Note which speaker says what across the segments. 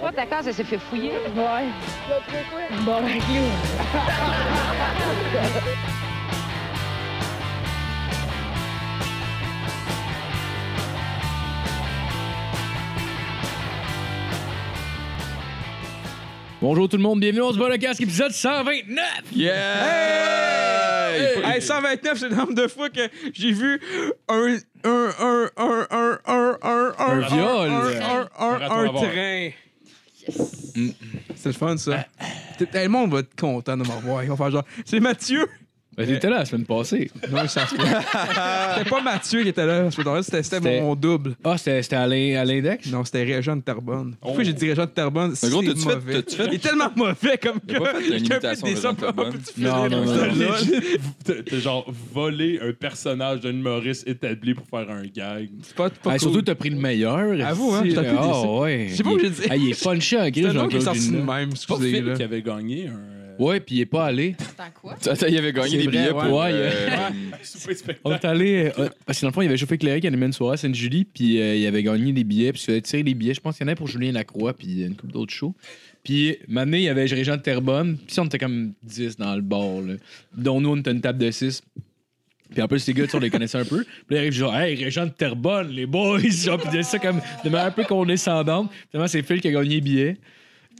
Speaker 1: Toi, ta case, elle s'est fait fouiller.
Speaker 2: Ouais. Bon, ben, clou.
Speaker 3: Bonjour tout le monde, bienvenue, on se bat le casque, épisode 129!
Speaker 4: Yeah!
Speaker 3: Hey!
Speaker 4: Hey, 129, c'est le nombre de fois que j'ai vu un, un, un, un, un, un, un, un,
Speaker 3: viol.
Speaker 4: un, un, un,
Speaker 3: Un
Speaker 4: un
Speaker 3: raton laveur.
Speaker 4: train. Mm. C'est le fun, ça. Tout le monde va être content de me revoir. Ils vont faire genre, c'est Mathieu.
Speaker 3: Ben, t'étais là la semaine passée.
Speaker 4: Non, ça se peut. C'était pas Mathieu qui était là. parce que dans le reste, C'était c'était
Speaker 3: C'était-
Speaker 4: mon double.
Speaker 3: Ah, c'était c'était à l'in- à l'index?
Speaker 4: Non, c'était Régent de Terrebonne. Pourquoi j'ai dit Régent de Terrebonne? C'est
Speaker 5: gros, t'as-tu fait-
Speaker 4: mauvais.
Speaker 5: t'as-tu fait-
Speaker 4: Il est tellement mauvais comme gars.
Speaker 5: pas fait
Speaker 4: J'ai un peu
Speaker 5: l'imitation de
Speaker 4: déçu.
Speaker 5: Régent de Terrebonne.
Speaker 4: Peux-tu finir
Speaker 3: Non, non,
Speaker 4: comme
Speaker 3: non.
Speaker 4: ça?
Speaker 3: non.
Speaker 4: Là, j'ai-
Speaker 6: Legit, t'as- T'as genre volé un personnage d'un humoriste établi pour faire un gag.
Speaker 4: C'est pas, pas
Speaker 3: Hey,
Speaker 4: cool.
Speaker 3: Ah, Surtout, t'as pris le meilleur.
Speaker 4: Avoue, hein,
Speaker 3: esti,
Speaker 4: j'étais un peu
Speaker 3: là. Ah,
Speaker 4: déçu.
Speaker 3: ouais.
Speaker 4: Je sais pas où j'ai dit.
Speaker 3: Ah, il est punché en
Speaker 4: C'est
Speaker 3: gris,
Speaker 4: un nom qui est
Speaker 3: Jean-Claude
Speaker 4: sorti de
Speaker 3: Dumas.
Speaker 4: même,
Speaker 6: C'est pas
Speaker 4: excusez
Speaker 6: Phil
Speaker 4: là.
Speaker 6: qui avait gagné un euh,
Speaker 3: Ouais, puis il est pas allé.
Speaker 7: Attends, quoi?
Speaker 5: Attends, il avait
Speaker 3: C'est
Speaker 5: gagné des
Speaker 3: vrai,
Speaker 5: billets
Speaker 3: ouais.
Speaker 5: pour.
Speaker 3: Ouais,
Speaker 5: euh,
Speaker 6: super spectacle.
Speaker 3: On est allé. euh, parce que dans le fond, il y avait chauffé Cléric qui animait une soirée à Sainte-Julie, puis euh, il avait gagné des billets, puis il se faisait tirer des billets. Je pense qu'il y en avait pour Julien Lacroix, puis une couple d'autres shows. Puis, maintenant, il y avait Régent de Terrebonne, puis ça, on était comme 10 dans le bar, là. Dont nous, on était une table de 6. Puis en plus, les gars, tu sais, on les connaissait un peu. Puis là, ils arrivent genre, hey, Régent de Terrebonne, les boys! Genre, puis ils disaient ça comme de manière un peu condescendante. Finalement, c'est Phil qui a gagné les billets.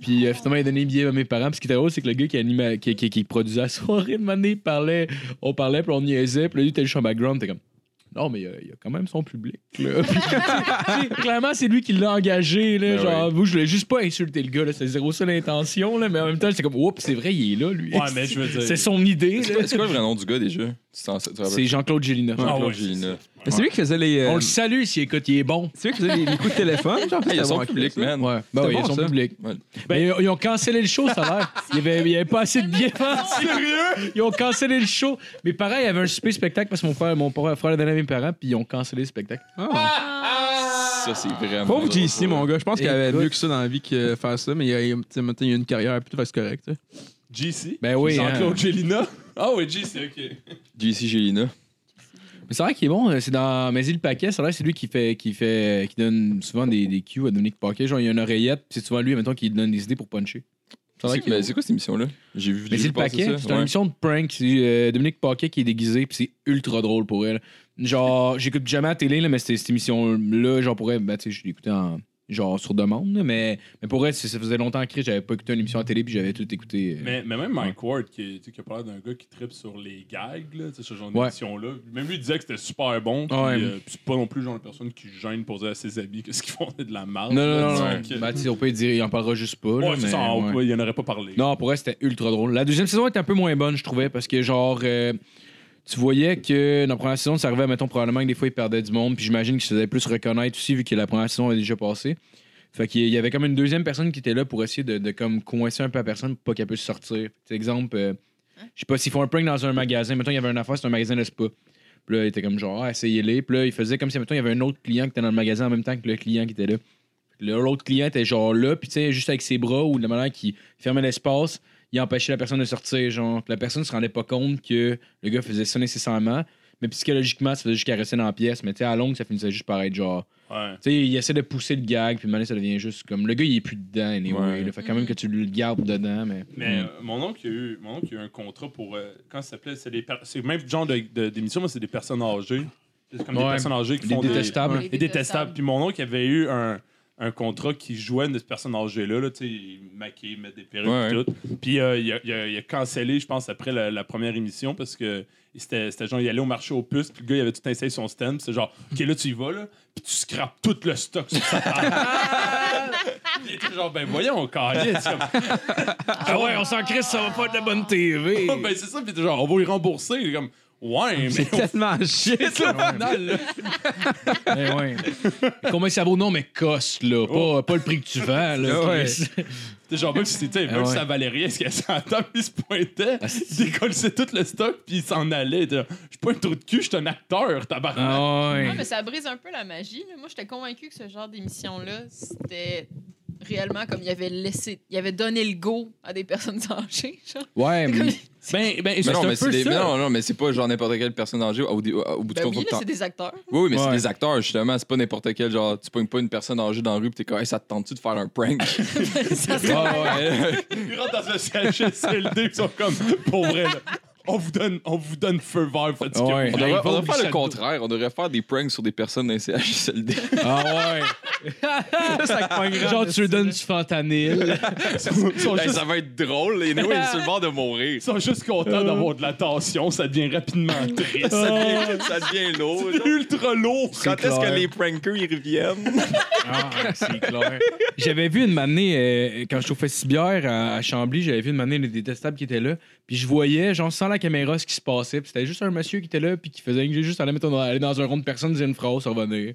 Speaker 3: Puis euh, finalement, il a donné les billets à mes parents. Puis ce qui était drôle, c'est que le gars qui, animait, qui, qui, qui produisait la soirée, de manière, il parlait, on parlait, puis on niaisait. Puis là, lui, t'es juste en background, t'es comme. Non, mais il y a, il y a quand même son public. là. Puis, tu sais, clairement, c'est lui qui l'a engagé. Là,
Speaker 5: Ben
Speaker 3: genre, vous, je voulais juste pas insulter le gars. là, C'était zéro seule intention. Là, mais en même temps, c'est comme, oups, c'est vrai, il est là, lui.
Speaker 6: Ouais, mais je veux dire-
Speaker 3: C'est son idée.
Speaker 5: C'est
Speaker 3: là.
Speaker 5: quoi- c'est quoi le vrai nom du gars déjà? Tu t'en- tu te rappelles?
Speaker 3: C'est Jean-Claude Gélina.
Speaker 5: Jean-Claude
Speaker 6: Ah ouais,
Speaker 5: Gélina.
Speaker 4: Mais C'est lui qui faisait les. euh,
Speaker 3: On le salue s'il écoute, il est bon.
Speaker 4: C'est lui qui faisait les, les coups de téléphone, genre.
Speaker 5: Hey, Il y
Speaker 4: c'était
Speaker 5: a son
Speaker 4: bon,
Speaker 5: public,
Speaker 4: ça.
Speaker 5: man.
Speaker 3: Ouais, ben oui,
Speaker 4: bon,
Speaker 3: ils sont
Speaker 4: ça.
Speaker 3: public.
Speaker 5: Ouais.
Speaker 3: Ben, ils, ils ont cancellé le show, ça a l'air. Il y avait, il y avait pas assez de billets
Speaker 6: Sérieux?
Speaker 3: Ils ont cancellé le show. Mais pareil, il y avait un super spectacle parce que mon frère, mon frère, frère l'a donné à mes parents, puis ils ont cancellé le spectacle.
Speaker 4: Ah.
Speaker 5: Ça, c'est vraiment.
Speaker 4: Pauvre JC, mon gars. Je pense qu'il avait
Speaker 3: Écoute.
Speaker 4: mieux que ça dans la vie que faire ça, mais il a, tu sais, maintenant, il a une carrière, puis tout, fait que c'est correct. tu sais.
Speaker 6: JC?
Speaker 3: Ben oui,
Speaker 6: Jean-Claude
Speaker 3: hein.
Speaker 6: Gélina? Ah oui, JC, ok.
Speaker 5: JC Gélina.
Speaker 3: Mais c'est vrai qu'il est bon. euh, C'est dans Mais le paquet, ça a l'air, c'est lui qui fait, qui fait, qui donne souvent des, des cues à Dominique Paquet. Genre, il y a une oreillette, puis c'est souvent lui, mettons, qui donne des idées pour puncher. Ça a l'air
Speaker 5: C'est
Speaker 3: qu'il est
Speaker 5: mais c'est quoi cette émission-là? J'ai vu
Speaker 3: Mais
Speaker 5: j'ai
Speaker 3: c'est
Speaker 5: vu
Speaker 3: le
Speaker 5: passer
Speaker 3: paquet.
Speaker 5: ça.
Speaker 3: C'est une
Speaker 5: Ouais.
Speaker 3: émission de prank. C'est euh, Dominique Paquet qui est déguisé, puis c'est ultra drôle pour elle. Genre, j'écoute jamais la télé, là, mais c'était cette émission-là, genre pour elle, ben, tu sais, je l'écoutais en. Genre sur demande, là, mais, mais pour elle, c'est- ça faisait longtemps que j'avais pas écouté une émission à la télé, puis j'avais tout écouté. euh.
Speaker 6: Mais, mais même Mike Ward, qui, est- tu sais, qui a parlé d'un gars qui tripe sur les gags, là, tu sais, ce genre
Speaker 3: Ouais.
Speaker 6: d'émission-là, même lui il disait que c'était super bon. Puis,
Speaker 3: Ouais.
Speaker 6: euh, puis c'est pas non plus le genre de personne qui gêne pour dire à ses amis que ce qu'ils font, c'est de la merde.
Speaker 3: Non, non,
Speaker 6: là,
Speaker 3: non,
Speaker 6: euh, disons
Speaker 3: non.
Speaker 6: que-
Speaker 3: Ben, tu sais, on peut dire, il en parlera juste pas. là,
Speaker 6: Ouais, c'est
Speaker 3: mais,
Speaker 6: ça, on-
Speaker 3: ouais.
Speaker 6: il y en aurait pas parlé.
Speaker 3: Non, pour elle, c'était ultra drôle. La deuxième saison était un peu moins bonne, je trouvais, parce que genre. euh, tu voyais que dans la première saison, ça arrivait, mettons, probablement que des fois, il perdait du monde. Puis j'imagine qu'il se faisait plus reconnaître aussi, vu que la première saison avait déjà passé. Fait qu'il y avait comme une deuxième personne qui était là pour essayer de, de comme coincer un peu la personne pour pas qu'elle puisse sortir. Tu sais, exemple, euh, je sais pas, s'ils font un prank dans un magasin, mettons, il y avait une affaire, c'est un magasin de spa. Puis là, il était comme genre, ah, essayez-les. Puis là, il faisait comme si, mettons, il y avait un autre client qui était dans le magasin en même temps que le client qui était là. L'autre client était genre là, puis tu sais, juste avec ses bras ou de la manière qu'il fermait l'espace, il empêchait la personne de sortir. Genre, Puis la personne se rendait pas compte que le gars faisait ça nécessairement, mais psychologiquement, ça faisait juste qu'elle restait dans la pièce. Mais tu sais, à la longue, ça finissait juste par être genre.
Speaker 6: Ouais.
Speaker 3: Tu sais, il essaie de pousser le gag, puis maintenant, ça devient juste comme. Le gars, il est plus dedans, anyway.
Speaker 5: Ouais.
Speaker 3: là. fait quand même que tu le gardes dedans, mais. Mm.
Speaker 6: Mais euh, mon, oncle il a eu, mon oncle il a eu un contrat pour. euh, quand ça s'appelait C'est des per- c'est le même genre de- de- d'émission, mais c'est des personnes âgées. C'est comme
Speaker 3: Ouais,
Speaker 6: des personnes âgées qui
Speaker 3: Il est
Speaker 6: font des.
Speaker 3: détestable.
Speaker 7: Ouais.
Speaker 6: des détestables. Puis mon oncle avait eu un, un contrat qui jouait une de ces personnes âgées-là. Là, tu sais, il maquillait, il mettait des perruques
Speaker 5: Ouais,
Speaker 6: et tout. Puis euh, il, a, il a- il a cancellé, je pense, après la, la première émission parce que c'était c'était genre, il allait au marché aux puces. Puis le gars, il avait tout installé son stand. Puis c'est genre, OK, là, tu y vas, là. Puis tu scrapes tout le stock sur sa table. Il était genre, ben voyons, on
Speaker 3: Ah ouais, on s'en crisse, ça va pas être la bonne TV.
Speaker 6: Ah, ben c'est ça, puis t'es genre, on va y rembourser. Il est comme,
Speaker 5: Ah,
Speaker 6: ouais, mais.
Speaker 4: Tellement shit,
Speaker 6: Au final, là,
Speaker 3: Eh ouais. Combien ça vaut? Non, mais coste, là. Pas,
Speaker 6: Oh.
Speaker 3: pas le prix que tu vends, là.
Speaker 4: Ah ouais.
Speaker 3: Chris.
Speaker 6: t'es genre, même si c'était, même
Speaker 3: Ah ouais.
Speaker 6: si ça valait rien, ce qu'elle s'entend, puis il se pointait,
Speaker 5: Ah,
Speaker 6: il décollissait tout le stock, puis il s'en allait. T'es genre, Je suis pas un trou de cul, je suis un acteur, tabarnak.
Speaker 3: Ah
Speaker 7: Ouais,
Speaker 3: ouais.
Speaker 7: mais ça brise un peu la magie. là. Moi, j'étais convaincue que ce genre d'émission-là, c'était réellement comme il avait laissé, il avait donné le go à des personnes âgées. genre.
Speaker 3: Ouais, mais
Speaker 7: Comme-
Speaker 6: Ben, ben, c'est
Speaker 5: Mais non,
Speaker 6: un
Speaker 5: mais
Speaker 6: peu
Speaker 5: c'est des-
Speaker 6: ça.
Speaker 5: mais non, non, mais c'est pas genre n'importe quel personne âgée au, dé- au- au bout du
Speaker 7: Ben
Speaker 5: compte. faut
Speaker 7: oui,
Speaker 5: que
Speaker 7: là,
Speaker 5: t'en-
Speaker 7: c'est des acteurs.
Speaker 5: Oui, oui, mais c'est
Speaker 3: Ouais.
Speaker 5: des acteurs, justement. C'est pas n'importe quel. Genre, tu pognes pas une personne âgée dans la rue pis t'es comme, hey, ça te tente-tu de faire un prank?
Speaker 7: Ça serait-
Speaker 5: ouais,
Speaker 6: Ils rentrent dans un CHSLD ils sont comme, pour vrai, là, on vous donne, on vous donne feu vert, faites ce que vous
Speaker 3: Ouais.
Speaker 5: On
Speaker 6: voulez.
Speaker 5: devrait,
Speaker 3: Hey,
Speaker 5: on devrait
Speaker 3: oublie
Speaker 5: faire
Speaker 3: ça.
Speaker 5: le contraire. On devrait faire des pranks sur des personnes d'un CHSLD.
Speaker 3: Ah ouais. Genre, tu lui donnes du fentanyl.
Speaker 6: Ils sont
Speaker 5: Hey,
Speaker 6: juste-
Speaker 5: ça Euh. va être drôle. Les anyway, il est sur le bord de mourir.
Speaker 6: ils sont juste contents d'avoir de l'attention, ça devient rapidement triste.
Speaker 5: Ça devient, ça devient lourd.
Speaker 6: C'est ultra lourd.
Speaker 5: Quand est-ce
Speaker 3: clair.
Speaker 5: que les prankers ils reviennent?
Speaker 3: Ah, c'est clair. J'avais vu une manée, euh, quand je chauffais Cibière à, à Chambly, j'avais vu une manée les détestables qui étaient là. Puis je voyais, genre, sans la caméra, ce qui se passait. Puis c'était juste un monsieur qui était là, puis qui faisait juste aller, mettons, dans- aller dans un rond de personnes, dire une phrase, revenir.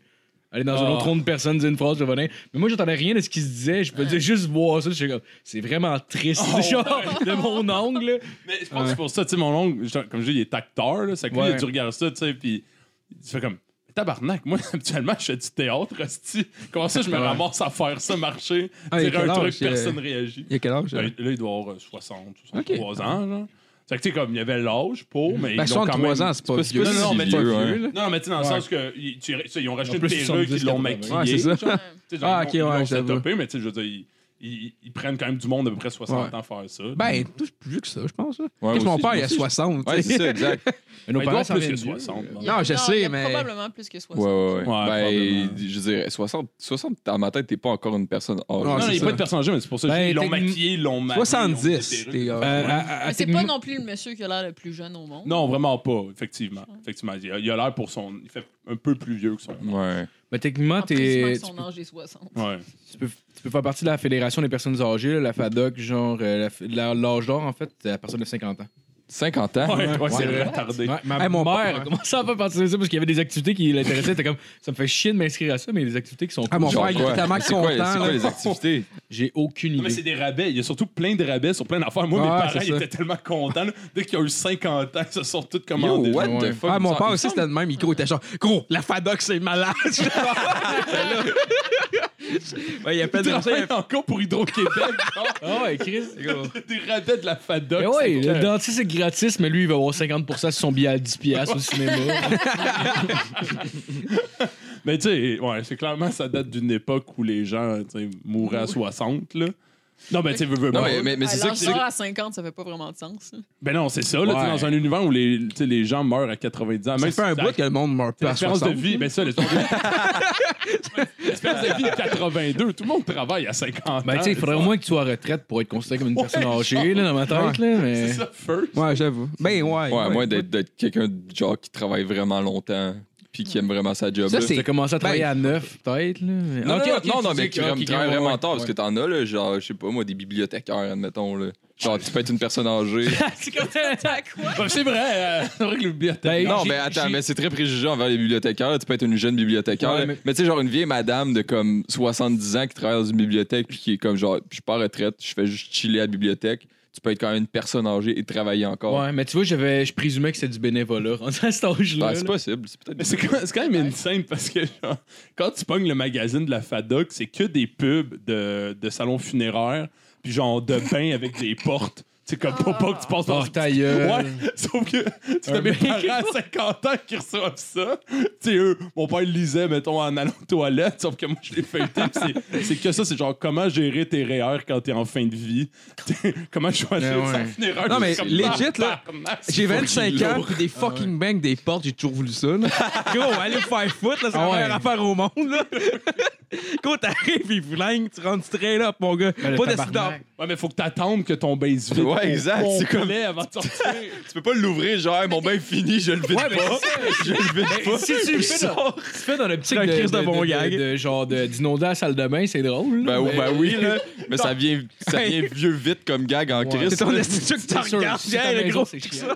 Speaker 3: Aller dans un
Speaker 6: Ah.
Speaker 3: autre rond de personnes, dire une phrase, revenir. Mais moi, j'entendais rien de ce qu'il se disait. Je pouvais juste voir ça. Je suis comme, c'est vraiment triste,
Speaker 6: Oh,
Speaker 3: genre, de mon ongle.
Speaker 6: Mais je pense que c'est pour ça, tu sais, mon oncle, genre, comme je dis, il est acteur, là, ça que lui,
Speaker 3: Ouais.
Speaker 6: il regarde ça, tu sais, puis tu fais comme tabarnak, moi, habituellement, je fais du théâtre, hostie. Comment ça, je me
Speaker 3: Ouais.
Speaker 6: ramasse à faire ça marcher,
Speaker 4: Ah, il
Speaker 6: dire
Speaker 4: est
Speaker 6: un
Speaker 4: quel
Speaker 6: truc,
Speaker 4: âge,
Speaker 6: personne
Speaker 4: euh,
Speaker 6: réagit.
Speaker 4: Il y a quel âge?
Speaker 6: Ben,
Speaker 4: Ben,
Speaker 6: là, il doit avoir euh, 60, 63 ans, genre. C'est que, tu sais, comme, il y avait l'âge pour, mais. ils l'ont quand
Speaker 4: 63
Speaker 6: même-
Speaker 4: Ben, ans, c'est pas
Speaker 5: c'est
Speaker 4: vieux.
Speaker 6: pas si Non, non, mais
Speaker 5: vieux, hein.
Speaker 4: là.
Speaker 6: Non, non, mais tu sais, dans le
Speaker 3: Ouais.
Speaker 6: sens que, ils, tu- tu sais, ils ont racheté
Speaker 3: En
Speaker 6: une
Speaker 3: plus,
Speaker 6: perruque, ils l'ont
Speaker 3: 70,
Speaker 6: maquillée.
Speaker 4: Ouais, c'est ça.
Speaker 7: Ouais.
Speaker 6: Tu sais, genre,
Speaker 4: Ah,
Speaker 6: ils
Speaker 4: ok,
Speaker 6: l'ont- ils
Speaker 4: ouais,
Speaker 6: l'ont
Speaker 4: j'avoue.
Speaker 6: setupé, mais tu sais, je veux dire, ils, ils- ils prennent quand même du monde à peu près 60
Speaker 4: Ouais.
Speaker 6: ans à faire ça.
Speaker 4: Ben, tout plus vieux que ça, je pense. là.
Speaker 5: Ouais,
Speaker 4: Parce que
Speaker 5: moi
Speaker 4: mon
Speaker 5: aussi,
Speaker 4: père,
Speaker 5: moi
Speaker 4: il a
Speaker 5: aussi, je-
Speaker 4: 60.
Speaker 5: Ouais,
Speaker 4: tu sais.
Speaker 5: c'est ça, exact.
Speaker 3: Mais nos
Speaker 6: Ben, il doit
Speaker 3: parents
Speaker 6: avoir
Speaker 3: s'en
Speaker 6: plus
Speaker 3: viennent
Speaker 6: que
Speaker 3: vieux.
Speaker 6: 60.
Speaker 7: Il y a-
Speaker 4: Non, je
Speaker 7: il y
Speaker 4: sais,
Speaker 7: a
Speaker 4: mais-
Speaker 7: Probablement plus que 60.
Speaker 5: Ouais, ouais, ouais.
Speaker 6: probablement.
Speaker 5: ben, je dirais, 60, 60, dans ma tête, t'es pas encore une personne âgée.
Speaker 4: Non,
Speaker 6: Non, non,
Speaker 4: c'est
Speaker 6: il n'y a
Speaker 4: ça.
Speaker 6: pas de personne âgée, mais c'est pour ça
Speaker 3: Ben,
Speaker 6: qu'ils l'ont
Speaker 3: techniquement-
Speaker 6: maquillé, ils l'ont maquillé. ils l'ont
Speaker 4: 70,
Speaker 6: fait
Speaker 4: t'es
Speaker 6: des
Speaker 4: gars.
Speaker 3: Euh, à- à-
Speaker 5: Ah,
Speaker 7: Mais c'est pas
Speaker 3: techniquement-
Speaker 7: non plus le monsieur qui a l'air le plus jeune au monde.
Speaker 6: Non, vraiment pas, effectivement. effectivement. Il a- il a l'air pour son. Il fait un peu plus vieux que son.
Speaker 5: Ouais.
Speaker 3: Mais techniquement,
Speaker 7: En présumant
Speaker 3: t'es.
Speaker 7: que
Speaker 3: tu
Speaker 7: son âge est 60.
Speaker 6: Ouais.
Speaker 3: tu peux, tu peux faire partie de la Fédération des personnes âgées, là, la FADOC, genre euh, la f- la- l'âge d'or, en fait, c'est à partir de 50 ans.
Speaker 5: 50 ans?
Speaker 6: Ouais, ouais, c'est
Speaker 3: Ouais.
Speaker 6: retardé.
Speaker 3: ma
Speaker 4: Hey, mon
Speaker 3: mère
Speaker 4: père.
Speaker 3: a commencé à pas participer à ça parce qu'il y avait des activités qui l'intéressaient. T'es comme, ça me fait chier de m'inscrire à ça, mais les activités qui sont
Speaker 4: Ah,
Speaker 3: cool,
Speaker 4: mon
Speaker 3: genre,
Speaker 4: père, il
Speaker 5: quoi?
Speaker 4: est tellement
Speaker 5: Mais c'est quoi-
Speaker 4: content,
Speaker 5: C'est quoi
Speaker 4: là.
Speaker 5: les activités?
Speaker 3: j'ai aucune
Speaker 6: Non, mais c'est
Speaker 3: idée.
Speaker 6: des rabais. Il y a surtout plein de rabais sur plein d'affaires. Moi, mes
Speaker 4: Ouais,
Speaker 6: parents,
Speaker 4: c'est
Speaker 6: ils
Speaker 4: ça.
Speaker 6: étaient tellement contents. là. Dès qu'ils ont eu 50 ans, ils se sont tous
Speaker 5: Yo,
Speaker 6: commandés.
Speaker 5: what
Speaker 3: ouais.
Speaker 5: the fuck?
Speaker 4: Ah, mon
Speaker 5: Ça-
Speaker 4: père
Speaker 5: il
Speaker 4: aussi,
Speaker 5: semble-
Speaker 4: c'était le même. Il gros, il était genre, gros, la FADOC, c'est malade. ouais, il appelle
Speaker 6: Ils
Speaker 4: des
Speaker 6: travaillent encore pour Hydro-Québec.
Speaker 3: Ah ouais, Chris.
Speaker 6: des rabais de la FADOC.
Speaker 3: Mais ouais,
Speaker 6: c'est
Speaker 3: le dentiste c'est gratis, mais lui il va avoir 50% sur son billet à 10$ piastres au cinéma.
Speaker 6: Mais tu sais, ouais, c'est clairement, ça date d'une époque où les gens tu sais, mouraient à 60, là. Non, mais tu sais, veux, veux
Speaker 5: Non,
Speaker 6: pas.
Speaker 5: mais, mais, mais c'est ça que
Speaker 7: à l'âge
Speaker 5: c'est.
Speaker 7: d'or à 50, ça fait pas vraiment de sens.
Speaker 6: Ben non, c'est ça, là, tu sais,
Speaker 3: Ouais.
Speaker 6: dans un univers où les, tu sais, les gens meurent à 90 ans.
Speaker 4: Ça
Speaker 6: même
Speaker 4: fait un
Speaker 6: si
Speaker 4: bout que le monde meurt
Speaker 6: C'est
Speaker 4: pas à
Speaker 6: L'espérance
Speaker 4: 60.
Speaker 6: de vie, ben ça, l'espérance de vie. l'espérance de vie de 82. Tout le monde travaille à 50
Speaker 3: ben,
Speaker 6: ans.
Speaker 3: tu sais, il faudrait au moins que tu sois à retraite pour être considéré comme une personne âgée, là, dans ma tête, là. Mais...
Speaker 6: C'est ça, first.
Speaker 4: Ouais, j'avoue. Ben, ouais.
Speaker 5: Ouais, à moins d'être d'être quelqu'un de genre qui travaille vraiment longtemps puis qui aime vraiment sa job.
Speaker 4: Ça,
Speaker 5: là.
Speaker 4: c'est-
Speaker 3: T'as commencé à travailler à 9, peut-être, là. mais-
Speaker 5: Non,
Speaker 3: Ben, Ok,
Speaker 5: non,
Speaker 3: ok,
Speaker 5: non,
Speaker 3: tu
Speaker 5: non,
Speaker 3: dis
Speaker 5: mais
Speaker 3: que-
Speaker 5: qui travaille
Speaker 3: ok,
Speaker 5: vraiment
Speaker 3: ouais,
Speaker 5: tard, parce que
Speaker 3: ouais.
Speaker 5: t'en as, là, genre, je sais pas, moi, des bibliothécaires, admettons, là. Genre, tu peux être une personne âgée.
Speaker 7: C'est comme t'as quoi?
Speaker 6: Ben, c'est vrai, euh, c'est vrai que le
Speaker 3: Ben,
Speaker 6: bibliothèque.
Speaker 5: non,
Speaker 3: j'ai-
Speaker 5: mais attends,
Speaker 3: j'ai-
Speaker 5: mais c'est très préjugé envers les bibliothécaires. là. Tu peux être une jeune bibliothécaire.
Speaker 3: Ouais,
Speaker 5: là.
Speaker 3: mais-
Speaker 5: mais tu sais, genre, une vieille madame de comme 70 ans qui travaille dans une bibliothèque puis qui est comme genre, je suis pas en retraite, je fais juste chiller à la bibliothèque. Tu peux être quand même une personne âgée et travailler encore.
Speaker 3: Ouais, mais tu vois, j'avais, je présumais que c'était du bénévolat rendu à cet âge-là.
Speaker 5: Ben, c'est
Speaker 3: là.
Speaker 5: possible. C'est peut-être.
Speaker 6: Mais c'est quand, c'est quand même insane parce que genre, quand tu pognes le magazine de la FADOC, c'est que des pubs de, de salons funéraires, puis genre de bains avec des portes. C'est comme pour pas que tu passes par
Speaker 3: Oh, ta gueule.
Speaker 6: Ouais, sauf que tu t'as mes parents à 50 ans qui reçoivent ça. Tu sais, eux, mon père lisait, mettons, en allant aux toilettes, sauf que moi, je l'ai feuilleté. pis c'est- C'est que ça, c'est genre comment gérer tes REER quand t'es en fin de vie. T'sais, comment choisir
Speaker 3: Ah ouais.
Speaker 6: sa funéraire.
Speaker 4: Non, mais
Speaker 6: C'est comme,
Speaker 4: legit, là,
Speaker 6: tabarnak,
Speaker 4: J'ai
Speaker 6: c'est
Speaker 4: 25
Speaker 6: fucking
Speaker 4: ans,
Speaker 6: lourd.
Speaker 4: puis des fucking bangs des portes, j'ai toujours voulu ça. Là. Gros, allez vous faire foutre, là, c'est
Speaker 3: Ah
Speaker 4: la
Speaker 3: ouais.
Speaker 4: meilleure affaire au monde. Là. Gros, t'arrives, ils vous linguent, tu rentres straight up, mon gars.
Speaker 3: Ben, le
Speaker 4: pas de
Speaker 3: tabarnak.
Speaker 4: stop.
Speaker 6: Ouais, mais faut que t'attendes que ton base vide.
Speaker 5: Ouais, exact,
Speaker 6: au
Speaker 5: c'est
Speaker 6: complet
Speaker 5: comme-
Speaker 6: avant de sortir.
Speaker 5: Tu peux pas l'ouvrir, genre, Hey, mon bain est fini, je le vide
Speaker 3: Ouais, mais Ben,
Speaker 5: pas. je le vide pas.
Speaker 3: Si tu le fais dans, tu le fais dans l'optique
Speaker 4: C'est un
Speaker 3: de,
Speaker 4: crise de bon gag.
Speaker 3: de- de- genre de- d'inonder la salle de bain, c'est drôle. là,
Speaker 5: Ben,
Speaker 3: mais-
Speaker 5: ben oui, là. Mais ça vient, ça vient vieux vite comme gag en crise.
Speaker 4: C'est ton institut que t'en
Speaker 3: C'est sûr,
Speaker 4: regardes,
Speaker 3: si t'as
Speaker 4: hey, le
Speaker 3: raison,
Speaker 4: gros.
Speaker 3: c'est chiant.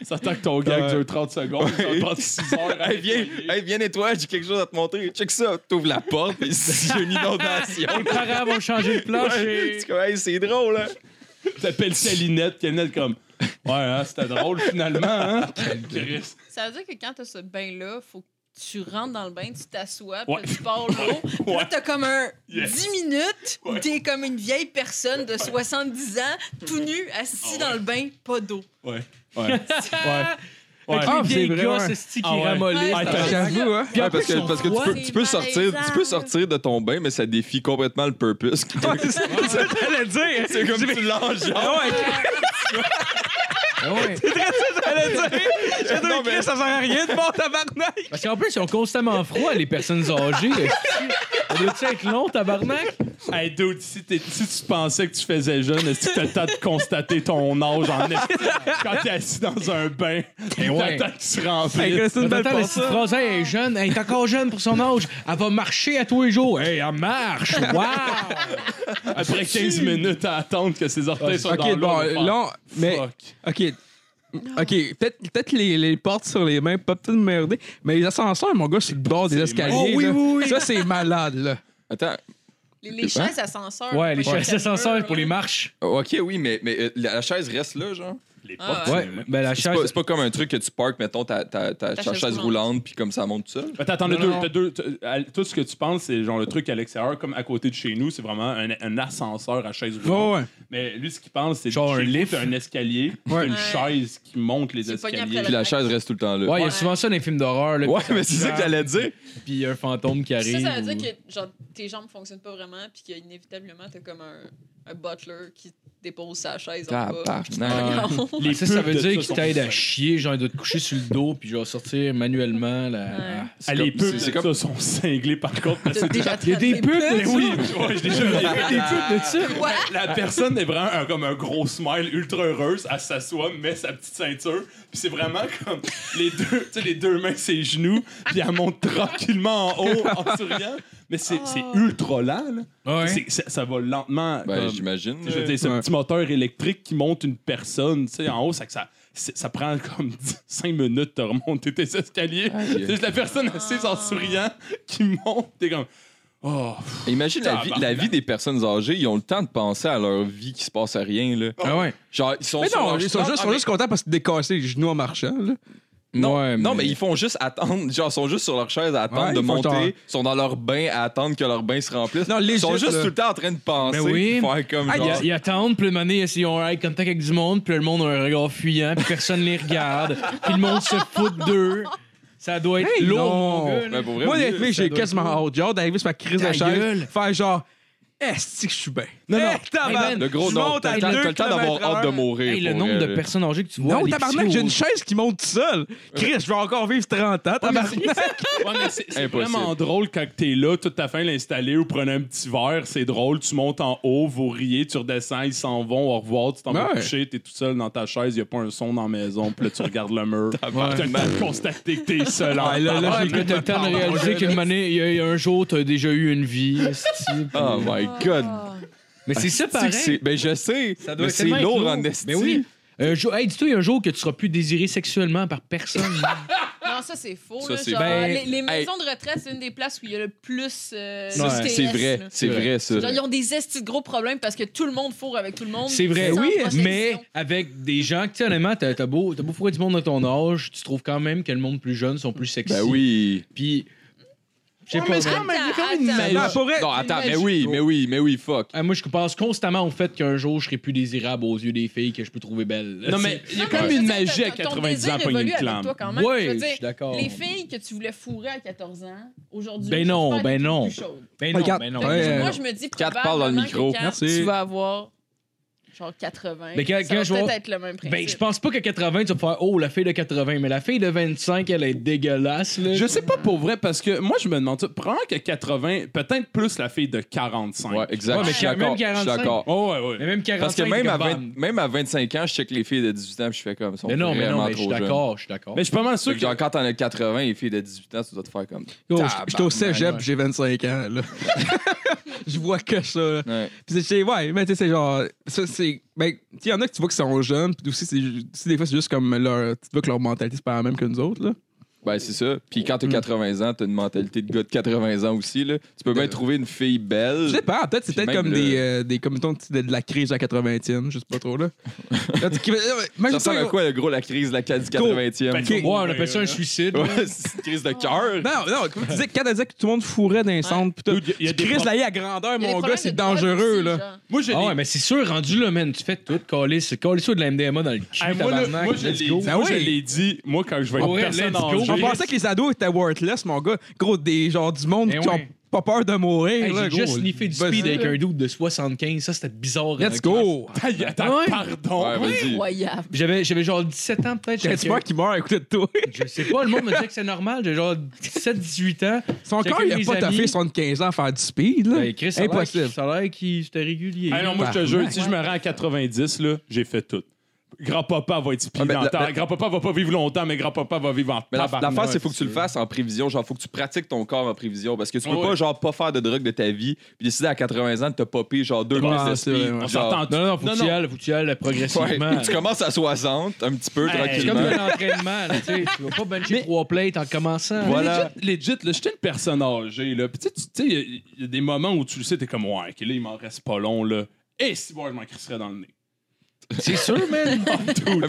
Speaker 6: Ça attend que ton gag
Speaker 4: Ouais.
Speaker 6: dure 30 secondes, ça prend 6 heures. à
Speaker 5: Hey, viens,
Speaker 6: nettoyer.
Speaker 5: hey, viens nettoyer, j'ai quelque chose à te montrer. Check ça. T'ouvres la porte, et si j'ai une inondation.
Speaker 3: Les parents vont changer le plancher.
Speaker 5: Ouais, tu comme, hey, c'est drôle, hein.
Speaker 6: T'appelles Salinette, puis elle est comme. Ouais, hein, c'était drôle finalement, hein? Chris.
Speaker 7: Ça veut dire que quand t'as ce bain-là, faut que tu rentres dans le bain, tu t'assois,
Speaker 6: Ouais.
Speaker 7: puis là, tu pars l'eau. Puis
Speaker 6: Ouais.
Speaker 7: là, t'as comme un
Speaker 6: Yes.
Speaker 7: 10 minutes où
Speaker 6: Ouais.
Speaker 7: t'es comme une vieille personne de 70 ans, tout nu, assis
Speaker 6: Ah ouais.
Speaker 7: dans le bain, pas d'eau.
Speaker 6: Ouais. Ouais. Ouais.
Speaker 4: Ah,
Speaker 1: Avec les vieilles
Speaker 4: c'est vrai,
Speaker 1: gosses
Speaker 4: ouais.
Speaker 1: esti, qui
Speaker 6: Ah ouais.
Speaker 1: ramollissent.
Speaker 7: Ouais,
Speaker 6: t'as-
Speaker 4: J'avoue, hein.
Speaker 1: Puis en
Speaker 5: Ouais, parce
Speaker 1: plus, ils
Speaker 5: que,
Speaker 1: sont
Speaker 5: parce que tu
Speaker 1: froids.
Speaker 5: peux, tu, peux
Speaker 7: C'est
Speaker 5: sortir, tu peux
Speaker 7: malaisant.
Speaker 5: sortir de ton bain, mais ça défie complètement le purpose.
Speaker 4: C'est ça que dire.
Speaker 5: c'est comme tu langes.
Speaker 4: Ah ouais,
Speaker 3: Ah ouais.
Speaker 4: j'allais dire. J'ai dit,
Speaker 5: Non, mais-
Speaker 4: Chris, ça sert à rien de mon tabarnak.
Speaker 3: Parce qu'en plus, ils ont constamment froid, les personnes âgées. On doit-tu être long, tabarnak?
Speaker 6: Hey, dude, si, t'es- si tu pensais que tu faisais jeune, est-ce que t'as le temps de constater ton âge en esti quand t'es assis dans un bain?
Speaker 3: Eh ouais.
Speaker 6: T'as le temps que tu remplisses.
Speaker 4: Hey, Chris, c'est une belle
Speaker 3: Attends, la petite
Speaker 4: pensée.
Speaker 3: phrase, hey, elle est jeune, elle est encore jeune pour son âge, elle va marcher à tous les jours. Hey, elle marche! Wow!
Speaker 6: Après 15 minutes à attendre que ses orteils soient
Speaker 4: Ok,
Speaker 6: dans
Speaker 4: bon,
Speaker 6: l'eau. on va
Speaker 4: là,
Speaker 6: faire,
Speaker 4: mais.
Speaker 6: fuck.
Speaker 4: Ok. Ok, peut-être peut-être les, les portes sur les mains peuvent peut-être merder, mais les ascenseurs, mon gars, sur le bord des escaliers.
Speaker 3: Oh, oui,
Speaker 4: là.
Speaker 3: oui, oui.
Speaker 4: Ça, c'est malade, là.
Speaker 5: Attends,
Speaker 7: Les, les
Speaker 5: Hein?
Speaker 7: chaises ascenseurs.
Speaker 3: Ouais, les
Speaker 7: moi,
Speaker 3: chaises
Speaker 7: j'étais
Speaker 3: ascenseurs
Speaker 7: peur,
Speaker 3: pour les
Speaker 7: hein.
Speaker 3: marches.
Speaker 5: ok, oui, mais, mais euh, la, la chaise reste là, genre.
Speaker 6: Les
Speaker 7: Ah,
Speaker 6: portes,
Speaker 7: ouais.
Speaker 6: c'est-
Speaker 3: ben la
Speaker 5: C'est
Speaker 3: chaise.
Speaker 5: pas, c'est pas comme un truc que tu parques, mettons, ta, ta, ta,
Speaker 7: Ta
Speaker 5: chaise,
Speaker 7: chaise roulante.
Speaker 5: roulante, puis comme ça monte tout seul.
Speaker 6: Attends, t'en as
Speaker 3: Non,
Speaker 6: deux.
Speaker 3: non.
Speaker 6: t'as deux t'as- à- tout ce que tu penses, c'est genre le truc à l'extérieur, comme à côté de chez nous, c'est vraiment un, un ascenseur à chaise roulante.
Speaker 4: Ouais, ouais.
Speaker 6: Mais lui, ce qu'il pense, c'est
Speaker 3: Oh. Genre
Speaker 6: chez
Speaker 3: un
Speaker 6: nous,
Speaker 3: lift.
Speaker 6: t'as un escalier, t'as
Speaker 4: Ouais.
Speaker 6: une
Speaker 7: Ouais.
Speaker 6: chaise qui monte les
Speaker 7: C'est pogné
Speaker 6: escaliers.
Speaker 7: après
Speaker 5: Puis la chaise reste tout le temps là.
Speaker 3: Ouais, il y a souvent ça dans les films d'horreur, là,
Speaker 5: Ouais, mais c'est ça que j'allais dire.
Speaker 3: puis euh, un fantôme qui
Speaker 7: Ça,
Speaker 3: arrive.
Speaker 7: ça veut
Speaker 3: ou-
Speaker 7: dire que genre, tes jambes fonctionnent pas vraiment, puis qu'inévitablement, t'as comme un, un butler qui dépose sa chaise en bas.
Speaker 5: Tabarnak.
Speaker 6: Les
Speaker 3: Ah, ça, ça
Speaker 6: pubs
Speaker 3: veut
Speaker 6: de
Speaker 3: dire
Speaker 6: ça
Speaker 3: qu'il
Speaker 6: sont
Speaker 3: t'aide à
Speaker 6: fous.
Speaker 3: chier, genre, il doit te coucher sur le dos, puis genre sortir manuellement. La...
Speaker 7: Ouais.
Speaker 3: Ah.
Speaker 5: C'est
Speaker 6: Ah, les
Speaker 5: comme-
Speaker 6: pubs
Speaker 5: c'est-
Speaker 6: de
Speaker 5: c'est
Speaker 6: ça
Speaker 5: comme-
Speaker 6: sont cinglés par contre. parce
Speaker 7: T'as
Speaker 6: que-
Speaker 7: déjà
Speaker 3: Il y a des
Speaker 7: attrapé
Speaker 3: pubs,
Speaker 7: plein
Speaker 3: mais
Speaker 7: de
Speaker 6: Oui,
Speaker 7: choses.
Speaker 6: ouais, je l'ai déjà vu.
Speaker 3: Des pubs de ça?
Speaker 7: Ouais.
Speaker 6: La personne est vraiment un- comme un gros smile ultra heureuse. Elle s'assoit, met sa petite ceinture. Puis c'est vraiment comme les deux, tu sais, les deux mains, ses genoux. Puis elle monte tranquillement en haut en souriant. Mais c'est
Speaker 7: Oh.
Speaker 6: c'est ultra lent. là.
Speaker 3: Ouais.
Speaker 6: C'est- c'est- ça va lentement.
Speaker 5: Ben,
Speaker 6: comme-
Speaker 5: j'imagine.
Speaker 6: tu sais, je veux dire, ce
Speaker 4: Ouais.
Speaker 6: petit moteur électrique qui monte une personne tu sais, en haut, ça, ça, c'est- ça prend comme 5 minutes de remonter tes escaliers.
Speaker 5: Aïe.
Speaker 6: C'est juste la personne assise en souriant qui monte. T'es comme. Oh,
Speaker 5: Imagine la vie, la
Speaker 6: Tabarnak.
Speaker 5: vie des personnes âgées, ils ont le temps de penser à leur vie qui se passe à rien, là.
Speaker 3: Ah ouais.
Speaker 5: Genre, ils sont
Speaker 4: Mais
Speaker 5: sur
Speaker 4: non,
Speaker 5: leur
Speaker 4: ils sont
Speaker 5: chemin-
Speaker 4: juste,
Speaker 5: Ah,
Speaker 4: sont juste contents parce qu'ils décassaient les genoux en marchant, là.
Speaker 5: Non,
Speaker 3: Ouais,
Speaker 5: non, mais ils font juste attendre. Genre, ils sont juste sur leur chaise à attendre
Speaker 4: Ouais,
Speaker 5: de
Speaker 4: ils font
Speaker 5: monter.
Speaker 4: genre-
Speaker 5: Ils sont dans leur bain à attendre que leur bain se remplisse.
Speaker 4: Non,
Speaker 5: ils sont
Speaker 4: legit,
Speaker 5: juste
Speaker 4: là.
Speaker 5: tout le temps en train de penser.
Speaker 3: Mais oui.
Speaker 5: puis Faire comme
Speaker 4: Ah,
Speaker 5: genre,
Speaker 3: Ils a- ils attendent, puis le moment donné, ils ont un eye contact avec du monde, puis le monde a un regard fuyant, puis personne les regarde, puis le monde se fout d'eux. Ça doit être
Speaker 4: Hey,
Speaker 3: lourd,
Speaker 4: non.
Speaker 3: mon gars, là.
Speaker 5: Ben, pour vrai,
Speaker 4: Moi,
Speaker 5: oui.
Speaker 4: honnêtement, j'ai
Speaker 3: doit être
Speaker 4: quasiment hâte. J'ai hâte d'arriver sur ma crise
Speaker 3: Ta
Speaker 4: de
Speaker 3: gueule.
Speaker 4: chaise, faire genre, est-ce que je suis bien?
Speaker 3: Non, non.
Speaker 4: Eh, tabarnak,
Speaker 3: Hey, man,
Speaker 5: le gros
Speaker 4: je
Speaker 5: non,
Speaker 4: monte
Speaker 5: t'as
Speaker 4: à
Speaker 5: le temps-
Speaker 4: deux
Speaker 5: t'as le temps d'avoir
Speaker 4: kilomètres à
Speaker 5: hâte de
Speaker 4: l'heure.
Speaker 5: mourir.
Speaker 3: Hey, le
Speaker 5: pour
Speaker 3: nombre
Speaker 5: vrai,
Speaker 3: de
Speaker 5: là.
Speaker 3: personnes âgées que tu vois.
Speaker 4: Non,
Speaker 3: les
Speaker 4: tabarnak, j'ai une
Speaker 3: psychos-
Speaker 4: chaise qui monte seule. Chris, je vais encore vivre 30 ans, tabarnak.
Speaker 6: Ouais, mais c'est c'est
Speaker 5: Impossible.
Speaker 6: vraiment drôle quand t'es là, toute ta fin l'installer ou prenez un petit verre, c'est drôle. Tu montes en haut, vous riez, tu redescends, ils s'en vont, au revoir, tu t'en vas
Speaker 4: Ouais.
Speaker 6: coucher, t'es tout seul dans ta chaise, y a pas un son dans la maison, puis là tu regardes le mur. T'as le temps de constater que t'es seul en
Speaker 4: Ouais, là, là,
Speaker 3: Ouais,
Speaker 6: tabarnak.
Speaker 4: j'ai-
Speaker 3: mais t'as le temps de réaliser qu'une manée, il y a- il y a un jour, t'as déjà eu une vie. esti, puis-
Speaker 5: Oh my god.
Speaker 7: Ah.
Speaker 3: Mais c'est ça,
Speaker 5: C'est que
Speaker 3: pareil.
Speaker 5: c'est- Ben, je sais.
Speaker 3: Ça doit être
Speaker 5: mais c'est
Speaker 3: tellement être
Speaker 5: lourd en esti.
Speaker 3: Mais oui. Un jour- hey, dis-toi, il y a un jour que tu seras plus désiré sexuellement par personne.
Speaker 7: Non, ça, c'est faux.
Speaker 5: Ça,
Speaker 7: là,
Speaker 5: c'est-
Speaker 7: genre,
Speaker 3: Ben,
Speaker 7: les, les maisons de retraite, c'est une des places où il y a le plus euh,
Speaker 5: Ça,
Speaker 7: de
Speaker 3: Ouais.
Speaker 5: C'est
Speaker 7: TS,
Speaker 5: vrai.
Speaker 7: là.
Speaker 5: C'est vrai, ça.
Speaker 7: Genre, ils ont des estis de gros problèmes parce que tout le monde fourre avec tout le monde.
Speaker 3: c'est vrai,
Speaker 7: sans
Speaker 3: oui,
Speaker 7: protection.
Speaker 3: mais avec des gens que, tu sais, honnêtement, t'as t'as beau, t'as beau fourrer du monde de ton âge, tu trouves quand même que le monde plus jeune sont plus sexy.
Speaker 5: Ben oui.
Speaker 3: Puis, je sais
Speaker 4: Ouais,
Speaker 3: pas.
Speaker 4: mais c'est quand même- il y a quand même une
Speaker 7: Attends,
Speaker 4: magie.
Speaker 5: Ben,
Speaker 7: attends.
Speaker 4: Non, pour vrai,
Speaker 5: Non, attends, mais
Speaker 3: magique,
Speaker 5: oui,
Speaker 3: gros.
Speaker 5: mais oui, mais oui, fuck.
Speaker 3: Ah, moi, je pense constamment au fait qu'un jour, je serai plus désirable aux yeux des filles que je peux trouver belle.
Speaker 6: Non, mais il y a
Speaker 7: Non,
Speaker 6: comme
Speaker 7: mais je
Speaker 6: une
Speaker 7: veux dire,
Speaker 6: magie à
Speaker 7: ton- ton
Speaker 6: 90
Speaker 7: désir
Speaker 6: ans, pogner une
Speaker 7: évolue avec
Speaker 6: clame.
Speaker 7: toi quand même.
Speaker 3: Ouais,
Speaker 7: Je veux
Speaker 3: je
Speaker 7: dire,
Speaker 3: suis d'accord.
Speaker 7: Les filles que tu voulais fourrer à 14 ans, aujourd'hui.
Speaker 3: Ben non,
Speaker 7: j'espère
Speaker 3: ben
Speaker 7: qu'elles sont
Speaker 3: non.
Speaker 7: plus chaudes.
Speaker 3: Ben non,
Speaker 4: Regarde,
Speaker 3: ben non.
Speaker 7: Fait que
Speaker 4: Ouais,
Speaker 7: moi,
Speaker 4: non.
Speaker 7: je me dis
Speaker 5: Quatre parles dans le
Speaker 7: probablement
Speaker 5: micro.
Speaker 7: que quand
Speaker 4: Merci.
Speaker 7: Tu vas avoir genre 80.
Speaker 3: Mais quand-
Speaker 7: ça
Speaker 3: quand
Speaker 7: va
Speaker 3: je
Speaker 7: peut-être
Speaker 3: vois-
Speaker 7: être le même principe.
Speaker 3: Ben, je pense pas qu'à 80, tu vas faire Oh, la fille de 80, mais la fille de 25, elle est dégueulasse, là.
Speaker 6: Je sais pas pour vrai, parce que moi je me demande ça. Prends que 80, peut-être plus la fille de 45.
Speaker 5: Ouais, exact.
Speaker 3: Ouais, mais
Speaker 5: je suis
Speaker 3: même
Speaker 5: d'accord. Je
Speaker 3: 45.
Speaker 5: suis d'accord.
Speaker 6: Oh, ouais, ouais.
Speaker 3: Mais même 45,
Speaker 5: Parce que même
Speaker 3: t'es
Speaker 5: à,
Speaker 3: comme,
Speaker 5: 20
Speaker 3: bam.
Speaker 5: même à 25 ans, je check les filles de 18 ans, puis je fais comme ça.
Speaker 3: Mais non, mais non, mais je suis d'accord, je suis d'accord.
Speaker 6: Mais je suis pas mal sûr
Speaker 5: Ceux
Speaker 6: que.
Speaker 5: qui quand t'en as 80, les filles de 18 ans, tu dois te faire comme.
Speaker 4: Yo, je- J'étais au
Speaker 3: ouais.
Speaker 4: cégep, j'ai 25 ans, là. Je vois que ça, là.
Speaker 5: Ouais.
Speaker 4: Puis c'est- c'est- ouais, mais tu sais, c'est genre. Ça, c'est. Ben, tu sais, y en a que tu vois qui sont jeunes, puis aussi, c'est ju- aussi, des fois, c'est juste comme leur. Tu vois que leur mentalité, c'est pas la même que nous autres, là.
Speaker 5: Ben, c'est ça. Puis quand t'as 80 ans, t'as une mentalité de gars de 80 ans aussi. Là. Tu peux bien trouver une fille belle.
Speaker 4: Je sais pas, peut-être c'est
Speaker 5: Puis
Speaker 4: peut-être comme
Speaker 5: même le-
Speaker 4: des, euh, des comme mettons, de, de la crise à 80e, je sais pas trop là. Là, tu- euh,
Speaker 5: Ça
Speaker 4: imagine
Speaker 5: ressemble
Speaker 4: toi,
Speaker 5: à quoi, le gros, la crise de la du
Speaker 4: Gros.
Speaker 5: 80e?
Speaker 6: Ben,
Speaker 4: Ok.
Speaker 3: Ouais, on appelle ça un suicide.
Speaker 5: Ouais, c'est une crise de cœur.
Speaker 4: Non, non, comme tu disais, quand elle disait que tout le monde fourrait dans les centres, pis tout.
Speaker 6: Dude, y a- y a des
Speaker 4: Chris,
Speaker 6: pro-
Speaker 4: la vie à grandeur,
Speaker 7: Il y a des
Speaker 4: mon gars,
Speaker 7: problèmes
Speaker 4: c'est
Speaker 7: de drogue
Speaker 4: dangereux,
Speaker 7: aussi,
Speaker 4: là.
Speaker 7: genre.
Speaker 6: Moi, j'ai
Speaker 3: Ah ouais,
Speaker 6: des-
Speaker 3: mais c'est sûr, rendu là, man, tu fais tout, coller, coller ça de la MDMA dans le cul,
Speaker 6: Hey, moi, le-
Speaker 3: tabarnak,
Speaker 6: moi, je
Speaker 3: let's
Speaker 6: l'ai
Speaker 3: go.
Speaker 6: dit,
Speaker 4: Ah
Speaker 6: moi, je
Speaker 4: oui.
Speaker 6: l'ai dit, moi, quand je vais être
Speaker 3: Ouais,
Speaker 6: personne
Speaker 3: let's
Speaker 6: en
Speaker 3: go.
Speaker 6: jeu,
Speaker 4: On pensait que les ados étaient worthless, mon gars. Gros, des genre du monde
Speaker 3: Eh
Speaker 4: qui
Speaker 3: ouais.
Speaker 4: ont pas peur de mourir.
Speaker 3: Hey,
Speaker 4: là,
Speaker 3: J'ai
Speaker 4: gros.
Speaker 3: juste sniffé du speed
Speaker 4: Vas-y.
Speaker 3: avec un doute de 75, ça c'était bizarre.
Speaker 4: Let's
Speaker 3: hein,
Speaker 4: go!
Speaker 6: Aïe, attends,
Speaker 3: Ouais.
Speaker 6: pardon.
Speaker 5: Ouais, vas-y.
Speaker 7: Incroyable.
Speaker 3: J'avais j'avais genre 17 ans peut-être.
Speaker 4: J'ai-tu
Speaker 3: fait
Speaker 4: peur
Speaker 3: que-
Speaker 4: qu'il meurt à côté de toi?
Speaker 3: Je sais pas, le monde me disait que c'est normal. J'ai genre 17-18 ans.
Speaker 4: Son corps, il a
Speaker 3: mes
Speaker 4: pas
Speaker 3: amis.
Speaker 4: taffé 75 ans à faire du speed, là.
Speaker 3: Ben, Chris, ça a l'air qu'il-
Speaker 4: Impossible.
Speaker 3: ça a l'air qu'il c'était régulier.
Speaker 6: Ah non, moi, je te
Speaker 4: Bah,
Speaker 6: jure,
Speaker 4: ouais.
Speaker 6: si je me rends à 90, là, j'ai fait tout. Grand-papa va être
Speaker 5: Ah, mais la-
Speaker 6: spirituel.
Speaker 5: la-
Speaker 6: Grand-papa va pas vivre longtemps, mais grand-papa va vivre en
Speaker 5: Mais la-
Speaker 6: tabarnak.
Speaker 5: l'affaire, c'est faut que tu le fasses en prévision. Genre, faut que tu pratiques ton corps en prévision. Parce que tu peux
Speaker 6: Ouais,
Speaker 5: pas,
Speaker 6: ouais.
Speaker 5: genre, pas faire de drogue de ta vie. Puis décider à 80 ans de te popper, genre, deux
Speaker 4: Ouais,
Speaker 5: minutes de
Speaker 4: c'est
Speaker 5: speed,
Speaker 4: vrai, ouais.
Speaker 6: On
Speaker 5: genre-
Speaker 6: s'entend
Speaker 3: Ah. Non, non, non, faut
Speaker 6: Non,
Speaker 3: que tu y ailles, faut que tu y ailles
Speaker 5: Ouais.
Speaker 3: progressivement.
Speaker 5: Tu commences à 60, un petit peu,
Speaker 6: Hey.
Speaker 3: C'est
Speaker 5: tranquillement.
Speaker 3: comme un entraînement, là, tu sais. Tu vas pas bencher trois plates en commençant.
Speaker 5: Ouais.
Speaker 6: Voilà.
Speaker 5: Voilà.
Speaker 6: Legit, là, j'étais une personne âgée, là. Puis tu sais, tu- tu sais, il y, a des moments où tu le sais, t'es comme, ouais, ok, là, il m'en reste pas long, là. Et si moi, je m'en crisserais dans le nez.
Speaker 3: C'est sûr, man.
Speaker 5: Ouais,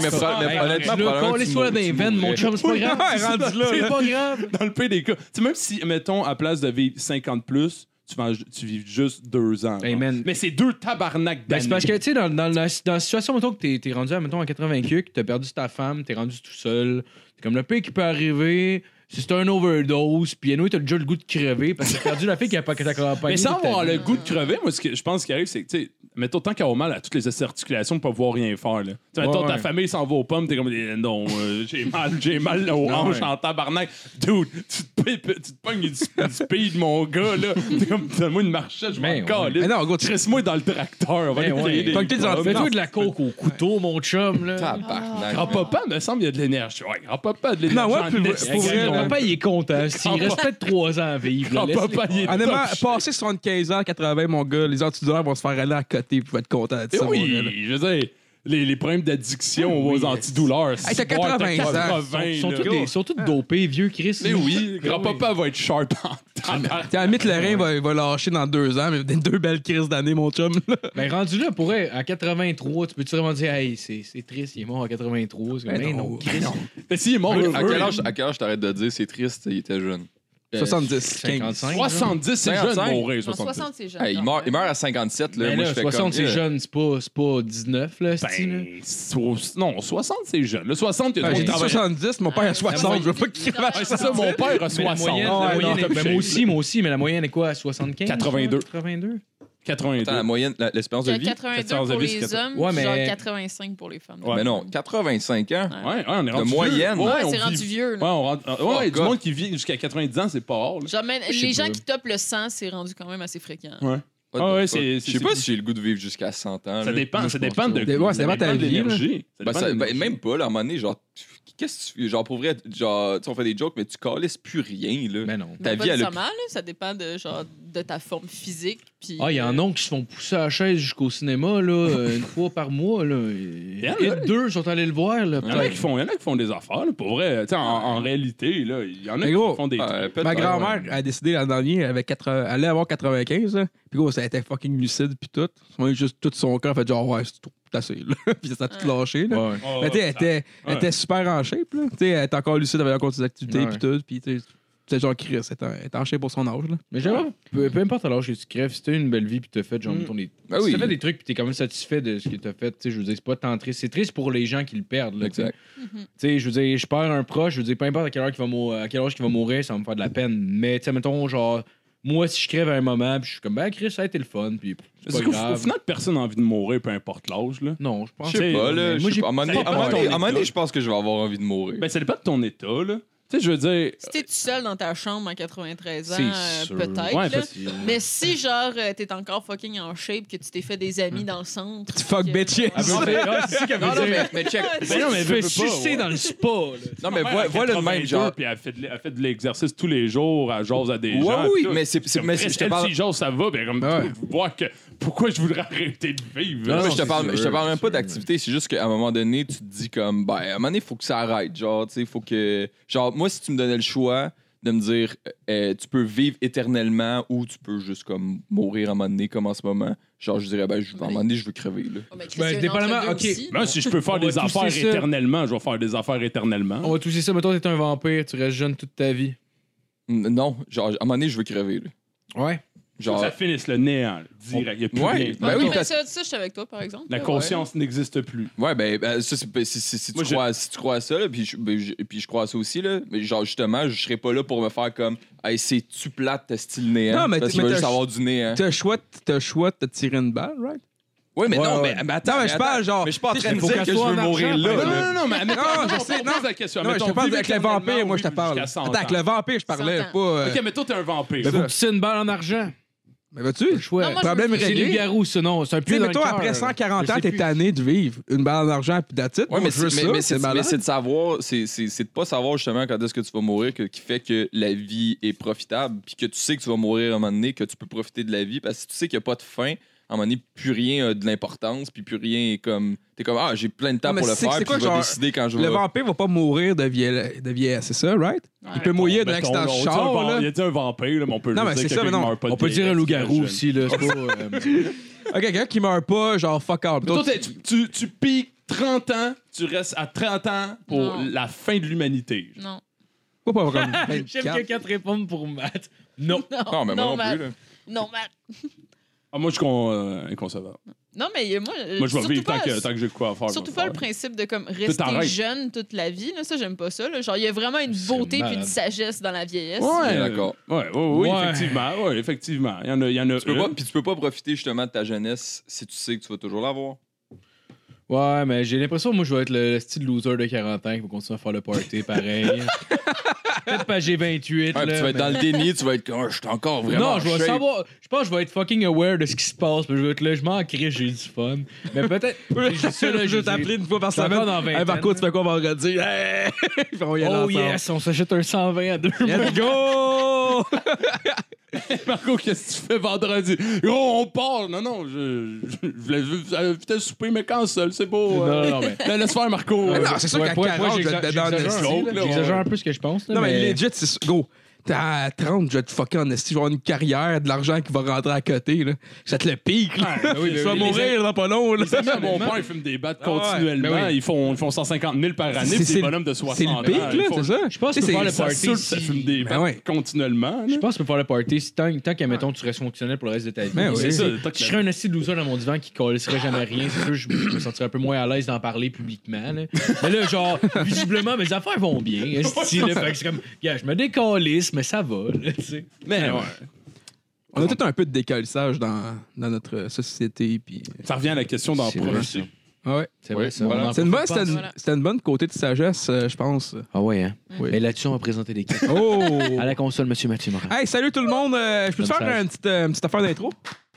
Speaker 5: mais pro- mais
Speaker 6: Hey,
Speaker 5: honnêtement,
Speaker 3: Là,
Speaker 5: probablement, tu
Speaker 3: collez-toi
Speaker 5: mour-
Speaker 3: dans les
Speaker 5: tu
Speaker 3: veines, mon
Speaker 5: mourrais.
Speaker 3: chum, c'est pas
Speaker 6: Oui,
Speaker 3: grave.
Speaker 6: ouais, rendu là, là.
Speaker 3: C'est pas grave.
Speaker 6: Dans le pire des cas. Tu sais, même si, mettons, à place de vivre 50 plus, tu, vas- tu vis juste deux ans.
Speaker 3: Hey,
Speaker 6: là.
Speaker 3: man.
Speaker 6: Mais c'est deux tabarnak
Speaker 3: Ben,
Speaker 6: d'années.
Speaker 3: c'est parce que, tu sais, dans, dans, la, dans la situation, mettons que t'es, t'es rendu, mettons, à 80 que t'as perdu ta femme, t'es rendu tout seul. C'est comme le pire qui peut arriver, c'est si t'as un overdose, puis anyway, t'as déjà le goût de crever parce que t'as perdu la fille qui a pas que t'accompagne.
Speaker 6: Mais sans avoir le goût de crever, moi, ce que je pense ce qui arrive, c'est que, tu sais, mettons, tant qu'à avoir mal à toutes les articulations, pas pouvoir rien faire, là. Tu sais, mettons,
Speaker 3: Ouais,
Speaker 6: ta
Speaker 3: ouais.
Speaker 6: famille s'en va aux pommes, t'es comme, eh, non, euh, j'ai mal, j'ai mal aux hanches en tabarnak. Dude, tu te, pipes- tu te pognes du, du speed, mon gars, là. T'es comme, donne-moi une marchette, je
Speaker 3: Ben,
Speaker 6: m'en
Speaker 3: ouais.
Speaker 4: Mais
Speaker 6: calisse.
Speaker 4: non, gros, tu
Speaker 6: Tresse-moi dans le tracteur, on va
Speaker 3: Ben,
Speaker 6: aller
Speaker 3: ouais.
Speaker 6: créer des
Speaker 4: Fait que t'es dans-
Speaker 6: pommes.
Speaker 3: Fais-toi de la coke au couteau, mon chum, là.
Speaker 5: Tabarnak.
Speaker 6: Grand-papa, me semble, il y a de l'énergie. Ouais, grand-papa, a de l'énergie.
Speaker 4: Non, ouais,
Speaker 6: en
Speaker 4: puis-
Speaker 6: esti.
Speaker 4: pour vrai,
Speaker 3: Mon
Speaker 4: là.
Speaker 3: papa, il est content. Il
Speaker 6: Grand-papa.
Speaker 3: reste peut-être 3 ans à vivre. là.
Speaker 6: Grand-papa, il est
Speaker 4: Honnêtement,
Speaker 6: top
Speaker 4: passer 75 ans, 80, mon gars, les antidouleurs vont se faire aller à côté puis vont être contents de
Speaker 6: Eh
Speaker 4: ça. mon gars, là.
Speaker 6: oui, je veux dire, les, les problèmes d'addiction
Speaker 5: Eh
Speaker 6: aux antidouleurs.
Speaker 4: Hey, t'as
Speaker 6: c'est bon,
Speaker 4: 80 ans.
Speaker 3: Ils sont,
Speaker 6: là.
Speaker 3: tous des- sont tous dopés, vieux Chris.
Speaker 6: Mais oui, grand-papa va être sharp en tabarnak.
Speaker 4: T'as Amit Lorrain va, va lâcher dans deux ans, mais deux belles crises d'année, mon chum. là.
Speaker 3: Ben, rendu là, pour elle, à 83, tu peux-tu vraiment dire, hey, c'est, c'est triste, il est mort à 83. C'est comme,
Speaker 4: Ben
Speaker 3: hey, non,
Speaker 4: non, ben
Speaker 3: Chris.
Speaker 6: Mais si, il est mort
Speaker 5: À quel
Speaker 6: heureux.
Speaker 5: âge, à quel âge t'arrêtes de dire c'est triste, il était
Speaker 3: Ben,
Speaker 5: jeune? Euh,
Speaker 4: 70,
Speaker 3: 55.
Speaker 6: 70, c'est jeune
Speaker 5: 55.
Speaker 6: mourir,
Speaker 7: En
Speaker 6: 70.
Speaker 7: 60, c'est jeune.
Speaker 5: Hey, il, meurt, il meurt à 57, là.
Speaker 6: Ben
Speaker 3: Mais Ben
Speaker 5: Moi,
Speaker 3: là,
Speaker 5: je fais
Speaker 3: 60,
Speaker 5: comme,
Speaker 3: c'est
Speaker 5: yeah.
Speaker 3: jeune, c'est pas, c'est pas 19, là, c'est-tu, là.
Speaker 6: Ben, so- non, 60, c'est jeune. Le 60, il y a
Speaker 4: Ben,
Speaker 6: trop
Speaker 4: J'ai
Speaker 6: de
Speaker 4: dit
Speaker 6: travail.
Speaker 4: 70, mon
Speaker 3: Ah,
Speaker 4: père a 60, je veux pas qu'il crève.
Speaker 6: Ouais, C'est ça, mon père a
Speaker 3: Mais la
Speaker 6: 60.
Speaker 3: moyenne,
Speaker 6: Ouais,
Speaker 3: la moyenne
Speaker 6: non,
Speaker 3: est-
Speaker 6: top
Speaker 3: ben,
Speaker 6: shape,
Speaker 3: moi aussi, moi aussi, mais la moyenne est quoi, à 75?
Speaker 6: 82.
Speaker 3: 82?
Speaker 5: Attends,
Speaker 6: 82.
Speaker 5: la moyenne, la- l'espérance de
Speaker 7: J'ai
Speaker 5: vie?
Speaker 7: 82 pour
Speaker 6: 14
Speaker 7: les
Speaker 6: c'est
Speaker 7: hommes,
Speaker 3: Ouais,
Speaker 7: puis
Speaker 3: mais-
Speaker 7: genre 85 pour les femmes.
Speaker 6: Ouais.
Speaker 5: Mais non, 85 ans.
Speaker 7: Ouais.
Speaker 6: Ouais, ouais, on est rendu
Speaker 5: moyenne.
Speaker 6: vieux.
Speaker 7: Ouais,
Speaker 6: on
Speaker 7: c'est rendu
Speaker 6: vit-
Speaker 7: vieux,
Speaker 6: Ouais,
Speaker 7: là.
Speaker 6: on rentre- ouais,
Speaker 5: Oh,
Speaker 6: ouais, du
Speaker 5: God.
Speaker 6: monde qui vit jusqu'à 90 ans, c'est pas rare. là.
Speaker 7: Genre, man,
Speaker 3: Je sais
Speaker 7: les gens
Speaker 3: pas.
Speaker 7: qui topent le 100, c'est rendu quand même assez fréquent.
Speaker 5: What
Speaker 6: Ah
Speaker 5: the
Speaker 6: ouais, c'est-
Speaker 5: fuck?
Speaker 6: c'est-
Speaker 5: Je sais
Speaker 6: c'est-
Speaker 5: pas si j'ai le goût de vivre jusqu'à 100 ans.
Speaker 6: Ça
Speaker 5: là.
Speaker 6: dépend,
Speaker 5: Moi,
Speaker 6: ça
Speaker 5: je pense
Speaker 6: dépend
Speaker 5: pas.
Speaker 6: de
Speaker 4: Ouais, ça dépend de ta vie,
Speaker 6: l'énergie. Ça
Speaker 5: Ben,
Speaker 6: dépend
Speaker 5: ça-
Speaker 6: de
Speaker 5: ben,
Speaker 6: l'énergie.
Speaker 5: même pas, là, à un moment donné, genre, tu- qu'est-ce que tu. Genre, pour vrai, genre, tu sais, on fait des jokes, mais tu calisses plus rien, là.
Speaker 3: Ben non.
Speaker 5: Ta
Speaker 7: Non,
Speaker 5: vie, elle
Speaker 7: pas
Speaker 5: a-
Speaker 7: nécessairement, là, ça dépend de, genre, de ta forme physique. puis-
Speaker 3: Ah, il y en a qui se font pousser à la chaise jusqu'au cinéma, là, euh, une fois par mois, là. Et,
Speaker 6: Bien,
Speaker 3: et
Speaker 6: là.
Speaker 3: deux sont allés le voir, là.
Speaker 6: Il y en a qui font, il y en a qui font des affaires, là, pour vrai. Tu sais, En, en réalité, là, il y en a
Speaker 4: Mais
Speaker 6: qui
Speaker 4: gros,
Speaker 6: font des
Speaker 5: Ouais,
Speaker 6: trucs.
Speaker 5: Ah, peut-être,
Speaker 4: Ma
Speaker 5: ouais.
Speaker 4: grand-mère a décidé l'an dernier, elle, avait 80 elle allait avoir 95, là. puis gros, ça était fucking lucide, puis tout. On a eu juste tout son corps, elle fait genre, ouais, c'est trop, c'est assez, là. puis ça a tout lâché, là.
Speaker 3: Ouais.
Speaker 6: Oh,
Speaker 4: Mais tu sais, elle, était, elle
Speaker 6: Ouais.
Speaker 4: était super en shape, là. Tu sais, elle était encore lucide, elle avait encore ses activités,
Speaker 3: Ouais.
Speaker 4: puis tout. Puis tu sais, tu sais, genre Chris, elle était- elle était en shape pour son âge, là.
Speaker 3: Mais j'avoue, peu, peu importe à l'âge que tu crèves, si t'as eu une belle vie puis t'as fait, genre,
Speaker 4: Mm.
Speaker 3: mettons, des-
Speaker 5: Ben
Speaker 3: si
Speaker 5: oui.
Speaker 3: t'as fait des trucs puis t'es quand même satisfait de ce que t'as fait, tu sais, je veux dire, c'est pas tant triste. C'est triste pour les gens qui le perdent, là,
Speaker 5: Exact.
Speaker 3: Tu sais, je veux dire, je perds un proche, je veux dire, peu importe à quelle heure qu'il va, mou- à quel âge qu'il va mourir, ça va me faire de la peine. Mais, tu sais, mettons, genre, moi, si je crève à un moment, puis je suis comme, ben, Chris, ça a été le fun, puis c'est
Speaker 6: Parce
Speaker 3: pas
Speaker 6: qu'au au
Speaker 3: grave.
Speaker 6: final, personne n'a envie de mourir, peu importe l'âge. Là.
Speaker 3: Non, je pense
Speaker 5: Je sais pas, là.
Speaker 3: Moi,
Speaker 5: je sais
Speaker 3: j'ai-
Speaker 5: pas. À un moment
Speaker 6: ça
Speaker 5: donné- à
Speaker 6: dépend
Speaker 5: un moment
Speaker 6: de ton
Speaker 5: donné- à un moment donné,
Speaker 6: état.
Speaker 5: je pense que je vais avoir envie de mourir.
Speaker 6: Ben, ça dépend de ton état. Là. Tu sais, je veux dire,
Speaker 7: Si t'es tout seul dans ta chambre en 93 ans,
Speaker 3: C'est
Speaker 7: euh,
Speaker 3: sûr.
Speaker 7: peut-être.
Speaker 6: Ouais,
Speaker 7: là.
Speaker 6: parce
Speaker 7: Mais si, genre, euh, t'es encore fucking en shape, que tu t'es fait des amis dans le centre.
Speaker 4: Tu fuck
Speaker 7: que-
Speaker 4: bitch, yes.
Speaker 3: Ah, mais- ah, c'est ça qu'elle veut
Speaker 5: Non, non,
Speaker 3: dire.
Speaker 5: mais, mais check.
Speaker 3: Ben non, mais elle
Speaker 6: Tu fais
Speaker 3: veut pas,
Speaker 6: sucer
Speaker 3: ouais.
Speaker 6: dans
Speaker 5: Non,
Speaker 6: Ma
Speaker 5: mais voi-
Speaker 6: mère a
Speaker 5: voilà le
Speaker 6: 82,
Speaker 5: même genre.
Speaker 6: Puis elle fait de, l'e- elle fait de l'exercice tous les jours, elle jase à des
Speaker 5: Ouais,
Speaker 6: gens.
Speaker 5: oui,
Speaker 6: puis tout.
Speaker 5: mais c'est- c'est-
Speaker 6: Comme,
Speaker 5: mais c'est- je te
Speaker 6: elle,
Speaker 5: parle-
Speaker 6: si jase, ça va. Puis elle est comme,
Speaker 4: Ouais.
Speaker 6: tu vois que pourquoi je voudrais arrêter de vivre.
Speaker 5: Non,
Speaker 6: là?
Speaker 5: mais je te
Speaker 3: c'est
Speaker 5: parle,
Speaker 3: sûr,
Speaker 5: je te parle même
Speaker 3: c'est
Speaker 5: pas
Speaker 3: sûr,
Speaker 5: d'activité, c'est juste qu'à un moment donné, tu te dis comme, ben, à un moment donné, il faut que ça arrête. Genre, tu sais, faut que. Genre, moi, moi, si tu me donnais le choix de me dire euh, tu peux vivre éternellement ou tu peux juste comme mourir à un moment donné, comme en ce moment, genre, je dirais, ben, je, à un moment donné, je veux crever. Là.
Speaker 7: Oh, mais
Speaker 3: Ben, dépendamment, ok.
Speaker 6: Moi, si je peux
Speaker 3: On
Speaker 6: faire
Speaker 3: va
Speaker 6: des
Speaker 3: pousser
Speaker 6: affaires
Speaker 3: ça.
Speaker 6: éternellement, je vais faire des affaires éternellement.
Speaker 3: On va toucher ça. Mettons, t'es un vampire, tu restes jeune toute ta vie.
Speaker 5: Mm, Non, genre, à un moment donné, je veux crever. là.
Speaker 3: Ouais.
Speaker 6: Genre...
Speaker 5: Genre,
Speaker 6: Ça finisse le néant, là, direct. Y a plus
Speaker 5: Ouais.
Speaker 6: rien.
Speaker 5: Ben oui,
Speaker 7: oui, mais
Speaker 5: parce-
Speaker 7: ça, ça, je suis avec toi, par exemple.
Speaker 6: La
Speaker 7: là,
Speaker 6: conscience n'existe plus.
Speaker 5: ouais, ben, ben, ça, c'est- ben, si- si- si tu
Speaker 6: Moi, je-
Speaker 5: crois à- si tu crois à ça, là, puis je- ben, je- puis je crois à ça aussi, là, mais genre, justement, je serais pas là pour me faire comme, hey, c'est-tu plate, ta style néant?
Speaker 4: Non, mais
Speaker 5: Parce
Speaker 4: t-
Speaker 5: que je
Speaker 4: mais
Speaker 5: veux
Speaker 4: t'as-
Speaker 5: juste avoir du néant.
Speaker 4: T'as le choix, de- t'as le choix de te tirer une balle, right?
Speaker 5: Ouais, mais
Speaker 4: Ouais,
Speaker 5: non,
Speaker 4: ouais.
Speaker 5: mais- mais attends,
Speaker 4: Non, mais je
Speaker 5: attends.
Speaker 4: parle genre.
Speaker 5: Mais je suis pas en
Speaker 4: tu sais,
Speaker 5: train de
Speaker 4: faut
Speaker 5: dire
Speaker 4: qu'elle
Speaker 5: que je
Speaker 4: soit
Speaker 5: veux
Speaker 4: en
Speaker 5: mourir
Speaker 4: argent,
Speaker 5: là.
Speaker 4: par
Speaker 5: là.
Speaker 4: exemple.
Speaker 6: non, mais
Speaker 4: Non, je sais, non.
Speaker 6: la question.
Speaker 4: Non, mais je
Speaker 6: Mettons,
Speaker 4: te parle
Speaker 6: vivre
Speaker 4: avec le
Speaker 6: éternellement
Speaker 4: vampire, moi
Speaker 6: ou
Speaker 4: je te
Speaker 6: vivre
Speaker 4: parle.
Speaker 6: jusqu'à 100
Speaker 4: Attends, avec
Speaker 6: ans?
Speaker 4: le vampire, je parlais
Speaker 7: 100 ans.
Speaker 4: pas. euh,
Speaker 6: Ok, mais toi, t'es un vampire.
Speaker 3: Mais faut
Speaker 4: ça.
Speaker 3: que tu tires une balle en argent.
Speaker 4: Mais vas-tu?
Speaker 3: Le choix.
Speaker 7: Non, moi, je
Speaker 4: Problème
Speaker 7: veux-
Speaker 3: c'est les
Speaker 4: réglé.
Speaker 3: garous, ça, non. C'est un
Speaker 4: Tu
Speaker 3: peu
Speaker 4: sais,
Speaker 3: dans
Speaker 4: mettons,
Speaker 3: le cœur.
Speaker 4: après 140
Speaker 3: Je
Speaker 4: ans,
Speaker 3: sais
Speaker 4: t'es
Speaker 3: plus.
Speaker 4: tanné de vivre une balle d'argent puis d'attitude.
Speaker 5: Ouais, mais c'est mais- mais c'est- mais
Speaker 4: malade.
Speaker 5: c'est de savoir, c'est c'est- c'est de pas savoir justement quand est-ce que tu vas mourir que- qui fait que la vie est profitable, puis que tu sais que tu vas mourir à un moment donné, que tu peux profiter de la vie, parce que si tu sais qu'il n'y a pas de fin, à un moment donné, plus rien a de l'importance, puis plus rien est comme. T'es comme, ah, j'ai plein de temps
Speaker 4: Non, mais
Speaker 5: pour le
Speaker 4: c'est-
Speaker 5: faire,
Speaker 4: c'est
Speaker 5: puis
Speaker 4: quoi,
Speaker 5: je vais
Speaker 4: genre,
Speaker 5: décider quand je
Speaker 4: Le
Speaker 5: vais.
Speaker 4: vampire va pas mourir de vieille- de vieillesse, c'est ça, right? Il peut mouiller de l'accident de
Speaker 6: Mettons, on dit un
Speaker 4: char,
Speaker 6: van-
Speaker 4: là.
Speaker 6: Il a dit un vampire, là, mais on peut
Speaker 4: Non,
Speaker 6: juste
Speaker 4: mais
Speaker 6: dire
Speaker 4: c'est ça,
Speaker 6: quelqu'un
Speaker 4: mais non.
Speaker 6: qui meurt pas de
Speaker 3: On peut dire un
Speaker 6: vieillesse,
Speaker 3: loup-garou
Speaker 6: jeune.
Speaker 3: aussi, là. C'est pas. euh,
Speaker 4: Ok, quelqu'un qui meurt pas, genre fuck off.
Speaker 6: Mais Toi, t'es- tu, tu, tu piques 30 ans, tu restes à 30 ans pour
Speaker 7: Non.
Speaker 6: la fin de l'humanité.
Speaker 7: ouais. Non.
Speaker 4: Pourquoi pas comme
Speaker 3: J'aime
Speaker 4: 24?
Speaker 3: quelqu'un te répondre pour Matt. Non.
Speaker 5: Non, mais moi non
Speaker 7: Matt.
Speaker 5: plus, là.
Speaker 7: Non, Matt.
Speaker 6: Ah, moi, je suis con- euh, inconcevable.
Speaker 7: Non, mais euh, moi, euh,
Speaker 6: Moi, je vais
Speaker 7: surtout
Speaker 6: vivre tant
Speaker 7: pas-
Speaker 6: que, tant que j'ai de quoi faire. je
Speaker 7: Surtout
Speaker 6: vais
Speaker 7: pas
Speaker 6: faire.
Speaker 7: le principe de comme
Speaker 6: t'arrêtes.
Speaker 7: rester jeune toute la vie. Là, ça, j'aime pas ça. là. Genre, il y a vraiment une
Speaker 3: C'est
Speaker 7: beauté puis une
Speaker 3: malade.
Speaker 7: sagesse dans la vieillesse.
Speaker 5: Bien
Speaker 6: Ouais,
Speaker 5: d'accord.
Speaker 6: Ouais, oui,
Speaker 3: Ouais.
Speaker 6: effectivement. Ouais, effectivement. Il y en a, il y en a
Speaker 5: Tu peux
Speaker 6: une.
Speaker 5: pas, puis tu peux pas profiter justement de ta jeunesse si tu sais que tu vas toujours l'avoir.
Speaker 3: Ouais, mais j'ai l'impression, moi, je vais être le, le style loser de 40 ans qui va continuer à faire le party pareil. Peut-être pas j'ai 28.
Speaker 5: Ouais, puis
Speaker 3: là,
Speaker 5: tu vas être
Speaker 3: mais-
Speaker 5: dans le déni, tu vas être comme, Ah, je suis encore vraiment.
Speaker 3: non, je
Speaker 5: en
Speaker 3: vais
Speaker 5: shape.
Speaker 3: savoir. Je pense que je vais être fucking aware de ce qui se passe. puis Je vais être là, je m'en crie, j'ai du fun. Mais peut-être. j'ai ça, là,
Speaker 4: Je
Speaker 3: j'ai-
Speaker 4: vais t'appeler une fois par
Speaker 3: Je suis encore
Speaker 4: semaine.
Speaker 3: dans la
Speaker 4: Hey, Marco,
Speaker 3: vingtaine.
Speaker 4: tu fais quoi vendredi? Hey! Puis on va y aller
Speaker 3: Oh
Speaker 4: ensemble.
Speaker 3: yes, on s'achète un 120 à deux.
Speaker 4: Let's go!
Speaker 6: Marco, qu'est-ce que tu fais vendredi? Gros, on part! Non, non, je, je, je voulais juste euh, vite souper, mais quand seul, c'est beau.
Speaker 3: Non,
Speaker 6: euh.
Speaker 3: non, mais.
Speaker 6: Là, Laisse faire, Marco.
Speaker 4: Ah, non, c'est sûr qu'à 40, je vais te
Speaker 3: j'exagère-
Speaker 4: donner un
Speaker 3: j'exagère-
Speaker 6: slow, là, on-
Speaker 3: J'exagère un peu ce que je pense. là,
Speaker 4: Non, mais
Speaker 3: mais-
Speaker 4: legit, c'est. Go! T'es à 30, je vais te fucker en esti. Je vais avoir une carrière, de l'argent qui va rentrer à côté. Là. Ça te le pique. Là.
Speaker 6: Ah, oui,
Speaker 4: tu
Speaker 6: ben
Speaker 4: vas
Speaker 6: oui,
Speaker 4: mourir dans pas long. Là.
Speaker 6: Les amis à mon père, ils fument des battes
Speaker 4: Ah ouais.
Speaker 6: continuellement.
Speaker 3: Ben oui.
Speaker 6: ils, font, ils font 150 000 par année,
Speaker 4: C'est-
Speaker 6: puis
Speaker 4: c'est
Speaker 6: des
Speaker 4: le-
Speaker 6: bonhommes de
Speaker 4: C'est
Speaker 6: 60 ans.
Speaker 4: le pic,
Speaker 6: ils
Speaker 4: là,
Speaker 6: font-
Speaker 4: c'est ça?
Speaker 3: Je pense que
Speaker 4: Tu sais,
Speaker 3: faire le
Speaker 6: Ça
Speaker 3: party.
Speaker 6: saoule, ça
Speaker 3: si-
Speaker 6: fume des
Speaker 4: Ben
Speaker 6: battes
Speaker 4: ouais.
Speaker 6: continuellement.
Speaker 3: Je pense que tu peux faire le party si tant, tant qu'à mettons tu restes fonctionnel pour le reste de ta vie.
Speaker 4: Ben oui.
Speaker 3: C'est ça.
Speaker 6: C'est ça, Euh, tant que
Speaker 3: Je serais un assis de loser dans mon divan qui collerait jamais rien. C'est sûr, je me sentirais un peu moins à l'aise d'en parler publiquement. là. Mais là, genre, visiblement, mes affaires vont bien. esti, là. Fait que c'est comme, gars, je me décalisse, mais ça va. là, tu sais.
Speaker 6: Mais ouais.
Speaker 4: On a tout un peu de décalissage dans, dans notre société. Puis... euh,
Speaker 6: Ça revient à la question d'en
Speaker 3: C'est vrai,
Speaker 6: profiter.
Speaker 4: Ouais.
Speaker 3: C'est
Speaker 5: vrai, ça. Voilà.
Speaker 4: C'est une, bonne,
Speaker 3: bonne
Speaker 4: c'était une,
Speaker 7: Voilà.
Speaker 4: c'était une bonne côté de sagesse, euh, je pense.
Speaker 3: Ah ouais, hein.
Speaker 4: Oui.
Speaker 3: Mais là-dessus, on va présenter des cartes.
Speaker 4: Oh!
Speaker 3: À la console, monsieur Mathieu Morin.
Speaker 4: hey, salut tout le monde! Euh, je peux te
Speaker 3: Bonne
Speaker 4: faire
Speaker 3: sage.
Speaker 4: une petite, euh, une petite affaire d'intro?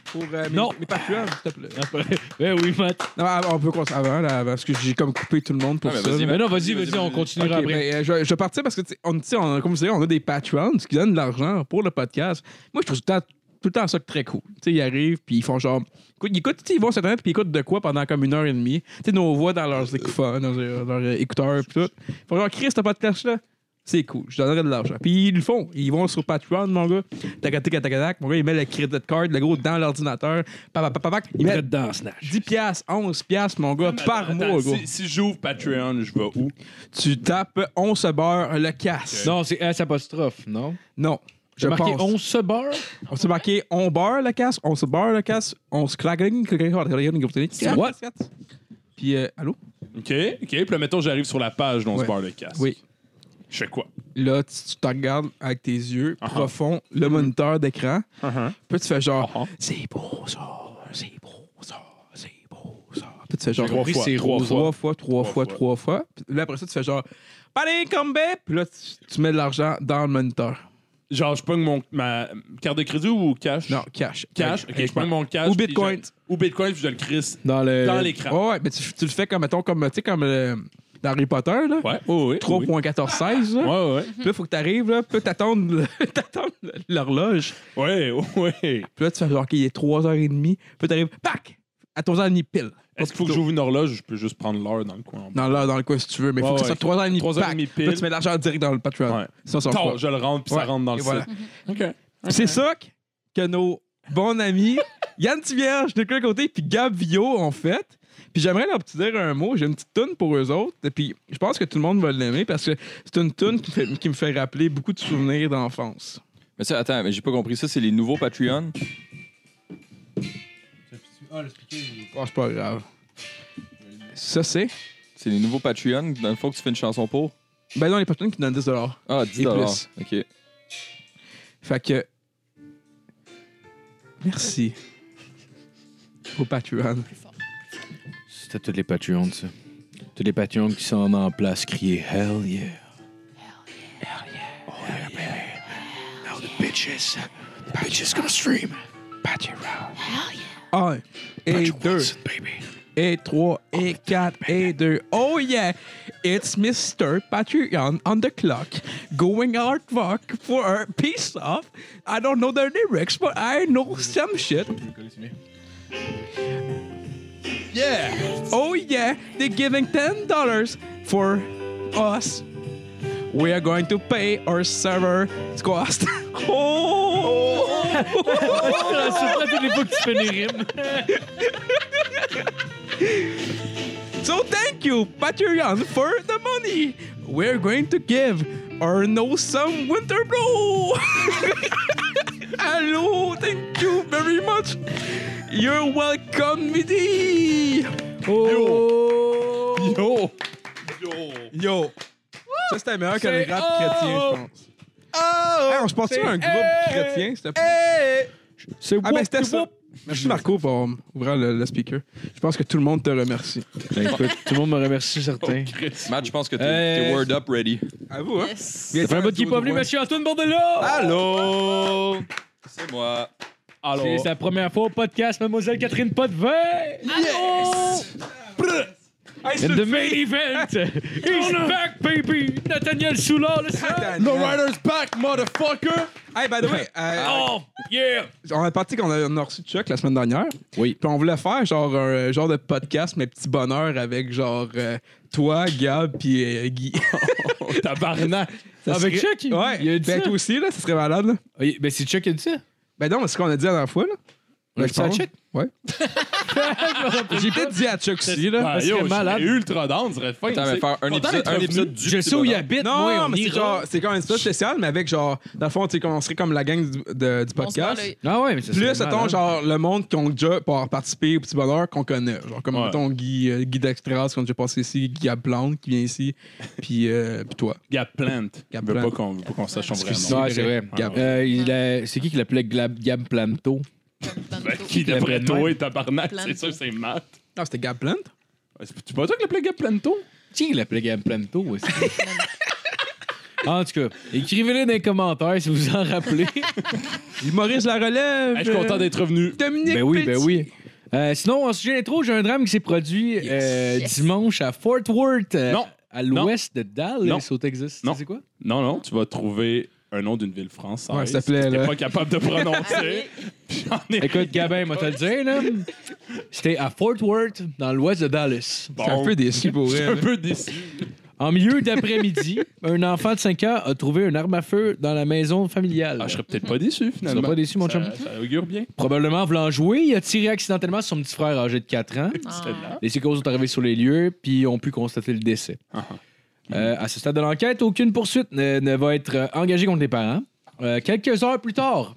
Speaker 4: Pour euh, mes,
Speaker 3: Non.
Speaker 4: mes Patreons, s'il te plaît.
Speaker 3: Ben oui, Matt.
Speaker 4: Non, ah, on peut commencer avant, là, avant, parce que j'ai comme coupé tout le monde pour
Speaker 5: Ah, mais
Speaker 4: ça.
Speaker 5: vas-y,
Speaker 4: là.
Speaker 3: Mais non, vas-y, vas-y,
Speaker 5: Vas-y, vas-y,
Speaker 3: on
Speaker 5: vas-y.
Speaker 4: Ok,
Speaker 3: continuera après.
Speaker 4: ben, euh, je, vais- je vais partir parce que, tu sais, on, tu sais, on- comme vous savez, on a des patrons qui donnent de l'argent pour le podcast. Moi, je trouve tout le temps, tout le temps ça très cool. Tu sais, ils arrivent, puis ils font genre. écoute, Ils écoutent, tu sais, ils vont sur Internet, puis ils écoutent de quoi pendant comme une heure et demie. Tu sais, nos voix dans leurs écouteurs, dans leurs, leurs, euh, écouteurs, puis tout. Ils font genre, Chris, ce podcast-là, c'est cool, je donnerai de l'argent. Puis ils le font. Ils vont sur Patreon, mon gars. Tac, tac, tac, tac, tac. Mon gars, il met le credit card, le gros, dans l'ordinateur. Papa, papa, papa. Il met
Speaker 3: dedans, Snatch.
Speaker 4: 10 piastres, 11 piastres, mon gars, par
Speaker 6: Attends,
Speaker 4: mois,
Speaker 6: si-
Speaker 4: gros.
Speaker 6: Si j'ouvre Patreon, je vais où?
Speaker 4: Tu tapes on se beurre le casse.
Speaker 3: Non, c'est S apostrophe, non?
Speaker 4: Non. Je
Speaker 3: J'ai marqué
Speaker 4: pense.
Speaker 3: 11 se barre.
Speaker 4: On s'est marqué on beurre le casse, on se beurre le casse, on se claque. What?
Speaker 3: What?
Speaker 4: Puis, euh, allô?
Speaker 6: OK, OK. Puis là, mettons, j'arrive sur la page dont
Speaker 4: Ouais.
Speaker 6: se barre le casque.
Speaker 4: Oui.
Speaker 6: Je fais quoi?
Speaker 4: Là, tu tu te regardes avec tes yeux
Speaker 6: Uh-huh.
Speaker 4: profonds, le moniteur d'écran.
Speaker 6: Uh-huh.
Speaker 4: Puis tu fais genre,
Speaker 6: Uh-huh.
Speaker 4: c'est beau ça, c'est beau ça, c'est beau ça. Puis tu fais genre,
Speaker 6: J'ai compris, c'est
Speaker 4: trois
Speaker 6: rose.
Speaker 4: fois, trois fois, trois
Speaker 6: Trois
Speaker 4: fois,
Speaker 6: fois.
Speaker 4: trois fois. Puis là, après ça, tu fais genre, allez, come back. Puis là, tu, tu mets de l'argent dans le moniteur.
Speaker 6: Genre, je pogne mon, ma carte de crédit ou cash?
Speaker 4: Non, cash.
Speaker 6: Cash. OK, je pogne mon cash.
Speaker 4: Ou
Speaker 6: puis
Speaker 4: Bitcoin.
Speaker 6: je- Ou Bitcoin, puis je le crisse
Speaker 3: Dans le.
Speaker 6: dans l'écran.
Speaker 4: Ouais, ouais, mais tu, tu le fais comme, mettons, comme, tu sais, comme euh, dans Harry Potter, là.
Speaker 6: Ouais. Oh, oui. oui.
Speaker 4: 3.1416, là.
Speaker 6: Ouais, ouais.
Speaker 4: Puis là, faut que t'arrives, là. Puis là, t'attends le- t'attends le- l'horloge.
Speaker 6: Ouais, ouais.
Speaker 4: Puis là, tu fais genre, OK, il est 3h30. Puis là, t'arrives, pack! à 3h30 pile. Pas
Speaker 6: Est-ce qu'il
Speaker 4: plus
Speaker 6: faut que
Speaker 4: tôt.
Speaker 6: j'ouvre une horloge ou je peux juste prendre l'heure dans le coin?
Speaker 4: Dans l'heure, dans le coin, si tu veux, mais il faut
Speaker 6: Ouais,
Speaker 4: que ça
Speaker 6: ouais,
Speaker 4: soit 3h30
Speaker 6: 3 heures et
Speaker 4: pack.
Speaker 6: demie
Speaker 4: Là, tu
Speaker 6: pile.
Speaker 4: mets de l'argent direct dans le Patreon.
Speaker 6: Ouais.
Speaker 4: Ça, ça
Speaker 6: Tard, je le rentre, puis
Speaker 4: Ouais.
Speaker 6: ça rentre dans
Speaker 4: Et
Speaker 6: le
Speaker 4: voilà.
Speaker 6: site.
Speaker 3: Mhm.
Speaker 4: C'est ça que- que nos bons amis Yann Tivierge de l'autre côté puis Gab Vio ont fait. Puis j'aimerais leur petit dire un mot. J'ai une petite toune pour eux autres. Et puis je pense que tout le monde va l'aimer parce que c'est une toune qui, me fait- qui me fait rappeler beaucoup de souvenirs d'enfance.
Speaker 5: Mais ça, attends, mais j'ai pas compris ça, c'est les nouveaux Patreon.
Speaker 4: Oh, c'est pas grave. Ça, c'est.
Speaker 5: C'est les nouveaux Patreon, dans le fond que tu fais une chanson pour.
Speaker 4: Ben non, les patrons qui donnent 10
Speaker 5: Ah, 10
Speaker 4: Et
Speaker 5: dollars. Ok.
Speaker 4: Fait que. Merci. Au Patreon.
Speaker 3: C'était toutes les Patreons, ça. Toutes les Patreons qui sont en place crier Hell yeah. Hell yeah. Hell yeah. Oh yeah, baby. Now the bitches. The bitches gonna stream. Patreon.
Speaker 4: 1 et 2
Speaker 3: Watson, baby.
Speaker 4: et 3 et 4 et 2. Oh yeah! It's Mr. Patreon on the clock going hard rock for a piece of. I don't know the lyrics, but I know some shit. Yeah! Oh yeah! They're giving $10 for us. We are going to pay our server cost. oh.
Speaker 3: toutes les fois que tu fais des rimes.
Speaker 4: So thank you, Patreon, for the money. We're going to give our no some winter blow. Hello, thank you very much. You're welcome, Midi. Oh. Yo. Yo. Ça, c'était meilleur que le rap chrétien,
Speaker 3: oh.
Speaker 4: je pense. Hey, on se passe sur un groupe chrétien, s'il te plaît.
Speaker 3: C'est
Speaker 4: Ah, ben, c'était ça. Merci, Marco, pour ouvrir le, le speaker. Je pense que tout le monde te remercie.
Speaker 3: Ben, écoute, tout le monde me remercie, certains.
Speaker 5: Matt, je pense que t'es
Speaker 3: Hey.
Speaker 5: t'es word up ready.
Speaker 4: À vous, hein.
Speaker 7: Yes.
Speaker 4: Viens
Speaker 3: Ça fait un bout qui est pas venu, monsieur Antoine Bordelot!
Speaker 5: Allô? C'est moi.
Speaker 6: Alors,
Speaker 3: C'est sa première fois au podcast, mademoiselle Catherine Potvin!
Speaker 4: Hey, c'est
Speaker 3: And the
Speaker 4: le-
Speaker 3: main event is back, baby! Nathaniel Soulard, le seul!
Speaker 4: Daniel.
Speaker 5: back, motherfucker!
Speaker 4: Hey, by the way, euh,
Speaker 3: Oh, yeah!
Speaker 4: on a parti qu'on a, on a reçu Chuck la semaine dernière.
Speaker 3: Oui.
Speaker 4: Puis on voulait faire genre un genre de podcast, mes petits bonheurs avec genre euh, toi, Gab, puis euh, Guy.
Speaker 6: oh,
Speaker 3: Tabarnak!
Speaker 4: Ça
Speaker 3: Avec
Speaker 4: serait-
Speaker 3: Chuck, il,
Speaker 4: Ouais.
Speaker 3: il a dit
Speaker 4: ben,
Speaker 3: ça.
Speaker 4: toi aussi, là, ça serait malade, là.
Speaker 3: Oui, Ben, c'est Chuck qui a dit ça.
Speaker 4: Ben non, mais c'est ce qu'on a dit la dernière fois, là.
Speaker 3: On a
Speaker 4: Ben,
Speaker 3: dit ça à
Speaker 4: je pense.
Speaker 3: Chuck?
Speaker 4: Ouais. J'ai peut-être dit à Chuck aussi, là.
Speaker 6: ben,
Speaker 3: serait
Speaker 6: yo, je
Speaker 3: malade.
Speaker 6: serais ultra down, ça serait fin.
Speaker 5: Attends, mais
Speaker 6: tu sais.
Speaker 5: faire un
Speaker 6: Content
Speaker 5: épisode,
Speaker 6: d'être
Speaker 5: un
Speaker 6: revenu.
Speaker 5: épisode du
Speaker 3: Je
Speaker 5: petit
Speaker 3: sais où il
Speaker 5: bonheur.
Speaker 3: habite,
Speaker 4: Non,
Speaker 3: moi, on
Speaker 4: mais c'est
Speaker 3: ira.
Speaker 4: genre, c'est comme un épisode spécial, mais avec genre, dans le fond, tu sais, comme on serait comme la gang du, de- du
Speaker 7: On se parle,
Speaker 4: podcast.
Speaker 7: là.
Speaker 3: Ah ouais, mais ça
Speaker 4: Plus,
Speaker 3: serait
Speaker 4: mettons,
Speaker 3: malade.
Speaker 4: genre, le monde qui ont déjà par- participé au Petit Bonheur qu'on connaît. Genre, comme,
Speaker 6: Ouais.
Speaker 4: mettons, Guy, euh, Guy Dextras, qu'on a déjà passé ici, Guy Plante qui vient ici, puis, euh, puis toi.
Speaker 6: Gap Plant.
Speaker 4: Gap
Speaker 6: Il veut
Speaker 4: Plant.
Speaker 6: pas qu'on veut pas qu'on sache son vrai
Speaker 4: Excuse-
Speaker 6: nom.
Speaker 3: Ouais, Ah, c'est vrai.
Speaker 4: Gab.
Speaker 3: Euh, il a- C'est qui qui l'appelait Glab- Gab Planto?
Speaker 7: Comme
Speaker 6: Ben,
Speaker 7: tantôt.
Speaker 6: Qui
Speaker 3: Gap
Speaker 6: d'après
Speaker 3: Plant.
Speaker 6: toi est tabarnak,
Speaker 7: Plant.
Speaker 6: c'est sûr, c'est Matt.
Speaker 4: Ah, c'était Guy Plante?
Speaker 6: Ouais, C'est c'est pas toi qui l'appelais Gap Planto?
Speaker 3: Qui l'appelait Gab Planto aussi? En tout cas, écrivez-le dans les commentaires si vous en rappelez. Ah,
Speaker 4: Maurice La Relève.
Speaker 6: Hey, Je suis content d'être revenu.
Speaker 4: Dominique
Speaker 3: ben oui,
Speaker 4: Petit.
Speaker 3: ben oui. Euh, sinon, en sujet d'intro, j'ai un drame qui s'est produit euh,
Speaker 7: Yes.
Speaker 3: dimanche à Fort Worth, euh,
Speaker 6: Non.
Speaker 3: à l'ouest de Dallas,
Speaker 6: Non.
Speaker 3: au Texas.
Speaker 6: Non.
Speaker 3: C'est quoi?
Speaker 6: Non, non, tu vas trouver un nom d'une ville française.
Speaker 4: Ouais, s'il te plaît,
Speaker 6: que t'es
Speaker 4: là.
Speaker 6: pas capable de prononcer.
Speaker 7: Allez.
Speaker 6: J'en ai-
Speaker 3: Écoute, Gabin, moi, te le dire, là. C'était à Fort Worth, dans l'ouest de Dallas.
Speaker 6: Bon,
Speaker 4: C'est un peu déçu pour
Speaker 6: je suis un
Speaker 4: elle.
Speaker 6: peu déçu.
Speaker 3: En milieu d'après-midi, un enfant de 5 ans a trouvé une arme à feu dans la maison familiale.
Speaker 6: Ah, je serais peut-être pas déçu, finalement.
Speaker 3: pas déçu, mon
Speaker 6: Ça-
Speaker 3: chum.
Speaker 6: Ça augure bien.
Speaker 3: Probablement voulant jouer, il a tiré accidentellement sur son petit frère âgé de 4 ans.
Speaker 7: Ah.
Speaker 6: C'est là.
Speaker 3: Les secours sont arrivés sur les lieux puis ont pu constater le décès.
Speaker 6: Ah.
Speaker 3: Euh, à ce stade de l'enquête, aucune poursuite ne, ne va être euh, engagée contre les parents. Euh, quelques heures plus tard,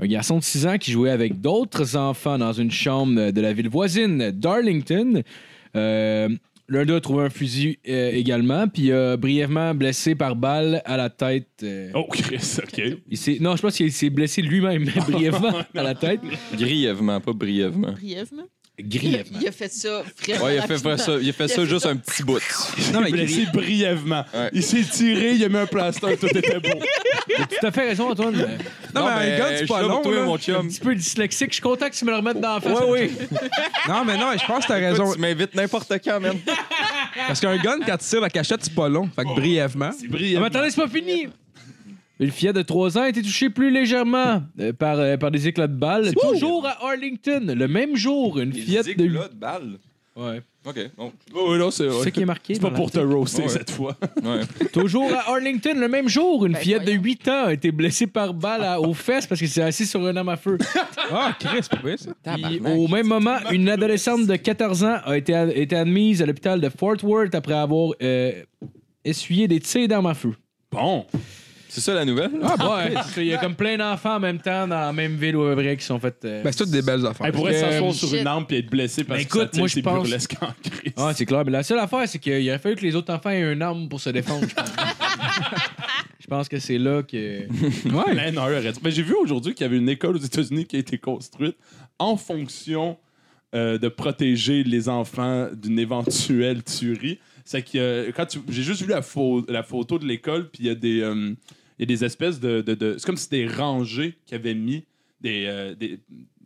Speaker 3: un garçon de 6 ans qui jouait avec d'autres enfants dans une chambre de la ville voisine, d'Arlington, euh, l'un d'eux a trouvé un fusil euh, également, puis euh, brièvement blessé par balle à la tête. euh,
Speaker 6: Oh, Chris, OK.
Speaker 3: il s'est- non, je pense qu'il s'est blessé lui-même brièvement à la tête.
Speaker 5: Grièvement, pas brièvement.
Speaker 7: Brièvement.
Speaker 3: Grièvement.
Speaker 7: Il a fait ça vraiment
Speaker 5: Ouais, il a fait
Speaker 7: rapidement.
Speaker 5: ça, il a fait ça juste un petit bout.
Speaker 4: Non,
Speaker 6: Il est
Speaker 4: mais
Speaker 6: blessé brièvement.
Speaker 5: Ouais.
Speaker 6: Il s'est tiré, il a mis un plaster, tout était beau.
Speaker 3: T'as tout à fait raison, Antoine. Euh, Un
Speaker 4: Non, mais un gars,
Speaker 5: je
Speaker 4: c'est
Speaker 5: suis
Speaker 4: pas
Speaker 5: là pour
Speaker 4: long,
Speaker 5: toi,
Speaker 4: là.
Speaker 5: mon chum.
Speaker 3: petit peu dyslexique. Je suis content que tu me le remettes dans la face.
Speaker 4: Non, mais non, je pense que t'as raison.
Speaker 5: Écoute, Tu m'invites n'importe quand, man.
Speaker 4: Parce qu'un gun, quand tu tires la cachette, c'est pas long. Fait que brièvement.
Speaker 6: C'est
Speaker 3: Ah, mais
Speaker 6: brièvement.
Speaker 3: attendez, c'est pas fini. Une fillette de 3 ans a été touchée plus légèrement euh, par, euh, par des éclats de balles. Toujours à Arlington, le même jour, une
Speaker 5: Les
Speaker 3: fillette de.
Speaker 5: éclats de balle.
Speaker 3: Ouais.
Speaker 5: OK, bon.
Speaker 6: Oh, non, c'est
Speaker 3: C'est ça qui est marqué.
Speaker 6: C'est pas
Speaker 3: dans
Speaker 6: pour te roaster
Speaker 5: Ouais.
Speaker 6: cette fois.
Speaker 5: Ouais.
Speaker 3: Toujours à Arlington, le même jour, une
Speaker 7: Ben,
Speaker 3: fillette de
Speaker 7: voyons.
Speaker 3: 8 ans a été blessée par balle à- aux fesses parce qu'elle s'est assise sur un arme à feu.
Speaker 4: Ah, Chris, c'est pas ça.
Speaker 3: Puis,
Speaker 5: Tabarnak.
Speaker 3: au même moment, une adolescente de 14 ans a été, a été admise à l'hôpital de Fort Worth après avoir euh, essuyé des tirs d'armes à feu.
Speaker 6: Bon.
Speaker 5: C'est ça la nouvelle?
Speaker 3: Ah, ouais, parce qu'il y a comme plein d'enfants en même temps dans la même ville ou à peu près qui sont faits. euh,
Speaker 4: Ben, c'est toutes des belles affaires.
Speaker 6: Elle pourrait
Speaker 3: que-
Speaker 6: s'asseoir sur
Speaker 7: Shit.
Speaker 6: une arme puis être blessée parce
Speaker 3: Ben,
Speaker 6: que ça
Speaker 3: écoute,
Speaker 6: tire,
Speaker 3: moi, je
Speaker 6: c'est
Speaker 3: pense-
Speaker 6: burlesque en crise.
Speaker 3: Ah, c'est clair. Mais la seule affaire, c'est qu'il aurait fallu que les autres enfants aient une arme pour se défendre, je pense. Je pense que c'est là que.
Speaker 6: Ouais. Mais j'ai vu aujourd'hui qu'il y avait une école aux États-Unis qui a été construite en fonction euh, de protéger les enfants d'une éventuelle tuerie. C'est que euh, quand tu- j'ai juste vu la, pho- la photo de l'école, puis il y a des euh, il y a des espèces de, de- de- c'est comme si des rangées qui avaient mis des, euh, des-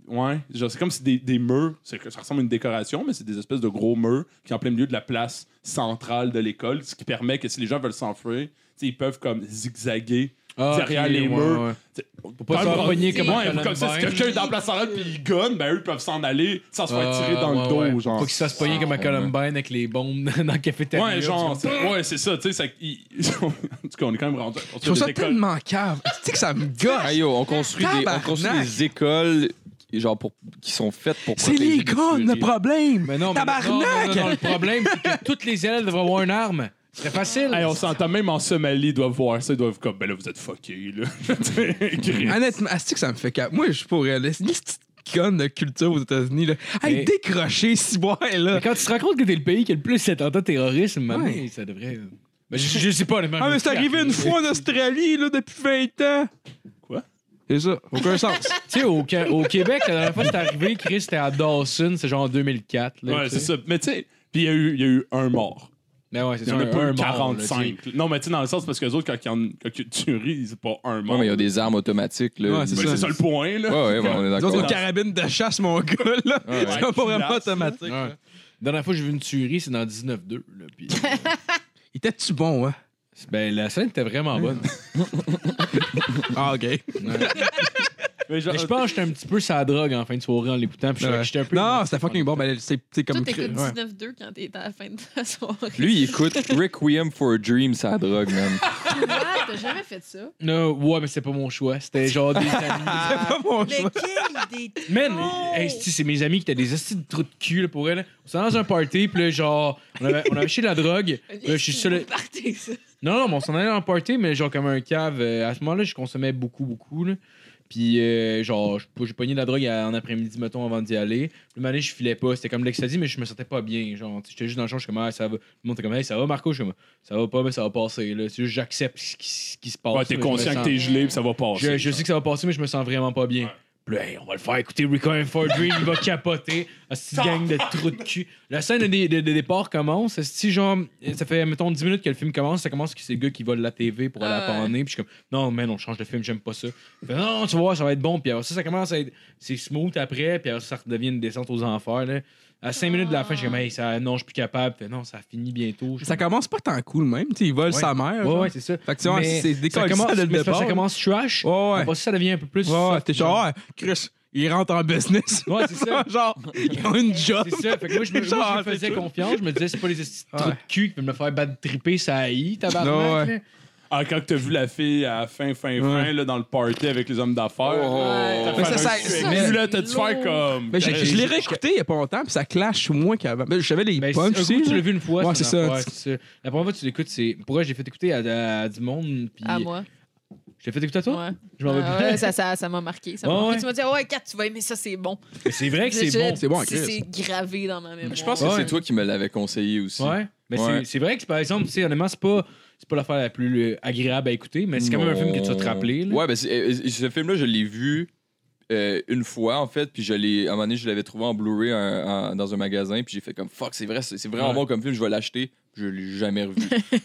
Speaker 6: ouais, genre c'est comme si des, des murs, c'est que ça ressemble à une décoration, mais c'est des espèces de gros murs qui sont en plein milieu de la place centrale de l'école, ce qui permet que si les gens veulent s'enfuir, tu sais, ils peuvent comme zigzaguer
Speaker 3: Ah,
Speaker 6: Derrière
Speaker 3: ok,
Speaker 6: les
Speaker 3: ouais,
Speaker 6: murs.
Speaker 3: ouais.
Speaker 6: T'sais, Pour
Speaker 3: pas se faire pogner comme un
Speaker 6: ouais,
Speaker 3: colonne
Speaker 6: comme ça, si
Speaker 3: bain.
Speaker 6: quelqu'un est dans la place en rade puis il gonne, ben eux peuvent s'en aller sans se faire tirer dans
Speaker 3: Ah,
Speaker 6: le dos,
Speaker 3: ouais, ouais.
Speaker 6: genre.
Speaker 3: Faut qu'ils se fassent pogner comme à
Speaker 5: Ouais.
Speaker 3: Columbine avec les bombes dans le cafétéria.
Speaker 6: Ouais, genre,
Speaker 3: tu
Speaker 6: c'est- ouais, c'est ça, tu sais, ça- ils- en tout cas, on est quand même rendu.
Speaker 4: Je trouve ça tellement cave. Tu sais que ça me
Speaker 5: Ah,
Speaker 4: gosse.
Speaker 5: yo, on construit, des, on
Speaker 4: Tabarnak.
Speaker 5: construit des écoles genre pour, qui sont faites pour
Speaker 4: C'est les
Speaker 5: gars,
Speaker 4: connes le problème.
Speaker 3: Mais non, mais non, non, non, non, le
Speaker 4: Tabarnak!
Speaker 3: problème, c'est que toutes les élèves devraient avoir une arme. Ce serait facile.
Speaker 6: Hey, on s'entend même en Somalie, ils doivent voir ça, ils doivent comme, ben là, vous êtes fuckés, là. Gris.
Speaker 4: Honnêtement, c'est que ça me fait cave. Moi, je pourrais laisser les petites connes de culture aux États-Unis. là.
Speaker 3: Mais-
Speaker 4: Hey, décrocher, si boire, là. Ah,
Speaker 3: Mais quand tu te rends compte que t'es le pays qui a le plus d'attentats terroristes, maman,
Speaker 4: Ouais.
Speaker 3: ça devrait. Ben, je, je sais pas, honnêtement,
Speaker 4: Ah,
Speaker 3: je
Speaker 4: mais
Speaker 3: me
Speaker 4: c'est
Speaker 3: tape,
Speaker 4: arrivé
Speaker 3: là.
Speaker 4: une fois en Australie, là, depuis 20 ans.
Speaker 6: Quoi?
Speaker 4: C'est ça. Aucun sens.
Speaker 3: Tu sais, au, Ca- au Québec, la dernière fois que c'est arrivé, Chris, c'était à Dawson, c'est genre en 2004. Là,
Speaker 6: Ouais,
Speaker 3: tu
Speaker 6: c'est
Speaker 3: sais.
Speaker 6: ça. Mais tu sais, puis il y, a eu- il y a eu un mort.
Speaker 3: Mais ouais, c'est
Speaker 6: Il y
Speaker 3: ça.
Speaker 6: en a
Speaker 3: un-
Speaker 6: pas
Speaker 3: un
Speaker 6: eu
Speaker 3: mort, là,
Speaker 6: 45. non, mais tu sais, dans le sens, parce que les autres, quand il y en- quand il y a une tuerie, c'est pas un
Speaker 5: Ouais,
Speaker 6: mort.
Speaker 5: mais il y a des armes automatiques. Là.
Speaker 4: Ouais, c'est
Speaker 6: Ben,
Speaker 4: ça.
Speaker 6: c'est ça le point, là.
Speaker 5: Ouais, ouais, bon, on est
Speaker 4: Ils ont une
Speaker 5: d'accord.
Speaker 4: carabine de chasse, mon gars, là.
Speaker 3: Ah,
Speaker 5: Ouais, ouais.
Speaker 4: C'est pas vraiment
Speaker 6: Culasse,
Speaker 4: automatique.
Speaker 3: tu sais. Ouais. La dernière fois que j'ai vu une tuerie, c'est dans 19-2. là, puis-
Speaker 4: Il était-tu bon, hein?
Speaker 3: ben, la scène était vraiment bonne.
Speaker 4: Ah, OK.
Speaker 6: Mais genre-
Speaker 3: Mais je pense que j'étais un petit peu sa drogue en fin de soirée en l'écoutant. Puis
Speaker 4: Ouais.
Speaker 3: j'étais un peu.
Speaker 4: Non, c'était fucking bon. Ben, c'est c'est
Speaker 7: Toi,
Speaker 4: comme...
Speaker 7: t'écoutes
Speaker 4: Ouais.
Speaker 7: 19-2 quand t'es à la fin de ta soirée.
Speaker 5: Lui, il écoute Requiem for a Dream, sa drogue, man.
Speaker 7: Ouais, t'as jamais fait ça.
Speaker 3: Non, ouais, mais c'était pas mon choix. C'était genre des amis.
Speaker 4: C'est pas mon choix.
Speaker 7: quel des
Speaker 3: Man, hey, c'est- c'est mes amis qui étaient des astis de trous de cul là, pour elle. On s'est dans un party, puis là, genre, on avait, on avait acheté de la drogue. Là, je suis seul.
Speaker 7: Partez ça.
Speaker 3: Non, non, mais on s'en allait en party, mais genre comme un cave. euh, à ce moment-là, je consommais beaucoup, beaucoup. Là. Puis, euh, genre, je- j'ai pogné de la drogue à- en après-midi, mettons, avant d'y aller. Le matin, je filais pas. C'était comme de l'ecstasy, mais je me sentais pas bien. Genre, tu sais, j'étais juste dans le champ, je suis comme, ah, ça va. Le monde était comme, hey, ça va, Marco? Je suis comme, ça va pas, mais ça va passer. Là. C'est juste, j'accepte ce qui, ce qui se passe.
Speaker 6: Ouais, t'es
Speaker 3: là, je me
Speaker 6: conscient que
Speaker 3: sens-
Speaker 6: t'es gelé, puis ça va passer.
Speaker 3: je, je sais que ça va passer, mais je me sens vraiment pas bien.
Speaker 6: Ouais.
Speaker 3: Puis là, hey, on va le faire écouter Recon for Dream, il va capoter. Asti gang de trous de cul. La scène de, de- de départ commence. Si genre, ça fait, mettons, 10 minutes que le film commence, ça commence que c'est le gars qui vole la TV pour aller
Speaker 7: Ah
Speaker 3: à
Speaker 7: ouais.
Speaker 3: Pané. Puis je suis comme, non, man, on change de film, j'aime pas ça. Il fait, non, tu vois, ça va être bon. Puis alors, ça, ça commence à être, c'est smooth après, puis alors, ça redevient une descente aux enfers. Là. À 5 minutes de la fin, je suis comme, hey, ça, non, je suis plus capable. Fait, non, ça finit bientôt. Je suis
Speaker 4: Ça commence pas tant cool, même. Tu sais, ils volent
Speaker 3: Ouais.
Speaker 4: sa mère.
Speaker 3: Ouais,
Speaker 4: genre.
Speaker 3: ouais, c'est ça.
Speaker 4: Fait que tu vois,
Speaker 3: Mais
Speaker 4: c'est des
Speaker 3: ça commence,
Speaker 4: dès le
Speaker 3: mais c'est parce
Speaker 4: départ.
Speaker 3: que ça commence trash.
Speaker 4: Ouais, ouais.
Speaker 3: Après ça, ça devient un peu plus.
Speaker 4: Ouais, ouais,
Speaker 3: soft,
Speaker 4: t'es genre, ouais, Chris, il rentre en business.
Speaker 3: Ouais, c'est ça.
Speaker 4: genre, ils ont une job.
Speaker 3: C'est ça. Fait que moi, je me, moi, je me
Speaker 4: Genre,
Speaker 3: faisais
Speaker 4: c'est tout.
Speaker 3: confiance. Je me disais, c'est pas les esti de
Speaker 4: Ouais.
Speaker 3: trous de cul qui peuvent me faire battre triper, ça haït,
Speaker 4: Non,
Speaker 3: tabarnak.
Speaker 4: ouais.
Speaker 3: là.
Speaker 6: Ah, quand t'as vu la fille à la fin, fin, fin,
Speaker 4: Ouais.
Speaker 6: là, dans le party avec les hommes d'affaires.
Speaker 5: Oh.
Speaker 4: Mais
Speaker 6: Faire
Speaker 4: ça,
Speaker 6: un
Speaker 4: ça-
Speaker 6: succès.
Speaker 4: mais-
Speaker 6: là, t'as dû faire comme. Ben,
Speaker 4: Mais j'ai- je l'ai réécouté il y a pas longtemps, puis ça clash moins qu'avant. Mais Je savais les
Speaker 3: Ben,
Speaker 4: punchs
Speaker 3: c'est- un coup,
Speaker 4: aussi.
Speaker 3: tu
Speaker 4: là.
Speaker 3: l'as vu une fois.
Speaker 4: Ouais,
Speaker 3: c'est
Speaker 4: c'est
Speaker 3: une
Speaker 4: ça.
Speaker 3: affaire, c'est ça. La première fois que tu l'écoutes, c'est. Pourquoi j'ai fait écouter à, à- à du monde, puis.
Speaker 7: À moi.
Speaker 3: Je l'ai fait écouter à toi?
Speaker 7: Ouais.
Speaker 3: Je m'en
Speaker 7: Ah
Speaker 3: rappelle.
Speaker 7: ouais, ça, ça, ça m'a marqué. Ça m'a
Speaker 3: Ouais,
Speaker 7: marqué.
Speaker 3: ouais.
Speaker 7: Tu m'as dit, Ah ouais, Kat, tu vas aimer ça, c'est bon.
Speaker 3: Mais C'est vrai que c'est
Speaker 7: Je-
Speaker 3: bon.
Speaker 4: c'est bon, Chris.
Speaker 7: C'est gravé dans ma mémoire.
Speaker 5: Je pense que
Speaker 3: Ouais.
Speaker 5: c'est toi qui me l'avais conseillé aussi.
Speaker 3: Ouais. Mais c'est-
Speaker 5: Ouais.
Speaker 3: c'est vrai que, par exemple, tu sais, honnêtement, c'est pas. C'est pas l'affaire la plus euh, agréable à écouter, mais c'est quand même un film que tu vas te rappeler. là.
Speaker 5: Ouais, ben, c'est- euh, euh, ce film-là, je l'ai vu euh, une fois, en fait, puis je l'ai, à un moment donné, je l'avais trouvé en Blu-ray en- en- dans un magasin, puis j'ai fait comme fuck, c'est vrai, c'est c'est vraiment
Speaker 3: Ouais.
Speaker 5: bon comme film, je vais l'acheter. Je l'ai jamais revu.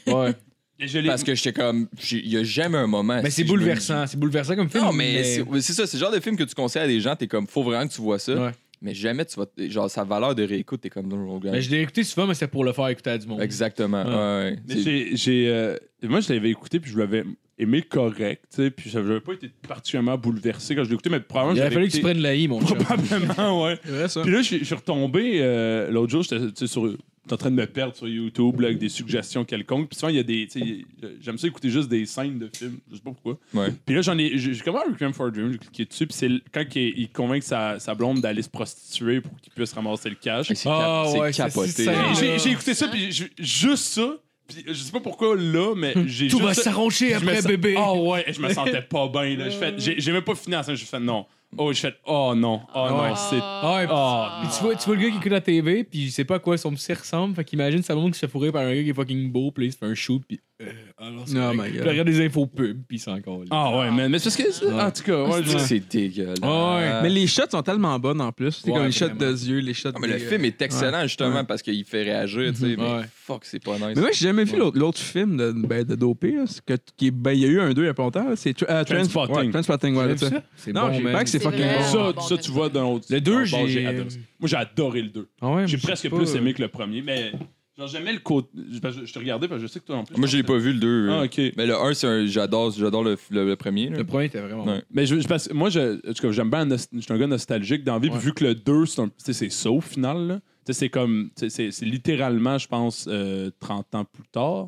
Speaker 3: Ouais.
Speaker 6: Je l'ai-
Speaker 5: parce que j'étais comme, j'ai- il y a jamais un moment.
Speaker 3: Mais
Speaker 5: si
Speaker 3: c'est
Speaker 5: je me
Speaker 3: bouleversant. C'est bouleversant comme
Speaker 5: dis-
Speaker 3: film.
Speaker 5: Non, mais c'est c'est ça, c'est le genre de film que tu conseilles à des gens, t'es comme, faut vraiment que tu vois ça.
Speaker 3: Ouais.
Speaker 5: Mais jamais tu vas. t- Genre, sa valeur de réécoute, t'es comme, non, non, gars.
Speaker 3: Mais je l'ai écouté souvent, mais c'était pour le faire écouter à du monde.
Speaker 5: Exactement.
Speaker 3: Ouais.
Speaker 5: ouais, ouais.
Speaker 6: Mais
Speaker 5: C'est-
Speaker 6: j'ai- j'ai, euh, moi, je l'avais écouté, puis je l'avais aimé correct, tu sais, puis j'avais pas été particulièrement bouleversé quand je l'ai écouté, bah, mais probablement.
Speaker 3: Il a
Speaker 6: j'avais
Speaker 3: fallu que
Speaker 6: été-
Speaker 3: tu prennes la I, mon chum.
Speaker 6: Probablement, ouais.
Speaker 4: C'est vrai, ça.
Speaker 6: Puis là, je suis- je suis retombé euh, l'autre jour, j'étais tu sais, sur- j'étais en train de me perdre sur YouTube là, avec des suggestions quelconques. Puis souvent, il y a des. tu sais, J'aime ça écouter juste des scènes de films. Je sais pas pourquoi.
Speaker 5: Ouais.
Speaker 6: Puis là, j'en ai. J'ai j'ai comme un Requiem for a Dream, j'ai cliqué dessus. Puis c'est le- quand il, il convainc sa, sa blonde d'aller se prostituer pour qu'il puisse ramasser le cash.
Speaker 5: Hey, C'est
Speaker 3: Ah,
Speaker 5: cap- c'est
Speaker 3: ouais, c'est si
Speaker 5: capoté.
Speaker 3: simple.
Speaker 6: J'ai- J'ai j'ai écouté ça, puis j'ai- juste ça. Puis je sais pas pourquoi là, mais j'ai
Speaker 3: Hum, Hmm. Tout
Speaker 6: juste
Speaker 3: va
Speaker 6: ça-
Speaker 3: s'arranger
Speaker 6: je me
Speaker 3: après,
Speaker 6: sen-
Speaker 3: bébé.
Speaker 6: Ah ouais, je me sentais pas bien. là. J'ai fait- J'ai j'ai même pas fini la scène, j'ai fait non. Oh, j'ai fait oh non, oh non, c'est.
Speaker 3: Ah ouais,
Speaker 6: Ah,
Speaker 3: puis tu vois, tu vois le gars qui écoute la TV, puis il sait pas à quoi son psy ressemble. Fait qu'imagine sa blonde qui se fait fourrer par un gars qui est fucking beau, puis là, il se fait un shoot, puis. Euh, alors, c'est
Speaker 4: Oh
Speaker 3: correct.
Speaker 4: my God.
Speaker 3: Puis il regarde des infos pubs, puis il s'en colle.
Speaker 6: Ah ouais, man. Mais c'est parce que.
Speaker 5: ah.
Speaker 3: Ouais.
Speaker 6: En tout cas, ouais, je-
Speaker 5: C'est- C'est dégueulasse.
Speaker 3: Ouais.
Speaker 4: Mais les shots sont tellement bonnes en plus. C'est
Speaker 3: Ouais,
Speaker 4: comme les shots
Speaker 3: vraiment.
Speaker 4: de yeux, les shots
Speaker 5: Ah, mais
Speaker 4: des,
Speaker 5: le
Speaker 4: euh,
Speaker 5: film est excellent justement
Speaker 4: Ouais.
Speaker 5: parce qu'il fait réagir, tu sais.
Speaker 3: Ouais.
Speaker 5: Mais fuck, c'est pas nice.
Speaker 4: euh, Mais moi, j'ai jamais vu
Speaker 5: Ouais.
Speaker 4: l'autre l'autre film de, ben, de dopé. là, c'est que- qui est- ben, Il y a eu un deux il y a pas longtemps. là, C'est Tra- euh, Trans-
Speaker 6: Transpotting.
Speaker 4: ouais, Transpotting, ouais,
Speaker 3: J'ai vu
Speaker 4: c'est ça.
Speaker 3: ça? C'est
Speaker 4: Non,
Speaker 3: bon,
Speaker 4: j'ai
Speaker 3: man.
Speaker 4: pas que c'est
Speaker 7: C'est
Speaker 4: fucking
Speaker 7: vrai.
Speaker 4: bon.
Speaker 6: ça,
Speaker 7: bon,
Speaker 6: ça,
Speaker 7: bon,
Speaker 6: tu vois d'un autre.
Speaker 3: Le deux,
Speaker 6: d'un bord,
Speaker 3: j'ai-
Speaker 6: adoré ça. Moi, j'ai adoré le 2.
Speaker 3: Ah ouais,
Speaker 6: J'ai
Speaker 3: mais je sais
Speaker 6: presque
Speaker 3: pas.
Speaker 6: plus aimé que le premier, mais. Genre, j'aimais le côté. parce que Je te regardais, parce que je sais que toi non plus.
Speaker 5: Moi, je l'ai pas vu le 2.
Speaker 6: Ah, ok.
Speaker 5: Mais le 1, c'est un. J'adore j'adore le, le, le premier. là.
Speaker 3: Le premier était vraiment.
Speaker 5: Ouais.
Speaker 6: Mais je, je pense- moi, je, en tout cas, j'aime bien. la nost- Je suis un gars nostalgique dans la vie. puis
Speaker 3: Ouais.
Speaker 6: Vu que le 2, c'est un- tu sais, c'est ça au final. là. Tu sais, C'est comme. tu sais, C'est c'est littéralement, je pense, euh, 30 ans plus tard.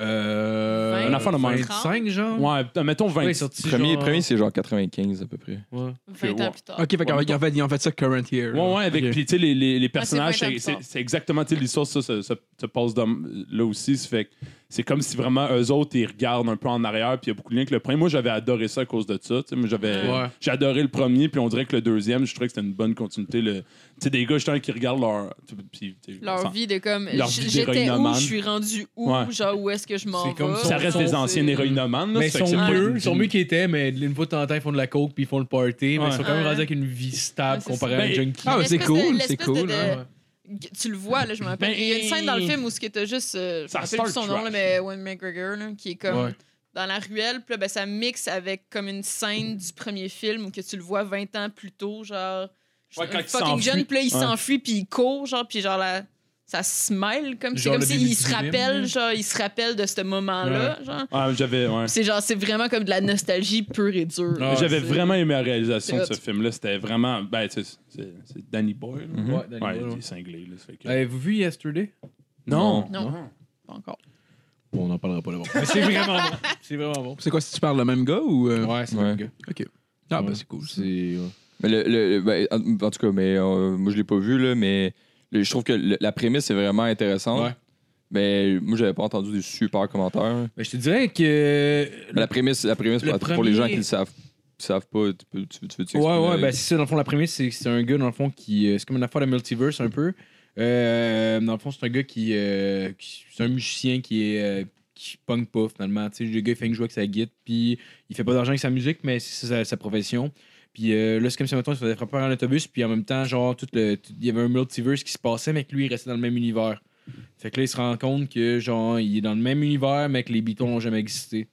Speaker 3: Euh.
Speaker 6: Un enfant de même.
Speaker 7: Hein?
Speaker 3: 25, genre.
Speaker 6: Ouais, euh, mettons 20.
Speaker 3: Ouais, il est sorti,
Speaker 5: Le premier,
Speaker 3: genre-
Speaker 5: premier c'est genre 95 à peu près.
Speaker 3: Ouais.
Speaker 7: 20 ans plus tard.
Speaker 4: Ok, fait qu'en fait, en fait, ils ont fait ça current year.
Speaker 6: Ouais, ouais, avec
Speaker 4: Ok.
Speaker 6: puis, tu sais, les, les, les personnages,
Speaker 7: Ah, c'est vingt
Speaker 6: c'est-
Speaker 7: ans plus
Speaker 6: c'est
Speaker 7: tard.
Speaker 6: c'est exactement, tu sais, l'histoire, ça se se- se passe dans- là aussi. ça fait que c'est comme si vraiment eux autres, ils regardent un peu en arrière, puis il y a beaucoup de liens avec le premier. Moi, j'avais adoré ça à cause de ça. tu sais, moi, j'avais
Speaker 3: Ouais.
Speaker 6: J'ai adoré le premier, puis on dirait que le deuxième, je trouvais que c'était une bonne continuité. le- Tu sais, des gars, justement, qui regardent leur. puis- puis-
Speaker 7: Leur
Speaker 6: ça-
Speaker 7: vie de comme.
Speaker 6: Leur
Speaker 7: j-
Speaker 6: vie
Speaker 7: J'étais où,
Speaker 6: d'héroïnomane.
Speaker 7: je suis rendu où,
Speaker 6: Ouais.
Speaker 7: genre où est-ce que je m'en
Speaker 3: C'est
Speaker 7: vais.
Speaker 3: comme
Speaker 6: Ça reste
Speaker 3: Son-
Speaker 6: des anciens héroïnomanes. là,
Speaker 3: Mais ils
Speaker 6: ça fait que
Speaker 3: sont
Speaker 6: c'est pas
Speaker 3: mieux,
Speaker 6: une-
Speaker 3: ils sont mieux qu'ils étaient, mais une fois de temps en temps, ils font de la coke, puis ils font le party, mais
Speaker 6: Ouais.
Speaker 3: ils sont quand même
Speaker 7: Ouais.
Speaker 3: rendus avec une vie stable
Speaker 7: Ouais, c'est
Speaker 3: comparée
Speaker 6: ça.
Speaker 3: à un
Speaker 6: Ben,
Speaker 3: junkie.
Speaker 4: Ah, ouais, c'est
Speaker 7: L'espèce de-
Speaker 4: cool, c'est
Speaker 7: l'espèce
Speaker 4: cool.
Speaker 7: de-
Speaker 4: hein.
Speaker 7: Tu le vois, là, je me rappelle.
Speaker 6: Ben,
Speaker 7: Il y a une scène dans le film où ce qui était juste. euh, je
Speaker 6: Ça
Speaker 7: me rappelle plus
Speaker 6: start
Speaker 7: son nom, là,
Speaker 6: trash.
Speaker 7: mais Wayne McGregor, là, qui est comme.
Speaker 3: Ouais.
Speaker 7: Dans la ruelle, puis là, ben, ça mixe avec comme une scène du premier film où que tu le vois 20 ans plus tôt, genre.
Speaker 6: Ouais, quand il
Speaker 7: fucking jeune,
Speaker 6: s'enfuit.
Speaker 7: puis là, il
Speaker 6: Ouais.
Speaker 7: s'enfuit, puis il court, genre, puis genre, la- ça se mêle, comme c'est
Speaker 3: Genre
Speaker 7: comme
Speaker 3: le début
Speaker 7: s'il
Speaker 3: du
Speaker 7: se
Speaker 3: film,
Speaker 7: rappelle,
Speaker 3: là.
Speaker 7: genre, il se rappelle de ce moment-là, genre.
Speaker 6: Ah, j'avais. ouais.
Speaker 7: C'est genre, c'est vraiment comme de la nostalgie pure et dure.
Speaker 3: Ah,
Speaker 6: J'avais
Speaker 7: C'est-
Speaker 6: vraiment aimé la réalisation de
Speaker 7: C'est
Speaker 6: ce film-là. C'était vraiment. Ben, tu sais, c'est c'est Danny Boy. là.
Speaker 5: Mhm.
Speaker 3: Ouais, Danny
Speaker 6: Ouais,
Speaker 3: Boyle,
Speaker 6: il
Speaker 3: ouais.
Speaker 6: est cinglé. Là, ça fait que-
Speaker 3: Avez-vous vu Yesterday?
Speaker 6: Non.
Speaker 7: Non. Pas encore.
Speaker 3: Bon, on n'en parlera pas là-bas. Mais c'est vraiment bon. C'est vraiment bon.
Speaker 4: C'est quoi si tu parles le même gars ou. euh,
Speaker 3: Ouais, c'est
Speaker 5: Ouais.
Speaker 3: le gars.
Speaker 4: Ah, ben
Speaker 3: ouais.
Speaker 4: c'est cool. ça.
Speaker 3: C'est. ouais.
Speaker 5: Mais le, le- le- ben, en, en tout cas, mais, euh, moi, je l'ai pas vu, là, mais le- je trouve que le- la prémisse est vraiment intéressante.
Speaker 3: Ouais.
Speaker 5: Mais moi, j'avais pas entendu des super commentaires.
Speaker 3: Mais Ben, je te dirais que. euh,
Speaker 5: Mais la prémisse, la prémisse
Speaker 3: Le
Speaker 5: pour, pour
Speaker 3: premier-
Speaker 5: les gens qui le savent, savent pas, tu peux tu, tu veux
Speaker 3: Ouais, ouais, ben c'est ça, dans le fond, la prémisse, c'est que c'est un gars, dans le fond, qui. euh, C'est comme une affaire de multiverse, un peu. Euh, dans le fond, c'est un gars qui. euh, qui- c'est un musicien qui est. euh, qui punk pas, finalement. Tu sais, le gars, il fait que jouer avec sa guitare, puis il fait pas d'argent avec sa musique, mais c'est ça, sa, sa profession. Puis euh, là, c'est comme si, mettons, il se faisait frapper en autobus, puis en même temps, genre, tout le, tout- il y avait un multiverse qui se passait, mais que lui, il restait dans le même univers. Fait que là, il se rend compte que, genre, il est dans le même univers, mais que les bitons n'ont jamais existé.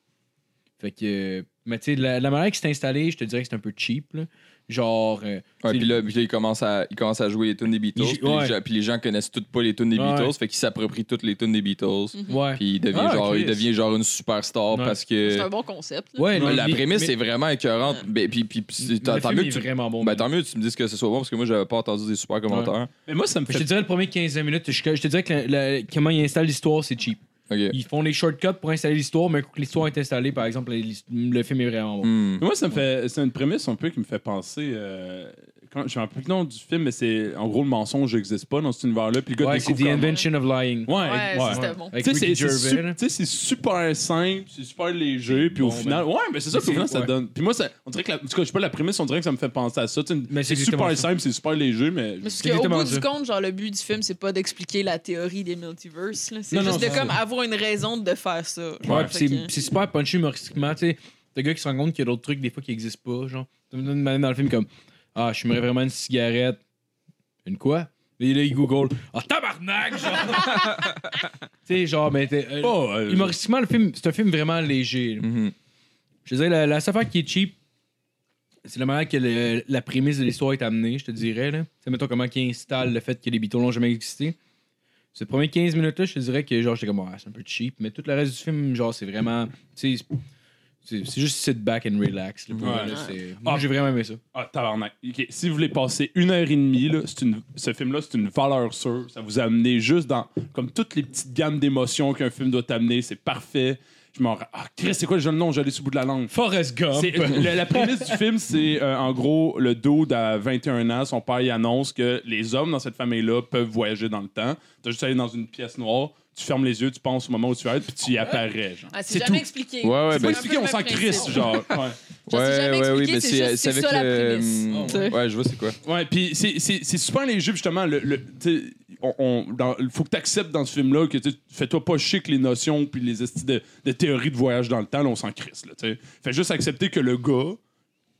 Speaker 3: Fait que. euh, Mais tu sais, la, la manière que c'est installé, je te dirais que c'est un peu cheap, là. Genre. euh,
Speaker 5: Ouais, puis là, puis là, il, commence à, il commence à jouer les tunes des Beatles.
Speaker 3: Il-
Speaker 5: puis, les
Speaker 3: ouais.
Speaker 5: gens, puis les gens connaissent toutes pas les tunes des
Speaker 3: Ouais.
Speaker 5: Beatles. Fait qu'ils s'approprient toutes les tunes des Beatles.
Speaker 3: Ouais.
Speaker 5: Puis il devient,
Speaker 4: Ah,
Speaker 5: genre, il
Speaker 4: Chris.
Speaker 5: devient genre une superstar
Speaker 3: Ouais.
Speaker 5: parce que.
Speaker 7: C'est un bon concept. là.
Speaker 3: Euh, Ouais,
Speaker 5: Ouais,
Speaker 3: mais-
Speaker 5: la
Speaker 3: mais-
Speaker 5: prémisse
Speaker 3: mais-
Speaker 5: est vraiment écœurante. Ben, puis, puis, puis,
Speaker 3: mais
Speaker 5: tant,
Speaker 3: le
Speaker 5: tant
Speaker 3: film
Speaker 5: mieux
Speaker 3: est
Speaker 5: que tu,
Speaker 3: vraiment bon.
Speaker 5: ben, tant mieux que tu me dises que ce soit bon parce que moi, j'avais pas entendu des super commentaires.
Speaker 6: Mais moi, ça me
Speaker 3: Mais je te
Speaker 6: fait.
Speaker 3: dirais le premier 15 minutes, je, je te dirais que la- la- comment ils installent l'histoire, c'est cheap.
Speaker 5: Ok.
Speaker 3: Ils font les shortcuts pour installer l'histoire, mais quand l'histoire est installée, par exemple, l'his- le film est vraiment bon.
Speaker 5: Hmm.
Speaker 6: Moi, ça me fait. C'est une prémisse un peu qui me fait penser. euh, quand- Je me rappelle plus le nom du film, mais c'est en gros le mensonge n'existe pas dans cet univers-là. Puis le gars
Speaker 3: Ouais, c'est
Speaker 6: découvre
Speaker 3: The
Speaker 6: comment-
Speaker 3: Invention of Lying.
Speaker 6: Ouais,
Speaker 7: Ouais,
Speaker 6: ouais.
Speaker 7: ça, c'était bon.
Speaker 3: Avec
Speaker 6: Tu sais, c'est-
Speaker 3: Ricky
Speaker 6: c'est
Speaker 3: Gervais.
Speaker 6: su-
Speaker 3: là.
Speaker 6: tu sais, c'est super simple, c'est super léger, puis au
Speaker 3: Bon, ben.
Speaker 6: final, ouais, mais c'est ça,
Speaker 3: Mais
Speaker 6: puis au
Speaker 3: c'est-
Speaker 6: final, ça
Speaker 3: ouais.
Speaker 6: donne. Puis moi, ça, on dirait que, la, en tout cas, je sais pas, la prémisse, on dirait que ça me fait penser à ça. tu sais, une-
Speaker 3: Mais c'est
Speaker 6: C'est
Speaker 3: exactement
Speaker 6: super
Speaker 3: ça.
Speaker 6: simple, c'est super léger, mais.
Speaker 7: Mais parce
Speaker 3: C'est
Speaker 7: qu'au
Speaker 3: exactement
Speaker 7: bout du
Speaker 3: ça.
Speaker 7: compte, genre, le but du film, c'est pas d'expliquer la théorie des multiverses. là. C'est
Speaker 6: Non,
Speaker 7: juste
Speaker 6: non,
Speaker 7: de
Speaker 6: c'est
Speaker 7: comme avoir une raison de faire ça.
Speaker 3: Ouais,
Speaker 7: Fait
Speaker 3: pis c'est-
Speaker 7: que-
Speaker 3: c'est super punchy humoristiquement, tu sais. T'as des gars qui se rendent compte qu'il y a d'autres trucs des fois qui existent pas, genre. Tu me donnes une manière dans le film comme Ah, je fumerais vraiment une cigarette. Une quoi? Et là, il Google Ah, tabarnak! Genre. tu sais, genre, mais t'es. euh,
Speaker 6: Oh, euh,
Speaker 3: humoristiquement, le film, c'est un film vraiment léger. là.
Speaker 5: Mhm.
Speaker 3: Je te dirais, la, la seule affaire qui est cheap, c'est la manière que le- la prémisse de l'histoire est amenée, je te dirais. Là. Tu sais, mettons comment qui installe le fait que les bitons n'ont jamais existé. Ces premières 15 minutes-là, je te dirais que genre, j'étais comme, ah, c'est un peu cheap, mais tout le reste du film, genre, c'est vraiment. Tu sais, C'est c'est juste sit back and relax. là, pour
Speaker 6: Ouais.
Speaker 3: vrai, là, c'est- Moi, j'ai vraiment aimé ça.
Speaker 6: Ah, tabarnak. Ok, Si vous voulez passer une heure et demie, là, c'est une- ce film-là, c'est une valeur sûre. Ça vous a amené juste dans comme toutes les petites gammes d'émotions qu'un film doit t'amener. C'est parfait. Je m'en. ra- Ah, Chris, c'est quoi le jeune nom? J'allais sous le bout de la langue.
Speaker 3: Forrest Gump.
Speaker 6: C'est- euh, la, la prémisse du film, c'est euh, en gros le dude à 21 ans, son père il annonce que les hommes dans cette famille-là peuvent voyager dans le temps. T'as juste à aller dans une pièce noire, tu fermes les yeux, tu penses au moment où tu vas être, puis tu y apparais. Genre.
Speaker 7: Ah, c'est
Speaker 6: C'est
Speaker 7: jamais
Speaker 6: tout.
Speaker 7: expliqué.
Speaker 5: Ouais, ouais, ben,
Speaker 7: C'est un
Speaker 6: Pas
Speaker 7: peu
Speaker 6: expliqué,
Speaker 7: le
Speaker 6: on s'en
Speaker 7: principe.
Speaker 6: crisse, genre. Ouais.
Speaker 7: Genre, c'est jamais expliqué, c'est juste- c'est ça, la prémisse.
Speaker 5: euh, Ouais, je vois c'est quoi.
Speaker 6: Ouais, puis c'est- c'est c'est super léger, justement. Le, le, tu sais, on, on- dans- faut que tu acceptes dans ce film-là que tu sais, fais-toi pas chier que les notions puis les esti de, de théorie de voyage dans le temps, là, on s'en crisse. Là, tu sais. Fais juste accepter que le gars,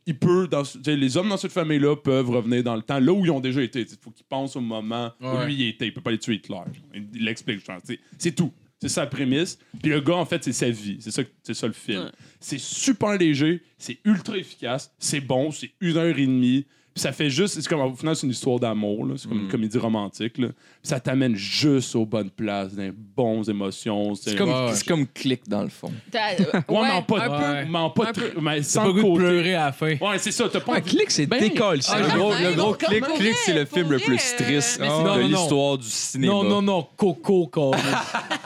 Speaker 6: il peut, dans, ce- tu sais, les hommes dans cette famille-là peuvent revenir dans le temps, là où ils ont déjà été. Il faut qu'ils pensent au moment où
Speaker 3: Ouais.
Speaker 6: lui il était. Il peut pas les tuer Hitler. Il il l'explique, genre, tu sais. c'est tout. C'est sa prémisse. Puis le gars, en fait, c'est sa vie. C'est ça, que- c'est ça le film.
Speaker 7: Ouais.
Speaker 6: C'est super léger, c'est ultra efficace, c'est bon, c'est une heure et demie. Puis ça fait juste, c'est comme au final, c'est une histoire d'amour, là. c'est comme une
Speaker 3: Mm.
Speaker 6: comédie romantique. Là. Puis ça t'amène juste aux bonnes places, des bonnes émotions.
Speaker 5: C'est comme,
Speaker 3: ouais.
Speaker 5: c'est comme clic dans le fond.
Speaker 7: T'as- euh,
Speaker 6: Ouais,
Speaker 7: ouais,
Speaker 6: mais en pas,
Speaker 7: un peu.
Speaker 3: peu.
Speaker 6: mais en pas
Speaker 7: Un
Speaker 6: tr- mais
Speaker 3: T'as pas
Speaker 6: sans
Speaker 3: le goût de
Speaker 6: côté.
Speaker 3: pleurer à la fin. Ben,
Speaker 6: Ouais, c'est ça, t'as pas
Speaker 4: Un
Speaker 6: envie-
Speaker 4: clic,
Speaker 5: ben,
Speaker 4: c'est décolle. ça.
Speaker 7: Ah,
Speaker 5: Le
Speaker 7: non,
Speaker 5: gros,
Speaker 7: mais
Speaker 5: le
Speaker 7: non,
Speaker 5: gros
Speaker 7: comme
Speaker 5: clic,
Speaker 7: pour
Speaker 5: clic,
Speaker 7: vrai,
Speaker 5: c'est le
Speaker 7: pour
Speaker 5: film le
Speaker 7: vrai,
Speaker 5: plus
Speaker 7: euh,
Speaker 5: triste
Speaker 3: c'est-
Speaker 7: mais
Speaker 3: Non,
Speaker 5: de
Speaker 3: non,
Speaker 5: l'histoire du cinéma.
Speaker 3: Non, non, non, Coco, Coco.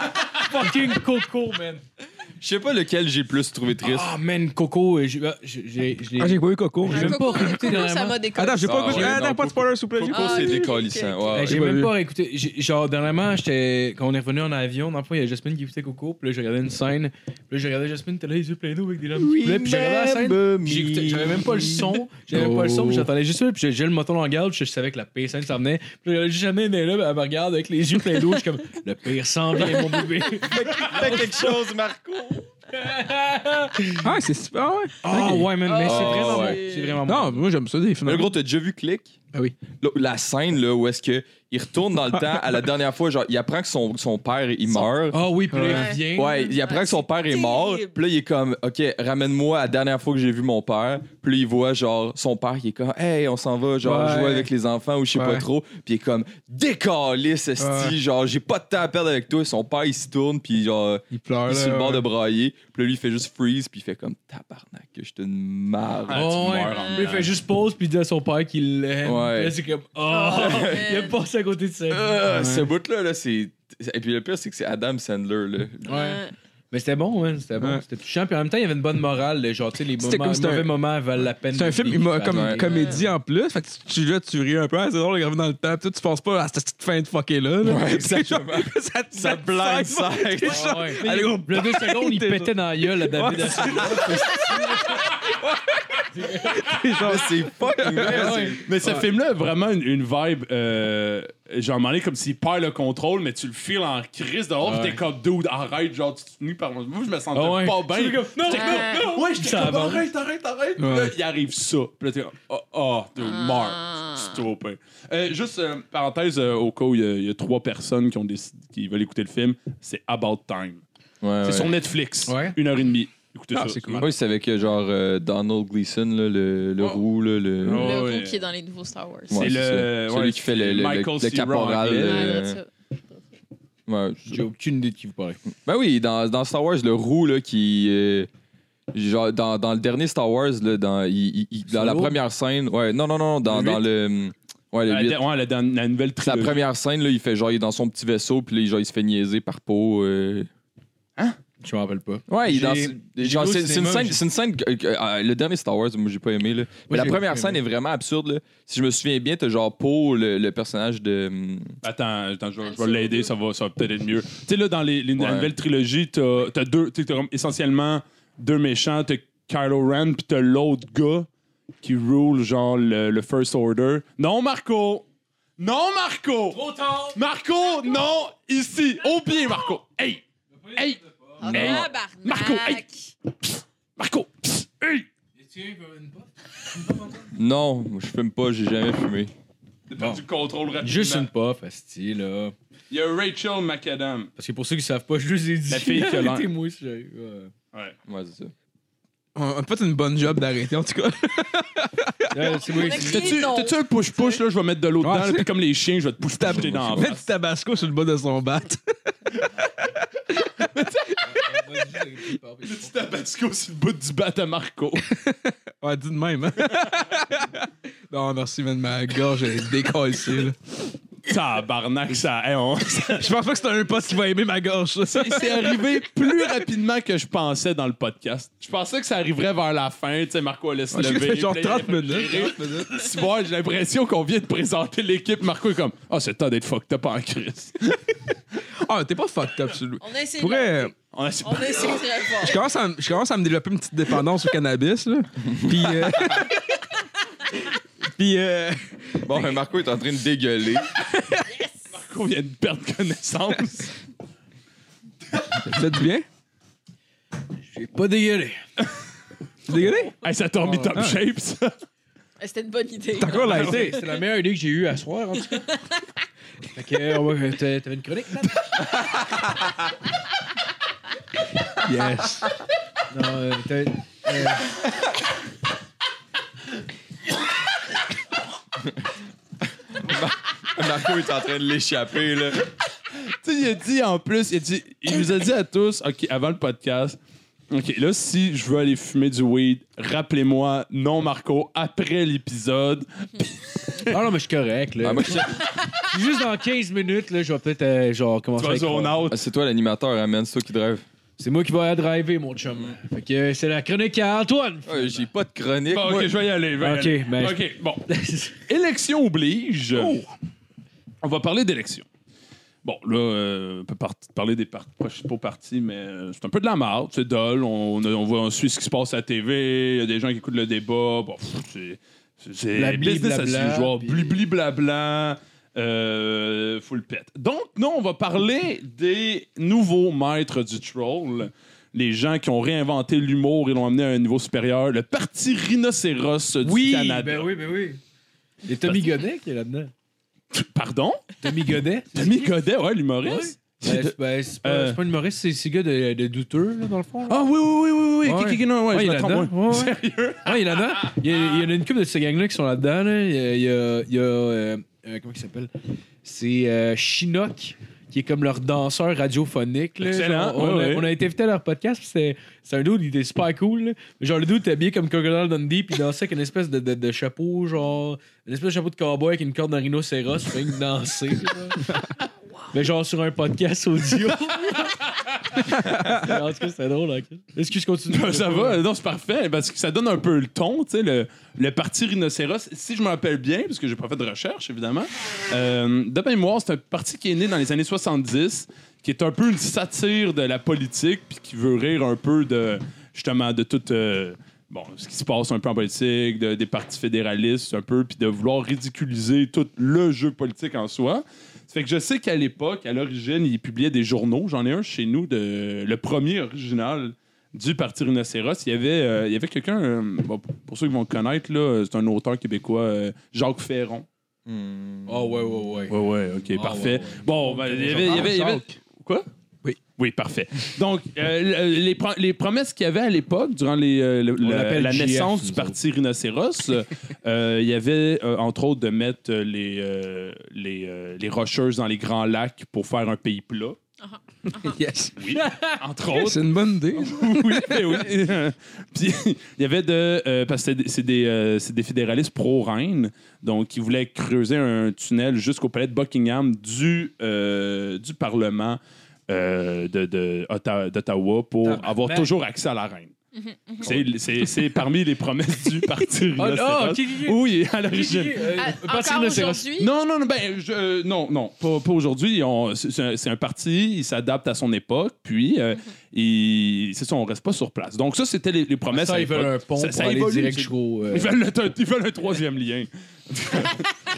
Speaker 3: Fucking Coco, man.
Speaker 5: Je sais pas lequel j'ai plus trouvé triste.
Speaker 3: Ah, man, Coco, euh, j'ai- ah, j'ai- j'ai- je l'ai-
Speaker 4: Ah, j'ai pas eu Coco.
Speaker 3: Ouais.
Speaker 7: Un
Speaker 3: J'aime pas
Speaker 7: coco-
Speaker 3: réécouter
Speaker 7: coco, ça
Speaker 3: dernièrement.
Speaker 7: m'a décollé.
Speaker 4: Attends, j'ai
Speaker 5: Ah,
Speaker 4: pas écouté.
Speaker 5: ouais,
Speaker 4: Attends,
Speaker 5: non,
Speaker 4: pas de spoiler, s'il vous plaît. j'ai
Speaker 5: Coco,
Speaker 4: pas-
Speaker 7: Ah,
Speaker 5: c'est
Speaker 7: oui,
Speaker 5: décalissant.
Speaker 7: ok, ok.
Speaker 5: Ouais,
Speaker 3: Ben,
Speaker 5: ouais.
Speaker 3: j'ai
Speaker 4: pas
Speaker 3: même
Speaker 4: vu.
Speaker 3: pas réécouté. J'ai- Genre, dernièrement, j'étais. Quand on est revenu en avion, dans le fond, il y a Jasmine qui écoutait Coco, puis là, j'ai regardé une scène, puis là, j'ai regardé Jasmine, t'es là, les yeux pleins d'eau avec des larmes qui coulaient, puis j'ai regardé la scène. puis j'écoutais- J'avais même pas le son, j'avais même pas le son, puis j'entendais juste ça, puis j'ai- j'ai le moton dans la garde, puis je savais que la pire scène s'en venait. Puis là, jamais mais là, elle me regarde avec les yeux pleins d'eau, je suis comme, le pire s'en vient, mon bébé.
Speaker 5: Fais quelque chose, Marco.
Speaker 4: Ah, c'est super. Ah, ouais.
Speaker 3: Ah ouais, man, mais c'est
Speaker 5: Ah,
Speaker 3: vraiment
Speaker 5: ouais.
Speaker 3: bon. C'est vraiment bon.
Speaker 4: Non, moi, j'aime ça, des films.
Speaker 5: Le gros, t'as déjà vu Click?
Speaker 4: Ah oui.
Speaker 5: Là, La scène là, où est-ce que il retourne dans le temps à la dernière fois, genre il apprend que son, son père il meurt.
Speaker 3: Ah oui, puis là,
Speaker 7: Ouais.
Speaker 3: il vient.
Speaker 5: Ouais, il apprend que son père est mort.
Speaker 7: terrible.
Speaker 5: Puis là, il est comme, OK, ramène-moi à la dernière fois que j'ai vu mon père. Puis là, il voit, genre, son père, il est comme, Hey, on s'en va, genre,
Speaker 4: Ouais.
Speaker 5: jouer avec les enfants ou je sais pas
Speaker 4: Ouais.
Speaker 5: trop. Puis il est comme, Décalisse, esti,
Speaker 4: Ouais.
Speaker 5: genre, j'ai pas de temps à perdre avec toi. Et son père, il se tourne, puis genre,
Speaker 4: Il pleure.
Speaker 5: il est
Speaker 4: là,
Speaker 5: sur le bord de
Speaker 4: ouais.
Speaker 5: brailler. Puis là, lui, il fait juste freeze, puis il fait comme, Tabarnak, que je te marre.
Speaker 6: Ah, tu
Speaker 3: Oh, ouais.
Speaker 6: meurs en
Speaker 3: Puis il
Speaker 6: dedans.
Speaker 3: fait juste pause, puis il dit à son père qu'il l'aime.
Speaker 5: Ouais.
Speaker 3: Puis Là, c'est comme, oh, il a
Speaker 7: man.
Speaker 3: passé à côté de ça.
Speaker 5: Euh, Ce bout-là, là, c'est. Et puis le pire, c'est que c'est Adam Sandler, là.
Speaker 7: Ouais.
Speaker 3: Mais c'était bon, ouais, c'était bon.
Speaker 4: Ouais.
Speaker 3: C'était touchant. Puis en même temps, il y avait une bonne morale. de Genre, tu sais, les
Speaker 4: C'était
Speaker 3: moments,
Speaker 4: comme c'était
Speaker 3: mauvais
Speaker 4: un-
Speaker 3: moments valent la peine.
Speaker 4: C'est un
Speaker 3: de
Speaker 4: film
Speaker 3: vivre.
Speaker 4: humo- comme,
Speaker 5: Ouais.
Speaker 4: comédie en plus. Fait que tu, là, tu ris un peu. Ah, c'est drôle de revenir dans le temps. Puis toi, tu penses pas à cette petite fin de fucké là. là.
Speaker 5: Ouais, exactement.
Speaker 4: ça te
Speaker 5: Ça
Speaker 4: blinde ça.
Speaker 5: blindside.
Speaker 4: T'es
Speaker 3: Ah
Speaker 4: genre-
Speaker 3: ouais.
Speaker 4: Allez, gros,
Speaker 3: Le deux secondes, il
Speaker 4: t'es genre-
Speaker 3: pétait dans la gueule à David.
Speaker 4: Ouais,
Speaker 3: Hasselhoff.
Speaker 4: t'es genre-
Speaker 5: Mais c'est fucking vrai, c'est-
Speaker 3: Ouais.
Speaker 6: Mais ce film-là a vraiment une, une vibe, euh, genre, m'en ai comme s'il perd le contrôle, mais tu le files en crise dehors, pis
Speaker 3: Ouais.
Speaker 6: t'es comme dude, arrête, genre, tu te finis par. Moi, je me sentais
Speaker 3: Ah ouais.
Speaker 6: pas bien.
Speaker 3: Je suis comme, non,
Speaker 6: J'étais
Speaker 7: non,
Speaker 6: comme, ouais, j'étais
Speaker 3: Ça
Speaker 6: comme,
Speaker 3: avance.
Speaker 6: arrête, arrête, arrête. Puis
Speaker 4: Ouais.
Speaker 6: là, il arrive ça. Puis là, t'es comme, oh, oh dude,
Speaker 7: Ah.
Speaker 6: meurs. C'est trop pire. Euh, juste, euh, parenthèse, euh, au cas où il y a- il y, a trois personnes qui, ont décidé- qui veulent écouter le film, c'est About Time.
Speaker 5: Ouais,
Speaker 6: C'est
Speaker 5: ouais.
Speaker 6: sur Netflix.
Speaker 3: Ouais.
Speaker 6: Une heure et demie. Écoutez
Speaker 4: Ah,
Speaker 6: ça.
Speaker 4: c'est cool.
Speaker 5: Oui, c'est avec euh, genre euh, Donald Gleason, là, le, le roux, là, le.
Speaker 6: Oh.
Speaker 7: Le
Speaker 6: ouais.
Speaker 7: roux qui est dans les nouveaux Star Wars.
Speaker 5: Ouais,
Speaker 6: C'est
Speaker 5: c'est
Speaker 6: le-
Speaker 5: ça.
Speaker 6: ouais,
Speaker 5: Celui qui fait le, le,
Speaker 6: Michael
Speaker 5: le
Speaker 6: C.
Speaker 5: caporal.
Speaker 6: Rock,
Speaker 5: euh,
Speaker 7: Ouais, c'est ça.
Speaker 5: ouais,
Speaker 3: J'ai aucune idée de qui vous parlez.
Speaker 5: Ben oui, dans, dans Star Wars, le roux, là, qui. euh, genre, dans, dans le dernier Star Wars, là, dans, il- il- il- dans la
Speaker 3: Solo?
Speaker 5: première scène. Ouais, non, non, non, dans,
Speaker 6: Le
Speaker 5: dans le. Ouais, le
Speaker 3: Euh,
Speaker 6: La,
Speaker 5: 8.
Speaker 6: ouais, la, dan- la nouvelle
Speaker 5: Sa
Speaker 6: trilogie.
Speaker 5: première scène, là, il fait genre, il est dans son petit vaisseau, puis là, genre, il se fait niaiser par peau. euh,
Speaker 3: Je m'en rappelle pas.
Speaker 5: Ouais, il est dans-
Speaker 3: J'ai- j'ai
Speaker 5: genre,
Speaker 3: vu au
Speaker 5: c'est c'est une
Speaker 3: cinéma,
Speaker 5: scène,
Speaker 3: j'ai-
Speaker 5: c'est une scène que- que- euh, le dernier Star Wars, moi j'ai pas aimé là. Mais
Speaker 3: Moi,
Speaker 5: la
Speaker 3: j'ai
Speaker 5: première
Speaker 3: aimé.
Speaker 5: scène est vraiment absurde là. Si je me souviens bien, t'as genre Poe, le, le personnage de hum,
Speaker 6: Attends, attends, je vais,
Speaker 7: Ah,
Speaker 6: je vais
Speaker 7: c'est
Speaker 6: l'aider,
Speaker 7: bon.
Speaker 6: ça va, ça va peut-être être mieux. Tu sais, là, dans les, les, la
Speaker 5: Ouais.
Speaker 6: nouvelle trilogie, t'as t'as deux, tu sais, t'as comme essentiellement deux méchants. T'as Kylo Ren, puis t'as l'autre gars qui roule, genre, le, le First Order. Non, Marco! Non, Marco! Trop tard! Marco, non! Ici! Au pied, Marco! Hey! Hey!
Speaker 7: Ah,
Speaker 6: Hey.
Speaker 7: tabarnak.
Speaker 6: Marco, hey. Marco! Psst! Hey!
Speaker 5: Non, je fume pas, j'ai jamais fumé.
Speaker 6: Du contrôle rapidement.
Speaker 3: Juste une puff, asti, là.
Speaker 6: Il y a Rachel McAdam.
Speaker 3: Parce que pour ceux qui savent pas, je les ai dit.
Speaker 6: La fille qui a l'air-
Speaker 3: Arrêtez-moi si j'arrive, ouais.
Speaker 6: Ouais.
Speaker 5: Ouais, c'est ça.
Speaker 4: On a fait une bonne job d'arrêter, en tout cas.
Speaker 3: Ouais, c'est- oui,
Speaker 7: On a
Speaker 3: c'est-
Speaker 7: crié.
Speaker 6: T'as-tu
Speaker 7: non.
Speaker 6: t'as-tu un push-push, là? Je vais mettre de l'eau
Speaker 4: Ouais,
Speaker 6: dedans, là,
Speaker 4: c'est-
Speaker 6: puis comme les chiens, je vais te push-push dans la
Speaker 4: Mets du tabasco sur le bas de son bat.
Speaker 6: Petit tabasco sur le bout du bat à Marco.
Speaker 4: Ouais, dis de même. hein. non, merci, man. Ma gorge, elle est décassée, là.
Speaker 6: Tabarnak, ça. hey, on-
Speaker 4: Je pense pas que c'est un pote qui va aimer ma gorge. ça.
Speaker 6: C'est arrivé plus rapidement que je pensais dans le podcast. Je pensais que ça arriverait vers la fin. Tu sais, Marco allait se
Speaker 4: J'ai
Speaker 6: lever.
Speaker 4: fait genre
Speaker 6: puis là, il
Speaker 4: 30 minutes.
Speaker 6: allait
Speaker 4: minutes.
Speaker 6: gérer. Tu vois, j'ai l'impression qu'on vient de présenter l'équipe. Marco est comme Ah, c'est le temps d'être fucked up en crise.
Speaker 4: Ah, t'es pas fucked up, celui
Speaker 7: On a essayé. de
Speaker 4: Pourrais.
Speaker 7: l'arrêter.
Speaker 6: On a- c'est
Speaker 7: On a essayé très
Speaker 4: Je
Speaker 7: fort.
Speaker 4: commence, à, m- je commence à me développer une petite dépendance au cannabis, là. Puis. euh, Puis. euh,
Speaker 5: Bon, ben, Marco est en train de dégueuler.
Speaker 6: Marco vient de perdre connaissance.
Speaker 4: Ça fait du bien?
Speaker 3: J'ai pas dégueulé.
Speaker 4: C'est dégueulé?
Speaker 6: Hey, ça t'a remis
Speaker 4: Oh,
Speaker 6: top
Speaker 4: ouais.
Speaker 6: shape, ça.
Speaker 7: Eh, C'était une bonne idée.
Speaker 4: T'as encore la
Speaker 3: Ah, C'est la meilleure idée que j'ai eue à soir, en tout cas. Fait que, euh, on va- t'a- t'avais une chronique, Nat?
Speaker 4: Yes.
Speaker 3: Non, euh, t'as- euh,
Speaker 5: Marco est en train de l'échapper, là.
Speaker 6: Tu sais, il a dit en plus, il, a dit- il nous a dit à tous, OK, avant le podcast, OK, là, si je veux aller fumer du weed, rappelez-moi, non, Marco, après l'épisode.
Speaker 3: Ah non, mais je suis correct, là.
Speaker 5: Ah, moi, je-
Speaker 3: Juste dans 15 minutes, là, je vais peut-être, euh, genre,
Speaker 6: Tu
Speaker 3: commencer
Speaker 6: vas
Speaker 3: à écrire.
Speaker 6: zone out.
Speaker 5: Ah, c'est toi l'animateur, hein, man. C'est toi qui drive.
Speaker 3: C'est moi qui vais à driver, mon chum. Fait que euh, c'est la chronique à Antoine.
Speaker 5: Ouais, J'ai pas de chronique.
Speaker 6: Bon,
Speaker 5: moi.
Speaker 6: OK, je vais y aller. je vais y
Speaker 3: Ok,
Speaker 6: aller.
Speaker 3: ben-
Speaker 6: OK, bon. Élection oblige.
Speaker 3: Oh.
Speaker 6: On va parler d'élection. Bon, là, euh, on peut par- parler des par- principaux partis, mais euh, c'est un peu de la marde. C'est dol. On, on, voit, on suit ce qui se passe à la TV. Il y a des gens qui écoutent le débat. Bon, pff, c'est. c'est- C'est
Speaker 3: Blabli,
Speaker 6: business as
Speaker 3: blabla,
Speaker 6: usual.
Speaker 3: puis-
Speaker 6: Blibli blabla. Euh, full pet. Donc, non, on va parler des nouveaux maîtres du troll. Les gens qui ont réinventé l'humour et l'ont amené à un niveau supérieur. Le parti rhinocéros du Canada.
Speaker 3: ben oui, ben oui. Et Tommy Godet qui est là-dedans.
Speaker 6: Pardon?
Speaker 3: Tommy Godet?
Speaker 6: Tommy Godet, ouais, l'humoriste.
Speaker 3: Ben, c'est ben, c'est pas,
Speaker 6: Euh.
Speaker 3: c'est pas un humoriste, c'est c'est le gars de, de douteux, là, dans le fond. là.
Speaker 6: Ah oui, oui, oui, oui, oui.
Speaker 3: Ouais.
Speaker 6: Qui- qui- qui- non, ouais,
Speaker 3: Ouais,
Speaker 6: je
Speaker 3: il
Speaker 6: me
Speaker 3: est
Speaker 6: trompe,
Speaker 3: là-dedans. Ouais,
Speaker 6: ouais.
Speaker 3: ouais.
Speaker 6: Sérieux?
Speaker 3: Ah, il est là-dedans? Il y, a, il y en a une couple de ces gangs-là qui sont là-dedans. Là. Il y a. il y a- il y a, euh, euh, comment il s'appelle? C'est euh, Chinook, qui est comme leur danseur radiophonique. là.
Speaker 6: Excellent,
Speaker 3: Genre, on,
Speaker 6: ouais,
Speaker 3: a,
Speaker 6: ouais.
Speaker 3: on a été invité à leur podcast, puis c'est c'est un dude, il était super cool. là. Genre, le dude était habillé comme Crocodile Dundee, puis il dansait avec une espèce de, de- de chapeau, genre. Une espèce de chapeau de cowboy avec une corde de rhinocéros, puis il dansait. Mais genre sur un podcast audio. en tout cas, c'était drôle. hein. Excuse, continue.
Speaker 6: Ben, Ça va, non, c'est parfait, parce que ça donne un peu le ton, tu sais, le, le parti rhinocéros, si je me rappelle bien, parce que j'ai pas fait de recherche, évidemment, euh, de mémoire, c'est un parti qui est né dans les années 70, qui est un peu une satire de la politique, puis qui veut rire un peu de, justement, de toute... euh, Bon, ce qui se passe un peu en politique, de- des partis fédéralistes, un peu, puis de vouloir ridiculiser tout le jeu politique en soi. Ça fait que je sais qu'à l'époque, à l'origine, ils publiaient des journaux. J'en ai un chez nous, de, le premier original du Parti Rhinocéros. Il y avait, euh, il y avait quelqu'un, euh, bon, pour ceux qui vont le connaître, là, euh, c'est un auteur québécois, euh, Jacques Ferron.
Speaker 5: Hmm.
Speaker 4: Oh,
Speaker 3: Ah ouais, ouais, ouais.
Speaker 6: Ouais, ouais, ok,
Speaker 3: Ah, ouais,
Speaker 6: parfait.
Speaker 3: ouais.
Speaker 6: Bon, ben, il y avait. il y avait- il y avait- Quoi?
Speaker 4: Oui.
Speaker 6: Oui, parfait. Donc, euh, le- les, pro- les promesses qu'il y avait à l'époque, durant les, euh, le-
Speaker 3: On
Speaker 6: la-
Speaker 3: l'appelle
Speaker 6: la
Speaker 3: JF,
Speaker 6: naissance
Speaker 3: nous
Speaker 6: du parti rhinocéros, euh, euh, il y avait, euh, entre autres, de mettre euh, les, euh, les, euh, les rocheuses dans les grands lacs pour faire un pays plat,
Speaker 4: Yes.
Speaker 6: entre autres.
Speaker 4: C'est une bonne idée.
Speaker 6: oui, mais oui. Euh, Puis il y avait de. euh, parce que c'était des- c'est des, euh, c'est des fédéralistes pro-Reine, donc ils voulaient creuser un tunnel jusqu'au palais de Buckingham du, euh, du Parlement euh, de- de Otta- d'Ottawa pour
Speaker 3: Tabarnak.
Speaker 6: avoir toujours accès à la Reine. C'est- C'est c'est parmi les promesses du Parti
Speaker 3: Ah,
Speaker 6: rhinocéros.
Speaker 3: ah, ok, ok, ok.
Speaker 6: Oui, à l'origine.
Speaker 3: Euh,
Speaker 7: Ah,
Speaker 3: parti
Speaker 7: Encore
Speaker 3: rhinocéros.
Speaker 7: aujourd'hui,
Speaker 6: Non, non, non, ben, je- euh, non, non, pas, pas aujourd'hui. On- c'est- C'est un- c'est un parti, il s'adapte à son époque, puis
Speaker 7: Mhm.
Speaker 6: euh, il- c'est ça, on reste pas sur place. Donc ça, c'était les, les promesses.
Speaker 3: Ah, Ça,
Speaker 6: à
Speaker 3: ils veulent
Speaker 6: l'époque.
Speaker 3: un pont
Speaker 6: Ça-
Speaker 3: pour
Speaker 6: ça
Speaker 3: aller
Speaker 6: évolue,
Speaker 3: direct
Speaker 6: c'est-
Speaker 3: jusqu'au. euh,
Speaker 6: Ils veulent, le- ils veulent un troisième lien.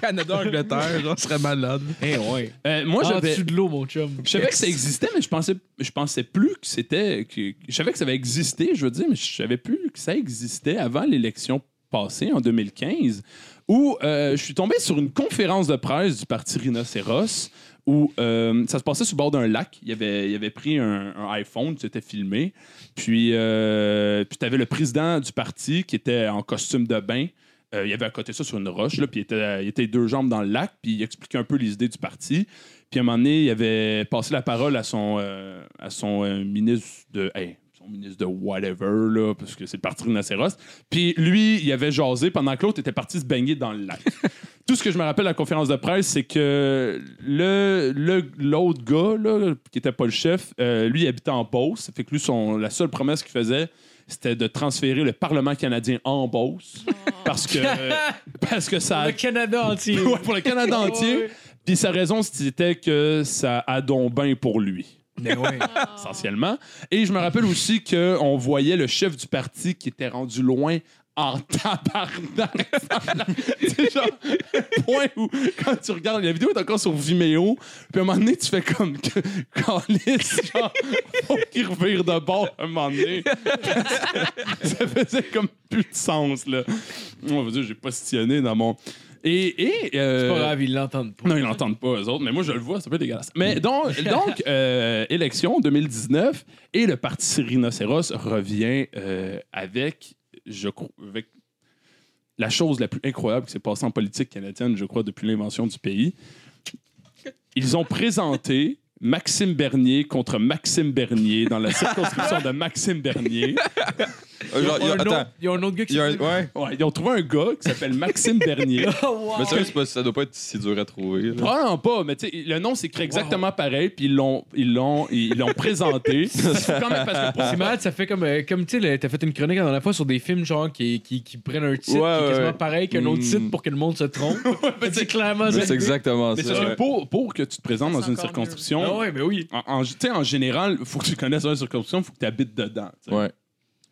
Speaker 4: Canada-Angleterre, genre, serait malade.
Speaker 3: eh, ouais.
Speaker 6: Euh, moi,
Speaker 3: en
Speaker 6: j'avais...
Speaker 3: dessous de l'eau, mon chum.
Speaker 6: Je savais que ça existait, mais je pensais, je pensais plus que c'était. que- je savais que ça avait existé, je veux dire, mais je savais plus que ça existait avant l'élection passée en 2015, où euh, je suis tombé sur une conférence de presse du parti Rhinocéros où euh, ça se passait sur le bord d'un lac. Il avait, il avait pris un, un iPhone, c'était filmé. Puis, euh, puis tu avais le président du parti qui était en costume de bain. Euh, il avait à côté ça sur une roche, là, puis il était, euh, il était deux jambes dans le lac, puis il expliquait un peu les idées du parti. Puis à un moment donné, il avait passé la parole à son, euh, à son euh, ministre de. hey, son ministre de whatever, là, parce que c'est le parti rhinocéros. Puis lui, il avait jasé pendant que l'autre était parti se baigner dans le lac. Tout ce que je me rappelle de la conférence de presse, c'est que le, le- l'autre gars, là, qui était pas le chef, euh, lui, il habitait en Beauce. Ça fait que lui, son, la seule promesse qu'il faisait, c'était de transférer le Parlement canadien en Beauce. Parce que, parce que
Speaker 3: Ah.
Speaker 6: ça.
Speaker 3: Canada entier.
Speaker 6: Ouais, pour le Canada entier. Puis sa raison, c'était que ça a donc bien pour lui, essentiellement. Et je me rappelle aussi qu'on voyait le chef du parti qui était rendu loin en tabarnak. C'est genre le point où, quand tu regardes, la vidéo est encore sur Vimeo, puis à un moment donné, tu fais comme que Calice, genre, faut qu'il revire de bord à un moment donné. ça faisait comme plus de sens, là. On va dire, j'ai positionné dans mon. Et. et euh,
Speaker 3: C'est pas grave, ils l'entendent pas.
Speaker 6: non, ils l'entendent pas, eux autres, mais moi, je le vois, ça peut être dégueulasse. Mais donc, donc euh, élection 2019, et le parti rhinocéros revient euh, avec, je crois, avec la chose la plus incroyable qui s'est passée en politique canadienne, je crois, depuis l'invention du pays. Ils ont présenté Maxime Bernier contre Maxime Bernier dans la circonscription de Maxime Bernier.
Speaker 5: Euh, genre, il y a-
Speaker 3: un
Speaker 5: attends,
Speaker 3: autre- il y a un autre gars qui
Speaker 5: il y a un.
Speaker 3: s'appelle-
Speaker 5: Ouais.
Speaker 6: Ouais, ils ont trouvé un gars qui s'appelle Maxime Bernier. Ah,
Speaker 5: Mais sérieux, c'est pas- ça doit pas être si dur à trouver. là.
Speaker 6: Probablement pas, mais tu sais, le nom s'écrit exactement pareil, puis ils l'ont, ils l'ont, ils l'ont présenté. C'est quand même parce que pour-
Speaker 3: C'est malade, ça fait comme. euh, comme tu sais, le- t'as fait une chronique la dernière fois sur des films genre qui, qui, qui prennent un titre
Speaker 5: Ouais,
Speaker 3: qui est quasiment
Speaker 5: ouais.
Speaker 3: pareil qu'un autre
Speaker 5: Mm.
Speaker 3: titre pour que le monde se trompe. c'est clairement
Speaker 5: Mais C'est exactement
Speaker 6: Mais c'est parce
Speaker 5: ça.
Speaker 6: que
Speaker 5: ouais.
Speaker 6: pour, pour que tu te présentes dans
Speaker 7: C'est
Speaker 6: une
Speaker 7: encore
Speaker 6: circonscription,
Speaker 3: Ah ouais, mais oui.
Speaker 6: en, en- tu sais, en général, faut que tu connaisses une circonscription, faut que tu habites dedans. tu sais.
Speaker 5: Ouais.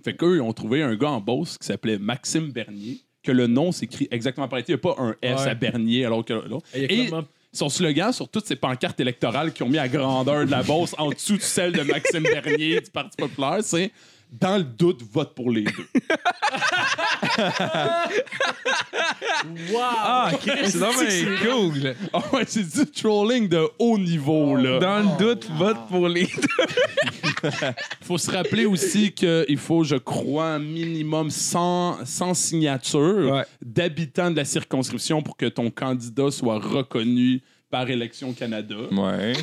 Speaker 6: Fait qu'eux, ils ont trouvé un gars en Beauce qui s'appelait Maxime Bernier, que le nom s'écrit exactement pareil. Il n'y a pas un S
Speaker 3: Ouais.
Speaker 6: à Bernier alors que l'autre.
Speaker 3: Il y a
Speaker 6: Et-
Speaker 3: clairement-
Speaker 6: Son slogan sur toutes ces pancartes électorales qui ont mis à grandeur de la Beauce en dessous de celle de Maxime Bernier du Parti populaire, c'est dans le doute, vote pour les deux.
Speaker 4: Ah,
Speaker 5: C'est non, mais-
Speaker 4: cool.
Speaker 6: Ah ouais, c'est du trolling de haut niveau, là.
Speaker 4: Dans le doute, vote pour les.
Speaker 6: Faut se rappeler aussi qu'il faut, je crois, minimum 100, 100 signatures
Speaker 4: Ouais.
Speaker 6: d'habitants de la circonscription pour que ton candidat soit reconnu par Élection Canada.
Speaker 5: Ouais.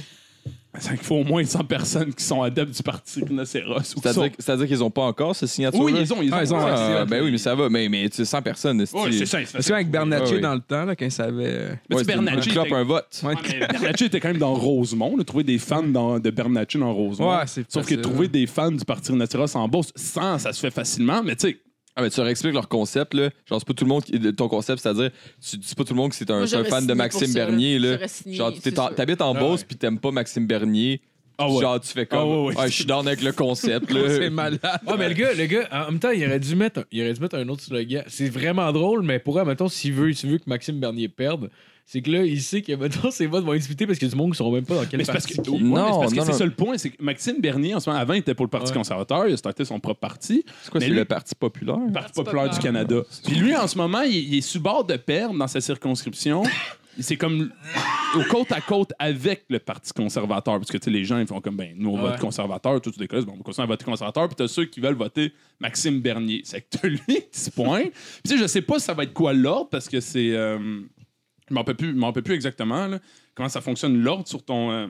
Speaker 6: Il faut au moins 100 personnes qui sont adeptes du parti rhinocéros. ou qui
Speaker 5: C'est-à-dire c'est-à-dire qu'ils ont pas encore ces
Speaker 6: sont-
Speaker 5: signatures
Speaker 6: Oui, ils ont. Ils ont.
Speaker 4: Ah, ils ont,
Speaker 6: Ouais,
Speaker 4: ouais.
Speaker 5: Ah, ben oui, mais ça va. Mais, mais tu sais, 100 personnes, est-ce
Speaker 6: ouais,
Speaker 5: que-
Speaker 6: c'est ça. ils se
Speaker 4: Parce
Speaker 6: faisaient-
Speaker 4: qu'avec Bernatier
Speaker 5: Ouais, ouais.
Speaker 4: dans le temps, là, quand il savait.
Speaker 6: Mais
Speaker 5: Ouais,
Speaker 6: tu sais, Bernatchez
Speaker 5: tu clopes
Speaker 6: était-
Speaker 5: un vote.
Speaker 4: Ouais,
Speaker 6: Ouais, mais Bernatchez était quand même dans Rosemont. là, trouver des fans dans- de Bernatchez dans Rosemont.
Speaker 4: Ouais, c'est
Speaker 6: Sauf que
Speaker 4: facile.
Speaker 6: trouver des fans du Parti Rhinocéros en Beauce, sans, ça se fait facilement, mais tu sais,
Speaker 5: Ah, mais tu leur expliques leur concept, là. Genre, c'est pas tout le monde. qui- Ton concept, c'est-à-dire, tu dis pas tout le monde que c'est un,
Speaker 7: Moi,
Speaker 5: c'est un
Speaker 7: j'aurais
Speaker 5: fan de
Speaker 7: signé pour
Speaker 5: Maxime
Speaker 7: ça, là.
Speaker 5: Bernier, là.
Speaker 7: J'aurais signé,
Speaker 5: Genre, t'es
Speaker 7: c'est
Speaker 5: en-
Speaker 7: sûr.
Speaker 5: t'habites en
Speaker 3: Ah
Speaker 5: Beauce
Speaker 3: ouais.
Speaker 5: puis t'aimes pas Maxime Bernier.
Speaker 6: Ah ouais.
Speaker 5: Genre, tu fais comme.
Speaker 6: Ah ouais, ouais.
Speaker 5: Ah, je suis down avec le concept, là.
Speaker 4: C'est malade.
Speaker 3: Ah, mais le gars, le gars, en même temps, il aurait dû mettre un, il aurait dû mettre un autre slogan. C'est vraiment drôle, mais pour eux, mettons, s'il veut, s'il veut que Maxime Bernier perde, c'est que là, il sait que, mettons, ses votes vont être disputés parce qu'il y a du monde qui ne même pas dans quel
Speaker 6: Mais c'est parce
Speaker 3: parti.
Speaker 6: que,
Speaker 5: qui-
Speaker 6: Ouais, mais c'est
Speaker 5: Non,
Speaker 6: parce que
Speaker 5: non,
Speaker 6: c'est
Speaker 5: non.
Speaker 6: ça le point, c'est que Maxime Bernier, en ce moment, avant, il était pour le Parti
Speaker 3: Ouais.
Speaker 6: conservateur, il a starté son propre parti,
Speaker 5: C'est quoi,
Speaker 6: Mais
Speaker 5: c'est
Speaker 6: lui-
Speaker 5: le Parti populaire?
Speaker 6: le Parti
Speaker 7: Parti
Speaker 6: populaire du Canada. Puis lui, en ce moment, il, il est sous bord de perdre dans sa circonscription. c'est comme au côte à côte avec le Parti conservateur, parce que tu sais, les gens, ils font comme, ben, nous, on
Speaker 3: Ouais.
Speaker 6: vote conservateur, tout, tu décolles, bon, on continue à voter conservateur, puis t'as ceux qui veulent voter Maxime Bernier. C'est que t'as lui qui se pointe. Puis tu sais, je sais pas ça va être quoi l'ordre, parce que c'est. euh, je m'en peux plus, je m'en peux plus exactement là, comment ça fonctionne l'ordre sur ton euh,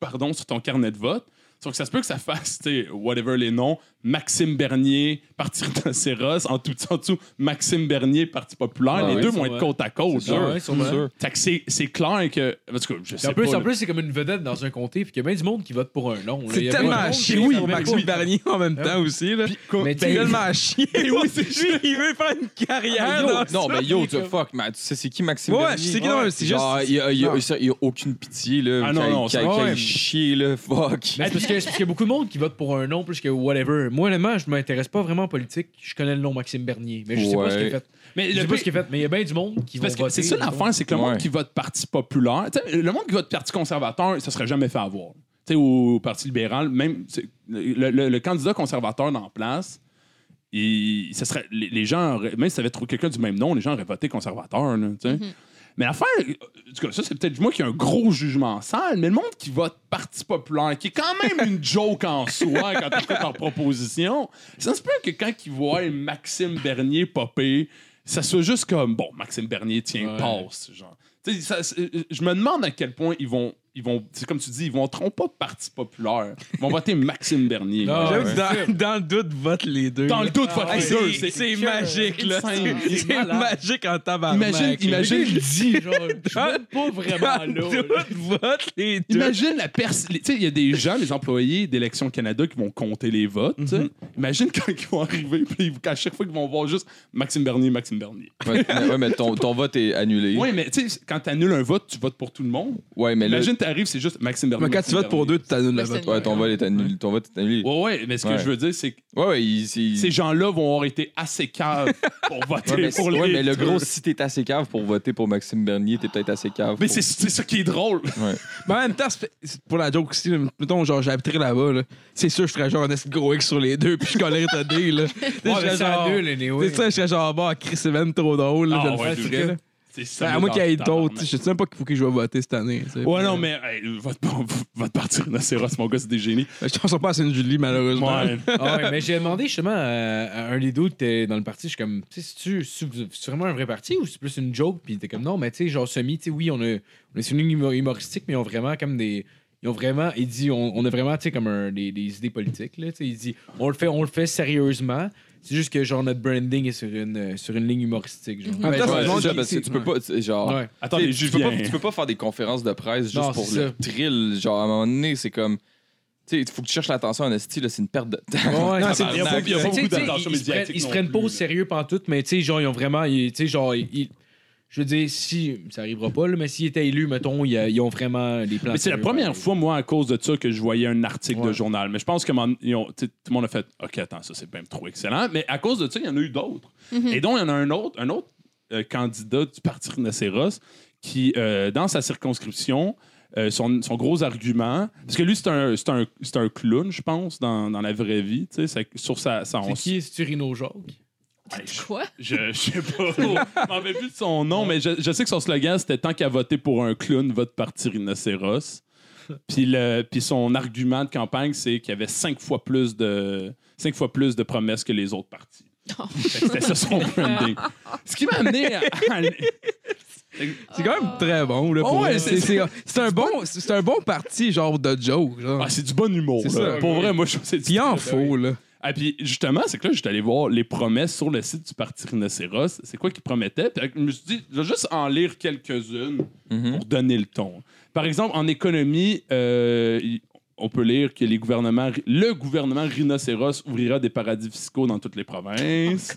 Speaker 6: pardon sur ton carnet de vote. Sauf que ça se peut que ça fasse, tu sais, whatever les noms, Maxime Bernier, Parti Rhinocéros, en tout en dessous, Maxime Bernier, Parti populaire,
Speaker 3: Ah Ouais,
Speaker 6: les
Speaker 3: oui,
Speaker 6: deux
Speaker 3: c'est
Speaker 6: vont être
Speaker 3: vrai.
Speaker 6: côte à côte.
Speaker 3: C'est sûr,
Speaker 6: là.
Speaker 3: ouais, sûrement.
Speaker 5: sûr.
Speaker 6: Fait que C'est c'est clair que. En tout cas, je
Speaker 3: Puis
Speaker 6: sais
Speaker 3: En plus,
Speaker 6: pas,
Speaker 3: en
Speaker 6: là.
Speaker 3: plus, c'est comme une vedette dans un comté, puis qu'il y a bien du monde qui vote pour un nom. là. Il y
Speaker 4: C'est
Speaker 3: a bien du
Speaker 4: tellement
Speaker 3: monde qui
Speaker 4: chier oui,
Speaker 3: vote
Speaker 4: pour
Speaker 3: pour
Speaker 4: Maxime Bernier en même temps aussi. Là.
Speaker 3: Mais
Speaker 4: C'est
Speaker 3: tu-
Speaker 4: tellement à chier.
Speaker 6: oui, c'est
Speaker 4: Lui, il veut faire une carrière.
Speaker 5: Yo,
Speaker 4: dans
Speaker 5: non,
Speaker 4: ça.
Speaker 5: mais yo, tu fuck, man, tu sais, c'est qui Maxime
Speaker 4: Ouais,
Speaker 5: Bernier?
Speaker 4: je sais qui, non, mais c'est juste-
Speaker 5: Genre, il y a, il y a-
Speaker 4: Non.
Speaker 5: ça, il y a aucune pitié, là.
Speaker 6: Ah, non,
Speaker 5: qu'il-
Speaker 6: non,
Speaker 5: qu'il-
Speaker 6: ça-
Speaker 5: qu'il-
Speaker 3: ouais.
Speaker 5: qu'il chie, là. Fuck.
Speaker 3: Mais c'est parce que- c'est parce qu'il y a beaucoup de monde qui vote pour un nom plus que whatever. Moi, honnêtement, je m'intéresse pas vraiment en politique. Je connais le nom Maxime Bernier, mais je sais
Speaker 5: Ouais.
Speaker 3: pas ce qu'il a fait.
Speaker 6: Mais
Speaker 3: Je
Speaker 6: le
Speaker 3: sais
Speaker 6: pire-
Speaker 3: pas ce qu'il a fait, mais il y a bien du monde qui va
Speaker 6: Parce que
Speaker 3: voter.
Speaker 6: c'est ça l'affaire, c'est que le monde
Speaker 5: Ouais.
Speaker 6: qui vote Parti populaire, tu sais, le monde qui vote Parti conservateur, ça serait jamais fait avoir. Tu sais, au Parti libéral, même tu sais, le, le- le candidat conservateur en place, il, ça serait, les, les gens, auraient- même si ça avait trouvé quelqu'un du même nom, les gens auraient voté conservateur. là, tu sais. Mais l'affaire, en tout cas, ça, c'est peut-être moi qui ai un gros jugement sale, mais le monde qui vote Parti populaire, qui est quand même une joke en soi quand tu écoutes leur proposition, ça se peut que quand ils voient Maxime Bernier popper, ça soit juste comme bon, Maxime Bernier, tiens,
Speaker 3: Ouais.
Speaker 6: passe. Genre. Tu sais, ça- c'est- euh, je me demande à quel point ils vont. Ils vont c'est comme tu dis, ils vont tromper pas Parti populaire. Ils vont voter Maxime Bernier.
Speaker 3: Ah,
Speaker 4: J'avoue
Speaker 3: ouais.
Speaker 4: que dans, dans le doute, vote les deux.
Speaker 6: Dans le doute, vote
Speaker 4: Hey,
Speaker 6: les
Speaker 4: c'est-
Speaker 6: deux.
Speaker 4: Ah, c'est,
Speaker 6: c'est-
Speaker 4: magique, là.
Speaker 6: insane.
Speaker 4: C'est, c'est magique en tabarnak.
Speaker 6: Imagine,
Speaker 4: là.
Speaker 6: imagine,
Speaker 3: dit, genre, je suis même pas
Speaker 4: Dans
Speaker 3: vraiment
Speaker 4: le
Speaker 3: là. là.
Speaker 4: doute, vote les deux.
Speaker 6: Imagine la personne. Tu sais, il y a des gens, les employés d'Élections Canada qui vont compter les votes. tu sais. Imagine quand ils vont arriver, puis ils- à chaque fois qu'ils vont voir juste Maxime Bernier, Maxime Bernier.
Speaker 5: Ouais, mais- ouais, mais ton, ton vote est annulé.
Speaker 6: Oui, mais tu sais, quand t'annules un vote, tu votes pour tout le monde.
Speaker 5: Ouais, mais là,
Speaker 6: Imagine, t'arrives, c'est juste Maxime Bernier.
Speaker 4: Ah, Mais quand tu
Speaker 6: Maxime
Speaker 4: votes pour
Speaker 6: Bernier.
Speaker 4: deux, tu t'annules la
Speaker 7: Ouais,
Speaker 4: vote.
Speaker 5: ouais, ton vote est annulé. Ton vote est annulé.
Speaker 6: Ouais, ouais, mais ce que
Speaker 5: Ouais.
Speaker 6: je veux dire, c'est que
Speaker 5: Ouais, ouais, il- c'est-
Speaker 6: ces gens-là vont avoir été assez caves pour voter
Speaker 5: Ouais, mais,
Speaker 6: pour
Speaker 5: ouais,
Speaker 6: les
Speaker 5: mais le
Speaker 6: deux.
Speaker 5: gros, si t'es assez cave pour voter pour Maxime Bernier, t'es peut-être assez cave.
Speaker 6: Mais
Speaker 5: pour-
Speaker 6: c'est c'est ça qui est drôle.
Speaker 4: Mais en même temps, c'est- c'est pour la joke aussi, là, mettons, genre, j'habiterais là-bas, là. c'est sûr, je ferais genre un esti de gros X sur les deux, puis je collerais ta D, là. Tu sais, je
Speaker 3: Ouais, mais
Speaker 4: serais
Speaker 3: c'est
Speaker 4: genre-
Speaker 3: à deux, les néo.
Speaker 4: C'est ça, je serais genre, bah, Chris, c'est même trop drôle, là,
Speaker 6: Ah,
Speaker 4: je le
Speaker 6: ouais,
Speaker 4: ferais,
Speaker 6: c'est
Speaker 4: c'est
Speaker 6: vrai.
Speaker 4: là.
Speaker 6: C'est ça.
Speaker 4: Ben, À moins qu'il y ait d'autres, tu sais, je sais même pas pour qui je vais voter cette année, tu sais.
Speaker 6: Ouais, non, mais hey, vote, pas- vote partir Rhinocéros, mon gars, c'est des génies.
Speaker 4: Ben, Je pense pas à Sainte-Julie, malheureusement.
Speaker 6: Ouais.
Speaker 3: Ah ouais, mais j'ai demandé justement à, à un des deux qui était dans le parti, je suis comme, tu sais, c'est-tu- c'est-tu c'est vraiment un vrai parti ou c'est plus une joke? Puis t'es comme, non, mais tu sais, genre semi, tu sais, oui, on a, on a sur une ligne humor- humoristique, mais ils ont vraiment comme des. Ils ont vraiment, il dit, on, on a vraiment, tu sais, comme un- des, des idées politiques, là, tu sais, il dit, on le fait, on le fait sérieusement. C'est juste que, genre, notre branding est sur une, euh, sur une ligne humoristique, genre.
Speaker 4: En même temps,
Speaker 5: Ouais,
Speaker 4: c'est le
Speaker 5: c'est
Speaker 4: monde
Speaker 5: ça,
Speaker 4: qui-
Speaker 5: parce que tu peux pas. tu- Genre,
Speaker 3: Ouais.
Speaker 6: Attends,
Speaker 5: tu,
Speaker 6: les
Speaker 5: sais, tu peux pas, tu
Speaker 6: Juviens.
Speaker 5: peux pas faire des conférences de presse juste
Speaker 3: Non,
Speaker 5: pour
Speaker 3: c'est
Speaker 5: le
Speaker 3: ça.
Speaker 5: thrill. Genre, à un moment donné, c'est comme. Tu sais, il faut que tu cherches l'attention en esti, là, c'est une perte de temps.
Speaker 3: Ouais,
Speaker 6: Non,
Speaker 3: c'est-
Speaker 6: c'est- il y a
Speaker 3: tabarnak,
Speaker 6: pas- il y a pas
Speaker 3: là.
Speaker 6: beaucoup
Speaker 3: Tu sais,
Speaker 6: d'attention
Speaker 3: ils se prennent-
Speaker 6: médiatique
Speaker 3: Ils se
Speaker 6: non
Speaker 3: prennent pas
Speaker 6: plus,
Speaker 3: au
Speaker 6: là.
Speaker 3: sérieux pantoute, mais tu sais, genre, ils ont vraiment. ils- Tu sais, genre, ils- Je veux dire, si. Ça arrivera pas, là, mais s'ils étaient élus, mettons, ils, euh, ils ont vraiment des plans.
Speaker 6: Mais c'est la
Speaker 3: sérieux,
Speaker 6: première
Speaker 3: ouais.
Speaker 6: fois, moi, à cause de ça, que je voyais un article de
Speaker 3: Ouais.
Speaker 6: journal. Mais je pense que mon- ils ont- tu sais, tout le monde a fait OK, attends, ça, c'est même trop excellent. Mais à cause de ça, il y en a eu d'autres. Et donc, il y en a un autre, un autre euh, candidat du Parti Rhinocéros qui, euh, dans sa circonscription, euh, son, son gros argument, parce que lui, c'est un, c'est un, c'est un clown, je pense, dans, dans la vraie vie. tu sais, ça- sur sa, sa- on-
Speaker 3: C'est qui est-ce Turino Jacques?
Speaker 6: Ouais, je-
Speaker 7: Quoi?
Speaker 6: je, je sais pas. Je m'en rappelle plus de son nom, mais je, je sais que son slogan, c'était Tant qu'à voter pour un clown, vote parti rhinocéros. Puis, le, puis son argument de campagne, c'est qu'il y avait cinq fois plus de, cinq fois plus de promesses que les autres partis.
Speaker 7: Oh.
Speaker 6: Fait que C'était ça son branding. Ce qui m'a amené à. à-
Speaker 4: C'est quand même très bon, là, pour
Speaker 6: Ouais,
Speaker 4: vrai.
Speaker 6: c'est-
Speaker 4: c'est, c'est, c'est un bon, c'est un bon parti, genre, de joke, genre.
Speaker 6: Ah, c'est du bon humour.
Speaker 4: C'est
Speaker 6: là.
Speaker 4: ça.
Speaker 6: Pour vrai, moi, je trouve que c'est du
Speaker 4: Puis il en faut, là.
Speaker 6: Ah, puis justement, c'est que là, j'étais allé voir les promesses sur le site du Parti Rhinocéros. C'est quoi qu'ils promettaient? Puis je me suis dit, je vais juste en lire quelques-unes
Speaker 5: Mhm.
Speaker 6: pour donner le ton. Par exemple, en économie, euh, y- on peut lire que les gouvernements, le gouvernement rhinocéros ouvrira des paradis fiscaux dans toutes les provinces.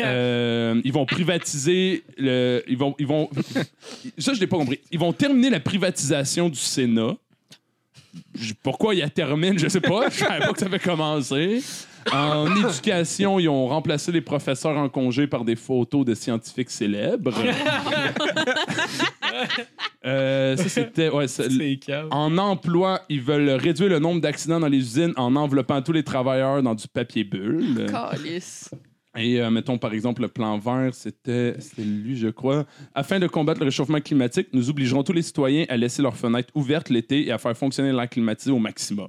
Speaker 6: Euh, ils vont privatiser le. Ils vont. Ils vont ça, je l'ai pas compris. Ils vont terminer la privatisation du Sénat. Je- Pourquoi ils la terminent, je sais pas. Je savais pas que ça avait commencé. En éducation, ils ont remplacé les professeurs en congé par des photos de scientifiques célèbres. Euh, ça, c'était. Ouais, ça- en emploi, ils veulent réduire le nombre d'accidents dans les usines en enveloppant tous les travailleurs dans du papier bulle.
Speaker 7: Calice.
Speaker 6: Et euh, mettons par exemple le plan vert, c'était c'était lui, je crois. Afin de combattre le réchauffement climatique, nous obligerons tous les citoyens à laisser leurs fenêtres ouvertes l'été et à faire fonctionner l'air climatisé au maximum.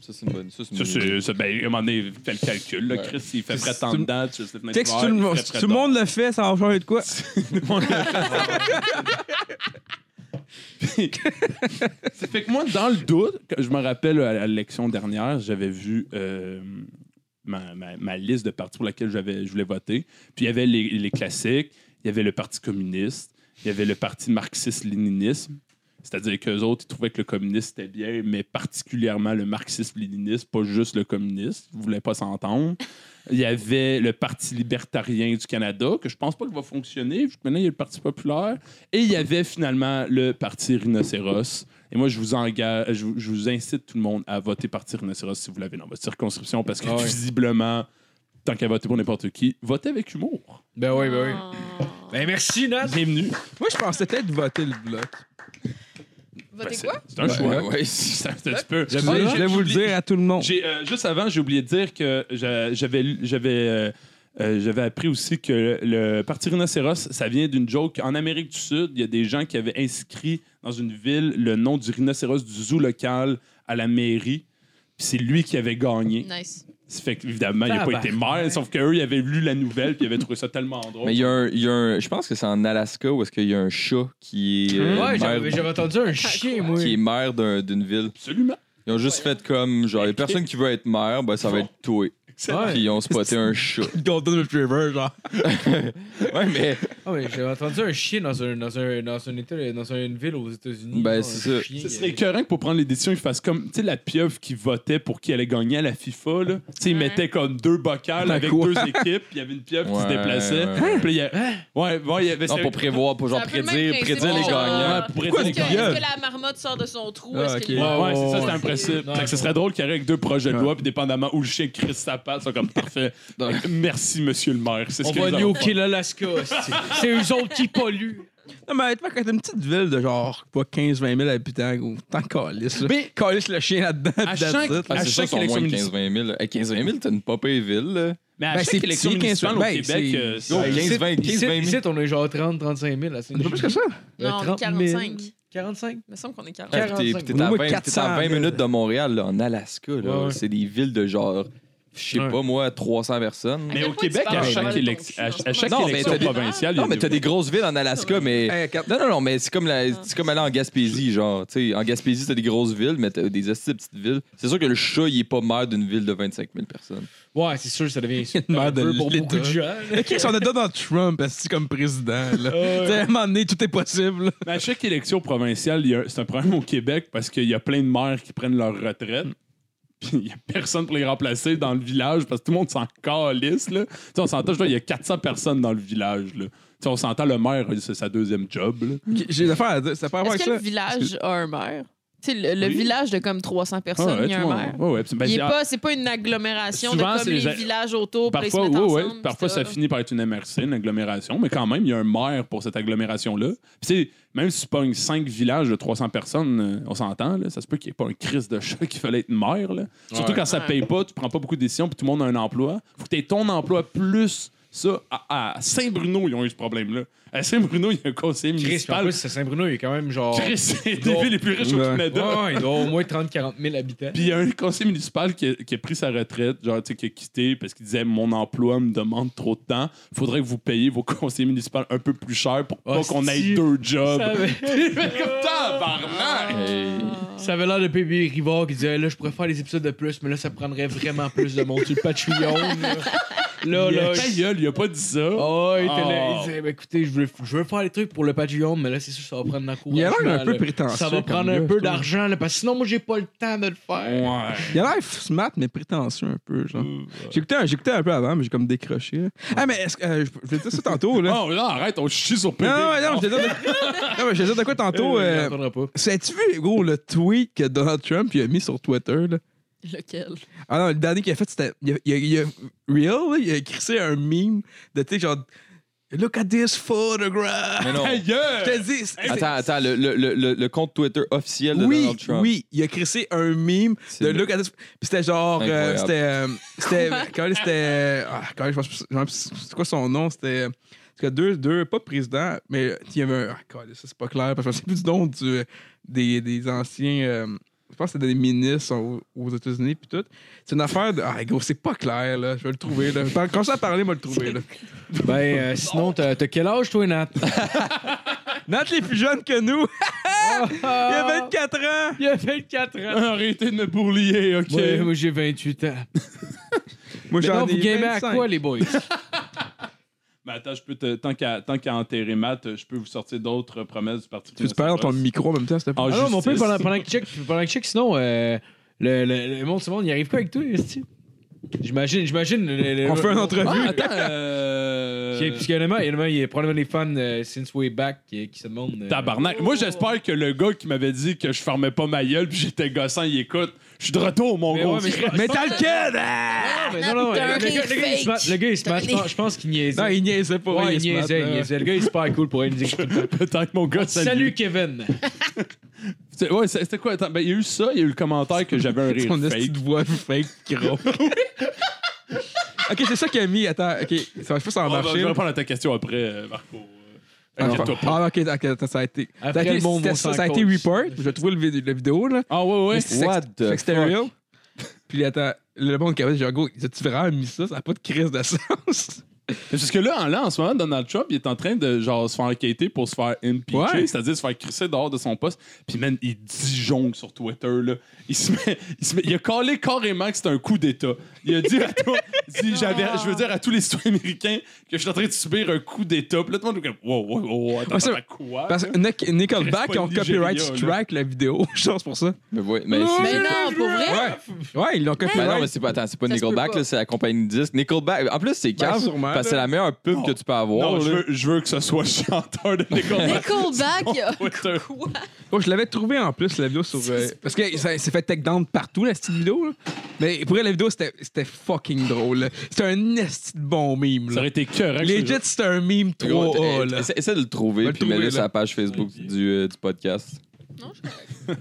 Speaker 5: Ça, c'est une bonne. Ça, c'est
Speaker 6: Ça, c'est.
Speaker 5: une
Speaker 6: ça, Ben, à un moment donné, fais le calcul, là, Chris, il fait frais tant
Speaker 4: C'est-
Speaker 6: dedans, tu laisses les fenêtres
Speaker 4: Texte,
Speaker 6: ouvertes,
Speaker 4: tout le,
Speaker 6: il
Speaker 4: monde-
Speaker 6: fait frais
Speaker 4: tout le
Speaker 6: dehors.
Speaker 4: monde le fait, ça va changer de quoi?
Speaker 6: Ça fait que moi, dans le doute, que je me rappelle euh, à à l'élection dernière, j'avais vu euh, ma, ma- ma liste de partis pour laquelle j'avais, je voulais voter. Puis il y avait les, les classiques, il y avait le Parti communiste, il y avait le Parti marxiste-léninisme. C'est-à-dire qu'eux autres, ils trouvaient que le communiste était bien, mais particulièrement le marxiste-léniniste, pas juste le communiste. Ils ne voulaient pas s'entendre. Il y avait le Parti libertarien du Canada, que je pense pas qu'il va fonctionner. Je connais, il y a le Parti populaire. Et il y avait finalement le Parti rhinocéros. Et moi, je vous engage, je, vous- je vous incite tout le monde à voter Parti rhinocéros si vous l'avez dans votre circonscription, parce que
Speaker 3: Ah ouais.
Speaker 6: visiblement, tant qu'à voter pour n'importe qui, votez avec humour.
Speaker 3: Ben oui, ben oui.
Speaker 7: Oh.
Speaker 3: Ben merci, Nat.
Speaker 6: Bienvenue.
Speaker 4: Moi, je pensais peut-être voter le bloc.
Speaker 7: Votez
Speaker 6: Ben,
Speaker 7: quoi?
Speaker 6: C'est c'est un
Speaker 5: bonne-
Speaker 6: choix.
Speaker 5: Ouais, ouais, c'est-
Speaker 6: C'est un c'est un petit peu.
Speaker 4: Je voulais vous le
Speaker 6: J'oublie-
Speaker 4: dire à tout le monde.
Speaker 6: J'ai, euh, juste avant, j'ai oublié de dire que j'a- j'avais lu- j'avais euh, euh, j'avais appris aussi que le parti rhinocéros, ça vient d'une joke. En Amérique du Sud, il y a des gens qui avaient inscrit dans une ville le nom du rhinocéros du zoo local à la mairie. Puis c'est lui qui avait gagné.
Speaker 7: Nice.
Speaker 6: Ça fait qu'évidemment, il n'a pas été maire, sauf qu'eux, ils avaient lu la nouvelle puis ils avaient trouvé ça tellement drôle.
Speaker 5: Mais il y a un. il y a un- Je pense que c'est en Alaska où est-ce qu'il y a un chat qui est. euh,
Speaker 3: Ouais,
Speaker 5: maire-
Speaker 3: j'avais j'avais entendu un chien, moi.
Speaker 5: qui est maire d'un- d'une ville.
Speaker 6: Absolument.
Speaker 5: Ils ont juste fait comme, genre, les personnes qui veulent être maire, ben, ça va être toi.
Speaker 3: Ouais.
Speaker 5: Puis ils ont spoté un chat.
Speaker 4: Golden Retriever, genre.
Speaker 5: Ouais, mais
Speaker 3: Ah ouais, j'avais entendu un chien dans un dans un dans un état dans une ville aux États-Unis.
Speaker 5: Ben,
Speaker 3: genre,
Speaker 5: c'est
Speaker 3: un
Speaker 5: ça.
Speaker 3: chien,
Speaker 6: Ce
Speaker 3: euh,
Speaker 6: serait écœurant que pour prendre les décisions, ils fassent comme, tu sais, la pieuvre qui votait pour qui allait gagner à la FIFA, là. Tu sais, ils
Speaker 7: Ouais.
Speaker 6: mettaient comme deux bocales
Speaker 4: Dans
Speaker 6: avec
Speaker 4: quoi?
Speaker 6: deux équipes, puis il y avait une pieuvre qui se
Speaker 5: Ouais,
Speaker 6: déplaçait.
Speaker 5: ouais.
Speaker 6: Puis il y a- hein? Ouais, ouais, il y avait...
Speaker 5: non, pour prévoir, pour genre
Speaker 7: C'est un peu le
Speaker 5: prédire,
Speaker 7: même principe,
Speaker 5: prédire les
Speaker 7: genre,
Speaker 5: gagnants.
Speaker 7: euh,
Speaker 6: Pour
Speaker 4: Pourquoi
Speaker 7: Est-ce
Speaker 6: prédire-
Speaker 7: que,
Speaker 4: les gueules?
Speaker 7: est-ce que la marmotte sort de son trou?
Speaker 4: Ah,
Speaker 7: Est-ce
Speaker 4: ok.
Speaker 7: qu'il
Speaker 6: Ouais, ouais, c'est ça, c'est
Speaker 3: Ouais,
Speaker 6: un principe.
Speaker 3: c'est-
Speaker 6: Fait que ce serait drôle qu'il y ait avec deux projets de
Speaker 4: Ouais.
Speaker 6: loi, puis dépendamment où le chien crisse sa patte, c'est comme parfait.
Speaker 5: Ouais.
Speaker 6: Merci, monsieur le maire. C'est ce
Speaker 3: On
Speaker 6: que
Speaker 3: va
Speaker 6: nous avons fait.
Speaker 3: nuquer l'Alaska. c'est- C'est eux autres qui polluent.
Speaker 4: Non, mais honnêtement, quand t'as une petite ville de genre, quoi, 15-20 000 habitants, gros, t'en calisses, là.
Speaker 3: Mais-
Speaker 4: Calisse le chien là-dedans.
Speaker 6: À
Speaker 4: that's
Speaker 6: chaque-
Speaker 4: it.
Speaker 5: Ah,
Speaker 6: À
Speaker 5: c'est ça,
Speaker 6: chaque
Speaker 5: sont moins
Speaker 6: élection
Speaker 5: de 15 20 000. Eh, 15 20 000, t'as une popée ville, là.
Speaker 6: Mais à
Speaker 4: Ben, c'est
Speaker 6: chaque élection
Speaker 4: petit,
Speaker 6: municipale au
Speaker 4: ben,
Speaker 6: Québec,
Speaker 4: c'est-
Speaker 6: euh,
Speaker 5: Go,
Speaker 3: Ah,
Speaker 6: c'est-
Speaker 5: 15 20 15
Speaker 3: Ici,
Speaker 5: 20
Speaker 3: ici,
Speaker 5: 000.
Speaker 3: on est genre 30, 35 000 à saint
Speaker 4: C'est pas plus que ça.
Speaker 7: Non, on est 45.
Speaker 3: 45?
Speaker 7: Il me semble qu'on est 40.
Speaker 5: Ah, puis t'es- puis T'es à
Speaker 4: Au moins
Speaker 5: 20 t'es à
Speaker 4: 400
Speaker 5: 20
Speaker 4: 000.
Speaker 5: minutes de Montréal, là, en Alaska. là.
Speaker 3: Ouais, ouais.
Speaker 5: C'est des villes de genre, je sais
Speaker 3: Ouais.
Speaker 5: pas moi, 300 personnes.
Speaker 6: Mais
Speaker 7: quel
Speaker 6: au
Speaker 7: point tu
Speaker 6: Québec,
Speaker 7: parles
Speaker 6: à
Speaker 7: mal de
Speaker 6: chaque
Speaker 7: ton
Speaker 6: élec-
Speaker 7: cul
Speaker 6: à
Speaker 7: en ce
Speaker 6: à chaque
Speaker 5: moment? Non, mais
Speaker 6: élection
Speaker 5: t'as des-
Speaker 6: provinciale, il y a
Speaker 5: Non, mais
Speaker 6: des-
Speaker 5: t'as des grosses villes en Alaska, mais. Eh,
Speaker 4: Hey, regarde.
Speaker 5: Non, non, non, mais c'est comme, la... c'est comme aller en Gaspésie, genre. Tu sais, en Gaspésie, t'as des grosses villes, mais t'as des hosties de petites villes. C'est sûr que le chat, il est pas maire d'une ville de 25 000 personnes.
Speaker 3: Ouais, c'est sûr, ça devient
Speaker 4: Une
Speaker 3: insultant
Speaker 4: mère
Speaker 3: un
Speaker 4: de
Speaker 3: peu pour beaucoup de
Speaker 4: l'État.
Speaker 3: gens. là.
Speaker 4: Ok, si on a Donald Trump, est comme président, là.
Speaker 3: ouais.
Speaker 4: T'sais, à un moment donné, tout est possible, là.
Speaker 6: Mais à chaque élection provinciale, il y a- c'est un problème au Québec parce qu'il y a plein de maires qui prennent leur retraite. Puis il n'y a personne pour les remplacer dans le village parce que tout le monde s'en calisse. Là. Tu sais, on s'entend, je vois, il y a 400 personnes dans le village. Là. Tu sais, on s'entend, le maire, c'est sa deuxième job. là.
Speaker 4: Ok, J'ai l'affaire à dire. C'est pas vrai que
Speaker 7: Est-ce que le
Speaker 4: ça.
Speaker 7: village a un maire? Tu sais, le, le
Speaker 6: Oui.
Speaker 7: village de comme 300 personnes,
Speaker 6: Ah ouais,
Speaker 7: il y a
Speaker 6: tout
Speaker 7: un
Speaker 6: le monde-
Speaker 7: maire.
Speaker 6: ouais, ouais. Puis, ben,
Speaker 7: Il est
Speaker 6: il y a-
Speaker 7: pas, c'est pas une agglomération
Speaker 6: Souvent,
Speaker 7: de
Speaker 6: c'est
Speaker 7: comme les
Speaker 6: les a-
Speaker 7: villages autour pour
Speaker 6: Parfois,
Speaker 7: ils se
Speaker 6: ouais,
Speaker 7: mettent
Speaker 6: ouais.
Speaker 7: ensemble. puis
Speaker 6: Parfois, ça finit par être une MRC, une agglomération, mais quand même, il y a un maire pour cette agglomération-là. Puis, tu sais, même si tu pognes 5 villages de 300 personnes, euh, on s'entend, là, ça se peut qu'il n'y ait pas un crise de chat qui fallait être maire. là. Surtout
Speaker 5: Ouais.
Speaker 6: quand ça
Speaker 7: Ouais.
Speaker 6: paye pas, tu prends pas beaucoup de décisions, puis tout le monde a un emploi. Faut que tu aies ton emploi plus ça. À, à Saint-Bruno, ils ont eu ce problème-là. À Saint-Bruno, il y a un conseiller
Speaker 3: Chris, en
Speaker 6: municipal.
Speaker 3: plus, c'est Saint-Bruno, il est quand même genre.
Speaker 6: Chris, c'est des
Speaker 3: Bon.
Speaker 6: villes les plus riches au
Speaker 4: Ouais.
Speaker 6: Canada.
Speaker 3: Ouais, ouais, il doit avoir au moins 30-40 000 habitants.
Speaker 6: Puis il y a un conseiller municipal qui a, qui a pris sa retraite, genre, tu sais, qui a quitté parce qu'il disait Mon emploi me demande trop de temps. Faudrait que vous payiez vos conseillers municipaux un peu plus cher pour pas
Speaker 4: Ah,
Speaker 3: Hostie.
Speaker 6: qu'on ait deux jobs.
Speaker 3: Ça avait,
Speaker 4: bah.
Speaker 6: Tabarnak!
Speaker 5: Hey.
Speaker 3: ça avait l'air de PB Rivard qui disait là, je pourrais faire des épisodes de plus, mais là, ça prendrait vraiment plus de monde sur le Patreon. Là, là,
Speaker 6: Il
Speaker 3: là,
Speaker 6: a- Ta gueule, il a pas dit ça.
Speaker 3: Oh, il était là, il
Speaker 4: Ah.
Speaker 6: Oh.
Speaker 3: disait, Ben, écoutez, je veux, je veux faire les trucs pour le Patreon, mais là, c'est sûr, ça va prendre un coup.
Speaker 4: Il a l'air un peu prétentieux.
Speaker 3: Ça va
Speaker 4: comme
Speaker 3: prendre
Speaker 4: gars,
Speaker 3: un
Speaker 4: je
Speaker 3: peu
Speaker 4: trouve.
Speaker 3: d'argent, là, parce que sinon, moi, j'ai pas le temps de le faire.
Speaker 6: Ouais.
Speaker 4: Il a l'air smart, mais prétentieux un peu, genre. J'écoutais un, j'écoutais un peu avant, mais j'ai comme décroché. là. Ah, mais est-ce que. euh, je je vais dire ça tantôt, là.
Speaker 6: Oh, là, arrête, on chie sur
Speaker 4: Non,
Speaker 6: PB.
Speaker 4: non, non, je vais dire de- non, mais je vais dire de quoi tantôt.
Speaker 3: Euh,
Speaker 4: euh,
Speaker 3: il entendra pas.
Speaker 4: Sais-tu vu, gros, le tweet que Donald Trump il a mis sur Twitter, là?
Speaker 7: Lequel?
Speaker 4: Ah non, le dernier qu'il a fait, c'était. Il a, il a- il a- real, là, il a crissé un meme de, tu sais, genre. Look at this photograph!
Speaker 5: Mais non.
Speaker 6: Ta
Speaker 4: Je
Speaker 6: gueule!
Speaker 4: te dis. c'est-
Speaker 5: Attends, attends, le, le, le- le- le compte Twitter officiel de
Speaker 4: Oui,
Speaker 5: Donald Trump.
Speaker 4: oui, il a crissé un meme
Speaker 5: C'est
Speaker 4: de
Speaker 5: le-
Speaker 4: Look at this. Puis c'était genre. euh,
Speaker 5: Incroyable.
Speaker 4: c'était. euh, c'était.
Speaker 7: Quoi?
Speaker 4: quand il- c'était. Ah, quand il- je pense. je me rappelle- C'est quoi son nom? C'était. Parce que deux, deux, pas président, mais il y avait un. Ah, God, ça c'est pas clair, parce que je me souviens plus du nom du, des, des anciens. euh, je pense que c'était des ministres aux, aux États-Unis, puis tout. C'est une affaire de. Ah, gros, c'est pas clair, là. Je vais le trouver, là. Quand- Quand ça parler, moi le trouver, là.
Speaker 3: Ben, euh, sinon, t'as t'as quel âge, toi, Nat?
Speaker 4: Nat, est plus jeune que nous. il a
Speaker 3: Ah.
Speaker 4: 24 ans.
Speaker 3: Il a 24 ans.
Speaker 6: Arrêtez de me bourlier, ok?
Speaker 3: Ouais, moi, j'ai 28 ans.
Speaker 4: Moi,
Speaker 3: Mais
Speaker 4: j'en
Speaker 3: donc, vous
Speaker 4: ai
Speaker 3: gamez à
Speaker 4: 25.
Speaker 3: quoi, les boys?
Speaker 6: Mais attends, je peux te. Tant qu'à tant qu'à enterrer Matt, je peux vous sortir d'autres promesses du Parti
Speaker 4: Tu veux parler dans ton micro en même temps, s'il te plaît?
Speaker 6: Ah,
Speaker 3: Ah non, mais on peut
Speaker 6: justice.
Speaker 3: pendant, pendant que check, pendant que check, sinon, euh, le, le, le monde, ce monde, il arrive pas avec toi, esti. J'imagine, j'imagine. le- le-
Speaker 4: On fait une entrevue.
Speaker 6: Ah, attends, euh,
Speaker 3: Puis, Parce qu'il y en a, il y en a, il y a probablement des fans euh, Since Way Back qui, qui se demandent. euh,
Speaker 6: Tabarnak. Moi, j'espère que le gars qui m'avait dit que je fermais pas ma gueule puis j'étais gossant, il écoute. Je suis de retour, mon
Speaker 3: Mais
Speaker 6: gros.
Speaker 3: ouais, mais je-
Speaker 4: Mais t'as le kid! ah!
Speaker 3: Ah, mais non, non, le,
Speaker 7: T'as
Speaker 3: le
Speaker 7: un
Speaker 3: gars, le gars, il se mat- le gars, il se match. Je pense- je pense qu'il niaisait.
Speaker 4: Non, il niaisait pas.
Speaker 3: Ouais, il
Speaker 4: se
Speaker 3: niaisait,
Speaker 4: mate,
Speaker 3: il
Speaker 4: là.
Speaker 3: niaisait. Le gars, il est super cool pour elle. il nous écoute tout le temps.
Speaker 6: Peut-être mon gars.
Speaker 3: Salut, Kevin.
Speaker 6: C'est- Ouais, c'est- c'était quoi? Attends, ben, il y a eu ça, il y a eu le commentaire que j'avais un
Speaker 4: Ton
Speaker 6: rire
Speaker 4: esti
Speaker 6: fake.
Speaker 4: de voix fake qui ronfle. Ok, c'est ça qu'il a mis. Attends, ok. Ça va pas ça
Speaker 6: Ah,
Speaker 4: va
Speaker 6: ben, je
Speaker 4: marcher.
Speaker 6: vais
Speaker 4: là.
Speaker 6: répondre à ta question après, euh, Marco. Euh,
Speaker 4: Ah,
Speaker 6: Inquiète-toi pas.
Speaker 4: ah, ok, ok, attends, ça a été. ça a
Speaker 3: Après,
Speaker 4: été-
Speaker 3: le monde,
Speaker 4: c'était
Speaker 3: on
Speaker 4: ça,
Speaker 3: s'en
Speaker 4: ça a été
Speaker 3: colle.
Speaker 4: report. Je vais trouver le vid- la vidéo, là.
Speaker 6: Ah, ouais, ouais.
Speaker 4: Mais c'est- fait
Speaker 5: What
Speaker 4: que
Speaker 5: the
Speaker 4: c'était
Speaker 5: fuck?
Speaker 4: real. Puis attends, le monde qui avait genre, go, ils ont-tu vraiment mis ça? Ça n'a pas de crise de sens.
Speaker 6: Parce que là, en, là, en ce moment, Donald Trump, il est en train de genre, se faire enquêter pour se faire impeacher,
Speaker 4: Ouais.
Speaker 6: c'est-à-dire se faire crisser dehors de son poste. Puis, man, il disjonque sur Twitter. Là. Il, se met, il, se met- il a collé carrément que c'était un coup d'État. Il a dit à toi, il dit, j'avais- je veux dire à tous les citoyens américains que je suis en train de subir un coup d'État. Puis là, tout le monde est comme, wow, wow, wow, wow, attends,
Speaker 4: Ouais, c'est-
Speaker 6: attends, quoi?
Speaker 4: Parce
Speaker 6: là?
Speaker 4: que Nic- Nickelback
Speaker 6: Reste pas
Speaker 4: ont
Speaker 6: le
Speaker 4: copyright
Speaker 6: Nigeria, là.
Speaker 4: strike la vidéo, je pense pour ça.
Speaker 5: Mais ouais, mais c'est-
Speaker 7: Mais non, pour vrai?
Speaker 4: Ouais, ouais ils l'ont
Speaker 5: Ben non,
Speaker 4: copyright.
Speaker 5: mais c'est pas, attends, c'est pas
Speaker 7: Ça se peut
Speaker 5: Nickelback,
Speaker 7: pas.
Speaker 5: là, c'est la compagnie de disques. Nickelback, en plus, c'est calme,
Speaker 4: sûrement,
Speaker 5: parce que c'est
Speaker 4: là.
Speaker 5: la meilleure pub
Speaker 6: Non.
Speaker 5: que tu peux avoir.
Speaker 6: non, je
Speaker 5: là.
Speaker 6: veux, je veux que ce soit le chanteur de Nickelback.
Speaker 7: Nickelback, il y a
Speaker 6: Twitter.
Speaker 7: quoi?
Speaker 4: Oh, je l'avais trouvé en plus, la vidéo sur. euh, parce que ça s'est fait take down partout, la petite vidéo. là. Mais pour vrai, la vidéo, c'était c'était fucking drôle. là. C'était un esti de bon meme.
Speaker 6: Ça
Speaker 4: Là.
Speaker 6: aurait été cœur.
Speaker 4: Legit, c'était un meme
Speaker 5: Gros, t'es-
Speaker 4: 3A. là.
Speaker 5: essaie, eh, essaie de le trouver,
Speaker 4: Va le
Speaker 5: puis mets-le
Speaker 4: trouver,
Speaker 5: sur
Speaker 4: là.
Speaker 5: la page Facebook du, euh, du podcast.
Speaker 7: Non, je connais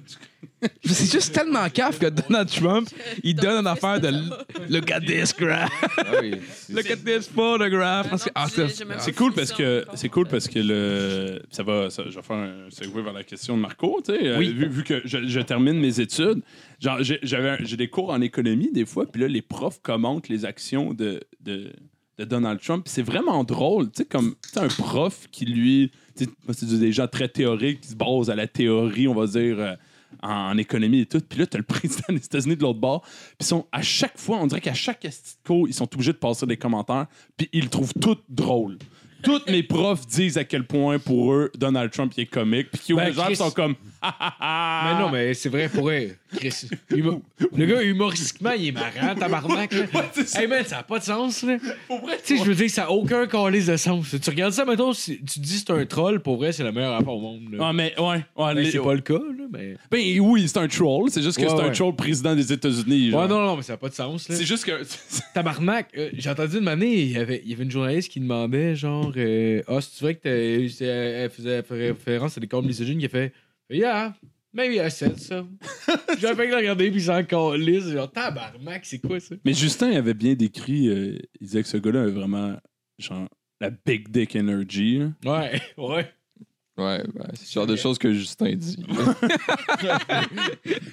Speaker 4: C'est juste tellement caf que Donald Trump, il
Speaker 7: Donald
Speaker 4: donne une affaire de.
Speaker 7: Trump, ça
Speaker 4: Look at this graph.
Speaker 5: Ah oui, c'est-
Speaker 4: Look at this photograph. Parce que- Ah,
Speaker 7: Ah non,
Speaker 4: c'est-
Speaker 7: j'ai- j'ai même
Speaker 4: ah,
Speaker 6: C'est cool parce que c'est cool parce que le ça va ça- je vais faire un segue vers la question de Marco, tu sais, euh,
Speaker 4: Oui.
Speaker 6: vu, vu que je, je termine mes études, genre j'ai- j'avais un- j'ai des cours en économie des fois, puis là les profs commentent les actions de de, de Donald Trump, puis c'est vraiment drôle, tu sais comme tu sais, un prof qui lui tu sais, moi, c'est des gens très théoriques qui se basent à la théorie, on va dire euh, en, en économie et tout. Puis là, tu as le président des États-Unis de l'autre bord. Puis ils sont à chaque fois, on dirait qu'à chaque esti de cours, ils sont obligés de passer des commentaires. Puis ils le trouvent tout drôle. Toutes mes profs disent à quel point pour eux, Donald Trump il est comique. Puis qui
Speaker 3: Ben,
Speaker 6: les gens
Speaker 3: Chris-
Speaker 6: sont comme.
Speaker 3: Mais non, mais c'est vrai pour elle. Chris, humo- Le gars, humoristiquement, il est marrant, tabarnak. là. hey man, ça n'a pas de sens, là. Tu sais, je veux dire, ça n'a aucun calice de sens. Tu regardes ça, mettons, si tu te dis c'est un troll, pour vrai, c'est la meilleure affaire au monde. là.
Speaker 6: Ah, mais ouais. ouais,
Speaker 3: Ben,
Speaker 6: les-
Speaker 3: c'est pas le cas, là, mais.
Speaker 6: ben, oui, c'est un troll. C'est juste que
Speaker 3: Ouais,
Speaker 6: c'est un
Speaker 3: ouais.
Speaker 6: troll président des États-Unis. genre.
Speaker 3: Ouais, non, non, mais ça n'a pas de sens, là.
Speaker 6: C'est juste que.
Speaker 3: Tabarnak, euh, j'ai entendu une année, il y avait, il y avait une journaliste qui demandait, genre, euh, ah, c'est vrai que t'as- c'est- euh, elle faisait référence à des corps misogynes qui a fait, yeah, maybe I said so. J'ai fait que regarder, puis j'en calisse, genre, tabarnak, c'est quoi ça?
Speaker 6: mais Justin avait bien décrit. euh, il disait que ce gars-là avait vraiment. Genre, la big dick energy. hein.
Speaker 3: Ouais, ouais.
Speaker 5: ouais, ben, c'est le genre de choses que Justin dit.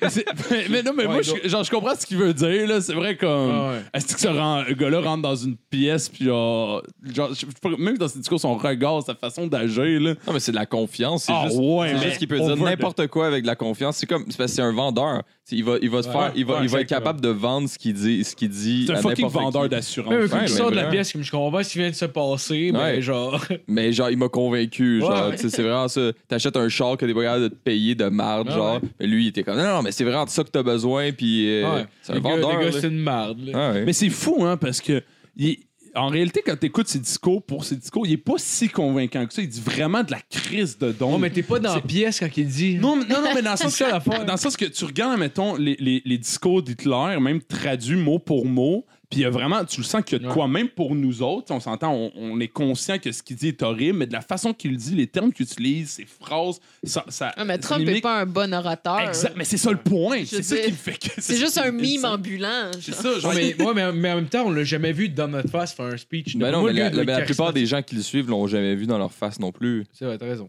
Speaker 6: C'est- mais, mais non, mais
Speaker 3: Ouais,
Speaker 6: moi, je, genre, je comprends ce qu'il veut dire. là. C'est vrai comme.
Speaker 5: Ah.
Speaker 3: ouais.
Speaker 6: Est-ce que ce rend- le gars-là rentre dans une pièce, puis genre. genre je- je- même dans ses discours, son regard, sa façon d'agir, là.
Speaker 5: Non, mais c'est de la confiance. C'est
Speaker 6: Ah
Speaker 5: juste,
Speaker 6: ouais,
Speaker 5: c'est
Speaker 6: mais
Speaker 5: juste qu'il peut
Speaker 6: on
Speaker 5: dire
Speaker 6: veut le-
Speaker 5: n'importe quoi avec de la confiance. C'est comme, c'est parce que c'est un vendeur. Tu sais, il va, il va se
Speaker 3: Ouais,
Speaker 5: faire, il va,
Speaker 3: ouais,
Speaker 5: il va être
Speaker 3: exactement.
Speaker 5: capable de vendre ce qu'il dit, ce qu'il dit.
Speaker 6: C'est un
Speaker 5: à
Speaker 6: fucking
Speaker 5: n'importe
Speaker 6: vendeur
Speaker 5: qui.
Speaker 6: d'assurance.
Speaker 3: Mais un coup
Speaker 5: Ouais,
Speaker 3: qui
Speaker 5: mais
Speaker 3: sort de la
Speaker 5: vraiment.
Speaker 3: pièce, comme je comprends ce qui vient de se passer,
Speaker 5: Ouais.
Speaker 3: mais genre.
Speaker 5: Mais genre, il m'a convaincu. Genre,
Speaker 3: Ouais.
Speaker 5: tu sais, c'est vraiment ça. T'achètes un char que t'es pas capable de te payer de marde,
Speaker 3: Ouais,
Speaker 5: genre.
Speaker 3: ouais.
Speaker 5: Mais lui, il était comme, non, non, mais c'est vraiment de ça que t'as besoin, puis euh,
Speaker 3: ouais.
Speaker 5: c'est un
Speaker 3: Le gars-
Speaker 5: vendeur.
Speaker 3: Le
Speaker 5: là.
Speaker 3: gars, c'est une marde, là.
Speaker 5: Ah ouais.
Speaker 6: Mais c'est fou, hein, parce que. il- en réalité, quand t'écoutes ses discours, pour ses discours, il est pas si convaincant que ça. Il dit vraiment de la crise de don.
Speaker 3: Non, mais t'es pas dans la pièce quand il dit.
Speaker 6: Non, mais- non, non, mais dans le sens
Speaker 3: C'est ça,
Speaker 6: que,
Speaker 3: l'affaire.
Speaker 6: dans le sens que tu regardes, mettons, les, les, les discours d'Hitler, même traduits mot pour mot, puis il y a vraiment, tu le sens qu'il y a de
Speaker 3: Ouais.
Speaker 6: quoi, même pour nous autres, on s'entend, on, on est conscient que ce qu'il dit est horrible, mais de la façon qu'il le dit, les termes qu'il utilise, ses phrases, ça. ça
Speaker 7: Ah, mais
Speaker 6: ça
Speaker 7: Trump n'est
Speaker 6: mimique-
Speaker 7: pas un bon orateur.
Speaker 6: Exact, mais c'est ça le point. C'est ça
Speaker 7: dire,
Speaker 6: qui me fait que.
Speaker 7: C'est juste un mime
Speaker 6: ça.
Speaker 7: ambulant.
Speaker 6: C'est
Speaker 7: genre.
Speaker 6: ça, genre.
Speaker 3: Ouais, mais, ouais, mais, mais en même temps, on l'a jamais vu dans notre face faire un speech.
Speaker 5: Ben non,
Speaker 3: Moi, le
Speaker 5: mais
Speaker 3: gars,
Speaker 5: la,
Speaker 3: il doit
Speaker 5: mais la
Speaker 3: être
Speaker 5: plupart
Speaker 3: charismatique.
Speaker 5: des gens qui le suivent l'ont jamais vu dans leur face non plus.
Speaker 3: C'est vrai, t'as raison.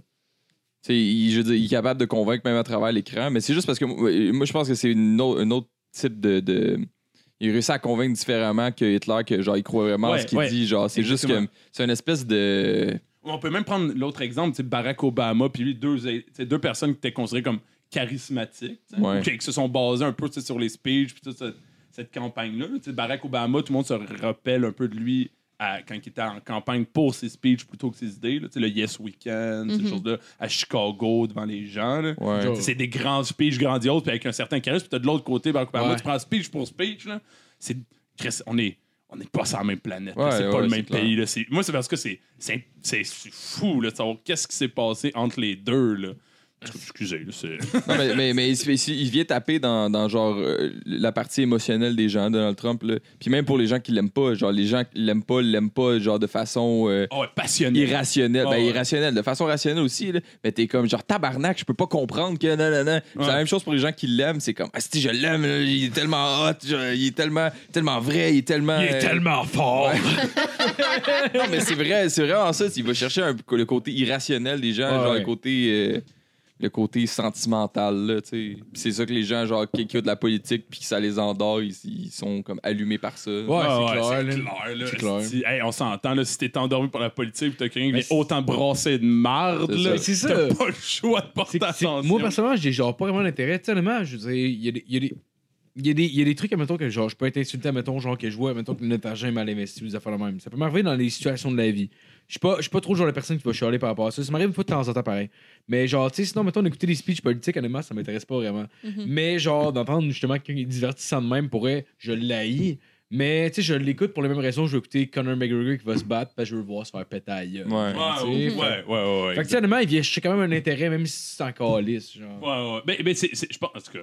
Speaker 5: Tu sais, il, je veux dire, il est capable de convaincre même à travers l'écran, mais c'est juste parce que moi, moi, je pense que c'est une au- un autre type de. de- Il réussit à convaincre différemment que Hitler, que genre, il croit vraiment à
Speaker 6: Ouais,
Speaker 5: ce qu'il
Speaker 6: ouais.
Speaker 5: dit. Genre, c'est juste que
Speaker 6: Exactement.
Speaker 5: c'est une espèce de.
Speaker 6: On peut même prendre l'autre exemple, tu sais, Barack Obama, puis lui, deux, tu sais, deux personnes qui étaient considérées comme charismatiques, tu sais,
Speaker 5: Ouais.
Speaker 6: puis qui se sont basées un peu tu sais, sur les speeches, puis toute cette, cette campagne-là. Tu sais, Barack Obama, tout le monde se rappelle un peu de lui à- quand il était en campagne pour ses speeches plutôt que ses idées. là. Tu sais, le Yes Weekend, ces
Speaker 7: Mhm.
Speaker 6: choses-là, à Chicago, devant les gens. là.
Speaker 5: Ouais.
Speaker 3: Genre,
Speaker 6: C'est des grands speeches grandioses, puis avec un certain charisme. Puis t'as de l'autre côté, Barack Obama,
Speaker 3: Ouais.
Speaker 6: tu prends speech pour speech. Là. C'est... Chris, on est. On n'est pas sur la même planète. là.
Speaker 5: Ouais,
Speaker 6: c'est pas
Speaker 5: ouais,
Speaker 6: le
Speaker 5: c'est
Speaker 6: même
Speaker 5: clair.
Speaker 6: pays. là. C'est- Moi, c'est parce que c'est, c'est, c'est- c'est fou là, de savoir qu'est-ce qui s'est passé entre les deux. Là. Excusez, là, c'est...
Speaker 5: Non, mais, mais, mais il, se fait- il vient taper dans, dans genre euh, la partie émotionnelle des gens, Donald Trump. là. Puis même pour les gens qui l'aiment pas, genre les gens qui l'aiment pas, l'aiment pas genre de façon euh,
Speaker 6: Ah ouais, passionné.
Speaker 5: irrationnelle.
Speaker 6: Ah
Speaker 5: ben
Speaker 6: ouais.
Speaker 5: irrationnelle, de façon rationnelle aussi. Là. Mais t'es comme genre tabarnak, je peux pas comprendre que non, non, non. Puis C'est
Speaker 6: Ouais.
Speaker 5: la même chose pour les gens qui l'aiment. C'est comme, ah, si je l'aime, là, il est tellement hot, je- il est tellement, tellement vrai, il est tellement.
Speaker 6: Il est
Speaker 5: euh,
Speaker 6: tellement fort.
Speaker 5: Ouais. non, mais c'est vrai, c'est vraiment ça. Il va chercher un- le côté irrationnel des gens,
Speaker 3: Ah
Speaker 5: genre
Speaker 3: ouais.
Speaker 5: le côté. euh, le côté sentimental, là, tu sais. Puis c'est ça que les gens, genre, qui écoutent la politique, puis que ça les endort, ils, ils sont comme allumés par ça.
Speaker 3: Ouais,
Speaker 6: Ah
Speaker 3: c'est clair, là.
Speaker 6: c'est clair, là.
Speaker 3: C'est clair.
Speaker 6: Si- hey, on s'entend, là, si t'es endormi pour la politique, pis t'as quelqu'un qui
Speaker 3: Mais
Speaker 6: vient autant brasser de marde,
Speaker 5: C'est
Speaker 6: là,
Speaker 5: ça.
Speaker 3: C'est ça.
Speaker 6: t'as pas le choix de porter
Speaker 3: C'est- c'est-
Speaker 6: attention.
Speaker 3: Moi, personnellement, j'ai genre pas vraiment d'intérêt. Tu sais, honnêtement, je veux dire, il y a des. il y a des- il y, a des, il y a des trucs, admettons, que genre, je peux être insulté, admettons, genre, que je vois, admettons, que le agent est mal investi ou des affaires de même. Ça peut m'arriver dans les situations de la vie. Je suis pas, je suis pas trop, genre, la personne qui va chialer par rapport à ça. Ça m'arrive pas de temps en temps pareil. Mais, genre, tu sais, sinon, mettons, d'écouter des speeches politiques, honnêtement, ça m'intéresse pas vraiment.
Speaker 7: Mhm.
Speaker 3: Mais, genre, d'entendre justement quelqu'un qui est divertissant de même, pourrait, je l'haïs. Mais, tu sais, je l'écoute pour les mêmes raisons. Je veux écouter Conor McGregor qui va se battre, parce que je veux le voir se faire péter à la gueule.
Speaker 5: Ouais.
Speaker 6: Ouais,
Speaker 3: Tu sais,
Speaker 6: ouais, ouais, ouais, ouais.
Speaker 3: Fait que, tu sais, honnêtement, il vient chercher quand même un intérêt, même si c'est encore lisse, genre.
Speaker 6: Ouais, ouais. Ben, ben, c'est, c'est- je pense, en tout cas,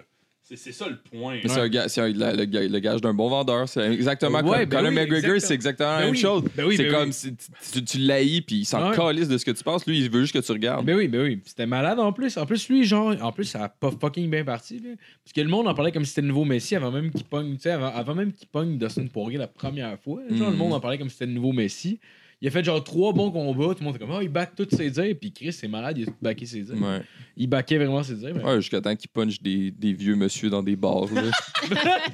Speaker 6: c'est, c'est ça le point.
Speaker 5: Mais C'est un ga- c'est un- la- le, ga- le gage d'un bon vendeur. C'est exactement
Speaker 3: Ouais,
Speaker 5: comme
Speaker 3: ben
Speaker 5: Conor
Speaker 3: oui,
Speaker 5: McGregor,
Speaker 3: exactement.
Speaker 5: c'est exactement la
Speaker 3: Ben
Speaker 5: même
Speaker 3: oui,
Speaker 5: chose.
Speaker 3: ben oui,
Speaker 5: c'est
Speaker 3: ben
Speaker 5: comme
Speaker 3: oui.
Speaker 5: si tu, tu, tu l'haïs, puis il s'en
Speaker 3: Ouais.
Speaker 5: calisse de ce que tu penses. Lui, il veut juste que tu regardes.
Speaker 3: Ben oui, ben oui. C'était malade en plus. En plus, lui, genre, en plus, ça a pas fucking bien parti. là. Parce que le monde en parlait comme si c'était le nouveau Messi avant même qu'il pogne, tu sais, avant, avant même qu'il pogne Dustin Poirier la première fois. Genre,
Speaker 5: Mhm.
Speaker 3: le monde en parlait comme si c'était le nouveau Messi. Il a fait genre trois bons combats. Tout le monde était comme, oh, il bat toutes ses dires. Puis Chris, c'est malade, il a tout backé ses
Speaker 4: Ben,
Speaker 3: dires.
Speaker 5: Ouais.
Speaker 3: Il baquait vraiment ses dires. mais-
Speaker 5: Ouais, jusqu'à temps qu'il punch des, des vieux monsieur dans des bars. là.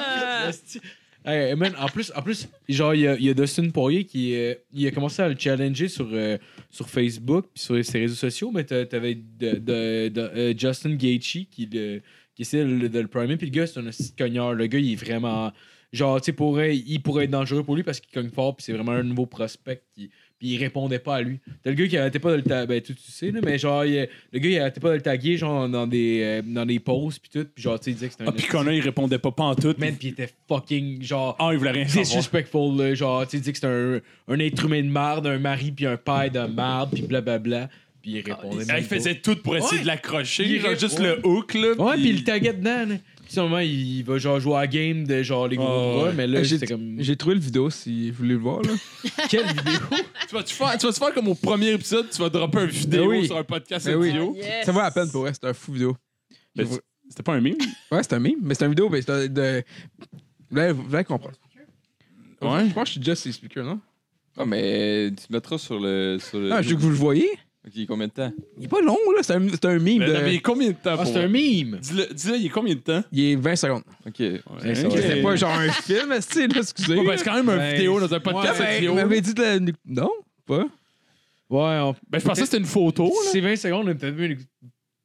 Speaker 7: Ah,
Speaker 3: Asti. Hey, man, en plus, en plus, genre, il y a, il y a Dustin Poirier qui euh, il a commencé à le challenger sur, euh, sur Facebook puis sur ses réseaux sociaux, mais t'a- t'avais de, de- de- euh, Justin Gaethje qui, le- qui essayait de, le- de le primer, puis le gars, c'est un petit cogneur. Le gars, il est vraiment... Genre, tu sais, pourrait, il pourrait être dangereux pour lui parce qu'il cogne fort, puis c'est vraiment un nouveau prospect qui... Puis il répondait pas à lui. T'as le gars qui arrêtait pas de le taguer. Ben, tout, tu sais, là, mais genre, il- le gars, il arrêtait pas de le taguer, genre, dans des, euh, dans des pauses, puis tout. Puis genre, tu sais, il disait que c'était un.
Speaker 6: Ah, puis Connor, il répondait pas pantoute.
Speaker 3: Man, puis il était fucking genre
Speaker 6: Ah, il voulait rien savoir.
Speaker 3: disrespectful, là, genre, tu sais, il dit que c'est un, un être humain de marde, un mari, puis un père de marde, puis blablabla. Puis il répondait.
Speaker 6: Ah,
Speaker 3: même
Speaker 6: il
Speaker 3: pas.
Speaker 6: faisait tout pour essayer
Speaker 3: Ouais.
Speaker 6: de l'accrocher,
Speaker 3: Il
Speaker 6: genre,
Speaker 3: rép-
Speaker 6: juste
Speaker 3: ouais.
Speaker 6: le hook, là.
Speaker 3: Ouais, puis il taguait dedans, là. Puis seulement, il va genre jouer à la game de genre les gros
Speaker 6: Oh,
Speaker 3: bras,
Speaker 6: ouais.
Speaker 3: mais là,
Speaker 4: J'ai-
Speaker 3: c'était comme.
Speaker 4: J'ai trouvé le vidéo si vous voulez le voir. Là.
Speaker 3: Quelle vidéo
Speaker 6: Tu vas, tu, faire, tu vas te faire comme au premier épisode, tu vas dropper une vidéo
Speaker 4: oui.
Speaker 6: sur un podcast
Speaker 4: Ben oui.
Speaker 6: audio.
Speaker 7: yes.
Speaker 4: Ça vaut la peine pour vrai, c'est un fou vidéo.
Speaker 6: Ben,
Speaker 4: Je-
Speaker 6: C'était pas un meme?
Speaker 4: Ouais, c'est un meme, mais c'est un vidéo, mais c'est un- de. Vous allez- vous allez comprendre.
Speaker 6: Ouais.
Speaker 4: Je pense que je suis déjà ces speakers, non?
Speaker 5: Ah, mais tu te mettras sur le. Sur le...
Speaker 4: Ah, je veux que vous le voyez.
Speaker 5: Ok, combien de temps
Speaker 4: Il est pas long, là. C'est un, c'est un meme.
Speaker 6: Mais,
Speaker 4: de-
Speaker 6: Ben, non, mais il y a combien de temps
Speaker 3: Ah,
Speaker 6: pour...
Speaker 3: c'est un meme
Speaker 6: Dis-le, dis-le, il y a combien de temps?
Speaker 4: Il est 20 secondes.
Speaker 5: Ok.
Speaker 6: Ouais,
Speaker 3: ça
Speaker 6: ok.
Speaker 3: va.
Speaker 4: C'est pas genre un film, esti, là, excusez.
Speaker 6: Ouais, ben, c'est quand même un
Speaker 3: Ouais.
Speaker 6: vidéo dans un podcast
Speaker 4: Ouais, ben,
Speaker 6: audio.
Speaker 4: vous m'avez dit de la... Non, pas.
Speaker 3: Ouais, on-
Speaker 6: Ben, je pensais que c'était une photo,
Speaker 3: si
Speaker 6: là.
Speaker 3: c'est 20 secondes, on est peut-être mieux. d'écouter-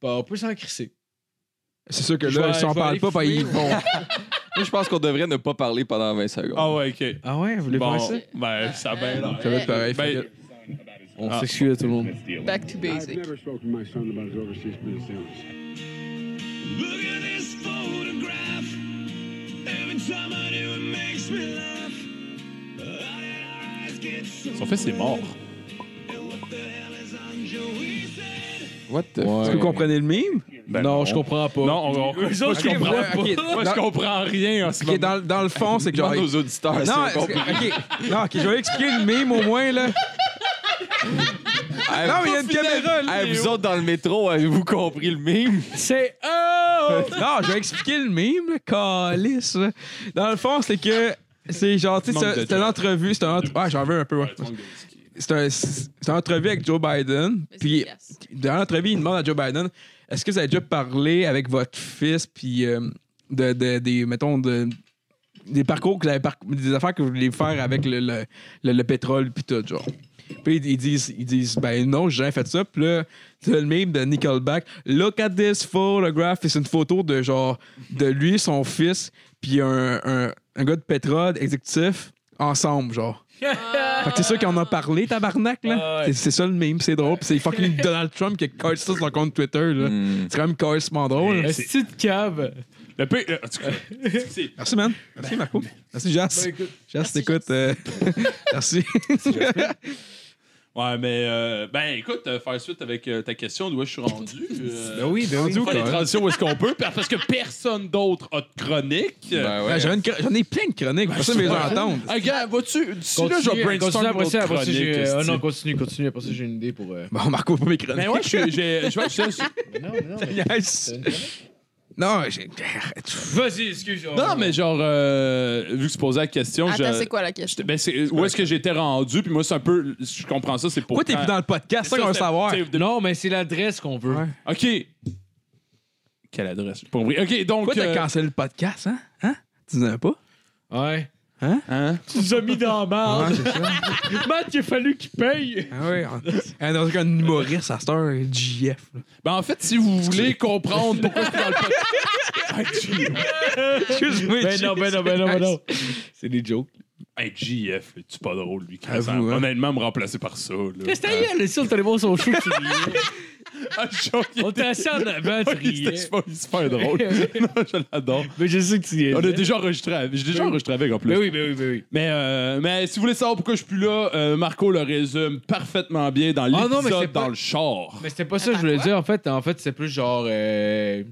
Speaker 3: Bah, on peut s'en crisser.
Speaker 4: C'est sûr que
Speaker 3: Je
Speaker 4: là,
Speaker 3: vais-
Speaker 4: si on
Speaker 3: je vais
Speaker 4: parle
Speaker 3: aller
Speaker 4: pas, ben,
Speaker 3: fumer,
Speaker 4: ils
Speaker 3: ouais.
Speaker 4: vont.
Speaker 5: Moi, je pense qu'on devrait ne pas parler pendant 20 secondes.
Speaker 6: Ah ouais, OK.
Speaker 3: Ah ouais, vous voulez
Speaker 6: Bon,
Speaker 3: faire ça
Speaker 6: ben, ça a bien l'air.
Speaker 4: Ça va être pareil.
Speaker 6: Ben,
Speaker 4: fait
Speaker 3: On
Speaker 6: Ah.
Speaker 3: s'excuse à tout le monde.
Speaker 7: Back to
Speaker 1: I've
Speaker 7: basic.
Speaker 1: never spoken to my son about his overseas prison sandwich.
Speaker 8: Look at this photograph. Every time I do, it makes me laugh. How did our eyes get so
Speaker 6: Son fils est mort.
Speaker 8: And what the hell is on Joey's head?
Speaker 5: What the
Speaker 4: que- Vous comprenez le meme?
Speaker 6: Ben
Speaker 3: non, je comprends pas.
Speaker 6: Non, on, on, moi,
Speaker 3: Eux
Speaker 6: je
Speaker 3: autres,
Speaker 6: comprends
Speaker 4: ouais,
Speaker 6: pas.
Speaker 4: ok.
Speaker 6: Moi, je comprends rien en ce
Speaker 4: Ok,
Speaker 6: moment.
Speaker 4: dans, dans le fond, c'est que genre.
Speaker 5: Demande aux auditeurs si
Speaker 4: Non,
Speaker 5: on
Speaker 4: est-ce que-
Speaker 5: comprend.
Speaker 4: ok. Non, ok, je vais expliquer le mime au moins, là.
Speaker 5: Hey,
Speaker 4: Non,
Speaker 5: vous-
Speaker 4: mais il y a une caméra, là.
Speaker 5: Hey, Ah, vous autres dans le métro, avez-vous compris le meme?
Speaker 4: C'est oh! Non, je vais expliquer le mime, le calice. là. Dans le fond, c'est que c'est genre, tu sais,
Speaker 6: Manque de
Speaker 4: c'est- c'est une
Speaker 6: temps.
Speaker 4: entrevue, c'est une entre- Ouais, j'en veux un peu, ouais. C'est un- c'est une entrevue avec Joe Biden.
Speaker 7: Mais c'est
Speaker 4: Puis,
Speaker 7: efficace.
Speaker 4: dans l'entrevue, il demande à Joe Biden est-ce que vous avez déjà parlé avec votre fils, puis euh, de, de- des, mettons, de, des parcours, que vous avez parc- des affaires que vous voulez faire avec le, le, le- le pétrole, puis tout, genre. Puis ils- ils disent, ils disent, ben non, j'ai jamais fait ça. Puis là, c'est le meme de Nickelback. Look at this photograph. Puis C'est une photo de genre, de lui, son fils, puis un, un, un gars de pétrole exécutif ensemble, genre. Fait que c'est sûr qu'on en a parlé, tabarnak, là. C'est- C'est ça le meme, c'est drôle. Puis c'est fucking Donald Trump qui a collé ça sur son compte Twitter, là.
Speaker 5: Hmm.
Speaker 4: C'est quand même carrément drôle.
Speaker 6: Mais-
Speaker 3: Est-ce que tu cave
Speaker 6: Le pire... euh, en tout cas, c'est-
Speaker 4: Merci, man. Merci,
Speaker 3: Ben,
Speaker 4: Marco. Merci, Jas. Jas, t'écoutes. euh, Merci.
Speaker 6: Ouais, mais... euh, ben, écoute, euh, faire suite avec euh, ta question d'où est-ce que je suis rendu. euh,
Speaker 3: Ben oui, ben oui.
Speaker 6: On fait les transitions où est-ce qu'on peut, par- parce que personne d'autre a de chronique. Euh,
Speaker 5: Ben ouais.
Speaker 4: Ouais, j'avais une chron- J'en ai plein de chroniques.
Speaker 3: Ben,
Speaker 4: Personne ne les entendre.
Speaker 6: Hey, gars, vas-tu. D'ici là, je
Speaker 3: Continue, continue,
Speaker 6: vais brainstorm
Speaker 3: après ça,
Speaker 6: d'autres
Speaker 3: après ça,
Speaker 6: chroniques,
Speaker 3: j'ai- Ah
Speaker 6: esti.
Speaker 3: non, continue, continue, après ça, j'ai une idée pour... euh,
Speaker 4: Bon, Marco, pas mes chroniques.
Speaker 6: Mais Ben ouais, je suis- j'ai- je vais acheter.
Speaker 3: Mais non, mais non, mais-
Speaker 4: Yes. Non, j'ai.
Speaker 3: Vas-y, excuse.
Speaker 6: Non, mais genre, euh, vu que tu posais la question, je.
Speaker 7: Attends, c'est quoi la question?
Speaker 6: Ben, c'est- où est-ce que j'étais rendu? Puis moi, c'est un peu. Je comprends ça, c'est pour.
Speaker 4: Pourquoi t'es plus dans le podcast? C'est ça qu'on veut savoir.
Speaker 3: Non, mais c'est l'adresse qu'on veut.
Speaker 4: Ouais.
Speaker 6: OK. Quelle adresse? Pour vrai. OK, donc.
Speaker 4: Pourquoi t'as
Speaker 6: euh,
Speaker 4: cancellé le podcast, hein? Hein? Tu n'avais pas?
Speaker 3: Ouais.
Speaker 6: hein?
Speaker 3: Tu nous as mis dans la
Speaker 4: Ah,
Speaker 3: marge.
Speaker 4: c'est ça.
Speaker 3: Matt, il a fallu qu'il paye.
Speaker 4: Ah oui. On... Dans un humoriste à cette heure, JF. là.
Speaker 6: Ben, en fait, si vous voulez comprendre pourquoi je suis dans le podcast. Hey, G-
Speaker 4: Excuse-moi,
Speaker 3: Ben non, ben non, ben non, ben non.
Speaker 4: C'est des jokes.
Speaker 6: hey, GF, là, tu pas drôle, lui. quand
Speaker 4: Avoue,
Speaker 6: ça-
Speaker 4: hein.
Speaker 6: Honnêtement, me remplacer par ça. Là.
Speaker 3: Qu'est-ce que t'as eu, Alessia? On t'allait voir son show. tu riais.
Speaker 6: Ah, je suis choqué.
Speaker 3: On t'a assis en avant, tu
Speaker 6: C'était
Speaker 3: riais.
Speaker 6: super, super drôle. non, je l'adore.
Speaker 3: Mais je sais que tu y es.
Speaker 6: On a déjà enregistré, avec- j'ai déjà enregistré avec en plus.
Speaker 3: Ben oui, ben oui, ben oui.
Speaker 6: Mais, euh, mais si vous voulez savoir pourquoi je suis plus là, euh, Marco le résume parfaitement bien dans l'épisode
Speaker 3: Ah non, mais c'est
Speaker 6: dans
Speaker 3: pas-
Speaker 6: le char.
Speaker 3: Mais c'était pas ça que je voulais dire, en fait. En fait, c'est plus genre. euh,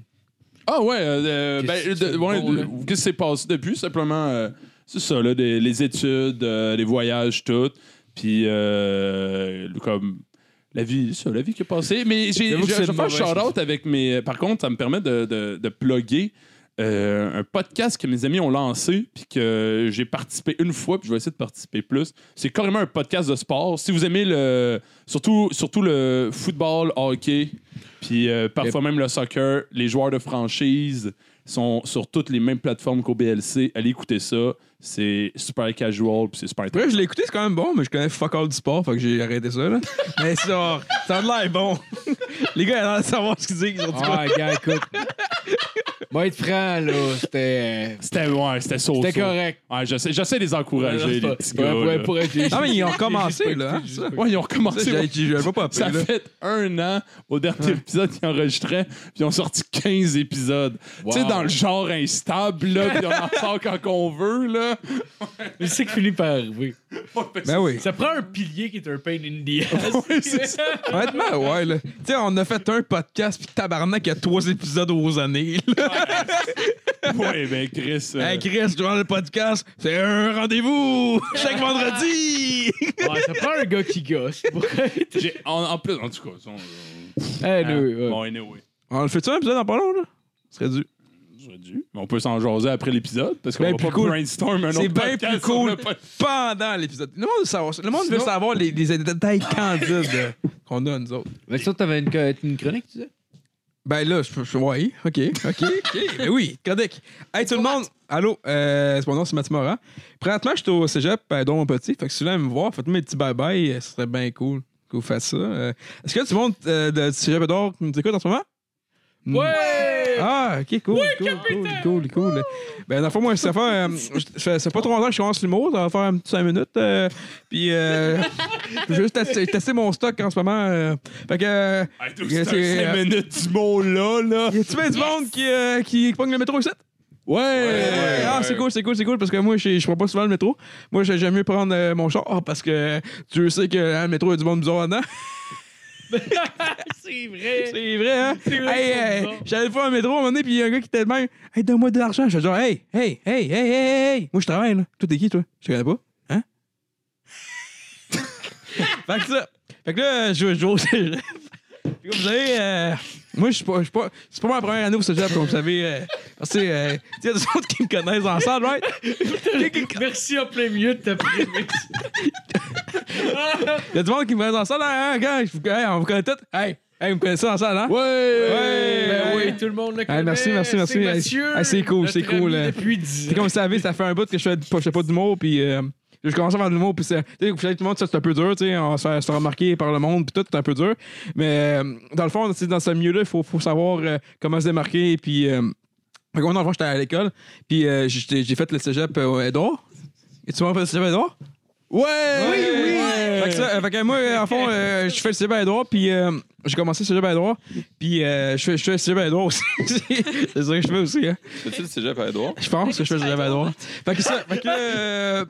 Speaker 6: Ah ouais, euh, euh, ben,
Speaker 3: Qu'est-ce que
Speaker 6: de-
Speaker 3: c'est
Speaker 6: ouais,
Speaker 3: bon,
Speaker 6: de-
Speaker 3: là?
Speaker 6: qu'est-ce qui s'est passé depuis? Simplement, euh, c'est ça, là, des- les études, euh, les voyages, tout. Puis, euh, comme, la vie, ça, la vie qui est passée. Mais j'ai- je
Speaker 3: J'avoue que c'est
Speaker 6: je vais
Speaker 3: une
Speaker 6: faire un
Speaker 3: mauvaise
Speaker 6: shout-out avec mes... euh, Par contre, ça me permet de, de, de plugger euh, un podcast que mes amis ont lancé, puis que j'ai participé une fois, puis je vais essayer de participer plus. C'est carrément un podcast de sport. Si vous aimez le... Surtout, surtout le football, hockey, puis euh, parfois même le soccer, les joueurs de franchise sont sur toutes les mêmes plateformes qu'au BLC. Allez écouter ça. C'est super casual, puis c'est super intéressant.
Speaker 4: Bref, je l'ai écouté, c'est quand même bon, mais je connais fuck all du sport, fait que j'ai arrêté ça, là. mais c'est genre, ça a l'air bon. les gars, ils ont l'air de savoir ce qu'ils disent, ils ont dit quoi.
Speaker 3: Ah, gars, écoute. Moi, être franc, là, c'était.
Speaker 6: C'était ouais, c'était so-so.
Speaker 3: C'était correct.
Speaker 6: Ouais, j'essaie, j'essaie de les encourager,
Speaker 3: Ouais,
Speaker 6: les petits gars.
Speaker 3: ouais,
Speaker 6: là.
Speaker 3: ouais, pour être- j'ai-
Speaker 4: Non, mais ils ont
Speaker 3: j'ai
Speaker 4: commencé,
Speaker 3: juste pas
Speaker 4: là. hein,
Speaker 3: écouté, j'ai
Speaker 4: ça.
Speaker 3: juste pas
Speaker 6: Ouais, ils ont
Speaker 4: Ça,
Speaker 6: recommencé.
Speaker 4: j'ai- j'ai- j'ai pas appris,
Speaker 6: Ça
Speaker 4: là.
Speaker 6: fait un an au dernier épisode qu'ils enregistraient, puis ils ont sorti 15 épisodes.
Speaker 3: Wow.
Speaker 6: Tu sais, dans le genre instable, là, puis on en sort quand qu'on veut, là.
Speaker 3: écouté. Mais c'est qui finit par arriver.
Speaker 4: Ben oui.
Speaker 3: Ça prend un pilier qui est un pain in the ass.
Speaker 6: Ouais, c'est ça.
Speaker 4: Honnêtement, ouais, là. Tu sais, on a fait un podcast, puis tabarnak, il y a trois épisodes aux années, là.
Speaker 6: Ouais, ben Chris. euh,
Speaker 4: Hey, Chris, durant le podcast, c'est un rendez-vous! Chaque vendredi!
Speaker 3: Ouais, ça prend un gars qui gosse. Pour être...
Speaker 6: j'ai- en, en plus, en tout cas, on,
Speaker 3: Eh,
Speaker 6: Ah,
Speaker 3: oui, ouais.
Speaker 6: bon, anyway.
Speaker 4: on le fait-tu un épisode en parlant, là? Ce serait dû.
Speaker 6: J'aurais dû. Mais on peut s'en jaser après l'épisode parce qu'on
Speaker 4: Ben
Speaker 6: va
Speaker 4: plus
Speaker 6: pas
Speaker 4: cool.
Speaker 6: brainstorm un autre
Speaker 4: C'est bien
Speaker 6: podcast
Speaker 4: plus
Speaker 6: sur
Speaker 4: cool
Speaker 6: le pod-
Speaker 4: pendant l'épisode. Le monde veut savoir, ça. le monde veut savoir les, les détails candides euh, qu'on a, nous autres.
Speaker 3: Mais ça, t'avais une, une chronique, tu sais?
Speaker 4: Ben là, je peux. je- Ouais, ok, ok, ok. ben oui, Codec. Hey, tout le monde. Allô, euh, c'est mon nom, c'est Mathieu Morin. Présentement, je suis au cégep, euh, dont mon petit. Fait que si vous voulez me voir, faites-moi mes petits bye-bye. euh, Ce serait bien cool que vous fassiez ça. Euh, Est-ce que tout le monde euh, de- du cégep d'or qui nous écoute en ce moment?
Speaker 3: Ouais!
Speaker 4: Ah, ok, cool. cool, cool, cool, cool, Ben, dans le fond, moi, ça fait, euh, je- ça fait pas trop longtemps que je commence l'humour. Ça va faire un petit 5 minutes. euh, puis, euh, je vais juste tester, tester mon stock en ce moment. euh. fait que. euh,
Speaker 6: Hey, toi,
Speaker 4: Yeah,
Speaker 6: C'est
Speaker 4: c'est-
Speaker 6: un 5 minutes du mot là, là.
Speaker 4: y a-tu bien du monde qui, euh, qui pogne le métro ici?
Speaker 6: Ouais!
Speaker 4: Euh, ah, c'est cool, c'est cool, c'est cool, parce que moi, je je prends pas souvent le métro. Moi, j'ai- j'aime mieux prendre euh, mon char ah, parce que tu sais que hein, le métro, il y a du monde bizarre dedans.
Speaker 3: C'est vrai!
Speaker 4: C'est vrai, hein?
Speaker 3: vrai,
Speaker 4: Hey,
Speaker 3: c'est
Speaker 4: hey,
Speaker 3: bizarre.
Speaker 4: J'allais voir un métro à un moment donné, puis il y a un gars qui était de même. Hey, donne-moi de l'argent. Je genre, hey, hey, hey, hey, hey, hey, hey. Moi, je travaille, là. Toi, t'es qui, toi? Je te connais pas. Hein? fait que ça. Fait que là, je je vais au cégep. Puis comme vous savez, euh, moi, je suis pas, je suis pas, c'est pas ma première année au cégep, comme vous savez. euh, parce que, euh, tu sais, il y a des autres qui me connaissent en salle, right?
Speaker 3: Merci en plein milieu de ta primée.
Speaker 4: Il y a du monde qui me connaissent en salle, hein, hein, gars? Je vous- hey, on vous connaît tous. Hey, hey, vous me connaissez en salle, hein?
Speaker 6: Ouais!
Speaker 3: Ben
Speaker 4: Ouais.
Speaker 3: oui, tout le monde le connaît.
Speaker 4: Ah, merci, merci, merci.
Speaker 3: C'est
Speaker 4: Ah,
Speaker 3: Mathieu,
Speaker 4: ah, c'est cool,
Speaker 3: notre
Speaker 4: c'est
Speaker 3: ami
Speaker 4: cool, hein.
Speaker 3: Depuis 10
Speaker 4: Puis comme vous savez, ça fait un bout que je fais, je fais pas d'humour, puis euh, je commence à faire de l'humour, puis c'est, tu sais, vous savez, tout le monde, ça, c'est un peu dur, tu sais, on se fait se fait remarquer par le monde, puis tout, c'est un peu dur. Mais euh, dans le fond, tu sais, dans ce milieu-là, il faut, faut savoir euh, comment se démarquer, puis. Euh, fait que moi, dans le fond, j'étais à l'école, puis euh, j'ai, j'ai fait le cégep euh, Edouard. Et tu m'as fait le cégep Edouard? Ouais! Oui, oui! Fait que, ça, euh, fait que moi, euh, en fond, euh, je fais le cégep à Edouard, puis euh, j'ai commencé le cégep à Edouard, puis euh, je, fais, je fais le cégep à Edouard aussi. c'est ça que je fais aussi, hein.
Speaker 5: Fais-tu le cégep à Edouard?
Speaker 4: Je pense que je fais du rêve à droite. Fait que ça, fait que. euh,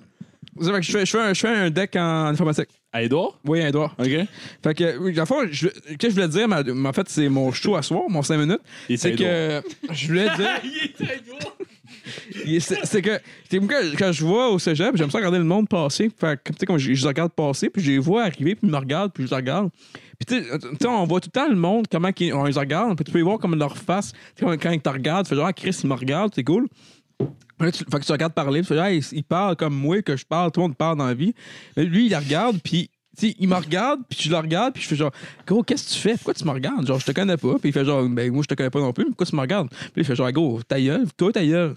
Speaker 4: ça fait que je fais, je, fais un, je fais un deck en informatique.
Speaker 6: À Edouard?
Speaker 4: Oui, un doigt.
Speaker 6: OK.
Speaker 4: Fait que, oui, dans le fond, je, qu'est-ce que je voulais dire, ma- mais en fait, c'est mon show à soir, mon 5 minutes.
Speaker 6: Il
Speaker 4: C'est que. Je voulais dire. Il- C'est c'est que. c'est que quand- quand je vois au cégep, j'aime ça regarder le monde passer. Fait que, tu sais, comme je, je les regarde passer, puis je les vois arriver, puis ils me regardent, puis je les regarde. Puis, tu sais, tu sais, on voit tout le temps le monde, comment qu'ils- on les regarde. Puis, tu peux voir comme leur face. Tu sais, quand- quand ils te regardent, tu fais genre, Ah, Chris, il me regarde, c'est cool. Là, tu, fait que tu regardes parler, puis tu fais, Ah, il, il parle comme moi, que je parle, tout le monde parle dans la vie. Mais lui, il la regarde, puis tu sais, il me regarde, puis je le regarde, puis je fais genre, gros, qu'est-ce que tu fais? Pourquoi tu me regardes? Genre, je te connais pas. Puis il fait genre, ben, moi, je te connais pas non plus, mais pourquoi tu me regardes? Puis il fait genre, gros, ta gueule, toi, ta gueule.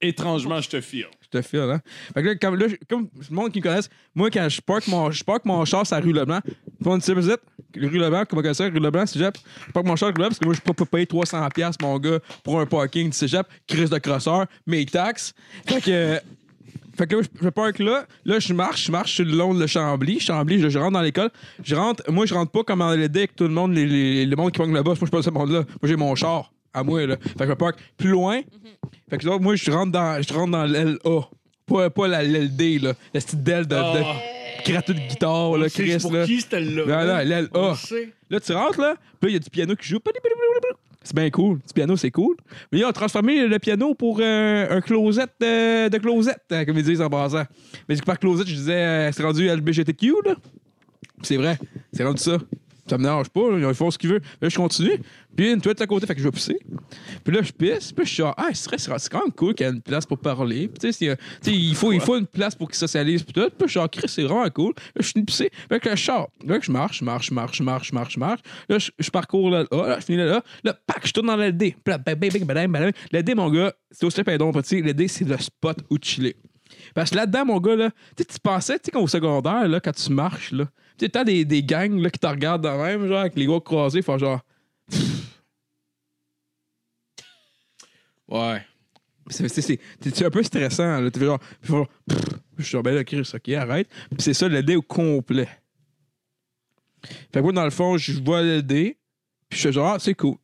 Speaker 6: Étrangement, je te file.
Speaker 4: Je te file, hein? Fait que là, comme, là, je- comme le monde qui me connaisse, moi, quand je parque mon, je parque mon char sur la rue Leblanc, tout le monde sait, vous êtes? Rue Leblanc, comment ça, rue Leblanc, cégep. Je parque mon char rue Leblanc parce que moi, je peux pas payer 300$, piastres, mon gars, pour un parking du cégep, crise de crosseur, mes taxes. Fait que. euh, Fait que là, je- je parque là, là, je marche, je marche sur le long de Chambly. Chambly, je, je rentre dans l'école. Je rentre, moi, je rentre pas comme dans les decks, tout le monde, les, les- le monde qui pogne là-bas. Moi, je suis pas ce monde-là. Moi, j'ai mon char à moi, là. Fait que je parque plus loin.
Speaker 9: Mm-hmm.
Speaker 4: Fait que là, moi, je rentre dans, je rentre dans l'LA. Pas, pas la l'LD, là. La petite DEL de, de,
Speaker 9: Ah.
Speaker 3: Ah.
Speaker 4: gratuit de guitare, là,
Speaker 9: C'est
Speaker 4: Chris,
Speaker 9: pour
Speaker 4: là. Ah.
Speaker 9: qui c'était là?
Speaker 4: Non, non, l'LA.
Speaker 9: On le sait.
Speaker 4: Là, tu rentres, là, puis là, il y a du piano qui joue. C'est bien cool. Du piano, c'est cool. Mais ils ont transformé le piano pour euh, un closet de, de closet, hein, comme ils disent en passant. Mais c'est que par closet, je disais, euh, c'est rendu LBGTQ, là. Puis c'est vrai, c'est rendu ça. Ça me dérange pas, là, ils font ce qu'ils veulent. Là, je continue. Puis il y a une toilette à côté, fait que je vais pisser. Puis là, je pisse. Puis je suis genre, ah, c'est vrai, c'est quand même cool qu'il y ait une place pour parler. Puis tu sais, c'est, euh, tu sais, il faut, il faut une place pour qu'ils socialisent. Puis tout. Puis je suis genre, Chris, c'est vraiment cool. Là, je suis pissé. Fait que là, je sors. Là, je marche, je marche, je marche, je marche, je marche, je marche. Là, je, je parcours là, là, là, je finis là, là. Là, pac, je tourne dans l'LD. Puis là, bang, bang, bang, bang, bang. L'LD, mon gars, c'est au slip donc petit. L'LD, c'est le spot où chiller. Parce que là-dedans, mon gars, là, tu sais, tu pensais, tu sais, qu'au secondaire, là, quand tu marches, là, tu sais, t'as des, des gangs là, qui te regardent de même, genre, avec les gars croisés, font genre,
Speaker 3: Ouais.
Speaker 4: c'est- c'est- c'est c'est- c'est un peu stressant, là. Tu fais genre, puis font genre, Pff. je suis genre, ben là, Chris, ok, arrête. Puis c'est ça, le dé au complet. Fait que moi, dans le fond, je vois le dé, puis je fais genre, ah, c'est cool.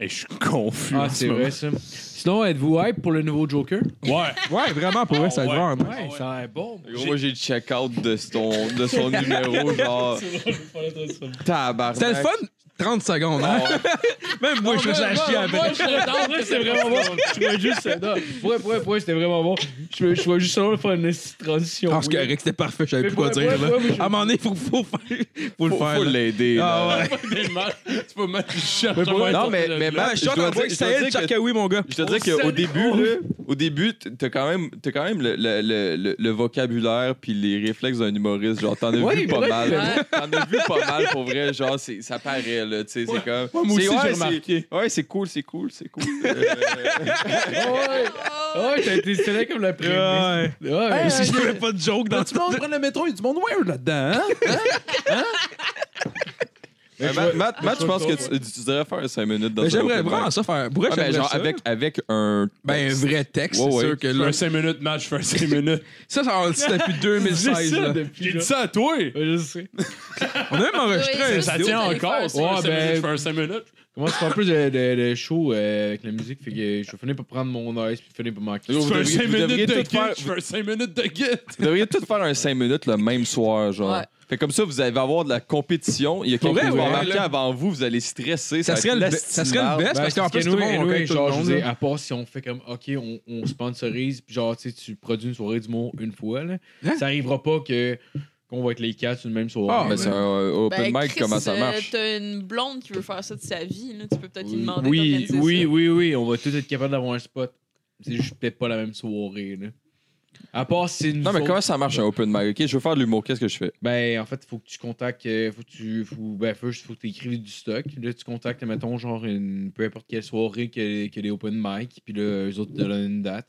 Speaker 6: Et je suis confus.
Speaker 3: Ah, c'est vrai, ça. Sinon, êtes-vous hype pour le nouveau Joker?
Speaker 6: Ouais.
Speaker 4: Ouais, vraiment, pour vrai, ça
Speaker 6: ouais.
Speaker 4: le vend. hein.
Speaker 3: Ah Ouais, ça a l'air bon.
Speaker 5: Gros, Moi, j'ai le check-out de son, de son numéro, genre. Tabarnak. Ah,
Speaker 4: C'était le fun, 30 secondes, hein. Même moi, je me suis acheté après.
Speaker 3: c'est vraiment bon. Je trouvais juste ça. non. Ouais, ouais, ouais, c'était vraiment bon. Je, je trouvais juste ça drôle de faire une petite transition.
Speaker 4: Ah, c'est
Speaker 3: weird.
Speaker 4: correct, c'était parfait, je savais
Speaker 3: Mais
Speaker 4: plus quoi
Speaker 3: ouais,
Speaker 4: dire,
Speaker 3: ouais,
Speaker 4: là.
Speaker 3: ouais, mais je-
Speaker 4: À un moment donné, faut, faut, faire- faut le
Speaker 5: Faut,
Speaker 4: faire.
Speaker 5: faut
Speaker 4: là.
Speaker 5: l'aider. là.
Speaker 4: Ah ouais.
Speaker 6: Tu peux mettre du chat.
Speaker 5: Non, mais, mais
Speaker 4: Ah,
Speaker 5: Matt,
Speaker 4: je
Speaker 5: je
Speaker 4: suis en train
Speaker 5: dois
Speaker 4: de dire que
Speaker 5: dire, je dois
Speaker 4: c'est
Speaker 5: dire que-
Speaker 4: Chakaoui, mon gars.
Speaker 5: je dois dire qu'au début, là, au début, t- t'as quand même, t'as quand même le, le, le, le- le vocabulaire puis les réflexes d'un humoriste. Genre, t'en as
Speaker 3: Ouais,
Speaker 5: vu
Speaker 3: il
Speaker 5: pas
Speaker 3: est
Speaker 5: mal.
Speaker 7: vrai.
Speaker 5: T'en as vu pas mal pour vrai. Genre, c'est- ça paraît, là. Tu sais, c'est comme.
Speaker 6: Moi aussi,
Speaker 5: c'est- ouais,
Speaker 6: j'ai
Speaker 5: c'est-
Speaker 6: remarqué.
Speaker 5: Ouais, c'est cool, c'est cool, c'est cool. Euh,
Speaker 3: Ouais,
Speaker 7: Oh,
Speaker 3: ouais, t'as été scellé comme la première.
Speaker 4: Ouais.
Speaker 3: Ouais, ouais.
Speaker 4: Si j'avais pas de joke dans tout
Speaker 9: prend le métro, il y a du monde weird là-dedans. hein?
Speaker 5: Euh, Matt, Matt, Matt, je pense que tu, tu devrais faire 5 minutes dans
Speaker 4: Mais
Speaker 5: un
Speaker 4: J'aimerais
Speaker 5: open
Speaker 4: vraiment
Speaker 5: mic.
Speaker 4: ça faire. Pourquoi
Speaker 5: Ouais, mais
Speaker 4: j'aimerais
Speaker 5: Ah, ben, genre
Speaker 4: ça?
Speaker 5: avec, avec un.
Speaker 4: Ben, un vrai texte,
Speaker 5: Ouais,
Speaker 4: c'est
Speaker 5: ouais.
Speaker 4: sûr que
Speaker 6: Je fais
Speaker 4: là.
Speaker 6: un 5 minutes match, je fais un 5 minutes.
Speaker 4: Ça, ça on- c'est depuis 2016. là.
Speaker 6: J'ai dit ça à toi.
Speaker 3: Je sais.
Speaker 4: On a même enregistré.
Speaker 7: Ouais,
Speaker 4: un-
Speaker 6: Ça
Speaker 7: Vous
Speaker 6: tient
Speaker 7: allez
Speaker 6: encore.
Speaker 7: faire
Speaker 6: c'est
Speaker 3: ça.
Speaker 6: un
Speaker 3: Ouais,
Speaker 6: cinq
Speaker 3: ben-
Speaker 6: minutes, Je fais un 5 minutes.
Speaker 3: Moi, c'est un peu de, de, de show euh, avec la musique, fait que je finis par prendre mon ice puis finir par manquer. Ben,
Speaker 6: Je
Speaker 5: Vous
Speaker 6: fais un
Speaker 5: devriez-
Speaker 6: 5
Speaker 5: vous devriez
Speaker 6: minutes de
Speaker 5: tout faire-
Speaker 6: guide. Je fais un 5 minutes de guide.
Speaker 5: Vous devriez tous faire un 5 minutes le même soir, genre.
Speaker 7: Ouais.
Speaker 5: Fait comme ça, vous allez avoir de la compétition. Il y a
Speaker 4: Pour vrai,
Speaker 5: quelqu'un qui va
Speaker 4: ouais,
Speaker 5: marquer
Speaker 4: là.
Speaker 5: avant vous, vous allez stresser.
Speaker 4: Ça
Speaker 5: va
Speaker 4: serait le
Speaker 5: être
Speaker 4: be-
Speaker 5: l'estime
Speaker 4: ça serait le
Speaker 5: marde.
Speaker 4: best parce qu'en plus, tout le monde on connaît tout
Speaker 3: genre,
Speaker 4: le
Speaker 3: je
Speaker 4: monde.
Speaker 3: veux dire,
Speaker 4: là.
Speaker 3: à part si on fait comme, OK, on, on sponsorise, puis genre, tu sais, tu produis une soirée d'humour une fois, là,
Speaker 4: Hein?
Speaker 3: ça arrivera pas que qu'on va être les quatre sur une même
Speaker 4: Ah,
Speaker 3: soirée.
Speaker 5: Mais c'est un euh, open
Speaker 7: ben,
Speaker 5: mic,
Speaker 7: Chris,
Speaker 5: comment ça
Speaker 7: euh,
Speaker 5: marche?
Speaker 7: T'as une blonde qui veut faire ça de sa vie, là. Tu peux peut-être lui demander
Speaker 3: oui,
Speaker 7: d'organiser
Speaker 3: oui,
Speaker 7: ça.
Speaker 3: oui, oui, on va tous être capables d'avoir un spot. C'est juste peut-être pas la même soirée, là. À part si nous
Speaker 5: Non, mais
Speaker 3: autres-
Speaker 5: comment ça marche un open mic? Ok, je veux faire de l'humour, qu'est-ce que je fais?
Speaker 3: Ben, en fait, faut que tu contactes. euh, Faut que tu. Faut, ben, first, faut que tu écrives du stock. Là, tu contactes, mettons, genre, une, peu importe quelle soirée que, que les open mic. Puis là, eux autres te donnent une date.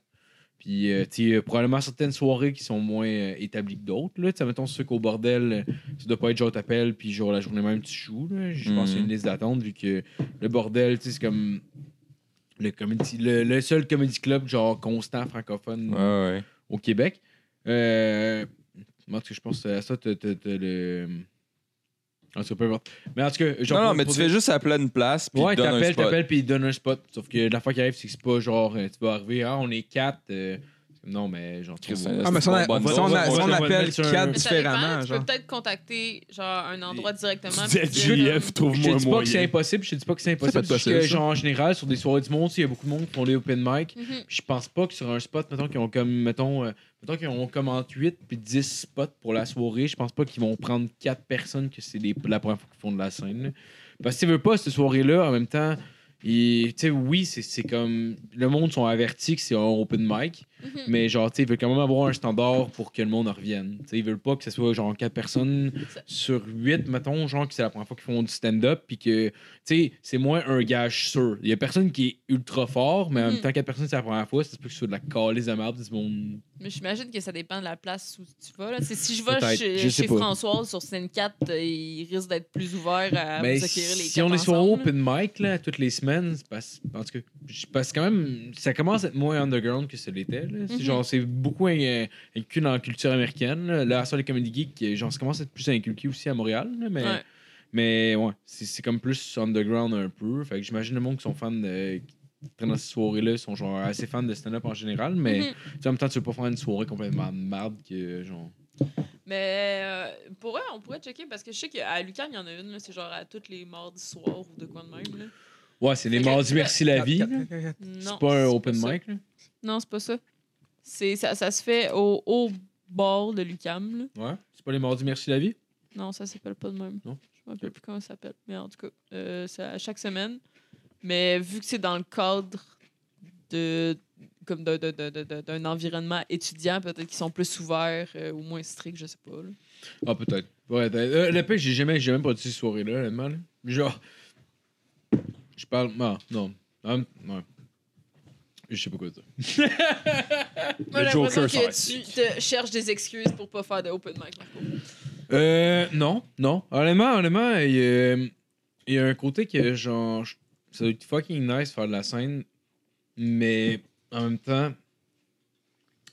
Speaker 3: Puis, euh, tu sais, euh, probablement certaines soirées qui sont moins euh, établies que d'autres. Là, tu sais, mettons, ceux qu'au bordel, euh, ça doit pas être genre, t'appelles, puis genre, la journée même, tu joues. Là. Je pense qu'il y a une liste d'attente, vu que le bordel, tu sais, c'est comme. Le, comedy, le, le seul comedy club, genre, constant francophone
Speaker 5: Ouais, ouais.
Speaker 3: au Québec. Euh, en tout cas, je pense à ça, t'as t'as- t'as le. En tout cas, peu importe. Mais en tout cas, genre.
Speaker 5: Non, non,
Speaker 3: pour-
Speaker 5: mais tu
Speaker 3: pour
Speaker 5: fais
Speaker 3: dire-
Speaker 5: juste à pleine place. Puis
Speaker 3: Ouais,
Speaker 5: donne un
Speaker 3: t'appelles,
Speaker 5: spot.
Speaker 3: t'appelles, puis il donne un spot. Sauf que la fois qui arrive, c'est que c'est pas genre, euh, tu vas arriver, ah, on est quatre. euh, non, mais genre,
Speaker 5: Chris,
Speaker 3: trouve-
Speaker 5: un
Speaker 4: Ah, mais si on,
Speaker 5: bon
Speaker 4: a-
Speaker 5: bonne
Speaker 4: si on a-
Speaker 5: dose.
Speaker 4: si on
Speaker 3: On va le
Speaker 4: appelle
Speaker 3: mettre sur-
Speaker 4: quatre
Speaker 7: Mais ça dépend,
Speaker 4: différemment,
Speaker 7: tu
Speaker 4: genre.
Speaker 7: peux peut-être contacter genre un endroit directement.
Speaker 6: Tu
Speaker 7: puis
Speaker 6: dis
Speaker 7: dire,
Speaker 6: à
Speaker 7: euh,
Speaker 6: JF, trouve-moi
Speaker 3: Je
Speaker 6: un
Speaker 3: te dis pas que c'est
Speaker 6: moyen.
Speaker 3: impossible, je te dis pas que c'est
Speaker 4: peut être
Speaker 3: impossible. C'est juste
Speaker 4: possible,
Speaker 3: que,
Speaker 4: ça.
Speaker 3: genre, en général, sur des soirées du monde, tu sais, il y a beaucoup de monde qui font les open mic.
Speaker 7: Mhm.
Speaker 3: Puis je pense pas que sur un spot, mettons, qui ont comme, mettons, euh, Mettons qu'on commente 8 puis 10 spots pour la soirée, je pense pas qu'ils vont prendre 4 personnes que c'est des- la première fois qu'ils font de la scène. là. Parce que tu veux pas, cette soirée-là, en même temps, et, tu sais, oui, c'est- c'est comme. Le monde sont avertis que c'est un open mic,
Speaker 7: mm-hmm.
Speaker 3: mais genre, tu sais, ils veulent quand même avoir un standard pour que le monde en revienne. Tu sais, ils veulent pas que ce soit genre 4 personnes sur 8, mettons, genre, que c'est la première fois qu'ils font du stand-up, puis que, tu sais, c'est moins un gage sûr. Il y a personne qui est ultra fort, mais en même
Speaker 7: Mhm.
Speaker 3: temps, 4 personnes, c'est la première fois, c'est plus que ce soit de la calice à merde du monde.
Speaker 7: Mais j'imagine que ça dépend de la place où tu vas. Là. C'est Si je vais
Speaker 3: Peut-être.
Speaker 7: chez,
Speaker 3: Je sais
Speaker 7: chez
Speaker 3: pas.
Speaker 7: Françoise sur scène 4, euh, il risque d'être plus ouvert à
Speaker 3: Mais
Speaker 7: vous accueillir les
Speaker 3: si
Speaker 7: quatre
Speaker 3: on est sur
Speaker 7: ensemble, là.
Speaker 3: open mic là, toutes les semaines, c'est parce, en tout cas, je- parce que quand même, ça commence à être moins underground que ce l'était. là. C'est
Speaker 7: Mhm.
Speaker 3: genre, c'est beaucoup in- inculqué dans la culture américaine. Là, là sur les comedy geeks, euh, genre, ça commence à être plus inculqué aussi à Montréal. là, mais,
Speaker 7: Ouais.
Speaker 3: mais ouais, c'est, c'est comme plus underground un peu. Fait que j'imagine le monde qui sont fans de qui traînent dans ces soirées-là sont genre assez fans de stand-up en général, mais
Speaker 7: Mhm.
Speaker 3: tu sais, en même temps, tu veux pas faire une soirée complètement marde que genre.
Speaker 7: Mais euh, pour eux, on pourrait checker parce que je sais qu'à Lucan, il y en a une. là, c'est genre à tous les mardis soirs ou de quoi de même. là.
Speaker 3: Ouais, c'est les
Speaker 7: Ok.
Speaker 3: mardis, merci la vie. là.
Speaker 7: Non,
Speaker 3: C'est pas un open
Speaker 7: ça.
Speaker 3: mic. là.
Speaker 7: Non, c'est pas ça. C'est, ça. Ça se fait au, au bord de Lucam. là.
Speaker 3: Ouais, c'est pas les mardis, merci la vie.
Speaker 7: Non, ça s'appelle pas de même.
Speaker 3: Non?
Speaker 7: Je me rappelle plus comment ça s'appelle. Mais en tout cas, euh, c'est à chaque semaine. Mais vu que c'est dans le cadre de comme de- de- de- de- de- d'un environnement étudiant, peut-être qu'ils sont plus ouverts euh, ou moins stricts, je sais pas. là.
Speaker 3: Ah, peut-être. Ouais, peut-être. Euh, le pire, j'ai jamais, j'ai jamais produit ces soirées-là, honnêtement. là. Genre. Je parle. Ah, non. Hum, ouais. Je sais pas quoi dire.
Speaker 7: Moi, j'ai
Speaker 6: Joker
Speaker 7: l'impression que tu
Speaker 6: sarcastique.
Speaker 7: te cherches des excuses pour pas faire de open mic, Marco.
Speaker 3: Euh, non, non. Honnêtement, honnêtement, il y, a- il y a un côté que, genre, je- ça doit être fucking nice faire de la scène, mais en même temps,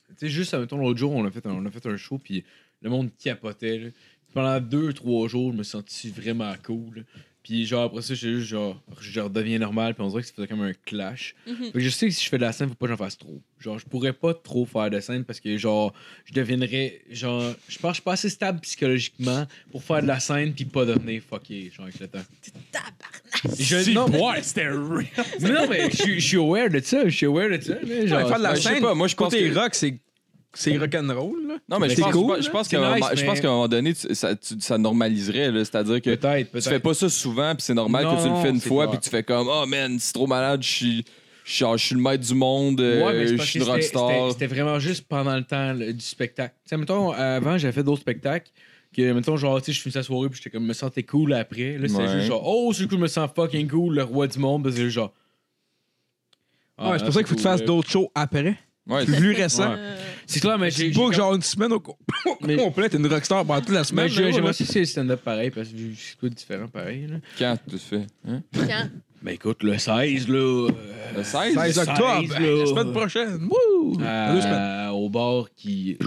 Speaker 3: tu sais, juste, admettons, l'autre jour, on a, fait un, on a fait un show, puis le monde capotait, là. Pendant deux, trois jours, je me sentis vraiment cool. là. Puis genre, après ça, j'ai juste genre, je redeviens normal, puis on dirait que ça faisait comme un clash.
Speaker 7: Mhm.
Speaker 3: Fait que je sais que si je fais de la scène, faut pas que j'en fasse trop. Genre, je pourrais pas trop faire de scène parce que genre, je deviendrais, genre, je pense que je suis pas assez stable psychologiquement pour faire de la scène puis pas devenir fucké, genre, avec le temps. Je,
Speaker 6: Si,
Speaker 3: non, mais-
Speaker 6: ouais, c'était real.
Speaker 3: mais non, mais je suis- je suis aware de ça, je suis aware de ça. là, genre,
Speaker 4: faire de la
Speaker 5: je sais
Speaker 4: scène,
Speaker 5: pas, moi, je pense
Speaker 4: côté
Speaker 5: que-
Speaker 4: rock, c'est, c'est rock'n'roll. Là.
Speaker 5: Non, mais je
Speaker 3: Mais
Speaker 5: pense,
Speaker 3: c'est cool,
Speaker 5: je
Speaker 3: là.
Speaker 5: pense
Speaker 3: C'est
Speaker 5: qu'à un
Speaker 3: nice,
Speaker 5: moment- je pense
Speaker 3: mais-
Speaker 5: qu'à un moment donné, tu- ça, tu- ça normaliserait. là. C'est-à-dire que
Speaker 3: Peut-être, peut-être.
Speaker 5: tu fais pas ça souvent, puis c'est normal
Speaker 3: Non,
Speaker 5: que tu le fais une
Speaker 3: c'est
Speaker 5: fois,
Speaker 3: clair.
Speaker 5: puis tu fais comme Oh man, c'est trop malade, je suis. je suis- je suis le maître du monde, euh,
Speaker 3: Ouais, mais c'est
Speaker 5: je
Speaker 3: parce
Speaker 5: suis
Speaker 3: que
Speaker 5: une
Speaker 3: c'était- c'était-
Speaker 5: rockstar.
Speaker 3: C'était vraiment juste pendant le temps le- du spectacle. Tu sais, mettons, avant, j'avais fait d'autres spectacles. Que, mettons, genre, tu sais, je finis sa soirée, puis j'étais comme, me sentais cool après. Là, c'était
Speaker 5: Ouais.
Speaker 3: juste genre, oh, c'est coup, je me sens fucking cool, le roi du monde. Parce que genre.
Speaker 4: Ah, ouais, c'est pour ça qu'il faut que tu fasses
Speaker 3: cool,
Speaker 4: d'autres shows après,
Speaker 5: Ouais,
Speaker 4: plus récents.
Speaker 7: Euh,
Speaker 3: là. C'est clair, mais j'ai. j'ai
Speaker 4: Tu bookes
Speaker 3: comme-
Speaker 4: genre une semaine au co-
Speaker 3: Mais-
Speaker 4: au complet, t'es une rockstar pendant toute la
Speaker 3: Mais
Speaker 4: semaine.
Speaker 3: j'ai-
Speaker 4: là,
Speaker 3: j'aimerais
Speaker 4: là.
Speaker 3: aussi que c'est le stand-up pareil, parce que c'est quoi de différent pareil. Là.
Speaker 5: quand tu le fais hein?
Speaker 7: quand-
Speaker 3: Mais écoute, le 16, là. euh,
Speaker 5: Le 16?
Speaker 4: 16 octobre,
Speaker 3: seize, là.
Speaker 4: la semaine prochaine. Wouh!
Speaker 3: à-
Speaker 4: Deux semaines.
Speaker 3: euh, au bar qui.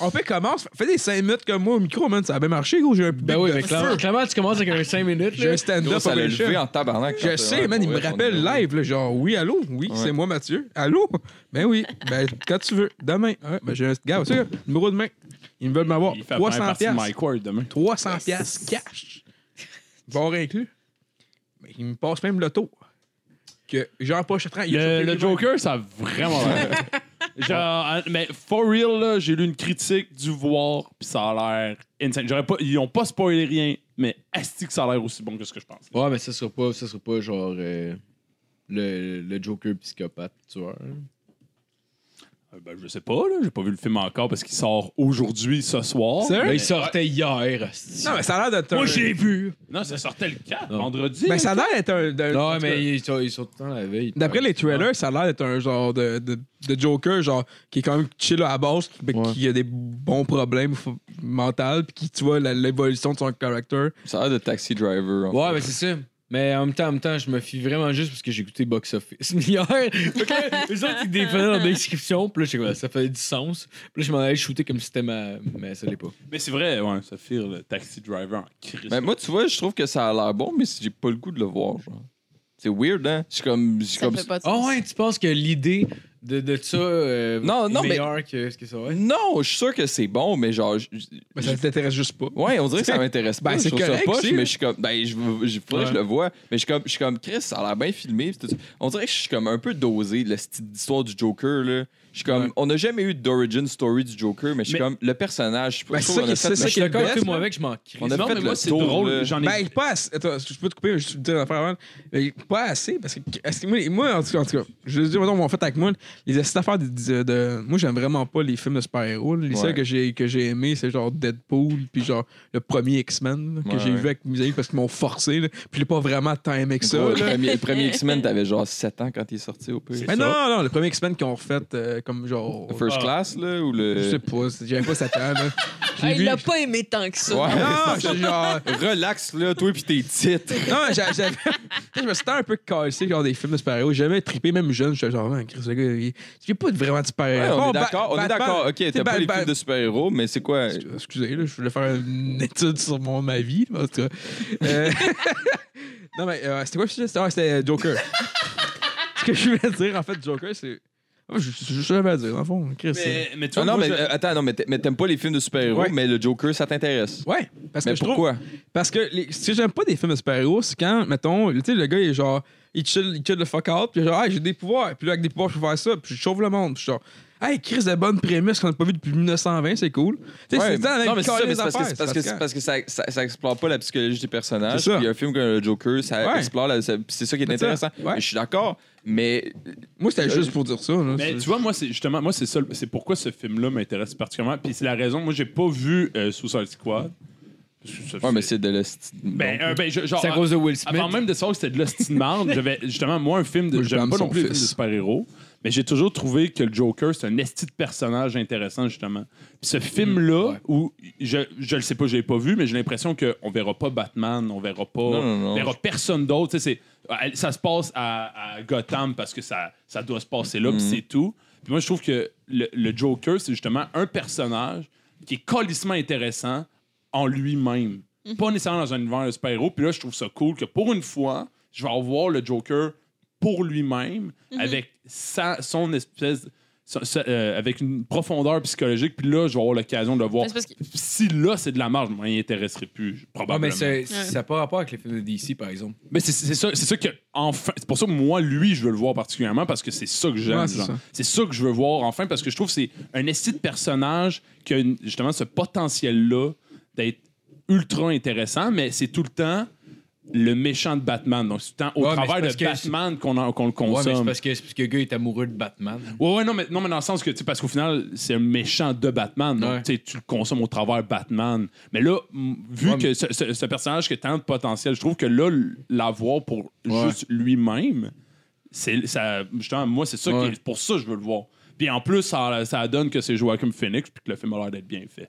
Speaker 4: On fait commence. Fais des 5 minutes comme moi au micro, man. Ça a bien marché, gros. J'ai un
Speaker 3: Ben
Speaker 4: public
Speaker 3: oui,
Speaker 4: de
Speaker 3: mais
Speaker 4: feu.
Speaker 3: clairement, clairement, tu commences avec un 5 minutes.
Speaker 4: J'ai
Speaker 3: Là.
Speaker 4: un
Speaker 5: Gros,
Speaker 4: stand-up
Speaker 5: ça l'a
Speaker 4: open
Speaker 5: levé
Speaker 4: show.
Speaker 5: en tabarnak.
Speaker 4: Je
Speaker 5: quand t'as-
Speaker 4: sais,
Speaker 5: ouais,
Speaker 4: man, il
Speaker 5: pour
Speaker 4: me
Speaker 5: vrai,
Speaker 4: rappelle
Speaker 5: son numéro.
Speaker 4: live, là, genre, oui, allô, oui,
Speaker 5: Ouais.
Speaker 4: c'est moi, Mathieu. Allô? Ben oui, ben, quand tu veux, demain. Ouais, ben, j'ai un gars, tu sais, numéro demain. Ils me veulent m'avoir
Speaker 6: Il fait la première
Speaker 4: 300
Speaker 6: partie de
Speaker 4: piastres.
Speaker 6: Mike Ward demain.
Speaker 4: 300 piastres cash. Bon inclus. Mais il me passe même l'auto. Que Jean-Paul Chatran, il
Speaker 6: Le,
Speaker 4: a
Speaker 6: le Joker, ça a vraiment. Genre, hein, mais for real, là, j'ai lu une critique du voir, puis ça a l'air insane. J'aurais Pas, ils ont pas spoilé rien, mais asti que ça a l'air aussi bon que ce que je pense.
Speaker 3: Ouais, mais ça sera pas, ça sera pas genre euh, le, le Joker psychopathe, tu vois. hein.
Speaker 6: Euh, ben, je sais pas, là, j'ai pas vu le film encore parce qu'il sort aujourd'hui, ce soir.
Speaker 4: Sérieux?
Speaker 3: Mais
Speaker 6: Mais-
Speaker 3: il sortait hier. hostie.
Speaker 4: Non, mais ça a l'air d'être un.
Speaker 3: vu.
Speaker 6: Non, ça sortait le 4,
Speaker 3: Non.
Speaker 6: vendredi.
Speaker 4: Ben, ça a l'air d'être un. d'un- en
Speaker 3: Non,
Speaker 4: tout cas,
Speaker 3: mais ils sont, ils sont tout le temps la veille.
Speaker 4: D'après les trailers, ça a l'air d'être un genre de, de, de Joker, genre, qui est quand même chill à la base, mais
Speaker 3: Ouais.
Speaker 4: qui a des bons problèmes f- mentaux, puis qui, tu vois, la- l'évolution de son character.
Speaker 5: Ça a l'air de Taxi Driver. en
Speaker 3: Ouais, mais c'est ça. Mais en même temps, en même temps, je me fie vraiment juste parce que j'ai écouté Box Office hier. Fait que là, eux autres, ils défaisaient dans la description. Puis là, j'étais comme, ça fait du sens. Puis là, je m'en allais shooter comme si c'était ma. Mais ça l'est pas.
Speaker 6: Mais c'est vrai, ouais, ça fait le taxi driver en crise.
Speaker 5: Mais moi, tu vois, je trouve que ça a l'air bon, mais j'ai pas le goût de le voir. genre. C'est weird, hein? Je suis comme. je suis
Speaker 7: ça
Speaker 5: comme...
Speaker 7: fait pas de
Speaker 3: Ah
Speaker 7: sens.
Speaker 3: ouais, tu penses que l'idée de, de ça euh,
Speaker 5: Non, non,
Speaker 3: est
Speaker 5: mais-
Speaker 3: meilleure que ce que ça va être?
Speaker 5: Non, je suis sûr que c'est bon, mais genre. je- je-
Speaker 4: Mais ça t'intéresse juste pas.
Speaker 5: Ouais, on dirait que ça m'intéresse pas.
Speaker 4: Ben,
Speaker 5: je
Speaker 4: c'est
Speaker 5: trouve ça
Speaker 4: correct,
Speaker 5: poche,
Speaker 4: c'est-
Speaker 5: mais je suis comme. Ben, je, veux- je, faudrait que je
Speaker 3: Ouais.
Speaker 5: le vois. Mais je suis comme, je suis comme Chris, ça a l'air bien filmé. pis tout ça. On dirait que je suis comme un peu dosé, la petite histoire du Joker, là. Je Je suis comme,
Speaker 3: Ouais.
Speaker 5: on n'a jamais eu d'origin story du Joker, mais je suis
Speaker 3: Mais-
Speaker 5: comme, le personnage, je
Speaker 4: Ben, c'est
Speaker 5: trouve
Speaker 4: ça
Speaker 5: qu'on
Speaker 4: qui-
Speaker 5: a fait
Speaker 4: c'est
Speaker 3: Je
Speaker 5: le-
Speaker 4: ça
Speaker 3: suis
Speaker 4: qui est le
Speaker 3: d'accord avec
Speaker 4: best,
Speaker 3: toi, moi, avec, je m'en crie.
Speaker 5: On a
Speaker 6: Non,
Speaker 5: fait
Speaker 6: mais
Speaker 5: le
Speaker 6: moi, c'est
Speaker 5: tour,
Speaker 6: drôle.
Speaker 5: là.
Speaker 6: J'en ai.
Speaker 4: Ben, pas assez. Attends, je peux te couper, je te dire une affaire avant. Mais Pas assez, parce que. est-ce que moi, moi, en tout cas, en tout cas, je veux dire, mettons, en fait, avec moi, les assises d'affaires de, de- de- Moi, j'aime vraiment pas les films de super-héros. Les
Speaker 5: Ouais.
Speaker 4: seuls que j'ai que j'ai aimé, c'est genre Deadpool, puis genre le premier X-Men, là, que
Speaker 5: Ouais,
Speaker 4: j'ai
Speaker 5: ouais.
Speaker 4: vu avec mes amis parce qu'ils m'ont forcé, là, puis je l'ai pas vraiment tant aimé que ça.
Speaker 5: Gros, le,
Speaker 4: là.
Speaker 5: premier, le premier X-Men, t'avais genre 7 ans quand il est sorti au pays.
Speaker 6: C'est-
Speaker 4: Mais non,
Speaker 6: ça.
Speaker 4: non, le premier X-Men qu'ils ont refait, euh, comme genre.
Speaker 5: Le First euh,
Speaker 6: Ah.
Speaker 5: Class, là, ou le.
Speaker 4: Je sais pas, c'est- j'avais pas ça tant, là. J'ai
Speaker 7: Ah,
Speaker 4: vu-
Speaker 7: il l'a pas aimé tant que ça.
Speaker 5: Ouais.
Speaker 4: Non, j'ai Ah, genre.
Speaker 5: Relax, là, toi, pis tes titres.
Speaker 4: Non, mais j'a- j'avais. je me suis tant un peu cassé, genre des films de super-héros. J'ai jamais trippé, même jeune. J'étais genre, man, Chris, le gars, il n'y a pas de- vraiment de
Speaker 5: Ouais,
Speaker 4: super-héros.
Speaker 5: on
Speaker 4: Bon,
Speaker 5: est
Speaker 4: Ba-
Speaker 5: d'accord, on est
Speaker 4: Batman-
Speaker 5: d'accord. Ok, t'as
Speaker 4: Ba-
Speaker 5: pas les
Speaker 4: Ba-
Speaker 5: films de super-héros, mais c'est quoi
Speaker 4: Excusez, là, je voulais faire une étude sur mon, ma vie. là, en tout cas. Euh, non, mais euh, c'était quoi le sujet? C'était- Ah, c'était Joker. Ce que je voulais dire, en fait, Joker, c'est. Ah, Je je- je savais à dire, en fond, Chris.
Speaker 6: Mais, mais tu
Speaker 5: Ah
Speaker 6: vois,
Speaker 5: non,
Speaker 6: moi,
Speaker 5: mais
Speaker 6: je-
Speaker 5: euh, attends, non, mais t'a- mais t'aimes pas les films de super-héros,
Speaker 4: Ouais.
Speaker 5: mais le Joker, ça t'intéresse.
Speaker 4: euh. Ouais, parce
Speaker 5: Mais
Speaker 4: que je trouve.
Speaker 5: pourquoi?
Speaker 4: Parce que les- ce que j'aime pas des films de super-héros, c'est quand, mettons, tu sais, le gars, il est genre, il chill, il chill le fuck out, puis genre, hey, j'ai des pouvoirs, puis là, avec des pouvoirs, je peux faire ça, puis je sauve le monde, puis je suis genre, hey, Chris, de bonne prémisse qu'on a pas vu depuis 1920, c'est cool. Tu sais,
Speaker 5: Ouais,
Speaker 4: c'est dans la
Speaker 5: non,
Speaker 4: même
Speaker 5: mais c'est ça, mais
Speaker 4: calice
Speaker 5: c'est parce que,
Speaker 4: d'affaires,
Speaker 5: c'est parce que, c'est parce que ça, ça, ça explore pas la psychologie des personnages.
Speaker 4: C'est ça.
Speaker 5: Puis un film comme le Joker, ça
Speaker 4: Ouais.
Speaker 5: explore, la- ça- c'est ça qui est
Speaker 4: C'est ça.
Speaker 5: intéressant.
Speaker 4: Ouais.
Speaker 5: Mais Je suis d'accord, mais
Speaker 4: Moi, c'était juste pour dire ça. Là,
Speaker 6: Mais
Speaker 4: C'est-
Speaker 6: tu vois, moi, c'est justement, moi, c'est ça, le- c'est pourquoi ce film-là m'intéresse particulièrement. Puis c'est la raison, moi, j'ai pas vu euh, Suicide Squad. Parce que ça,
Speaker 5: ouais, mais c'est de la.
Speaker 6: Ben, euh, ben, je- genre,
Speaker 3: C'est à cause de Will Smith.
Speaker 6: Avant même de savoir que c'était de l'hostie de marde, j'avais justement, moi, un film de.
Speaker 4: Moi, je
Speaker 6: J'aime
Speaker 4: blâme
Speaker 6: pas
Speaker 4: son
Speaker 6: non plus les films
Speaker 4: fils.
Speaker 6: de super-héros, mais j'ai toujours trouvé que le Joker, c'est un esti de personnage intéressant, justement. Puis ce
Speaker 5: Mm,
Speaker 6: film-là, où je, je le sais pas, je l'ai pas vu, mais j'ai l'impression qu'on verra pas Batman, on verra pas.
Speaker 5: Non, non, non.
Speaker 6: on verra personne d'autre. Tu sais, c'est- Ça se passe à, à Gotham parce que ça, ça doit se passer là, puis
Speaker 5: Mm.
Speaker 6: c'est tout. Puis moi, je trouve que le, le Joker, c'est justement un personnage qui est colissement intéressant en lui-même.
Speaker 7: Mhm.
Speaker 6: Pas nécessairement dans un univers de super-héros. Puis là, je trouve ça cool que pour une fois, je vais avoir le Joker pour lui-même,
Speaker 7: Mhm.
Speaker 6: avec sa, son espèce. sa- sa- euh, avec une profondeur psychologique, puis là, je vais avoir l'occasion de le voir.
Speaker 7: Mais Ben, c'est parce que-
Speaker 6: Si là, c'est de la marge, moi, il m'intéresserait plus,
Speaker 3: Ah,
Speaker 6: probablement.
Speaker 3: mais c'est-
Speaker 7: Ouais.
Speaker 3: ça n'a pas rapport avec les films de DC, par exemple.
Speaker 6: Mais c'est c'est ça, c'est ça que enfin, c'est pour ça que moi lui je veux le voir particulièrement parce que c'est ça que j'aime.
Speaker 4: Ouais, c'est
Speaker 6: genre.
Speaker 4: ça.
Speaker 6: c'est ça. que je veux voir enfin parce que je trouve que c'est un esti de personnage qui a une- justement ce potentiel là d'être ultra intéressant, mais c'est tout le temps le méchant de Batman. Donc c'est tout le temps au
Speaker 3: Ouais, mais
Speaker 6: travers
Speaker 3: c'est
Speaker 6: de
Speaker 3: parce que
Speaker 6: Batman qu'on en- qu'on le
Speaker 3: Ouais, mais c'est
Speaker 6: consomme. Ouais,
Speaker 3: parce que, c'est parce que le gars est amoureux de Batman.
Speaker 6: ouais, non, mais, non, mais dans le sens que, tu sais, parce qu'au final, c'est un méchant de Batman. Donc,
Speaker 3: Ouais.
Speaker 6: tu sais, tu le consommes au travers Batman. Mais là, m- vu
Speaker 3: Ouais,
Speaker 6: que ce, ce- ce personnage qui a tant de potentiel, je trouve que là, l- l'avoir pour juste lui-même, c'est ça. Justement, moi, c'est ça qui
Speaker 3: Ouais.
Speaker 6: est- pour ça que je veux le voir. Puis en plus, ça, ça donne que c'est Joachim Phoenix puis que le film a l'air d'être bien fait.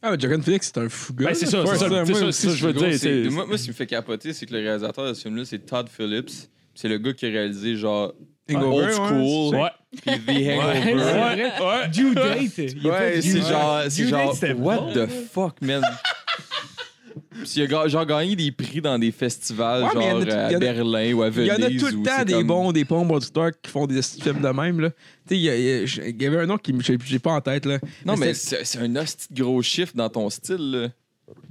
Speaker 4: Ah, mais Joker Phoenix, c'est un fou gars.
Speaker 6: Ben, c'est ça,
Speaker 4: Ouais,
Speaker 6: c'est ça,
Speaker 4: moi
Speaker 6: c'est ça,
Speaker 4: aussi,
Speaker 6: c'est ça, je veux
Speaker 5: Gros,
Speaker 6: dire,
Speaker 5: c'est-
Speaker 6: c'est-
Speaker 5: Moi, moi, ce qui me fait capoter, c'est que le réalisateur de ce film-là, c'est Todd Phillips. C'est le gars qui a réalisé genre
Speaker 4: Hangover,
Speaker 5: Old
Speaker 4: ouais,
Speaker 5: School,
Speaker 6: Ouais.
Speaker 5: puis The Hangover.
Speaker 3: Ouais.
Speaker 6: ouais.
Speaker 3: Due date! Il y a pas de
Speaker 5: Ouais,
Speaker 3: due
Speaker 5: c'est
Speaker 3: date.
Speaker 5: genre, c'est
Speaker 3: Due date,
Speaker 5: genre,
Speaker 3: c'était
Speaker 4: Oh,
Speaker 5: what the fuck, man? Puis il a ga- genre gagné des prix dans des festivals,
Speaker 4: Ouais, mais il y en
Speaker 5: genre euh,
Speaker 4: a tout- il
Speaker 5: à
Speaker 4: y en a-
Speaker 5: Berlin ou à
Speaker 4: Il y
Speaker 5: Venise.
Speaker 4: en a tout le
Speaker 5: où
Speaker 4: temps
Speaker 5: c'est
Speaker 4: des
Speaker 5: comme-
Speaker 4: bons, des bons producteurs qui font des films de même. là. Tu sais, il y, a- il y a- je- il y avait un nom qui me- j'ai j'ai pas en tête. Là.
Speaker 5: Non, mais
Speaker 4: c'était-
Speaker 5: c'est c'est un hostie de gros chiffre dans ton style, là.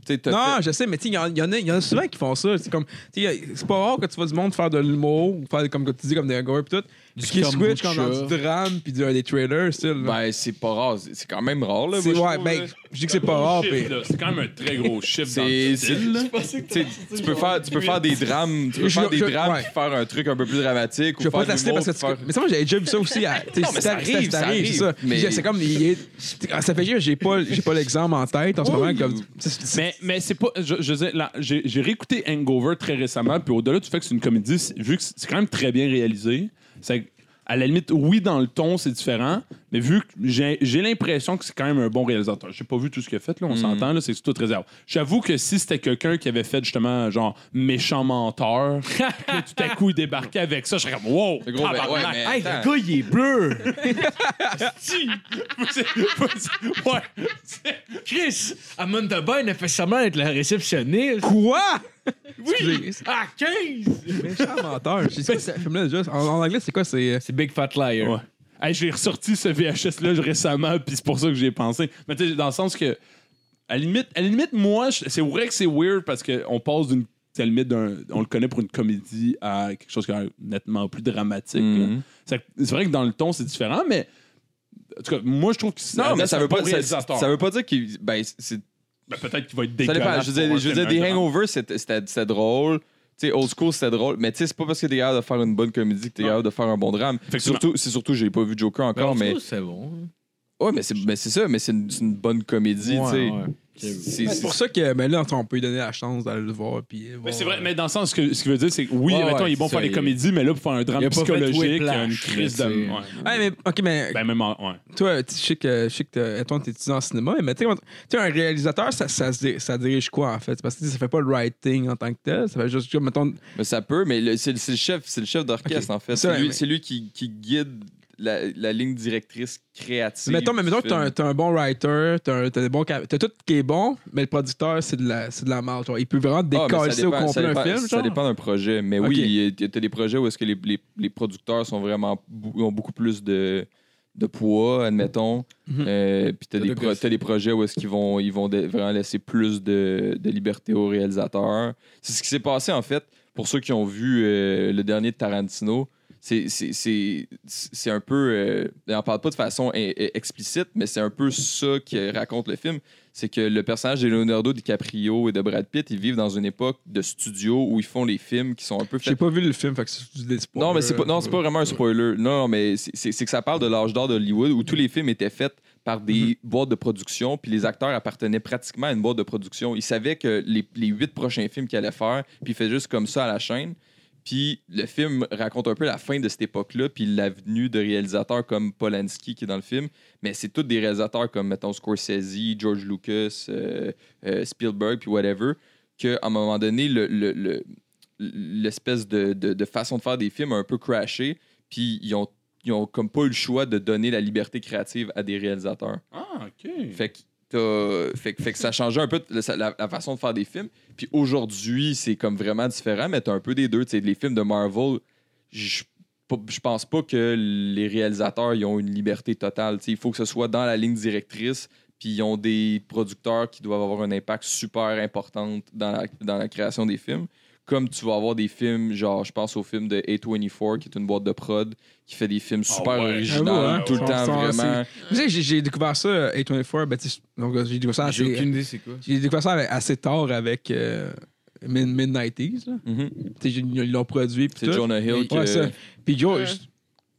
Speaker 5: Tu sais, t'as
Speaker 4: Non,
Speaker 5: fait-
Speaker 4: je sais, mais tu sais, il y, en- il y en a- il y en a souvent qui font ça. C'est comme, tu sais, c'est pas rare que tu vois du monde faire de l'humour, ou faire, comme que tu dis, comme des hangovers pis tout. Puis qui switch comme dans du drame puis du- euh, des trailers, style. là.
Speaker 5: Ben, c'est pas rare. C'est c'est quand même rare, là.
Speaker 4: c'est,
Speaker 5: moi,
Speaker 4: ouais,
Speaker 5: je trouve,
Speaker 4: ben,
Speaker 5: là.
Speaker 4: je dis que c'est pas rare.
Speaker 6: Chiffre,
Speaker 4: pis-
Speaker 6: là, C'est quand même un très gros chiffre dans
Speaker 5: C'est-
Speaker 6: le
Speaker 5: c'est-
Speaker 6: style, là.
Speaker 5: Tu sais, tu peux faire, tu peux faire des drames, tu peux
Speaker 4: Je-
Speaker 5: faire des
Speaker 4: je-
Speaker 5: drames
Speaker 4: ouais.
Speaker 5: puis faire un truc un peu plus dramatique
Speaker 4: Je vais
Speaker 5: ou
Speaker 4: pas te
Speaker 5: faire
Speaker 4: la
Speaker 5: de
Speaker 4: citer parce que
Speaker 5: l'humour,
Speaker 4: tu...
Speaker 5: puis faire-
Speaker 4: Mais ça, moi, j'avais déjà vu ça aussi. à- tu sais,
Speaker 5: Non, mais ça
Speaker 4: t'arrives,
Speaker 5: arrive,
Speaker 4: ça
Speaker 5: ça
Speaker 4: arrive, c'est ça.
Speaker 5: arrive, mais-
Speaker 4: Puis C'est comme... il est- Ah, Ça fait juste, j'ai pas, j'ai pas l'exemple en tête en ce moment. Comme... c'est- c'est-
Speaker 6: Mais, mais c'est pas. Je, je veux dire, là, j'ai j'ai réécouté Hangover très récemment, puis au-delà du fait que c'est une comédie, c'est- vu que c'est quand même très bien réalisé, c'est à la limite, oui, dans le ton, c'est différent, mais vu que j'ai j'ai l'impression que c'est quand même un bon réalisateur. J'ai pas vu tout ce qu'il a fait, là, on
Speaker 5: Hmm.
Speaker 6: s'entend, là, c'est sous toute réserve. J'avoue que si c'était quelqu'un qui avait fait justement, genre, méchant menteur, que tout à coup il débarquait avec ça, je serais comme, wow!
Speaker 5: Le gros, ben, ouais,
Speaker 6: tabarnak.
Speaker 5: mais
Speaker 3: Hey,
Speaker 5: attends.
Speaker 3: le gars, il est bleu!
Speaker 6: ouais!
Speaker 3: Chris, Amanda Bain a fait semblant d'être la réceptionniste. Ah,
Speaker 4: Quoi?
Speaker 3: Oui! À 15!
Speaker 4: Méchant menteur. Je sais pas si film-là, déjà. En, en anglais, c'est quoi? C'est... euh,
Speaker 3: C'est Big Fat Liar.
Speaker 6: Ouais. Hey, je l'ai ressorti ce VHS-là récemment, puis c'est pour ça que j'y ai pensé. Mais tu sais, dans le sens que, à la limite, à la limite moi, je- c'est vrai que c'est weird parce qu'on passe d'une. À la limite, d'un- on le connaît pour une comédie à quelque chose qui est nettement plus dramatique. là.
Speaker 5: Mhm.
Speaker 6: C'est c'est vrai que dans le ton, c'est différent, mais En tout cas, moi, je trouve que c'est
Speaker 5: Non, mais
Speaker 6: c'est
Speaker 5: ça
Speaker 6: un
Speaker 5: veut pas
Speaker 6: bon
Speaker 5: ça, ça-
Speaker 6: réalisateur.
Speaker 5: ça veut pas dire qu'il ben c'est
Speaker 6: Ben, peut-être qu'il va être
Speaker 5: ça
Speaker 6: dégueulasse.
Speaker 5: dépend. Je
Speaker 6: pour
Speaker 5: veux dire,
Speaker 6: un
Speaker 5: je veux
Speaker 6: film
Speaker 5: dire, des
Speaker 6: indépendant.
Speaker 5: hangovers c'était c'était- c'était drôle. Tu sais, old school, c'était drôle. Mais tu sais, c'est pas parce que t'es capable de faire une bonne comédie que t'es
Speaker 6: Non.
Speaker 5: capable de faire un bon drame.
Speaker 6: Effectivement.
Speaker 5: Surtout, c'est surtout, j'ai pas vu Joker encore, mais.
Speaker 3: c'est bon.
Speaker 5: Ouais, mais c'est mais c'est ça, mais c'est une, c'est une bonne comédie, tu sais. C'est-
Speaker 4: C'est
Speaker 5: c'est-
Speaker 4: pour ça que ben là, on peut lui donner la chance d'aller le voir. Puis,
Speaker 6: Mais c'est vrai, mais dans le sens que ce qu'il veut dire, c'est que oui,
Speaker 3: Ouais,
Speaker 6: mettons, il
Speaker 3: ouais,
Speaker 6: est bon
Speaker 3: c'est
Speaker 6: pour faire
Speaker 3: ça,
Speaker 6: des
Speaker 3: il-
Speaker 6: comédies, mais là, pour faire un
Speaker 3: il
Speaker 6: drame
Speaker 3: a pas fait
Speaker 6: psychologique,
Speaker 3: Whiplash,
Speaker 6: une crise de.
Speaker 3: là, tu sais.
Speaker 6: ouais.
Speaker 4: Ouais, mais ok, mais
Speaker 6: Ben, même en. Ouais.
Speaker 4: toi, tu- je sais que, je sais que t'as- Antoine, t'es étudiant en cinéma, mais tu sais, quand- tu sais, un réalisateur, ça, ça, se di- ça dirige quoi en fait? Parce que tu sais, ça fait pas le writing en tant que tel, ça fait juste, comme, mettons,
Speaker 5: Mais ça peut, mais le- c'est c'est le chef, c'est le chef d'orchestre en fait.
Speaker 4: Ça,
Speaker 5: C'est lui,
Speaker 4: mais-
Speaker 5: c'est lui qui, qui guide la, la ligne directrice créative.
Speaker 4: mettons, mais
Speaker 5: du
Speaker 4: mettons que t'as
Speaker 5: film.
Speaker 4: un, t'as un bon writer, t'as un- t'as des bons cap- t'as tout qui est bon, mais le producteur, c'est de la, c'est de la merde. genre. Il peut vraiment
Speaker 5: Ah, mais ça
Speaker 4: décoller au
Speaker 5: dépend-
Speaker 4: complet
Speaker 5: ça
Speaker 4: un
Speaker 5: dépend-
Speaker 4: film,
Speaker 5: Ça
Speaker 4: genre.
Speaker 5: dépend d'un projet. Mais
Speaker 4: Ok.
Speaker 5: oui, il y a- t'as des projets où est-ce que les, les- les producteurs sont vraiment bou- ont beaucoup plus de, de poids, admettons.
Speaker 4: Mhm.
Speaker 5: Euh, puis t'as
Speaker 3: T'as
Speaker 5: des,
Speaker 3: deux
Speaker 5: pro-
Speaker 3: gosses.
Speaker 5: t'as des projets où est-ce qu'ils vont, ils vont de- vraiment laisser plus de, de liberté aux réalisateurs. C'est ce qui s'est passé, en fait, pour ceux qui ont vu euh, le dernier de Tarantino. C'est- C'est c'est- c'est un peu. euh, on n'en parle pas de façon eh, eh, explicite, mais c'est un peu ça que raconte le film. C'est que le personnage de Leonardo DiCaprio et de Brad Pitt, ils vivent dans une époque de studio où ils font les films qui sont un peu
Speaker 4: J'ai
Speaker 5: faits.
Speaker 4: pas vu le film, fait que c'est des spoilers.
Speaker 5: Non, mais c'est pas, non, c'est pas vraiment un spoiler. Non, non, mais c'est- c'est c'est que ça parle de l'âge d'or d'Hollywood où tous les films étaient faits par des boîtes de production, puis les acteurs appartenaient pratiquement à une boîte de production. Ils savaient que les les huit prochains films qu'ils allaient faire, puis ils faisaient juste comme ça à la chaîne. Puis le film raconte un peu la fin de cette époque-là, puis la venue de réalisateurs comme Polanski qui est dans le film. Mais c'est tous des réalisateurs comme, mettons, Scorsese, George Lucas, euh, euh, Spielberg, puis whatever, qu'à un moment donné, le- le- le- l'espèce de, de- de façon de faire des films a un peu crashé, puis ils ont, ils ont comme pas eu le choix de donner la liberté créative à des réalisateurs.
Speaker 6: Ah, OK.
Speaker 5: Fait que, t'as- fait, que- fait que ça changeait un peu la, la- la façon de faire des films. Puis aujourd'hui, c'est comme vraiment différent, mais t'as un peu des deux. Tu sais, les films de Marvel, je pas- je pense pas que les réalisateurs ils ont une liberté totale. Tu sais, il faut que ce soit dans la ligne directrice. Puis ils ont des producteurs qui doivent avoir un impact super important dans la, dans la création des films. Comme tu vas avoir des films, genre, je pense au film de A24, qui est une boîte de prod, qui fait des films super
Speaker 6: ouais.
Speaker 5: originaux,
Speaker 4: Ah ouais, hein?
Speaker 5: tout le
Speaker 4: Ouais,
Speaker 5: temps,
Speaker 4: ouais.
Speaker 5: vraiment.
Speaker 4: Tu sais, j'ai- j'ai découvert ça, euh, A24, ben, tu sais, donc, euh, j'ai découvert ça
Speaker 3: J'ai
Speaker 4: assez, euh,
Speaker 3: aucune idée c'est quoi.
Speaker 4: j'ai découvert ça avec- assez tard avec euh, Mid- Mid-90s, là.
Speaker 5: Mhm.
Speaker 4: Tu sais, ils l'ont produit. puis
Speaker 5: C'est
Speaker 4: tout.
Speaker 5: Jonah Hill qui,
Speaker 4: Ouais,
Speaker 3: euh,
Speaker 4: ça. Puis Joe,
Speaker 7: Ouais.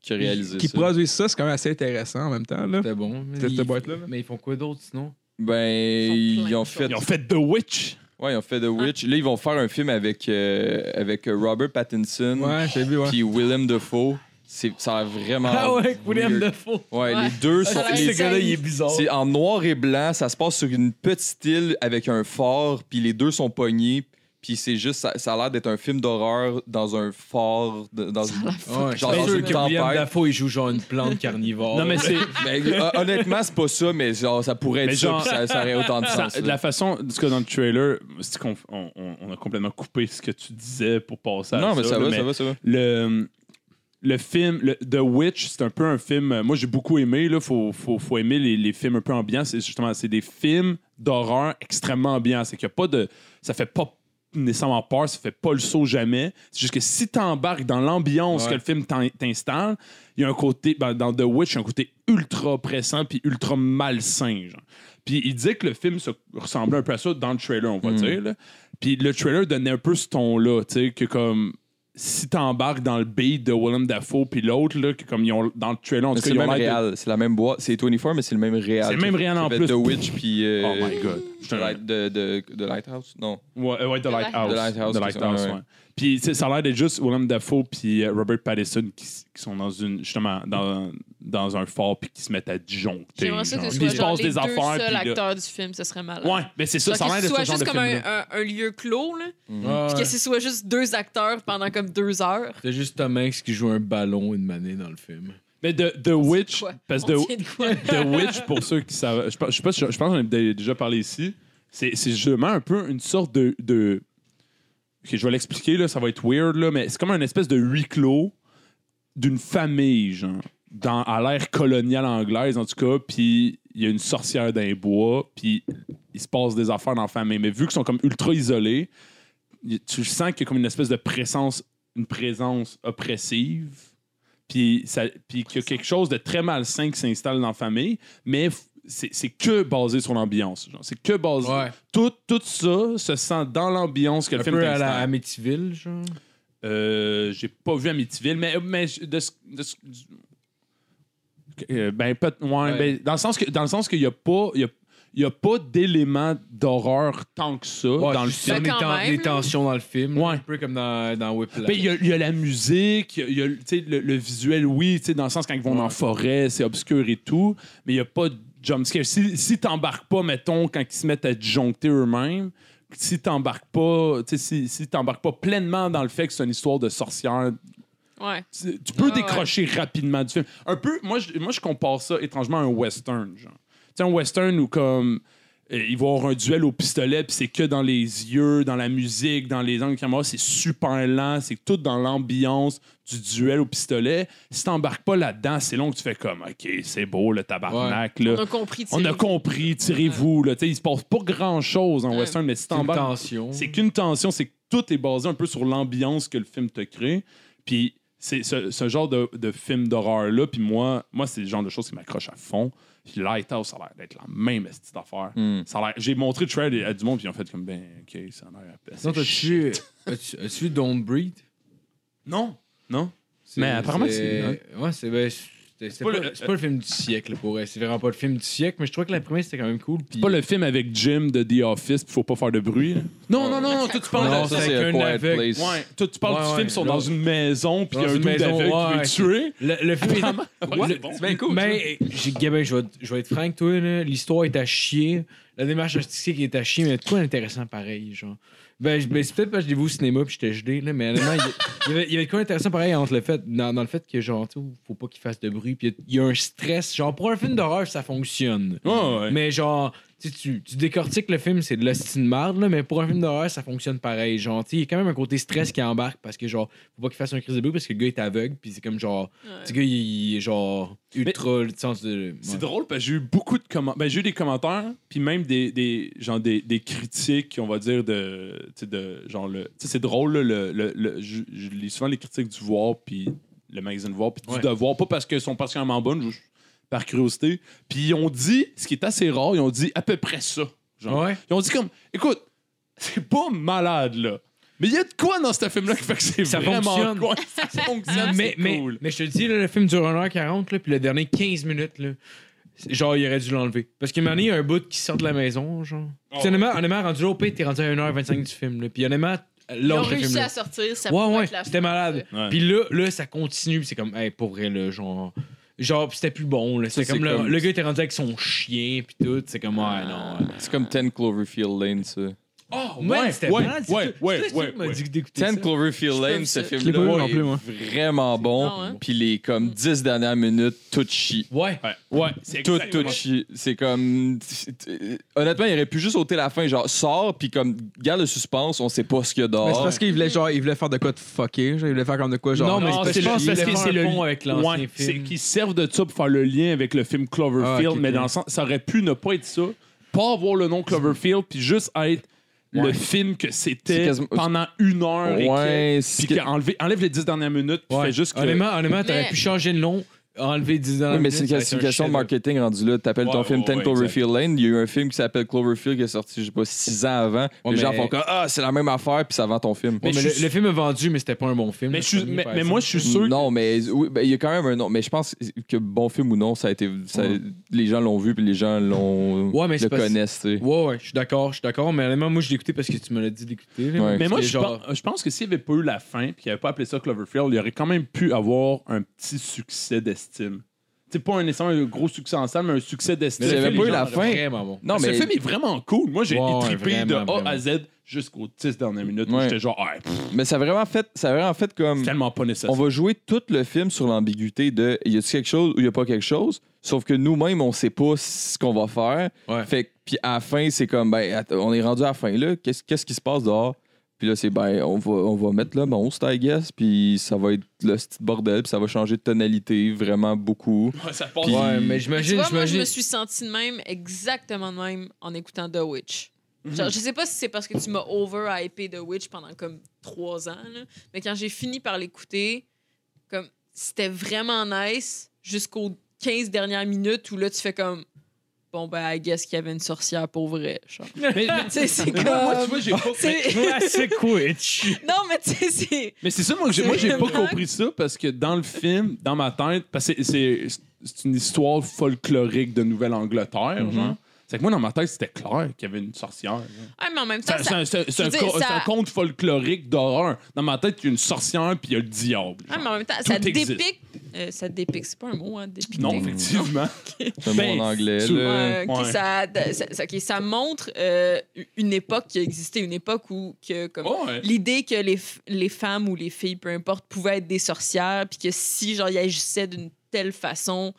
Speaker 5: qui a réalisé
Speaker 4: qui
Speaker 5: ça.
Speaker 4: produit ça, c'est quand même assez intéressant en même temps. Là.
Speaker 3: C'était bon. mais
Speaker 4: C'était
Speaker 3: ils-
Speaker 4: cette boîte-là, là.
Speaker 3: Mais ils font quoi d'autre sinon
Speaker 5: Ben,
Speaker 7: Ils font plein
Speaker 5: ils ont
Speaker 7: de
Speaker 5: fait,
Speaker 6: Ils ont fait The Witch.
Speaker 5: ouais, ils ont fait The Witch. Là, ils vont faire un film avec, euh, avec Robert Pattinson
Speaker 4: Ouais, j'ai vu, ouais.
Speaker 5: puis Willem Dafoe. C'est, ça a
Speaker 3: Ah,
Speaker 5: vraiment. weird.
Speaker 3: faux.
Speaker 5: Ouais,
Speaker 7: Ouais.
Speaker 5: les deux sont.
Speaker 3: Ah,
Speaker 7: Ouais.
Speaker 5: les-
Speaker 7: Ce gars-là, il est
Speaker 3: bizarre.
Speaker 5: c'est en noir et blanc. Ça se passe sur une petite île avec un fort, puis les deux sont pognés. Puis c'est juste, ça, ça a l'air d'être un film d'horreur dans un fort, de- dans une.
Speaker 3: Ouais,
Speaker 5: Genre
Speaker 3: je
Speaker 5: dans une
Speaker 3: suis sûr que William
Speaker 5: tempête.
Speaker 3: Dafoe, il joue genre une plante carnivore.
Speaker 6: Non, mais c'est.
Speaker 5: Ben, hon- honnêtement, c'est pas ça, mais genre, ça pourrait être
Speaker 6: Mais
Speaker 5: ça,
Speaker 6: genre-
Speaker 5: puis ça, Ah, ça aurait autant de
Speaker 6: Ça-
Speaker 5: sens.
Speaker 6: de
Speaker 5: là.
Speaker 6: la façon, en tout cas, dans le trailer, c'est qu'on on, on- on a complètement coupé ce que tu disais pour passer à
Speaker 5: Non, mais ça
Speaker 6: là,
Speaker 5: va, ça va, ça va.
Speaker 6: le le film le- The Witch c'est un peu un film euh, moi j'ai beaucoup aimé là faut, faut, faut aimer les, les films un peu ambiants c'est justement c'est des films d'horreur extrêmement ambiants c'est qu'il y a pas de ça fait pas nécessairement peur ça fait pas le saut jamais c'est juste que si t'embarques dans l'ambiance
Speaker 3: Ouais.
Speaker 6: que le film t'in- t'installe il y a un côté ben, dans The Witch il y a un côté ultra oppressant puis ultra malsain genre. puis il disait que le film se ressemblait un peu à ça dans le trailer on va
Speaker 5: Mm.
Speaker 6: dire là. puis le trailer donnait un peu ce ton là tu sais que comme si t'embarques dans le beat de Willem Dafoe puis l'autre là que comme ils ont dans le trailer en
Speaker 5: Mais
Speaker 6: tout cas
Speaker 5: C'est le
Speaker 6: ils ont
Speaker 5: même
Speaker 6: l'air de-
Speaker 5: réal, c'est la même boîte, c'est 24, mais c'est le même réal.
Speaker 6: C'est le même réal
Speaker 5: Qui
Speaker 6: en
Speaker 5: fait
Speaker 6: plus.
Speaker 5: The Witch puis. euh,
Speaker 6: Oh my god. Je te
Speaker 5: de, Light- de, de- de Lighthouse Non.
Speaker 6: Ouais, euh, ouais, The Lighthouse.
Speaker 5: The Lighthouse,
Speaker 6: The
Speaker 5: c'est ça,
Speaker 6: Lighthouse,
Speaker 5: ouais.
Speaker 6: ouais. Puis tu sais, ça a l'air d'être juste Willem Dafoe puis euh, Robert Pattinson qui, s- qui sont dans une justement dans, dans un fort puis qui se mettent à disjoncter.
Speaker 7: J'aimerais ça que
Speaker 6: genre.
Speaker 7: ce
Speaker 6: Puis
Speaker 7: soit
Speaker 6: il se
Speaker 7: genre
Speaker 6: passe
Speaker 7: les
Speaker 6: des
Speaker 7: deux
Speaker 6: affaires
Speaker 7: seuls
Speaker 6: puis là-
Speaker 7: acteurs du film, ce serait malade.
Speaker 6: Ouais, mais c'est ça, ça a
Speaker 7: Genre
Speaker 6: l'air
Speaker 7: que
Speaker 6: de
Speaker 7: ce
Speaker 6: ce
Speaker 7: soit
Speaker 6: genre
Speaker 7: juste
Speaker 6: de
Speaker 7: comme
Speaker 6: film.
Speaker 7: un, un- un lieu clos, là. Puis que ce soit juste deux acteurs pendant comme deux heures.
Speaker 3: C'est juste Tom Hanks qui joue un ballon une manée dans le film.
Speaker 6: Mais The, The Witch,
Speaker 7: Quoi?
Speaker 6: parce que
Speaker 7: On
Speaker 6: The,
Speaker 7: tient de quoi?
Speaker 6: The Witch, pour ceux qui savent, je pense, je sais pas si- je pense que j'en ai dé- déjà parlé ici. C'est c'est justement un peu une sorte de. de... Ok, je vais l'expliquer, là, ça va être weird, là, mais c'est comme une espèce de huis clos d'une famille, genre, dans, à l'ère coloniale anglaise, en tout cas, puis il y a une sorcière d'un bois, puis il se passe des affaires dans la famille. Mais vu qu'ils sont comme ultra isolés, y- tu sens qu'il y a comme une espèce de présence, une présence oppressive puis ça- puis qu'il y a quelque chose de très malsain qui s'installe dans la famille, mais f- c'est c'est que basé sur l'ambiance. genre. C'est que basé.
Speaker 3: Ouais.
Speaker 6: Tout, tout ça se sent dans l'ambiance que
Speaker 3: Un
Speaker 6: le film
Speaker 3: peu à la
Speaker 6: t'installe.
Speaker 3: Amityville, genre.
Speaker 6: Euh, j'ai pas vu Amityville, mais, mais je- de, ce- de ce- du- Euh, ben, peut- ouais, ben, dans le sens que dans le sens qu'il y a pas il y a, il y a pas d'éléments d'horreur tant que ça
Speaker 3: Ouais,
Speaker 6: dans le
Speaker 3: justement,
Speaker 6: film.
Speaker 7: Mais
Speaker 3: les,
Speaker 7: quand
Speaker 3: ten-
Speaker 7: même,
Speaker 3: les
Speaker 7: là.
Speaker 3: tensions dans le film.
Speaker 6: Ouais.
Speaker 3: Un peu comme dans, dans Whiplash.
Speaker 6: Ben, il y, a- il y a la musique, il y a, il y a, tu sais, le, le visuel, oui, tu sais, dans le sens quand ils vont dans la forêt, c'est obscur et tout, mais il n'y a pas de jumpscare. Si, si t'embarques pas, mettons, quand ils se mettent à disjoncter eux-mêmes, si t'embarques pas, tu sais, si, si t'embarques pas pleinement dans le fait que c'est une histoire de sorcière
Speaker 7: Ouais.
Speaker 6: tu tu peux
Speaker 7: Ah ouais.
Speaker 6: décrocher rapidement du film. Un peu, moi je, moi, je compare ça étrangement à un western. genre. Tu sais, un western où comme euh, il va y avoir un duel au pistolet, puis c'est que dans les yeux, dans la musique, dans les angles de caméra, c'est super lent, c'est tout dans l'ambiance du duel au pistolet. Si t'embarques pas là-dedans, c'est long que tu fais comme, OK, c'est beau le tabarnak, là.
Speaker 7: On a compris.
Speaker 6: Euh, On a
Speaker 7: Thierry.
Speaker 6: compris, tirez-vous. là. Tu sais, Il se passe pas grand-chose en
Speaker 7: Ouais.
Speaker 6: western, mais si
Speaker 3: C'est une
Speaker 6: t'embarques
Speaker 3: tension.
Speaker 6: c'est qu'une tension, c'est que tout est basé un peu sur l'ambiance que le film te crée. Puis c'est ce, ce genre de, de film d'horreur-là. Puis moi, moi c'est le genre de choses qui m'accroche à fond. Puis Lighthouse, ça a l'air d'être la même petite affaire.
Speaker 5: Hmm.
Speaker 6: Ça a l'air- J'ai montré le trailer à du monde, puis ils ont fait comme, ben, OK, ça a l'air assez
Speaker 3: Non,
Speaker 6: chi-
Speaker 3: t'as-tu as-tu- as-tu vu Don't Breathe?
Speaker 6: Non, non.
Speaker 3: C'est-
Speaker 6: Mais apparemment que
Speaker 3: Ouais, c'est ben, c'est- c'est
Speaker 6: pas
Speaker 3: pas,
Speaker 6: le-
Speaker 3: c'est pas le film du siècle, pour vrai. C'est vraiment pas le film du siècle, mais je trouvais que la première, c'était quand même cool.
Speaker 6: C'est pas le film avec Jim de The Office, puis faut pas faire de bruit. là. Non, non, non, non, toi, tu parles
Speaker 5: Non,
Speaker 6: de-
Speaker 5: ça,
Speaker 3: avec
Speaker 5: c'est
Speaker 3: un
Speaker 5: A Quiet
Speaker 3: aveugle.
Speaker 5: Place.
Speaker 6: Ouais, toi, tu parles
Speaker 3: Ouais,
Speaker 6: du
Speaker 3: ouais,
Speaker 6: film, ils sont
Speaker 3: là.
Speaker 6: dans une maison, puis il y a
Speaker 3: Dans
Speaker 6: un
Speaker 3: une
Speaker 6: doux
Speaker 3: maison,
Speaker 6: d'aveugle qui veut
Speaker 3: ouais.
Speaker 6: tuer.
Speaker 3: Le, le film est.
Speaker 6: Ouais,
Speaker 3: le-
Speaker 6: c'est bon.
Speaker 3: mais j'ai- Gabin, je vais, t- je vais être franc avec toi, là, l'histoire est à chier, la démarche artistique est à chier, mais de quoi intéressant pareil, genre. Ben, je- ben, c'est peut-être parce que j'ai vu au cinéma puis j'étais gelé, là, mais honnêtement, il y, avait, il y avait de quoi intéressant pareil entre le fait, dans, dans le fait que, genre, tu sais, faut pas qu'il fasse de bruit, puis il y a un stress. Genre, pour un film d'horreur, ça fonctionne.
Speaker 6: Ouais, ouais.
Speaker 3: Mais genre, tu, sais, tu, tu décortiques le film, c'est de l'hostie de marde, là, mais pour un film d'horreur, ça fonctionne pareil. Genre, tu sais, il y a quand même un côté stress qui embarque parce que, genre, faut pas qu'il fasse un crise de bruit parce que le gars est aveugle, puis c'est comme genre,
Speaker 7: Ouais.
Speaker 3: ce gars, il, il est genre ultra, le sens de.
Speaker 6: C'est
Speaker 3: ouais.
Speaker 6: drôle parce que j'ai eu beaucoup de commentaires. Ben, j'ai eu des commentaires, puis même des, des, genre des, des critiques, on va dire, de. Tu sais, de, genre le. Tu sais, c'est drôle, là, le, le, le- je, je lis souvent les critiques du Voir, puis le magazine Voir, puis du
Speaker 3: Ouais.
Speaker 6: Devoir, pas parce qu'elles sont particulièrement bonnes, juste par curiosité. Puis ils ont dit, ce qui est assez rare, ils ont dit à peu près ça. Genre.
Speaker 3: Ah Ouais.
Speaker 6: Ils ont dit comme, écoute, c'est pas malade, là. Mais il y a de quoi dans ce film-là qui fait que c'est
Speaker 3: Ça
Speaker 6: vraiment
Speaker 3: fonctionne.
Speaker 6: quoi? Ça fonctionne,
Speaker 3: mais,
Speaker 6: mais,
Speaker 3: mais,
Speaker 6: Ah, cool.
Speaker 3: mais je te dis, là, le film dure 1h40, là, puis le dernier 15 minutes, là, c'est- genre, il aurait dû l'enlever. Parce qu'il m'en est un bout qui sort de la maison, genre.
Speaker 6: Ah
Speaker 3: Puis honnêtement, honnêtement, rendu là au pire, t'es rendu à 1h25 du film, là. Puis honnêtement,
Speaker 7: Ils ont
Speaker 3: lâche le film.
Speaker 7: réussi
Speaker 3: là.
Speaker 7: à sortir. Ça
Speaker 3: Ouais,
Speaker 7: pouvait
Speaker 3: ouais,
Speaker 7: être la
Speaker 3: c'était
Speaker 7: fin,
Speaker 3: malade.
Speaker 6: ça. Ouais.
Speaker 3: Puis là, là, ça continue, puis c'est comme, hey, pour vrai, le genre. Genre, puis c'était plus bon, là. C'était
Speaker 5: Ça,
Speaker 3: comme,
Speaker 5: c'est
Speaker 3: le-
Speaker 5: comme-
Speaker 3: Le, gars était rendu avec son chien, puis tout. C'est comme, ouais, non. ouais.
Speaker 5: C'est comme 10 Cloverfield Lane, ça.
Speaker 6: Ah. Oh,
Speaker 3: Man, c'était
Speaker 6: ouais,
Speaker 3: malade, c'est
Speaker 6: ouais,
Speaker 3: tout-
Speaker 6: ouais,
Speaker 3: c'est tout
Speaker 6: ouais,
Speaker 3: qui m'a
Speaker 6: ouais.
Speaker 3: dit d'écouter
Speaker 5: 10
Speaker 3: ça.
Speaker 5: Cloverfield
Speaker 7: Je
Speaker 5: Lane,
Speaker 7: peux
Speaker 5: ce
Speaker 7: ça.
Speaker 4: Je l'ai pas vu
Speaker 5: film-là
Speaker 4: non
Speaker 5: est
Speaker 4: plus, moi.
Speaker 5: vraiment
Speaker 7: Non, hein?
Speaker 5: bon. Puis les comme 10 dernières minutes, tout chie.
Speaker 3: Ouais.
Speaker 6: Ouais, ouais, c'est
Speaker 5: Tout,
Speaker 6: exactement
Speaker 5: tout chi- C'est comme. Honnêtement, il aurait pu juste ôter la fin, genre, sors, puis comme, garde le suspense, on sait pas ce qu'il y a
Speaker 4: Mais c'est
Speaker 5: dehors.
Speaker 4: parce qu'il voulait, genre, il voulait faire de quoi de fucké. genre, il voulait faire comme de quoi, genre.
Speaker 3: Non, mais
Speaker 6: Non,
Speaker 3: c'est
Speaker 6: c'est
Speaker 3: parce
Speaker 6: le-
Speaker 3: que
Speaker 6: parce que
Speaker 3: c'est
Speaker 6: c'est
Speaker 3: le
Speaker 6: le-
Speaker 3: pont avec l'ancien
Speaker 6: Ouais, c'est
Speaker 3: film.
Speaker 6: qu'ils servent de ça pour faire le lien avec le film Cloverfield,
Speaker 4: Ah, ok,
Speaker 6: mais
Speaker 4: ok.
Speaker 6: dans le sens, ça aurait pu ne pas être ça, pas avoir le nom Cloverfield, puis juste être le
Speaker 5: Ouais.
Speaker 6: film que
Speaker 5: C'est
Speaker 6: c'était
Speaker 5: quasiment-
Speaker 6: pendant une heure et quelques,
Speaker 5: ouais,
Speaker 6: puis
Speaker 5: c'est-
Speaker 6: que- enlever- enlève les dix dernières minutes, puis
Speaker 3: Ouais.
Speaker 6: fais juste que...
Speaker 3: Honnêtement, honnêtement, t'aurais
Speaker 7: Mais-
Speaker 3: pu changer le nom, enlever 10 ans.
Speaker 5: Oui, mais c'est une question- une question de marketing rendu là. T'appelles
Speaker 6: Ouais,
Speaker 5: ton film
Speaker 6: ouais,
Speaker 5: 10
Speaker 6: ouais,
Speaker 5: Cloverfield Lane. Il y a eu un film qui s'appelle Cloverfield qui est sorti, je sais pas, 6 ans avant. les
Speaker 3: mais-
Speaker 5: gens font comme Ah, c'est la même affaire, puis ça vend ton film.
Speaker 3: mais
Speaker 6: Mais je
Speaker 3: le,
Speaker 6: suis-
Speaker 3: le film a vendu, mais c'était pas un bon film.
Speaker 6: mais,
Speaker 3: le
Speaker 6: je suis-
Speaker 3: premier,
Speaker 6: mais-
Speaker 3: par
Speaker 6: mais
Speaker 3: exemple.
Speaker 6: moi, je suis sûr...
Speaker 5: Non, mais oui, ben, il y a quand même un nom. Mais je pense que bon film ou non, ça a été, ça- les gens l'ont vu, puis les gens l'ont
Speaker 3: Ouais, mais
Speaker 5: le
Speaker 3: c'est parce-
Speaker 5: connaissent. tu sais.
Speaker 3: Ouais, ouais, je suis d'accord, je suis d'accord. Mais honnêtement, moi, je l'ai écouté parce que tu me l'as dit d'écouter. là,
Speaker 5: Ouais.
Speaker 6: Mais
Speaker 3: parce
Speaker 6: moi,
Speaker 3: que
Speaker 6: je,
Speaker 3: genre-
Speaker 6: pense, je pense que s'il n'y avait pas eu la fin, puis qu'il n'avait pas appelé ça Cloverfield, il aurait quand même pu avoir un petit succès d'estime. C'est pas un, nécessairement un gros succès en salle, mais un succès d'estime.
Speaker 5: Mais il y avait
Speaker 6: Les
Speaker 5: pas eu
Speaker 6: gens
Speaker 5: la
Speaker 6: auraient-
Speaker 5: fin.
Speaker 3: Vraiment bon.
Speaker 5: Non,
Speaker 6: Ce
Speaker 5: mais
Speaker 6: film est vraiment cool. Moi, j'ai
Speaker 3: Ouais, ouais,
Speaker 6: été trippé de A
Speaker 3: vraiment,
Speaker 6: à Z jusqu'aux 10 dernières minutes où
Speaker 5: Ouais.
Speaker 6: j'étais genre, ah, pff,
Speaker 5: Mais ça a vraiment fait, ça a vraiment fait
Speaker 6: c'est
Speaker 5: comme.
Speaker 6: tellement pas
Speaker 5: On
Speaker 6: nécessaire.
Speaker 5: va jouer tout le film sur l'ambiguïté de y a-tu quelque chose ou y a pas quelque chose. Sauf que nous-mêmes, on sait pas ce qu'on va faire.
Speaker 3: Ouais.
Speaker 5: Fait que- puis à la fin, c'est comme, ben, att- on est rendu à la fin, là. Qu'est-ce qu'est-ce qui se passe dehors? Puis là, c'est, ben, on va, on va mettre le monstre, I guess. Puis ça va être le petit bordel. Puis ça va changer de tonalité vraiment beaucoup.
Speaker 6: Ça passe.
Speaker 5: Puis-
Speaker 3: Ouais, mais
Speaker 7: Mais tu
Speaker 3: j'imagine.
Speaker 7: vois, moi, je
Speaker 3: j'imagine-
Speaker 7: me suis sentie de même, exactement de même, en écoutant The Witch.
Speaker 3: Mhm.
Speaker 7: Genre, je sais pas si c'est parce que tu m'as over-hypé The Witch pendant comme trois ans, là, mais quand j'ai fini par l'écouter, comme c'était vraiment nice jusqu'aux 15 dernières minutes où là, tu fais comme. Bon, ben, I guess qu'il y avait une sorcière pour vrai. genre. Tu sais, c'est comme.
Speaker 6: Moi, tu vois, j'ai pas.
Speaker 7: c'est-
Speaker 3: Classic Witch.
Speaker 7: Non, mais tu sais, c'est.
Speaker 6: Mais c'est ça, moi, j'ai-
Speaker 7: C'est
Speaker 6: moi, j'ai pas
Speaker 7: vraiment-
Speaker 6: compris ça parce que dans le film, dans ma tête, parce que c'est- c'est c'est une histoire folklorique de Nouvelle-Angleterre,
Speaker 5: Mm-hmm.
Speaker 6: genre. C'est que moi, dans ma tête, c'était clair qu'il y avait une sorcière. genre.
Speaker 7: Ah, mais en même temps,
Speaker 6: C'est
Speaker 7: ça-
Speaker 6: un- c'est un- c'est
Speaker 7: je
Speaker 6: un
Speaker 7: veux
Speaker 6: co-
Speaker 7: dire,
Speaker 6: c'est
Speaker 7: ça-
Speaker 6: un conte folklorique d'horreur. Dans ma tête, il y a une sorcière puis il y a le diable.
Speaker 7: Ah,
Speaker 6: genre.
Speaker 7: mais en même temps,
Speaker 6: Tout
Speaker 7: ça
Speaker 6: existe.
Speaker 7: dépique. euh, ça dépique, c'est pas un mot, hein, dépicter.
Speaker 6: Non, effectivement. Ben,
Speaker 5: C'est un mot en anglais.
Speaker 6: tu-
Speaker 5: là.
Speaker 7: Ouais, ok,
Speaker 6: Ouais.
Speaker 7: Euh, ça, ça, ça- ok, ça montre euh, une époque qui a existé, une époque où que, comme,
Speaker 6: Ouais.
Speaker 7: l'idée que les, f- les femmes ou les filles, peu importe, pouvaient être des sorcières, puis que si genre, ils agissaient d'une telle façon,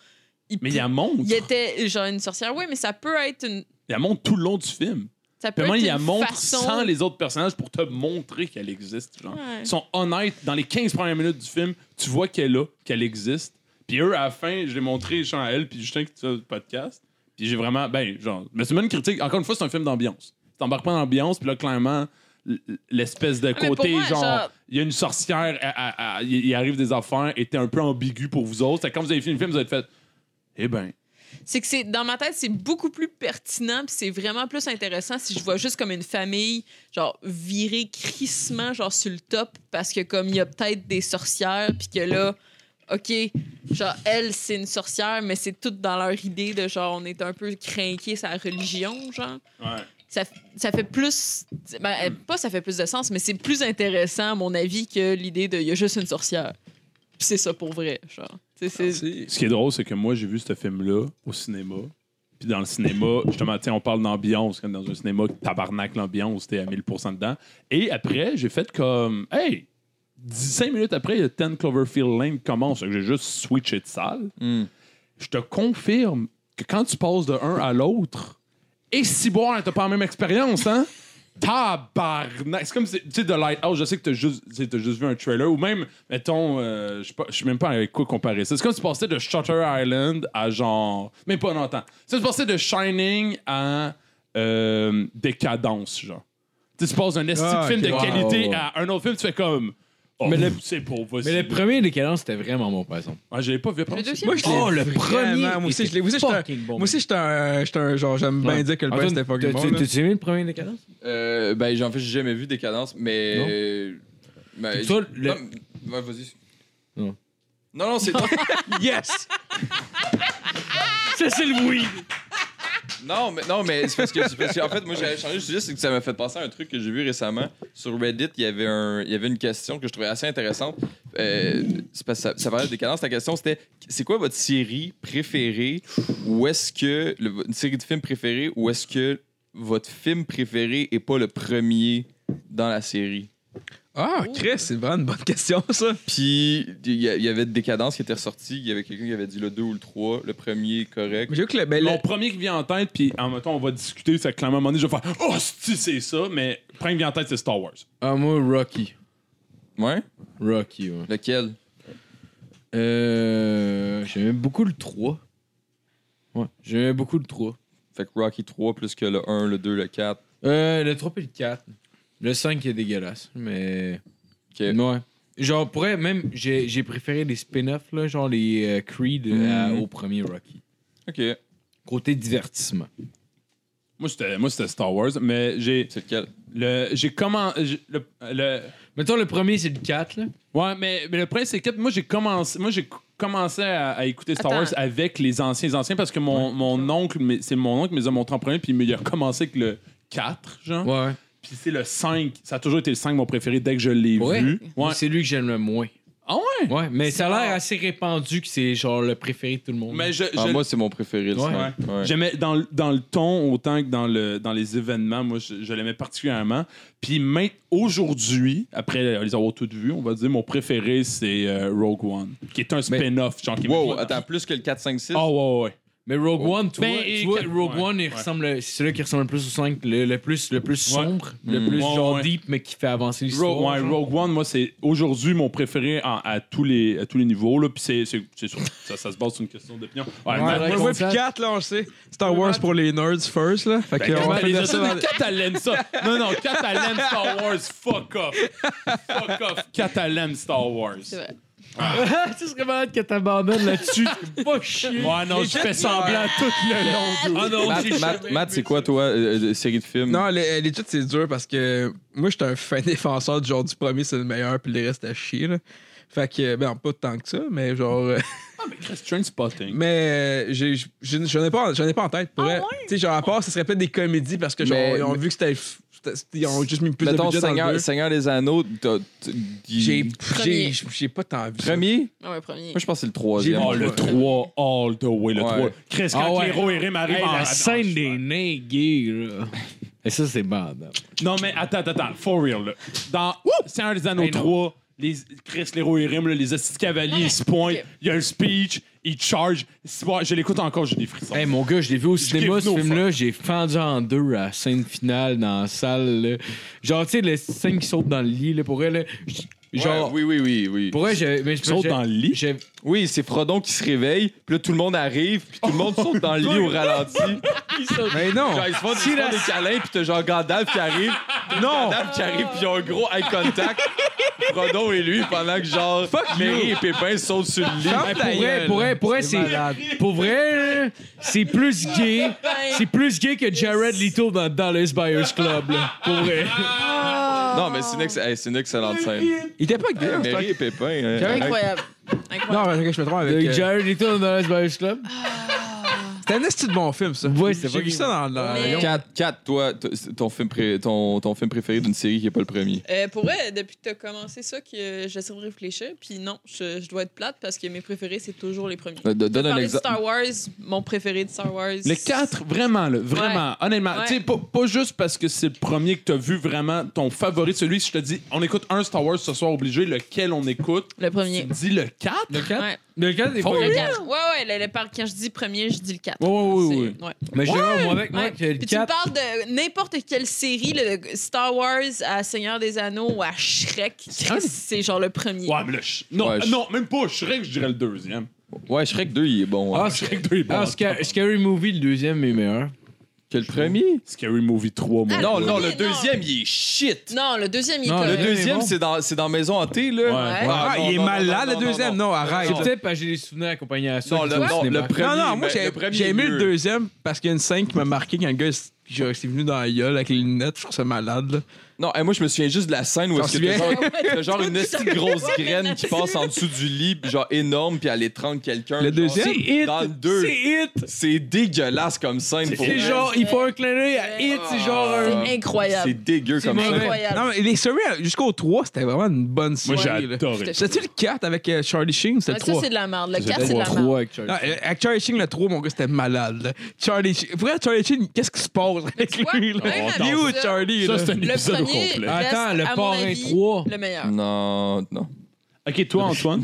Speaker 7: ils,
Speaker 6: Mais il
Speaker 7: pou-
Speaker 6: y a montre.
Speaker 7: ils étaient genre une sorcière. Oui, mais ça peut être une.
Speaker 6: Il y a montre tout le long du film.
Speaker 7: Ça peut
Speaker 6: Comment
Speaker 7: être
Speaker 6: il y a
Speaker 7: une
Speaker 6: montre
Speaker 7: façon...
Speaker 6: sans les autres personnages pour te montrer qu'elle existe. Genre.
Speaker 7: Ouais.
Speaker 6: Ils sont honnêtes. Dans les 15 premières minutes du film, tu vois qu'elle est là, qu'elle existe. Puis eux, à la fin, je l'ai montré genre, à elle, puis Justin qui fait le podcast. Puis j'ai vraiment. Ben, genre. Mais c'est même une critique. Encore une fois, c'est un film d'ambiance. T'embarques pas dans l'ambiance, puis là, clairement, l- l'espèce de
Speaker 7: Ah, mais pour
Speaker 6: côté,
Speaker 7: moi,
Speaker 6: genre,
Speaker 7: genre-
Speaker 6: il y a une sorcière, elle- elle- elle- il il arrive des affaires, était un peu ambigu pour vous autres. C'est quand vous avez fini le film, vous avez fait. Eh ben.
Speaker 7: C'est que c'est dans ma tête, c'est beaucoup plus pertinent, puis c'est vraiment plus intéressant si je vois juste comme une famille genre virée crissement genre sur le top parce que comme il y a peut-être des sorcières puis que là OK, genre elle c'est une sorcière mais c'est tout dans leur idée de genre on est un peu craqué sa religion genre.
Speaker 6: Ouais.
Speaker 7: Ça, ça fait plus ben, euh, pas ça fait plus de sens mais c'est plus intéressant à mon avis que l'idée de il y a juste une sorcière. Puis c'est ça pour vrai genre. Tu sais, c'est
Speaker 6: Ce qui est drôle, c'est que moi, j'ai vu ce film-là au cinéma. Puis dans le cinéma, justement, tu sais, on parle d'ambiance, comme dans un cinéma, tabarnak, l'ambiance, t'es à 1000% dedans. Et après, j'ai fait comme, hey, 5 minutes après, il y a 10 Cloverfield Lane qui commence. Fait que J'ai juste switché de salle.
Speaker 5: Hmm.
Speaker 6: Je te confirme que quand tu passes de un à l'autre, et si boire, t'as pas la même expérience, hein? Tabarnak! C'est comme, si- tu sais, The Lighthouse, je sais que t'as juste, tu sais, t'as juste vu un trailer, ou même, mettons, euh, je sais pas- je sais même pas avec quoi comparer ça. C'est comme si tu passais de Shutter Island à genre. Mais pas longtemps. C'est comme si tu passais de Shining à euh, Décadence, genre. Tu sais, tu passes d'un esti de
Speaker 4: Ah,
Speaker 6: film
Speaker 4: ok.
Speaker 6: de
Speaker 4: Wow.
Speaker 6: qualité à un autre film, tu fais comme. Oh,
Speaker 3: Mais le-
Speaker 6: c'est pour vous.
Speaker 3: Mais le premier décadence, c'était vraiment bon, par exemple.
Speaker 6: Ah, j'avais pas vu après.
Speaker 7: le deuxième
Speaker 4: Moi, je l'ai
Speaker 3: Oh, le
Speaker 4: vraiment,
Speaker 3: premier
Speaker 4: Moi aussi, je l'ai. Moi aussi, j'étais un-
Speaker 3: fucking bon.
Speaker 4: moi aussi, j'étais un. j'étais un genre, j'aime bien
Speaker 3: Ouais.
Speaker 4: dire que le premier,
Speaker 3: Antoine,
Speaker 4: c'était fucking
Speaker 3: t'as-
Speaker 4: bon. là.
Speaker 3: t'as- T'as aimé le premier décadence?
Speaker 5: Euh, ben, j'en fais, j'ai jamais vu Décadence,
Speaker 3: Non.
Speaker 5: mais. mais-
Speaker 3: Toi, le-
Speaker 5: Non, ouais, vas-y.
Speaker 3: Non.
Speaker 5: Non, non, c'est toi.
Speaker 4: Yes!
Speaker 3: Ça, c'est le oui!
Speaker 5: Non, mais, non, mais c'est parce que, c'est parce que, en fait, moi, j'avais changé le sujet, c'est que ça m'a fait penser à un truc que j'ai vu récemment. Sur Reddit, il y avait, un, il y avait une question que je trouvais assez intéressante. Euh, c'est parce que ça, ça parlait de décadence. La question, c'était c'est quoi votre série préférée ou est-ce que. le- une série de films préférée ou est-ce que votre film préféré est pas le premier dans la série?
Speaker 4: Ah, Chris, c'est vraiment une bonne question, ça.
Speaker 5: Puis, il y, a- il y avait Décadence qui était ressorti. Il y avait quelqu'un qui avait dit le 2 ou le 3. Le premier est correct.
Speaker 4: Mais je veux que le. ben, le-
Speaker 6: Mon premier qui vient en tête, puis en même temps, on va discuter, c'est que clairement, à un moment donné, je vais faire Oh, si c'est ça, mais le premier qui vient en tête, c'est Star Wars.
Speaker 3: Ah, moi, Rocky.
Speaker 5: Ouais?
Speaker 3: Rocky, ouais.
Speaker 5: Lequel?
Speaker 3: Euh. J'aimais beaucoup le 3. Ouais, j'aimais beaucoup le 3.
Speaker 5: Fait que Rocky 3 plus que le 1, le 2, le 4.
Speaker 3: Euh, le 3 et le 4. Le 5 est dégueulasse, mais.
Speaker 5: Ok.
Speaker 3: Ouais. Genre, pour être- même, j'ai j'ai préféré les spin-offs, là, genre les euh, Creed euh,
Speaker 5: Mhm.
Speaker 3: au premier Rocky.
Speaker 5: OK.
Speaker 3: Côté divertissement.
Speaker 6: Moi, c'était moi, c'était Star Wars, mais j'ai.
Speaker 5: C'est lequel?
Speaker 6: Le, j'ai comment. j'ai- Le, le-
Speaker 3: Mettons, le premier, c'est le 4, là.
Speaker 6: ouais, mais, mais le prince c'est que moi, j'ai commencé, moi, j'ai commencé à, à écouter Star
Speaker 7: Attends.
Speaker 6: Wars avec les anciens les anciens parce que mon, mon oncle, mais- c'est mon oncle qui me les a montrés en premier, puis il me- il a recommencé avec le 4, genre.
Speaker 3: Ouais.
Speaker 6: Puis c'est le 5. Ça a toujours été le 5, mon préféré, dès que je l'ai
Speaker 3: Ouais.
Speaker 6: vu. Ouais.
Speaker 3: C'est lui que j'aime le moins.
Speaker 6: Ah ouais?
Speaker 3: Ouais, mais ça a
Speaker 7: rare.
Speaker 3: l'air assez répandu que c'est genre le préféré de tout le monde.
Speaker 6: Mais je,
Speaker 5: Ah,
Speaker 6: je-
Speaker 5: moi, c'est mon préféré, le
Speaker 3: Ouais.
Speaker 5: cinq. Ouais.
Speaker 6: J'aimais dans, le- dans le ton autant que dans, le, dans les événements. Moi, je, je l'aimais particulièrement. Puis maint- aujourd'hui, après euh, les avoir toutes vues, on va dire mon préféré, c'est euh, Rogue One, qui est un spin-off. genre, qui est-
Speaker 5: Wow, attends, plus que le 4, 5, 6?
Speaker 6: Ah ouais, ouais.
Speaker 3: Mais Rogue One, tu
Speaker 6: Ben,
Speaker 3: vois, tu
Speaker 6: et
Speaker 3: vois,
Speaker 6: quatre-
Speaker 3: Rogue
Speaker 6: ouais,
Speaker 3: One, il
Speaker 6: ouais.
Speaker 3: ressemble, c'est celui qui ressemble le plus au 5, le, le plus, le plus sombre, le plus
Speaker 6: Ouais,
Speaker 3: genre
Speaker 6: ouais.
Speaker 3: deep, mais qui fait avancer l'histoire.
Speaker 6: Rogue, ouais,
Speaker 3: genre.
Speaker 6: Rogue One, moi, c'est aujourd'hui mon préféré en- à, tous les, à tous les niveaux. Là, puis c'est, c'est, c'est sûr, ça, ça se base sur une question d'opinion. Ouais,
Speaker 4: Ouais,
Speaker 6: mais-
Speaker 4: moi, moi, puis 4, là, on le sait. Star Wars pour les nerds first, là. Fait que
Speaker 6: Ben,
Speaker 4: on
Speaker 6: quand
Speaker 4: va
Speaker 6: t'as les
Speaker 4: faire ça.
Speaker 6: autres, Catalan, ça. Non, non, Catalan Star Wars, fuck off. Fuck off, Catalan Star Wars.
Speaker 7: C'est vrai.
Speaker 3: tu serais malade que t'abandonnes là-dessus. Pas chier.
Speaker 6: Ouais, non, je fais semblant tout le long.
Speaker 3: Ah non,
Speaker 5: Matt,
Speaker 3: j'ai
Speaker 5: Matt-
Speaker 3: jamais
Speaker 5: Matt, c'est
Speaker 3: aimé
Speaker 5: quoi,
Speaker 3: ça.
Speaker 5: toi, euh, euh, série de films?
Speaker 4: Non, les- l'étude, c'est dur parce que moi, j'étais un fin défenseur du genre du premier, c'est le meilleur, puis le reste à chier. là. Fait que, ben, pas tant que ça, mais genre. euh,
Speaker 6: Christian Spotting.
Speaker 4: mais euh, j'ai- j'ai- j'en ai, pas en- j'en ai pas en
Speaker 5: Ah
Speaker 4: tête. Pour vrai. Tu sais, genre, à part, ce serait peut-être des comédies parce que, genre,
Speaker 5: Mais-
Speaker 4: ils ont vu que c'était. c'était- c'était- Ils ont juste mis plus de
Speaker 5: Mettons,
Speaker 4: budget dans le
Speaker 5: Seigneur,
Speaker 4: deux.
Speaker 5: Seigneur des Anneaux, t'as- t- il-
Speaker 4: J'ai- J'ai
Speaker 7: Premier.
Speaker 4: j'ai pas tant vu. ça.
Speaker 5: Premier?
Speaker 7: Ah ouais, premier.
Speaker 5: Moi, je pense que c'est le troisième.
Speaker 4: J'ai-
Speaker 6: Oh, le 3, all the way, le
Speaker 5: Ouais.
Speaker 6: 3. Chris, quand
Speaker 3: Ah ouais.
Speaker 6: Cléro et Rim arrivent
Speaker 3: Hey,
Speaker 6: en-
Speaker 3: la
Speaker 6: en-
Speaker 3: scène des nains gays, là. Et ça, c'est bad.
Speaker 6: Non, mais attends, attends, attends, for real, là. Dans Seigneur des Anneaux
Speaker 3: Hey, non.
Speaker 6: 3, les, Chris, Léro et Rim, là, les assis de cavaliers, ils se pointent,
Speaker 7: ok.
Speaker 6: il y a un speech, ils charge. Je l'écoute encore, j'ai des frissons.
Speaker 3: Hey, mon gars, je l'ai vu au cinéma,
Speaker 6: kiffe
Speaker 3: ce
Speaker 6: nos
Speaker 3: film-là. J'ai fendu en deux à la scène finale dans la salle. là. Genre, tu sais, les scène qui saute dans le lit, là, pour elle. là, j-
Speaker 5: Ouais,
Speaker 3: Genre,
Speaker 5: oui, oui, oui, oui.
Speaker 3: pour elle, j'ai. mais je-
Speaker 6: Saute
Speaker 3: j'ai-
Speaker 6: dans le lit?
Speaker 3: j'ai-
Speaker 5: Oui, c'est Frodon qui se réveille, puis là, tout le monde arrive, puis tout le monde saute dans le lit au ralenti.
Speaker 3: Ah,
Speaker 4: Mais non!
Speaker 5: Genre, ils se font, ils se font des câlins, puis t'as genre Gandalf qui arrive. Non! Gandalf qui arrive, puis ils ont un gros eye contact. Frodon et lui, pendant que genre Merry et Pépin sautent sur le lit.
Speaker 4: Ferme
Speaker 3: Hey,
Speaker 4: ta
Speaker 3: ben, pour
Speaker 4: gueule.
Speaker 3: vrai, pour vrai, pour vrai, c'est.
Speaker 4: malade.
Speaker 3: Pour vrai, là, c'est plus gay.
Speaker 7: Ben,
Speaker 3: C'est plus gay que Jared Leto dans Dallas Buyers Club, là. Pour vrai.
Speaker 5: Non, mais c'est une, ex- hey, c'est une excellente scène.
Speaker 4: Il était pas gay, hein,
Speaker 5: Merry et Pépin. hein.
Speaker 7: Incroyable. Ah Incroyable.
Speaker 4: Non, mais je me trompe avec.
Speaker 3: Avec
Speaker 4: euh,
Speaker 3: Jared Leto dans Dallas Buyers Club.
Speaker 4: C'était un esti de bon film, ça.
Speaker 3: Ouais, c'était
Speaker 4: J'ai
Speaker 3: pas
Speaker 4: vu
Speaker 3: gay.
Speaker 4: ça dans dans-
Speaker 7: Mais-
Speaker 4: dans-
Speaker 5: Kat, Kat, toi, t- ton film, pré- ton, ton film préféré d'une série qui n'est pas le premier.
Speaker 7: Euh, pour vrai, depuis que tu as commencé ça, que euh, j'essaie de réfléchir. Puis non, je, je dois être plate parce que mes préférés, c'est toujours les premiers.
Speaker 5: Euh, Donne un
Speaker 7: Parler de
Speaker 5: exemple.
Speaker 7: Star Wars, mon préféré de Star Wars.
Speaker 6: Le 4, vraiment, là, vraiment, honnêtement.
Speaker 7: Ouais.
Speaker 6: Tu sais, pas, pas juste parce que c'est le premier que t'as vu vraiment, ton favori, celui, si je te dis, on écoute un Star Wars ce soir obligé, lequel on écoute,
Speaker 7: Le
Speaker 6: tu
Speaker 7: premier.
Speaker 6: me dis le 4.
Speaker 3: Le 4?
Speaker 7: Ouais.
Speaker 3: Le 4 est pas
Speaker 7: Le 4. Ouais, ouais, le, le par- quand je dis premier, je dis le 4.
Speaker 3: Ouais, ouais, ouais,
Speaker 7: C'est- ouais.
Speaker 3: Mais je dirais, moi, avec moi,
Speaker 7: Ouais.
Speaker 3: que le
Speaker 7: Puis tu
Speaker 3: 4.
Speaker 7: me parles de n'importe quelle série, le Star Wars à Seigneur des Anneaux ou à Shrek. Chris, C'est genre le premier.
Speaker 6: Ouais, mais le ch- non,
Speaker 5: Ouais,
Speaker 6: euh,
Speaker 5: je-
Speaker 6: non, même pas, Shrek, je dirais le deuxième.
Speaker 5: Ouais, Shrek 2, il est bon. hein.
Speaker 3: Ah,
Speaker 6: Shrek 2 est bon.
Speaker 3: Ah, Sca- Scary Movie, le deuxième est meilleur.
Speaker 5: que le premier?
Speaker 6: Scary Movie 3, moi.
Speaker 7: Ah,
Speaker 5: Non,
Speaker 7: le
Speaker 5: non,
Speaker 7: premier,
Speaker 5: le deuxième, il est shit.
Speaker 7: Non, le deuxième, il est
Speaker 3: Non,
Speaker 5: Le
Speaker 7: correct.
Speaker 5: deuxième,
Speaker 3: bon.
Speaker 5: c'est dans, c'est dans Maison Hantée, là.
Speaker 7: Ouais.
Speaker 4: Ah,
Speaker 5: non,
Speaker 4: il est
Speaker 5: non,
Speaker 4: malade,
Speaker 5: non,
Speaker 4: le
Speaker 5: non,
Speaker 4: deuxième.
Speaker 5: non,
Speaker 4: Non, arrête.
Speaker 3: C'est peut-être parce que j'ai des souvenirs accompagnés à ça.
Speaker 5: Non,
Speaker 3: que
Speaker 5: le,
Speaker 3: je vais au
Speaker 5: non,
Speaker 3: cinéma.
Speaker 5: le premier.
Speaker 4: Non, non, moi,
Speaker 5: mais
Speaker 4: j'ai
Speaker 5: le premier
Speaker 4: j'ai
Speaker 5: est
Speaker 4: aimé le
Speaker 5: mieux.
Speaker 4: deuxième parce qu'il y a une scène qui m'a marqué quand le gars il- genre, s'est venu dans la gueule avec les lunettes. Je trouve ça malade. Là.
Speaker 5: Non, hey, moi, je me souviens juste de la scène où
Speaker 4: T'en
Speaker 5: est-ce que t'as genre,
Speaker 7: souviens?
Speaker 5: t'as genre une petite grosse graine qui passe en dessous du lit, puis genre énorme, puis elle étrangle quelqu'un.
Speaker 4: Le
Speaker 5: genre.
Speaker 4: deuxième?
Speaker 3: C'est hit!
Speaker 5: Dans le deux.
Speaker 3: C'est hit!
Speaker 5: C'est dégueulasse comme scène. pour
Speaker 3: C'est
Speaker 5: vrai.
Speaker 3: genre, il faut un clin d'œil à hit, c'est genre un.
Speaker 7: C'est
Speaker 5: C'est
Speaker 7: incroyable.
Speaker 5: dégueu comme
Speaker 3: mauvais.
Speaker 5: scène.
Speaker 7: Incroyable.
Speaker 4: Non, mais les séries jusqu'au 3, c'était vraiment une bonne série.
Speaker 6: Moi, j'ai
Speaker 4: là.
Speaker 6: adoré.
Speaker 7: J'étais-
Speaker 4: C'était-tu le 4 avec euh, Charlie Sheen ou c'était
Speaker 7: Ah,
Speaker 4: le
Speaker 7: ça,
Speaker 4: 3?
Speaker 7: c'est de la merde. Le
Speaker 6: C'est
Speaker 7: 4,
Speaker 6: le
Speaker 7: c'est de la merde.
Speaker 3: Trois avec Charlie.
Speaker 4: Non, euh, avec Charlie Sheen, le 3, mon gars, c'était malade. là. Charlie Sheen. Pour vrai, Charlie Sheen, qu'est-ce qui se passe avec
Speaker 7: tu vois,
Speaker 4: lui? là?
Speaker 7: même
Speaker 4: Il est où,
Speaker 7: avec ça,
Speaker 4: Charlie?
Speaker 6: Ça,
Speaker 4: là?
Speaker 6: c'est un
Speaker 7: Le
Speaker 6: épisode au complet.
Speaker 7: premier reste,
Speaker 3: Attends, le
Speaker 7: à mon
Speaker 3: parrain
Speaker 7: avis,
Speaker 3: trois.
Speaker 7: Le meilleur.
Speaker 5: Non, non.
Speaker 6: Ok, toi, Antoine.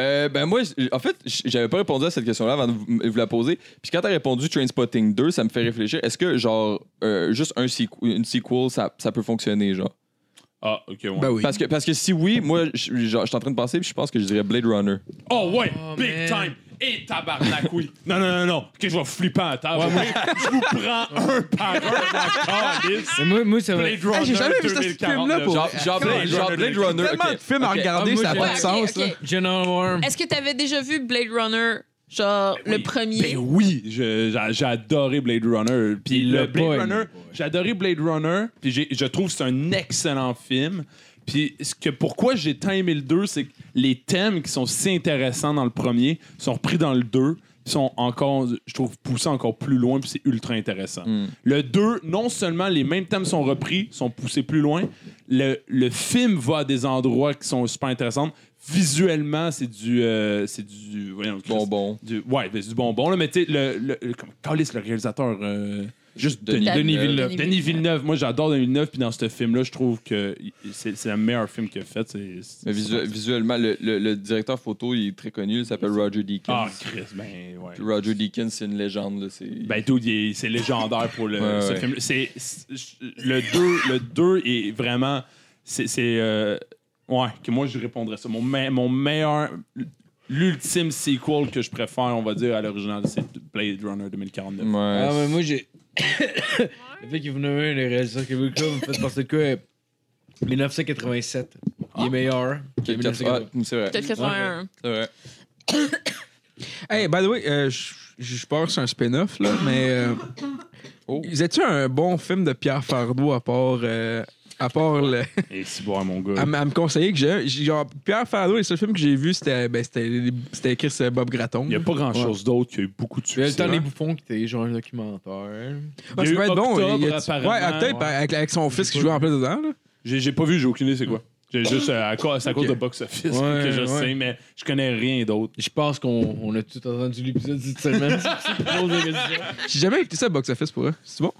Speaker 5: Euh, ben moi, j- en fait, j- j'avais pas répondu à cette question-là avant de vous, vous la poser. Puis quand t'as répondu Trainspotting 2, ça me fait réfléchir. Est-ce que genre euh, juste un sequ- une sequel, ça, ça peut fonctionner, genre?
Speaker 6: Ah, ok, ouais.
Speaker 4: Ben oui.
Speaker 5: Parce que, parce que si oui, moi, je genre, je suis en train de penser, puis je pense que je dirais Blade Runner.
Speaker 6: Oh ouais,
Speaker 3: Oh,
Speaker 6: big
Speaker 3: man.
Speaker 6: time. Et tabarnak, oui. Non, non, non, non. Ok, je vais flipper à table. je vous prends un par un. Encore, yes.
Speaker 3: Mais moi, moi, ça va.
Speaker 6: Blade Runner
Speaker 4: j'ai jamais vu ce
Speaker 6: 2049.
Speaker 4: film-là pour-
Speaker 5: Genre, genre Blade, genre Blade Runner.
Speaker 4: Tellement
Speaker 5: ok.
Speaker 4: de films à
Speaker 5: Ok.
Speaker 4: regarder,
Speaker 3: Ah, moi,
Speaker 4: ça n'a
Speaker 3: j'ai-
Speaker 4: pas
Speaker 7: Ouais,
Speaker 4: de
Speaker 7: ok,
Speaker 4: sens.
Speaker 7: ok.
Speaker 4: là.
Speaker 3: General Warm.
Speaker 7: Est-ce que tu avais déjà vu Blade Runner, genre le
Speaker 6: oui.
Speaker 7: premier?
Speaker 6: Ben oui, je- j'a- j'ai adoré Blade Runner. Puis
Speaker 3: Il
Speaker 6: le
Speaker 3: l'a
Speaker 6: Blade
Speaker 3: pas aimé,
Speaker 6: Runner, j'ai adoré Blade Runner. Puis j'ai- je trouve que c'est un excellent film. Puis ce que pourquoi j'ai tant aimé le 2, c'est que les thèmes qui sont si intéressants dans le premier sont repris dans le 2 sont encore, je trouve, poussés encore plus loin, puis c'est ultra intéressant.
Speaker 5: Mm.
Speaker 6: Le 2, non seulement les mêmes thèmes sont repris, sont poussés plus loin, le, le film va à des endroits qui sont super intéressants. Visuellement, c'est du... euh, c'est du... Voyons,
Speaker 5: Bon, bon.
Speaker 6: du, ouais, ben, c'est du bonbon, là, mais tu sais, le, le, le, comme- calisse, le réalisateur. euh, juste Denis,
Speaker 7: Denis
Speaker 6: Denis
Speaker 7: Villeneuve.
Speaker 6: Villeneuve. Denis Villeneuve. Moi, j'adore Denis Villeneuve, puis dans ce film-là, je trouve que il- c'est c'est le meilleur film qu'il a fait. c'est- c'est-
Speaker 5: Mais visu- visuellement, le, le- le directeur photo, il est très connu, il s'appelle Roger Deakins.
Speaker 6: Ah, Chris, ben, ouais.
Speaker 5: Puis Roger Deakins, c'est une légende. Là, c'est...
Speaker 6: Ben, dude, il est- c'est légendaire pour le,
Speaker 5: Ouais,
Speaker 6: ce
Speaker 5: ouais.
Speaker 6: film. C'est, c'est- le 2 le deux est vraiment. C'est. c'est, euh, ouais, que moi, je répondrais ça. Mon, me- mon meilleur. L'ultime sequel que je préfère, on va dire, à l'original, c'est Blade Runner 2049.
Speaker 5: Ouais.
Speaker 3: Ah, mais moi, j'ai. le fait que vous nommez les réalisateurs québécois me fait penser de quoi? euh, 1987. Il est meilleur.
Speaker 5: Que
Speaker 3: que
Speaker 5: quatre- ah,
Speaker 3: 1980.
Speaker 5: c'est vrai.
Speaker 7: Peut-être 81.
Speaker 5: C'est vrai.
Speaker 4: Hey, by the way, euh, je- je je pars sur un spin-off, là, mais. Euh,
Speaker 6: Oh.
Speaker 4: Vous tu un bon film de Pierre Fardeau à part. euh, à part le.
Speaker 6: Et si boire, mon gars.
Speaker 4: à, m- à me conseiller que j'ai. j'ai- Genre, Pierre Fardeau, le seul film que j'ai vu, c'était. Ben, c'était c'était écrit sur Bob Gratton.
Speaker 6: Il n'y a pas grand-chose d'autre qui a eu beaucoup de
Speaker 3: Il y a le
Speaker 6: succès.
Speaker 3: temps des bouffons qui était genre un documentaire.
Speaker 4: Ouais, Ah, ça
Speaker 6: Il y a
Speaker 4: peut
Speaker 6: eu
Speaker 4: être bon.
Speaker 6: Octobre,
Speaker 4: il y a-
Speaker 6: apparemment.
Speaker 4: ouais, Octobre,
Speaker 6: Ouais.
Speaker 4: Avec, avec son fils qui joue en plein dedans, là.
Speaker 6: J'ai j'ai pas vu, j'ai aucune idée c'est quoi. J'ai juste euh, à cause, c'est à cause de Box Office
Speaker 3: Ouais,
Speaker 6: que je
Speaker 3: ouais.
Speaker 6: sais, mais je connais rien d'autre.
Speaker 3: Je pense qu'on on a tout entendu l'épisode cette semaine.
Speaker 4: J'ai jamais écouté ça à Box Office pour eux. C'est bon?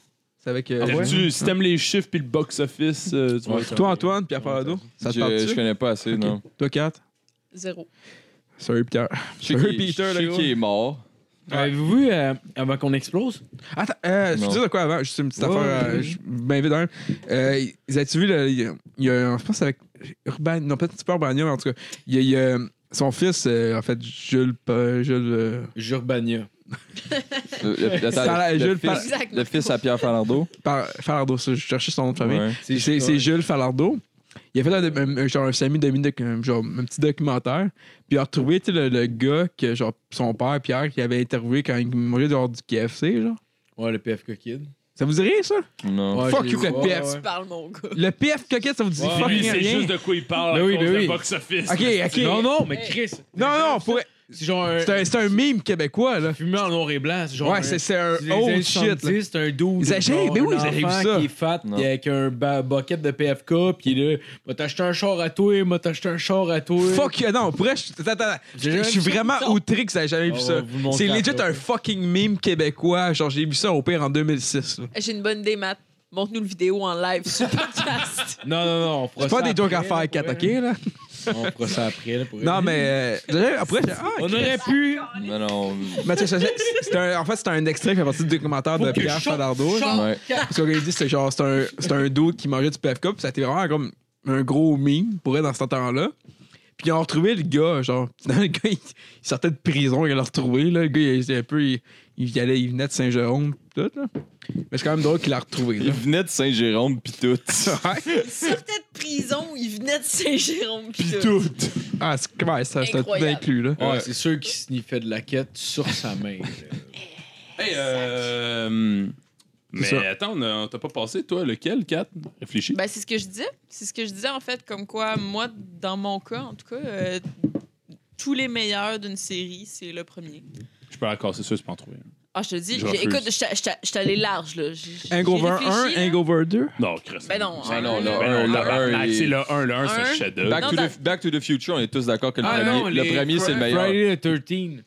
Speaker 4: C'est avec. euh,
Speaker 6: T'aimes-tu- Si t'aimes les chiffres puis le Box Office, euh, tu vas
Speaker 3: Ouais,
Speaker 6: le faire.
Speaker 4: Toi, Antoine, Pierre Fardeau. Ça te
Speaker 5: Je,
Speaker 4: parle
Speaker 5: je connais pas assez, non.
Speaker 4: Toi, Kat.
Speaker 7: Zéro.
Speaker 4: Salut, Pierre.
Speaker 5: Je sais
Speaker 4: Sir
Speaker 5: qu'il-
Speaker 4: Peter,
Speaker 5: je
Speaker 4: le
Speaker 5: sais
Speaker 4: gros.
Speaker 5: qu'il est mort.
Speaker 3: Avez-vous vu euh, avant qu'on explose?
Speaker 4: Attends, euh, je peux
Speaker 5: Non.
Speaker 4: dire de quoi avant? Juste une petite
Speaker 3: Ouais,
Speaker 4: affaire.
Speaker 3: ouais,
Speaker 4: euh,
Speaker 3: ouais.
Speaker 4: je m'invite d'un. Euh, ils as-tu vu, le, il y a- il y a, un- je pense que c'est avec Urban, non, peut-être c'est pas Urbania, mais en tout cas, il y a, il y a son fils, euh, en fait, Jules. Pa- Jules euh,
Speaker 3: Jurbania.
Speaker 5: Le, le- le-
Speaker 4: Ça a l'air-
Speaker 5: le
Speaker 4: je le
Speaker 5: fils,
Speaker 4: parle-
Speaker 7: Exact.
Speaker 5: Ah, le fils à Pierre Falardeau.
Speaker 4: Par- Falardeau, ça, je cherchais son nom de famille.
Speaker 5: Ouais.
Speaker 4: C'est- C'est c'est Jules Falardeau. Il a fait un, un- un- genre un semi-doc- un- genre un petit documentaire. Puis il a retrouvé tu sais, le, le gars que genre, son père, Pierre, qui avait interviewé quand il mourait dehors du KFC. Genre.
Speaker 3: Ouais, le PFK Kid.
Speaker 4: Ça vous dit rien, ça?
Speaker 5: Non.
Speaker 3: Ouais,
Speaker 4: Fuck
Speaker 3: j'ai-
Speaker 4: you, le
Speaker 3: ouais,
Speaker 4: PFK.
Speaker 3: ouais.
Speaker 7: Parle, mon gars.
Speaker 4: Le PF coquette, ça vous dit
Speaker 3: Ouais,
Speaker 4: fucking
Speaker 6: Lui, c'est
Speaker 4: rien.
Speaker 6: juste de quoi il parle
Speaker 4: Ah
Speaker 3: Ben oui,
Speaker 6: à
Speaker 3: ben
Speaker 6: cause
Speaker 3: oui.
Speaker 6: de Box Office.
Speaker 4: Ok, ok.
Speaker 3: Non, non, mais
Speaker 7: Hey.
Speaker 3: Chris.
Speaker 4: Non, non, pour-
Speaker 3: C'est genre un.
Speaker 4: c'est un, c'est un mime québécois, là.
Speaker 3: fumé en noir et blanc. C'est genre
Speaker 4: Ouais, c'est c'est un
Speaker 3: C'est les années
Speaker 4: old shit. là.
Speaker 3: 70, C'est un doux.
Speaker 4: Ils achètent- mais oui, ils achètent ça.
Speaker 3: qui est fat,
Speaker 5: Non.
Speaker 3: pis avec un ba- bucket de PFK, puis là, m'a t'acheté un char à toi, m'a t'acheté un char à toi.
Speaker 4: Fuck, you, non, pour vrai, je, attends, attends, attends.
Speaker 3: J'ai
Speaker 4: je
Speaker 3: jamais
Speaker 4: je suis
Speaker 3: vu ça.
Speaker 4: vraiment outré que ça jamais
Speaker 3: On
Speaker 4: vu
Speaker 3: va
Speaker 4: ça.
Speaker 3: Ah vous le montrer
Speaker 4: C'est legit
Speaker 3: après.
Speaker 4: un fucking mime québécois. Genre, j'ai vu ça au pire en 2006. là.
Speaker 7: J'ai une bonne idée, Matt. Montre-nous le vidéo en live sur le podcast.
Speaker 3: Non, non, non, on fera
Speaker 4: C'est
Speaker 3: ça.
Speaker 4: pas des jokes à
Speaker 3: après,
Speaker 4: faire,
Speaker 3: là,
Speaker 4: Kat,
Speaker 3: pour
Speaker 4: ok,
Speaker 3: vrai.
Speaker 4: là?
Speaker 3: On fera ça après, là, pour vrai.
Speaker 4: Non, mais. euh, j'ai- après, j'ai- ah,
Speaker 3: On aurait pu.
Speaker 5: Non, non.
Speaker 4: mais tu sais, c'est- c'est un- en fait, c'est un extrait qui fait partie du documentaire de
Speaker 3: Faut que
Speaker 4: Pierre
Speaker 3: je chante,
Speaker 4: Falardeau. genre.
Speaker 5: Ouais.
Speaker 4: Parce qu'on a dit, c'est genre, c'est un, c'est un dude qui mangeait du PFK, puis ça a été vraiment comme un gros meme pour elle dans ce temps-là. Puis ils ont retrouvé le gars, genre, finalement, le gars, il, il sortait de prison, il l'a retrouvé, là. Le gars, il était un peu, il, il allait, il venait de Saint-Jérôme, pis tout, là. Mais c'est quand même drôle qu'il l'a retrouvé,
Speaker 5: Il
Speaker 4: là.
Speaker 5: venait de Saint-Jérôme, pis tout.
Speaker 4: Ouais.
Speaker 7: Il sortait de prison, il venait de Saint-Jérôme. Pis tout.
Speaker 4: Ah, c'est ouais, ça, c'est tout
Speaker 7: Incroyable.
Speaker 4: inclus, là.
Speaker 3: Ouais, c'est sûr qu'il sniffait de la quête sur sa main. là.
Speaker 6: Hey, euh, mais
Speaker 4: C'est ça.
Speaker 6: attends, on a- on t'a pas passé, toi, lequel, Kat Réfléchis.
Speaker 7: Ben, c'est ce que je disais. C'est ce que je disais, en fait, comme quoi, moi, dans mon cas, en tout cas, euh, tous les meilleurs d'une série, c'est le premier.
Speaker 6: Je peux la casser ça, je peux en trouver. un.
Speaker 7: Ah, je te le dis,
Speaker 6: Je
Speaker 7: j'ai-
Speaker 6: refuse.
Speaker 7: écoute, je suis allé large, là. J'ai- j'ai
Speaker 4: Hangover
Speaker 7: réfléchi,
Speaker 4: 1,
Speaker 7: là.
Speaker 4: Hangover 2.
Speaker 6: Non, Chris. Ah,
Speaker 7: Ben non,
Speaker 5: Ben
Speaker 7: un,
Speaker 5: non, le
Speaker 7: là.
Speaker 5: un, le un,
Speaker 6: tabarnak,
Speaker 5: il-
Speaker 6: c'est le 1, le 1, c'est
Speaker 7: Un.
Speaker 6: un chef-d'œuvre.
Speaker 5: Back,
Speaker 7: Non,
Speaker 5: to
Speaker 7: t'as-
Speaker 5: the, Back to the Future, on est tous d'accord que le premier, le
Speaker 3: Ah, les
Speaker 5: premier c'est le
Speaker 3: Fri-
Speaker 5: meilleur.
Speaker 3: Friday the 13.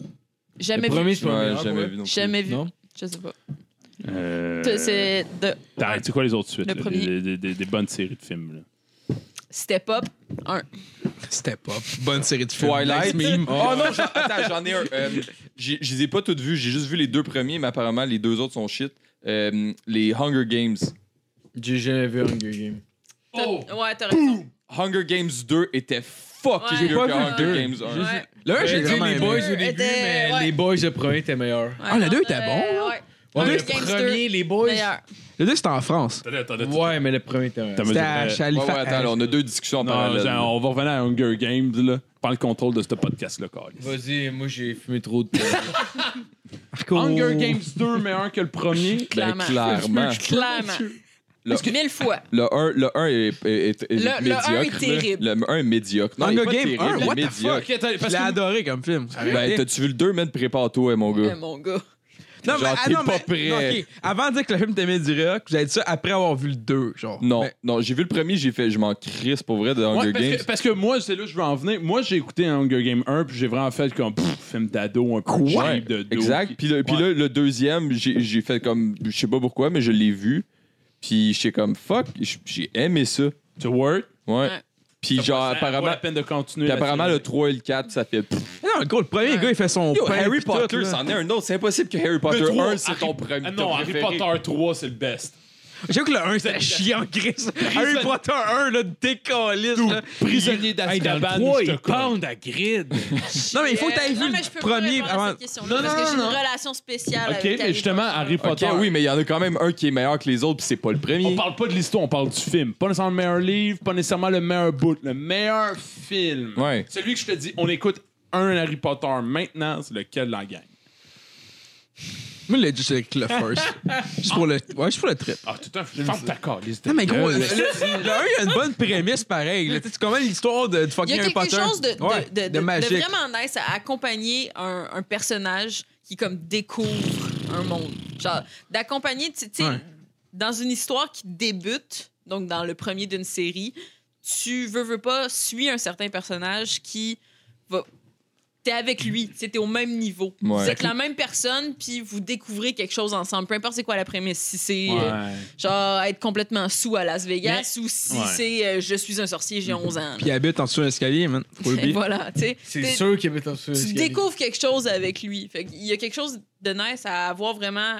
Speaker 7: Jamais
Speaker 3: le premier,
Speaker 7: vu.
Speaker 3: c'est pas le
Speaker 5: Ouais,
Speaker 3: meilleur,
Speaker 5: jamais
Speaker 3: ouais.
Speaker 5: vu non plus.
Speaker 7: Jamais vu.
Speaker 3: Non?
Speaker 7: Je sais pas.
Speaker 6: Euh,
Speaker 7: T'as- C'est de
Speaker 6: Attends, c'est quoi les autres suites?
Speaker 7: Le
Speaker 6: là,
Speaker 7: premier.
Speaker 6: Des, des- des- des bonnes séries de films. Là.
Speaker 7: Step Up.
Speaker 4: C'était pas bonne série de films.
Speaker 5: Twilight.
Speaker 4: Nice meme.
Speaker 5: Oh non, j'en- attends, j'en ai un. Euh, j'ai- je les ai pas toutes vues, j'ai juste vu les deux premiers, mais apparemment les deux autres sont shit. Euh, les Hunger Games.
Speaker 3: J'ai jamais vu Hunger Game.
Speaker 7: T'as- Ouais, t'as raison.
Speaker 5: Hunger Games 2 était fucking
Speaker 7: Ouais,
Speaker 5: mieux
Speaker 7: ouais,
Speaker 5: que
Speaker 7: ouais.
Speaker 5: Hunger Games 1.
Speaker 7: Ouais.
Speaker 4: Le 1, j'ai
Speaker 3: Tu sais,
Speaker 4: vraiment
Speaker 3: les
Speaker 4: aimé.
Speaker 3: boys au début,
Speaker 7: Était-
Speaker 3: mais
Speaker 7: ouais.
Speaker 3: les boys, le premier était meilleur.
Speaker 7: Ah,
Speaker 4: le deux était bon,
Speaker 7: Ouais.
Speaker 3: Ouais,
Speaker 7: Hunger
Speaker 3: mais
Speaker 7: Games
Speaker 3: le premier, les boys.
Speaker 7: Meilleur.
Speaker 4: Le 2, c'était en France.
Speaker 6: Attendez, attendez.
Speaker 3: Ouais, mais le premier était meilleur.
Speaker 6: T'as
Speaker 4: C'était
Speaker 6: mesuré-
Speaker 4: à
Speaker 5: Ouais, ouais, attends, là,
Speaker 4: Chalifax.
Speaker 5: on a deux discussions en
Speaker 6: Non,
Speaker 5: parallèle.
Speaker 6: genre, on va revenir à Hunger Games, là. Prends le contrôle de ce podcast-là, Carlis.
Speaker 3: Vas-y, moi j'ai fumé trop de temps.
Speaker 6: Hunger Games 2 meilleur que le premier.
Speaker 5: Ben,
Speaker 7: Clairement.
Speaker 5: clairement.
Speaker 7: Clairement.
Speaker 5: Le,
Speaker 7: Mille fois.
Speaker 5: le 1, le 1 est, est- est- est
Speaker 7: Le- le
Speaker 5: médiocre.
Speaker 7: un est terrible.
Speaker 5: là. Le 1 est médiocre. Non, il est
Speaker 4: Hunger
Speaker 5: pas
Speaker 4: Game
Speaker 5: terrible,
Speaker 4: 1,
Speaker 5: il est
Speaker 4: what the
Speaker 5: médiocre.
Speaker 4: Je l'ai adoré comme film.
Speaker 5: Ben, t'as-tu vu le 2, man? Prépare-toi, mon
Speaker 7: Eh,
Speaker 5: gars.
Speaker 7: mon gars.
Speaker 4: Non, mais,
Speaker 5: Genre,
Speaker 4: ah,
Speaker 5: t'es
Speaker 4: non,
Speaker 5: pas
Speaker 4: mais-
Speaker 5: prêt.
Speaker 4: non, ok. Avant de dire que le film était médiocre, vous avez dit ça après avoir vu le 2, genre.
Speaker 5: Non,
Speaker 4: Mais-
Speaker 5: non, j'ai vu le premier, j'ai fait, je m'en crisse pour vrai de Hunger
Speaker 6: Ouais, parce,
Speaker 5: Games.
Speaker 6: que, parce que moi, c'est là que je veux en venir. Moi, j'ai écouté Hunger Game 1, puis j'ai vraiment fait comme pff, film d'ado, un peu
Speaker 5: Ouais,
Speaker 6: cheap de dos.
Speaker 5: Exact. Puis, le- puis
Speaker 6: Ouais.
Speaker 5: là, le deuxième, j'ai j'ai fait comme, je sais pas pourquoi, mais je l'ai vu. Puis j'étais comme, fuck, j'- j'ai aimé ça.
Speaker 6: To work.
Speaker 5: Ouais.
Speaker 7: Ouais.
Speaker 5: Puis genre,
Speaker 6: Ça vaut
Speaker 5: apparemment,
Speaker 6: la peine de continuer.
Speaker 5: puis
Speaker 6: la
Speaker 5: apparemment le
Speaker 6: série.
Speaker 5: 3 et le 4, ça fait. pff.
Speaker 4: Non, le, gars, le premier
Speaker 7: Ouais.
Speaker 4: gars, il fait son
Speaker 5: Yo,
Speaker 4: pain
Speaker 5: Harry
Speaker 4: puis tout,
Speaker 5: Potter,
Speaker 4: là.
Speaker 5: c'en est un autre. C'est impossible que Harry Potter
Speaker 6: trois,
Speaker 5: 1, c'est
Speaker 6: Harry-
Speaker 5: ton premier.
Speaker 6: Ah
Speaker 5: ton
Speaker 6: non, Harry
Speaker 5: préféré.
Speaker 6: Potter 3, c'est le best.
Speaker 4: J'avoue que le 1, c'était chiant, Chris. Harry Potter 1, là, décaliste. là.
Speaker 6: Prisonnier d'Azkaban, je te colle.
Speaker 3: à grid.
Speaker 4: Non, mais il faut que t'aies vu le premier avant.
Speaker 7: Non, parce que j'ai une relation spéciale
Speaker 3: OK,
Speaker 7: avec
Speaker 3: mais justement, Harry
Speaker 5: Ok,
Speaker 3: Potter.
Speaker 5: oui, mais il y en a quand même un qui est meilleur que les autres, puis c'est pas le
Speaker 6: On
Speaker 5: premier.
Speaker 6: parle pas de l'histoire, on parle du film. Pas nécessairement le meilleur livre, pas nécessairement le meilleur bout, le meilleur film.
Speaker 5: Ouais.
Speaker 6: Celui que je te dis, on écoute un Harry Potter maintenant, c'est lequel la gang?
Speaker 4: Moi, le juste avec le first. Juste pour le. Ouais, juste pour le trip.
Speaker 6: Ah, tout un film. Ferme ta calisse de
Speaker 4: Non, mais gros,
Speaker 6: gueule.
Speaker 4: le,
Speaker 5: euh,
Speaker 4: le, le 1, il y a une bonne prémisse pareil. là. Tu sais, c'est comment l'histoire de, de
Speaker 7: Il
Speaker 4: fucking
Speaker 7: y a
Speaker 4: Harry
Speaker 7: quelque
Speaker 4: Potter.
Speaker 7: chose de, de-
Speaker 4: Ouais,
Speaker 7: de- de- de
Speaker 4: magique.
Speaker 7: vraiment nice à accompagner un, un personnage qui comme découvre un monde. Genre d'accompagner, tu tu sais,
Speaker 4: Ouais.
Speaker 7: dans une histoire qui débute, donc dans le premier d'une série, tu veux veux pas suis un certain personnage qui va T'es avec lui, tu sais, t'es au même niveau.
Speaker 5: Ouais.
Speaker 7: Vous êtes la même personne, puis vous découvrez quelque chose ensemble. Peu importe c'est quoi la prémisse, si c'est euh,
Speaker 6: Ouais.
Speaker 7: genre être complètement sous à Las Vegas ou si c'est euh, je suis un sorcier, j'ai 11 ans.
Speaker 4: Puis il habite en dessous d'un escalier, man. Faut
Speaker 7: Et
Speaker 4: oublier.
Speaker 7: voilà, tu sais.
Speaker 3: C'est
Speaker 7: T'es-
Speaker 3: sûr qu'il y avait un
Speaker 7: Tu découvres quelque chose avec lui. Fait il y a quelque chose de nice à avoir vraiment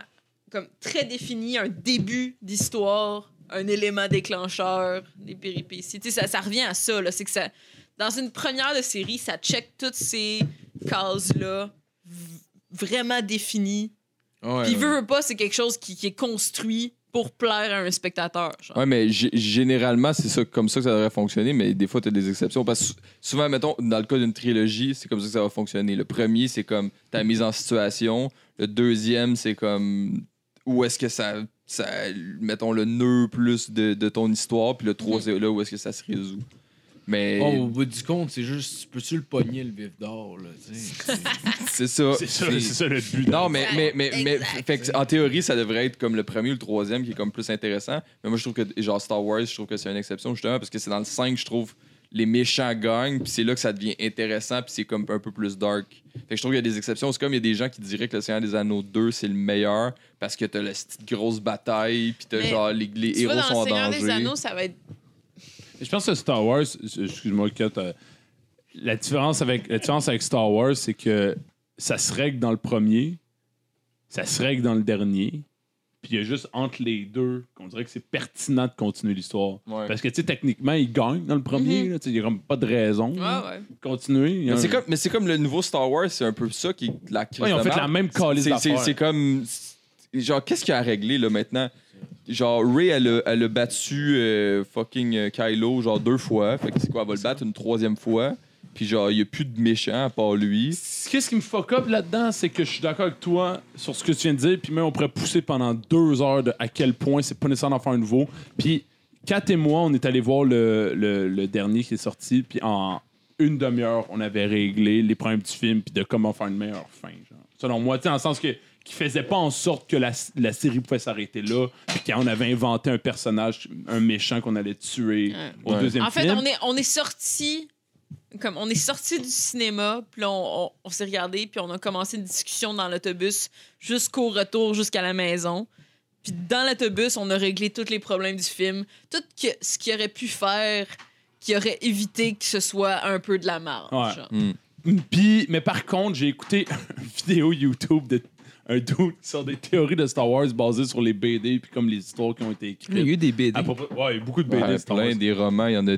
Speaker 7: comme très défini un début d'histoire, un élément déclencheur, des péripéties. Tu sais, ça, ça revient à ça, là. C'est que ça. Dans une première de série, ça check toutes ces cases-là v- vraiment définies.
Speaker 10: Ouais,
Speaker 7: Puis veut, veut pas, c'est quelque chose qui, qui est construit pour plaire à un spectateur. genre.
Speaker 5: Ouais, mais gé- généralement, c'est ça, comme ça que ça devrait fonctionner, mais des fois, tu as des exceptions. Parce que sou- souvent, mettons, dans le cas d'une trilogie, c'est comme ça que ça va fonctionner. Le premier, c'est comme ta mise en situation. Le deuxième, c'est comme où est-ce que ça, ça, mettons, le nœud plus de, de ton histoire. Puis le trois,
Speaker 6: Mm.
Speaker 5: c'est là où est-ce que ça se résout. Mais
Speaker 3: Oh, au bout du compte, c'est juste, tu peux-tu le pogner, le vif d'or, là, tu sais?
Speaker 5: c'est ça.
Speaker 6: C'est ça,
Speaker 5: C'est-
Speaker 6: c'est ça le but.
Speaker 5: Non, mais, mais, mais, mais
Speaker 7: Exact.
Speaker 5: fait que, en théorie, ça devrait être comme le premier ou le troisième qui est comme plus intéressant. Mais moi, je trouve que, genre, Star Wars, je trouve que c'est une exception, justement, parce que c'est dans le 5, je trouve, les méchants gagnent, puis c'est là que ça devient intéressant, puis c'est comme un peu plus dark. Fait que je trouve qu'il y a des exceptions. C'est comme il y a des gens qui diraient que Le Seigneur des Anneaux 2, c'est le meilleur, parce que t'as la petite grosse bataille, puis t'as
Speaker 7: Mais
Speaker 5: genre, les, les
Speaker 7: Tu
Speaker 5: héros
Speaker 7: vois, dans
Speaker 5: sont en
Speaker 7: Le Seigneur des
Speaker 5: danger.
Speaker 7: Anneaux, ça va être.
Speaker 6: Je pense que Star Wars, excuse-moi, Kat, euh, la, différence avec, la différence avec Star Wars, c'est que ça se règle dans le premier, ça se règle dans le dernier, puis il y a juste entre les deux qu'on dirait que c'est pertinent de continuer l'histoire.
Speaker 5: Ouais.
Speaker 6: Parce que, tu sais, techniquement, ils gagnent dans le premier, là, tu sais, il n'y a comme pas de raison
Speaker 7: Mhm.
Speaker 3: Mm.
Speaker 7: Ouais,
Speaker 6: là,
Speaker 7: ouais.
Speaker 6: de continuer. il y a
Speaker 5: Mais
Speaker 6: un-
Speaker 5: c'est comme, mais c'est comme le nouveau Star Wars, c'est un peu ça qui est la crise
Speaker 6: Ouais, ils ont
Speaker 5: de
Speaker 6: fait
Speaker 5: merde.
Speaker 6: la même calice
Speaker 5: C'est- c'est-
Speaker 6: d'affaires.
Speaker 5: C'est comme. c'est- Genre, qu'est-ce qu'il y a à régler là maintenant? Genre, Ray, elle a, elle a battu euh, fucking euh, Kylo genre deux fois. Fait que c'est quoi? Elle va le battre une troisième fois. Puis genre, il n'y a plus de méchant à part lui.
Speaker 6: Qu'est-ce qui me fuck up là-dedans, c'est que je suis d'accord avec toi sur ce que tu viens de dire, puis même on pourrait pousser pendant deux heures de à quel point c'est pas nécessaire d'en faire un nouveau. Puis Kat et moi, on est allé voir le, le- le dernier qui est sorti, puis en une demi-heure, on avait réglé les problèmes du film, puis de comment faire une meilleure fin. genre. Selon moi, tu sais, en sens que qui faisait pas en sorte que la, la série pouvait s'arrêter là, puis quand on avait inventé un personnage, un méchant qu'on allait tuer au
Speaker 5: Ouais.
Speaker 6: deuxième
Speaker 7: En fait,
Speaker 6: film.
Speaker 7: on est, on est sorti comme on est sorti du cinéma, puis là, on, on- on s'est regardé, puis on a commencé une discussion dans l'autobus jusqu'au retour, jusqu'à la maison. Puis dans l'autobus, on a réglé tous les problèmes du film, tout que- ce qu'il aurait pu faire qui aurait évité que ce soit un peu de la marge.
Speaker 6: Ouais.
Speaker 5: Hmm.
Speaker 6: Puis, mais par contre, j'ai écouté une vidéo YouTube de un dude qui sort des théories de Star Wars basées sur les BD puis comme les histoires qui ont été
Speaker 4: Il y a
Speaker 6: écrites.
Speaker 4: eu des BD.
Speaker 6: À propos- ouais, il y a beaucoup de BD
Speaker 5: Ouais,
Speaker 6: de Star Wars.
Speaker 5: plein des romans, il y en a des.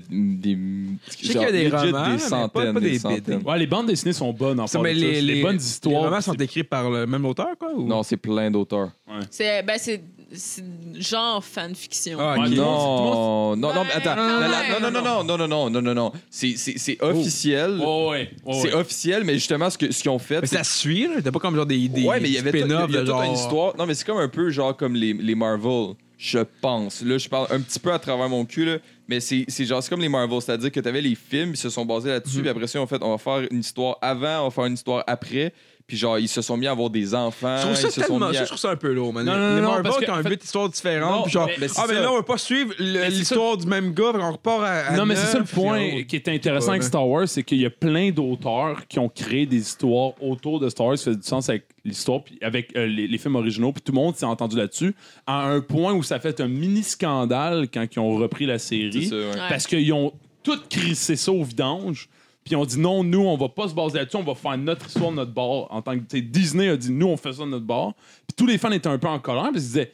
Speaker 4: Je sais qu'il y a des
Speaker 5: genre, legit
Speaker 4: romans, mais
Speaker 5: des
Speaker 4: pas-
Speaker 5: centaines.
Speaker 4: pas des
Speaker 5: des centaines.
Speaker 6: Ouais, les bandes dessinées sont bonnes en
Speaker 4: Ça,
Speaker 6: fait.
Speaker 4: mais les,
Speaker 6: les,
Speaker 4: les-
Speaker 6: bonnes
Speaker 4: Les
Speaker 6: histoires.
Speaker 4: romans sont
Speaker 6: c'est-
Speaker 4: écrits par le même auteur, quoi? Ou...
Speaker 5: Non, c'est plein d'auteurs.
Speaker 7: C'est ben, c'est- c'est genre fanfiction.
Speaker 4: Ah,
Speaker 6: Ouais,
Speaker 4: ok.
Speaker 5: Non, non, non, mais attends.
Speaker 7: quand
Speaker 5: Non,
Speaker 7: même.
Speaker 5: non, non, non, non, non, non, non, non, non. C'est- C'est c'est officiel.
Speaker 3: Oh,
Speaker 6: Ouais, ouais, ouais, ouais.
Speaker 5: C'est officiel, mais justement, ce que- ce qu'ils ont fait.
Speaker 4: Mais ça suit, là. C'était pas comme genre des. des
Speaker 5: ouais, mais il y
Speaker 4: des
Speaker 5: avait tout- il y
Speaker 4: spin-offs
Speaker 5: a
Speaker 4: de
Speaker 5: toute
Speaker 4: genre-
Speaker 5: une histoire. Non, mais c'est comme un peu genre comme les, les Marvel, je pense. Là, je parle un petit peu à travers mon cul, là, mais c'est c'est genre c'est comme les Marvel, c'est-à-dire que t'avais les films, ils se sont basés là-dessus, puis après ça, en fait, on va faire une histoire avant, on va faire une histoire après, puis genre ils se sont mis à avoir des enfants.
Speaker 4: Je
Speaker 6: Euh,
Speaker 4: trouve ça
Speaker 5: ils se sont
Speaker 4: tellement.
Speaker 5: mis
Speaker 4: ça,
Speaker 5: à-
Speaker 4: Je trouve ça un peu lourd, man.
Speaker 6: Non, non,
Speaker 4: les
Speaker 6: non,
Speaker 4: Marvel
Speaker 6: parce
Speaker 4: qui ont
Speaker 6: que-
Speaker 4: un
Speaker 6: fait-
Speaker 4: huit histoires différentes.
Speaker 6: Non,
Speaker 4: puis genre,
Speaker 5: mais c'est
Speaker 4: ah, mais
Speaker 5: ça.
Speaker 4: là, on va pas suivre le-
Speaker 6: c'est ça.
Speaker 4: l'histoire du même gars, puis on repart à. à
Speaker 6: non, mais c'est
Speaker 4: neuf,
Speaker 6: ça le
Speaker 4: puis
Speaker 6: point
Speaker 4: on-
Speaker 6: qui est intéressant avec
Speaker 4: Ouais.
Speaker 6: Star Wars, c'est qu'il y a plein d'auteurs qui ont créé des histoires autour de Star Wars, ça fait du sens avec l'histoire, puis avec euh, les, les films originaux, puis tout le monde s'est entendu là-dessus, à un point où ça a fait un mini-scandale quand ils ont repris la
Speaker 5: C'est
Speaker 6: série.
Speaker 5: ça, ouais.
Speaker 7: Ouais.
Speaker 6: Parce qu'ils ont tout crissé ça au vidange. Puis on dit non, nous, on va pas se baser là-dessus, on va faire notre histoire de notre bord. En tant que tu sais, Disney a dit nous, on fait ça de notre bord. Puis tous les fans étaient un peu en colère parce qu'ils disaient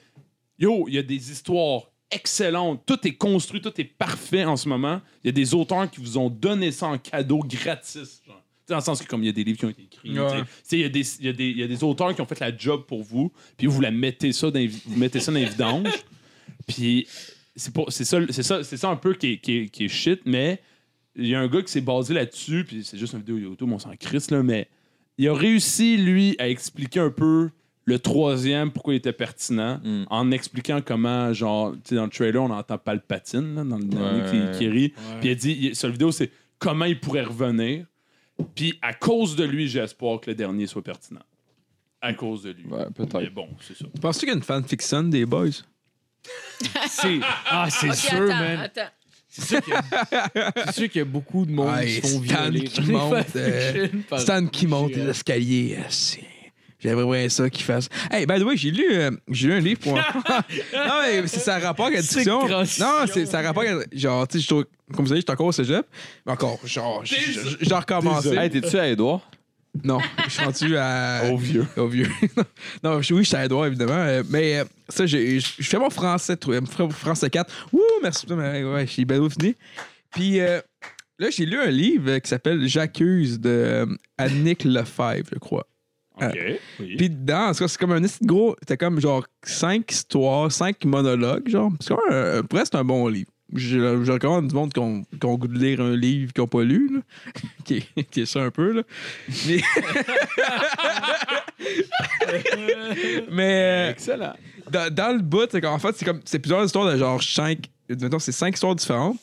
Speaker 6: Yo, il y a des histoires excellentes. Tout est construit, tout est parfait en ce moment. Il y a des auteurs qui vous ont donné ça en cadeau gratis. genre. Tu sais, Dans le sens que, comme il y a des livres qui ont été écrits, tu sais,
Speaker 4: Ouais.
Speaker 6: tu sais, il y, a des- il y a des- il y a des auteurs qui ont fait la job pour vous, puis vous la mettez ça dans, les vi- vous mettez ça dans les vidanges. Puis c'est pas- c'est ça, c'est ça, c'est ça un peu qui est, qui est- qui est shit, mais il y a un gars qui s'est basé là-dessus, puis c'est juste une vidéo YouTube, on s'en crisse, là, mais il a réussi, lui, à expliquer un peu le troisième, pourquoi il était pertinent,
Speaker 5: Mm.
Speaker 6: en expliquant comment, genre, tu sais, dans le trailer, on entend Palpatine, là, dans le dernier
Speaker 5: Ouais.
Speaker 6: qui, qui rit, puis il a dit, il- sur la vidéo, c'est comment il pourrait revenir, puis à cause de lui, j'ai espoir que le dernier soit pertinent. À cause de lui.
Speaker 5: Ouais,
Speaker 6: Mais
Speaker 5: peut-être.
Speaker 6: bon, c'est ça.
Speaker 4: Penses-tu qu'il y a une fanfiction des boys?
Speaker 3: C'est- Ah, c'est
Speaker 11: Ok,
Speaker 3: sûr,
Speaker 11: attends,
Speaker 3: man.
Speaker 11: attends.
Speaker 3: C'est sûr qu'il y a- c'est sûr qu'il y a beaucoup de monde
Speaker 4: Hey,
Speaker 3: qui se font
Speaker 4: Stan
Speaker 3: violer.
Speaker 4: qui monte, euh, Stan qui monte les escaliers. euh, c'est- J'aimerais bien ça qu'il fasse. Hey, by the way, j'ai lu, euh, j'ai lu un livre pour. non, mais c'est ça a rapport avec la
Speaker 3: C'est
Speaker 4: discussion.
Speaker 3: une
Speaker 4: Non,
Speaker 3: transition.
Speaker 4: c'est ça a rapport avec. Genre, tu sais, je trouve- comme vous savez, je suis encore au cégep. Mais encore, genre, je- je je- je dois recommencer.
Speaker 5: Hey, t'es-tu à Edouard?
Speaker 4: Non, je suis rendu à.
Speaker 6: Au vieux.
Speaker 4: Au vieux. non, je- oui, je suis à Edouard, évidemment. euh, mais euh, ça, j'ai- je je fais mon français, trou- euh, fr- français 4. Ouh, merci. mais Ouais, j'ai bien fini. Puis euh, là, j'ai lu un livre euh, qui s'appelle J'accuse de euh, Annick Lefebvre, je crois. Ah.
Speaker 6: OK. oui.
Speaker 4: Puis dedans, en tout cas, c'est comme un petit gros. C'était comme genre cinq histoires, cinq monologues, genre. C'est comme un, un- pour vrai, c'est un bon livre. Je, je recommande du monde qui ont qui ont le goût de lire un livre qu'ils n'ont pas lu, là. qui, est- qui est ça un peu, là. Mais. Mais. euh,
Speaker 6: Excellent.
Speaker 4: dans, dans le bout, c'est qu'en fait, c'est comme c'est plusieurs histoires de genre cinq. Mettons, c'est cinq histoires différentes,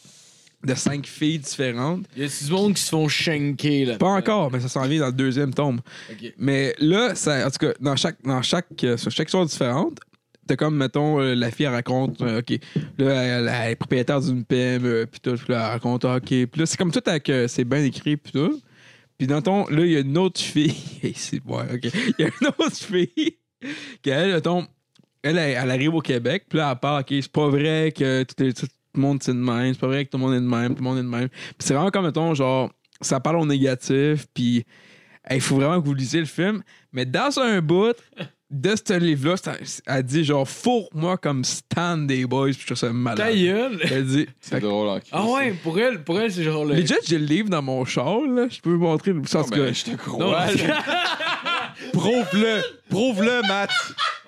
Speaker 4: de cinq filles différentes.
Speaker 3: Il y a du monde qui se font shanker, là.
Speaker 4: Pas encore, mais ça s'en vient dans le deuxième tome.
Speaker 3: Ok.
Speaker 4: Mais là, ça, en tout cas, dans chaque, dans chaque, euh, sur chaque histoire différente, t'as comme, mettons, euh, la fille, elle raconte, euh, OK, là, elle, elle est propriétaire d'une PME, puis tout, puis là, elle raconte, ah, OK, puis là, c'est comme tout avec, euh, c'est bien écrit, puis tout. Puis dans ton, là, il y a une autre fille, Hey, c'est, ouais, OK, il y a une autre fille, qu'elle, mettons, elle, elle, elle arrive au Québec, puis là, elle parle, OK, c'est pas vrai que tout, est- tout le monde c'est de même, c'est pas vrai que tout le monde est de même, tout le monde est de même. Puis c'est vraiment comme, mettons, genre, ça parle au négatif, puis il faut vraiment que vous lisiez le film. Mais dans un bout de ce livre-là, c'est- elle dit genre fourre-moi comme Stan des Boys, puis je trouve ça malade.
Speaker 3: Ta gueule.
Speaker 4: Elle dit.
Speaker 5: C'est drôle, en Christ.
Speaker 3: Ah ouais, pour elle, pour elle c'est genre le.
Speaker 4: Mais déjà, j'ai le livre dans mon char, là. Je peux vous montrer le sens
Speaker 5: Ben,
Speaker 4: que.
Speaker 5: je te crois.
Speaker 3: Non, parce que-
Speaker 5: Prouve-le. Prouve-le, Matt.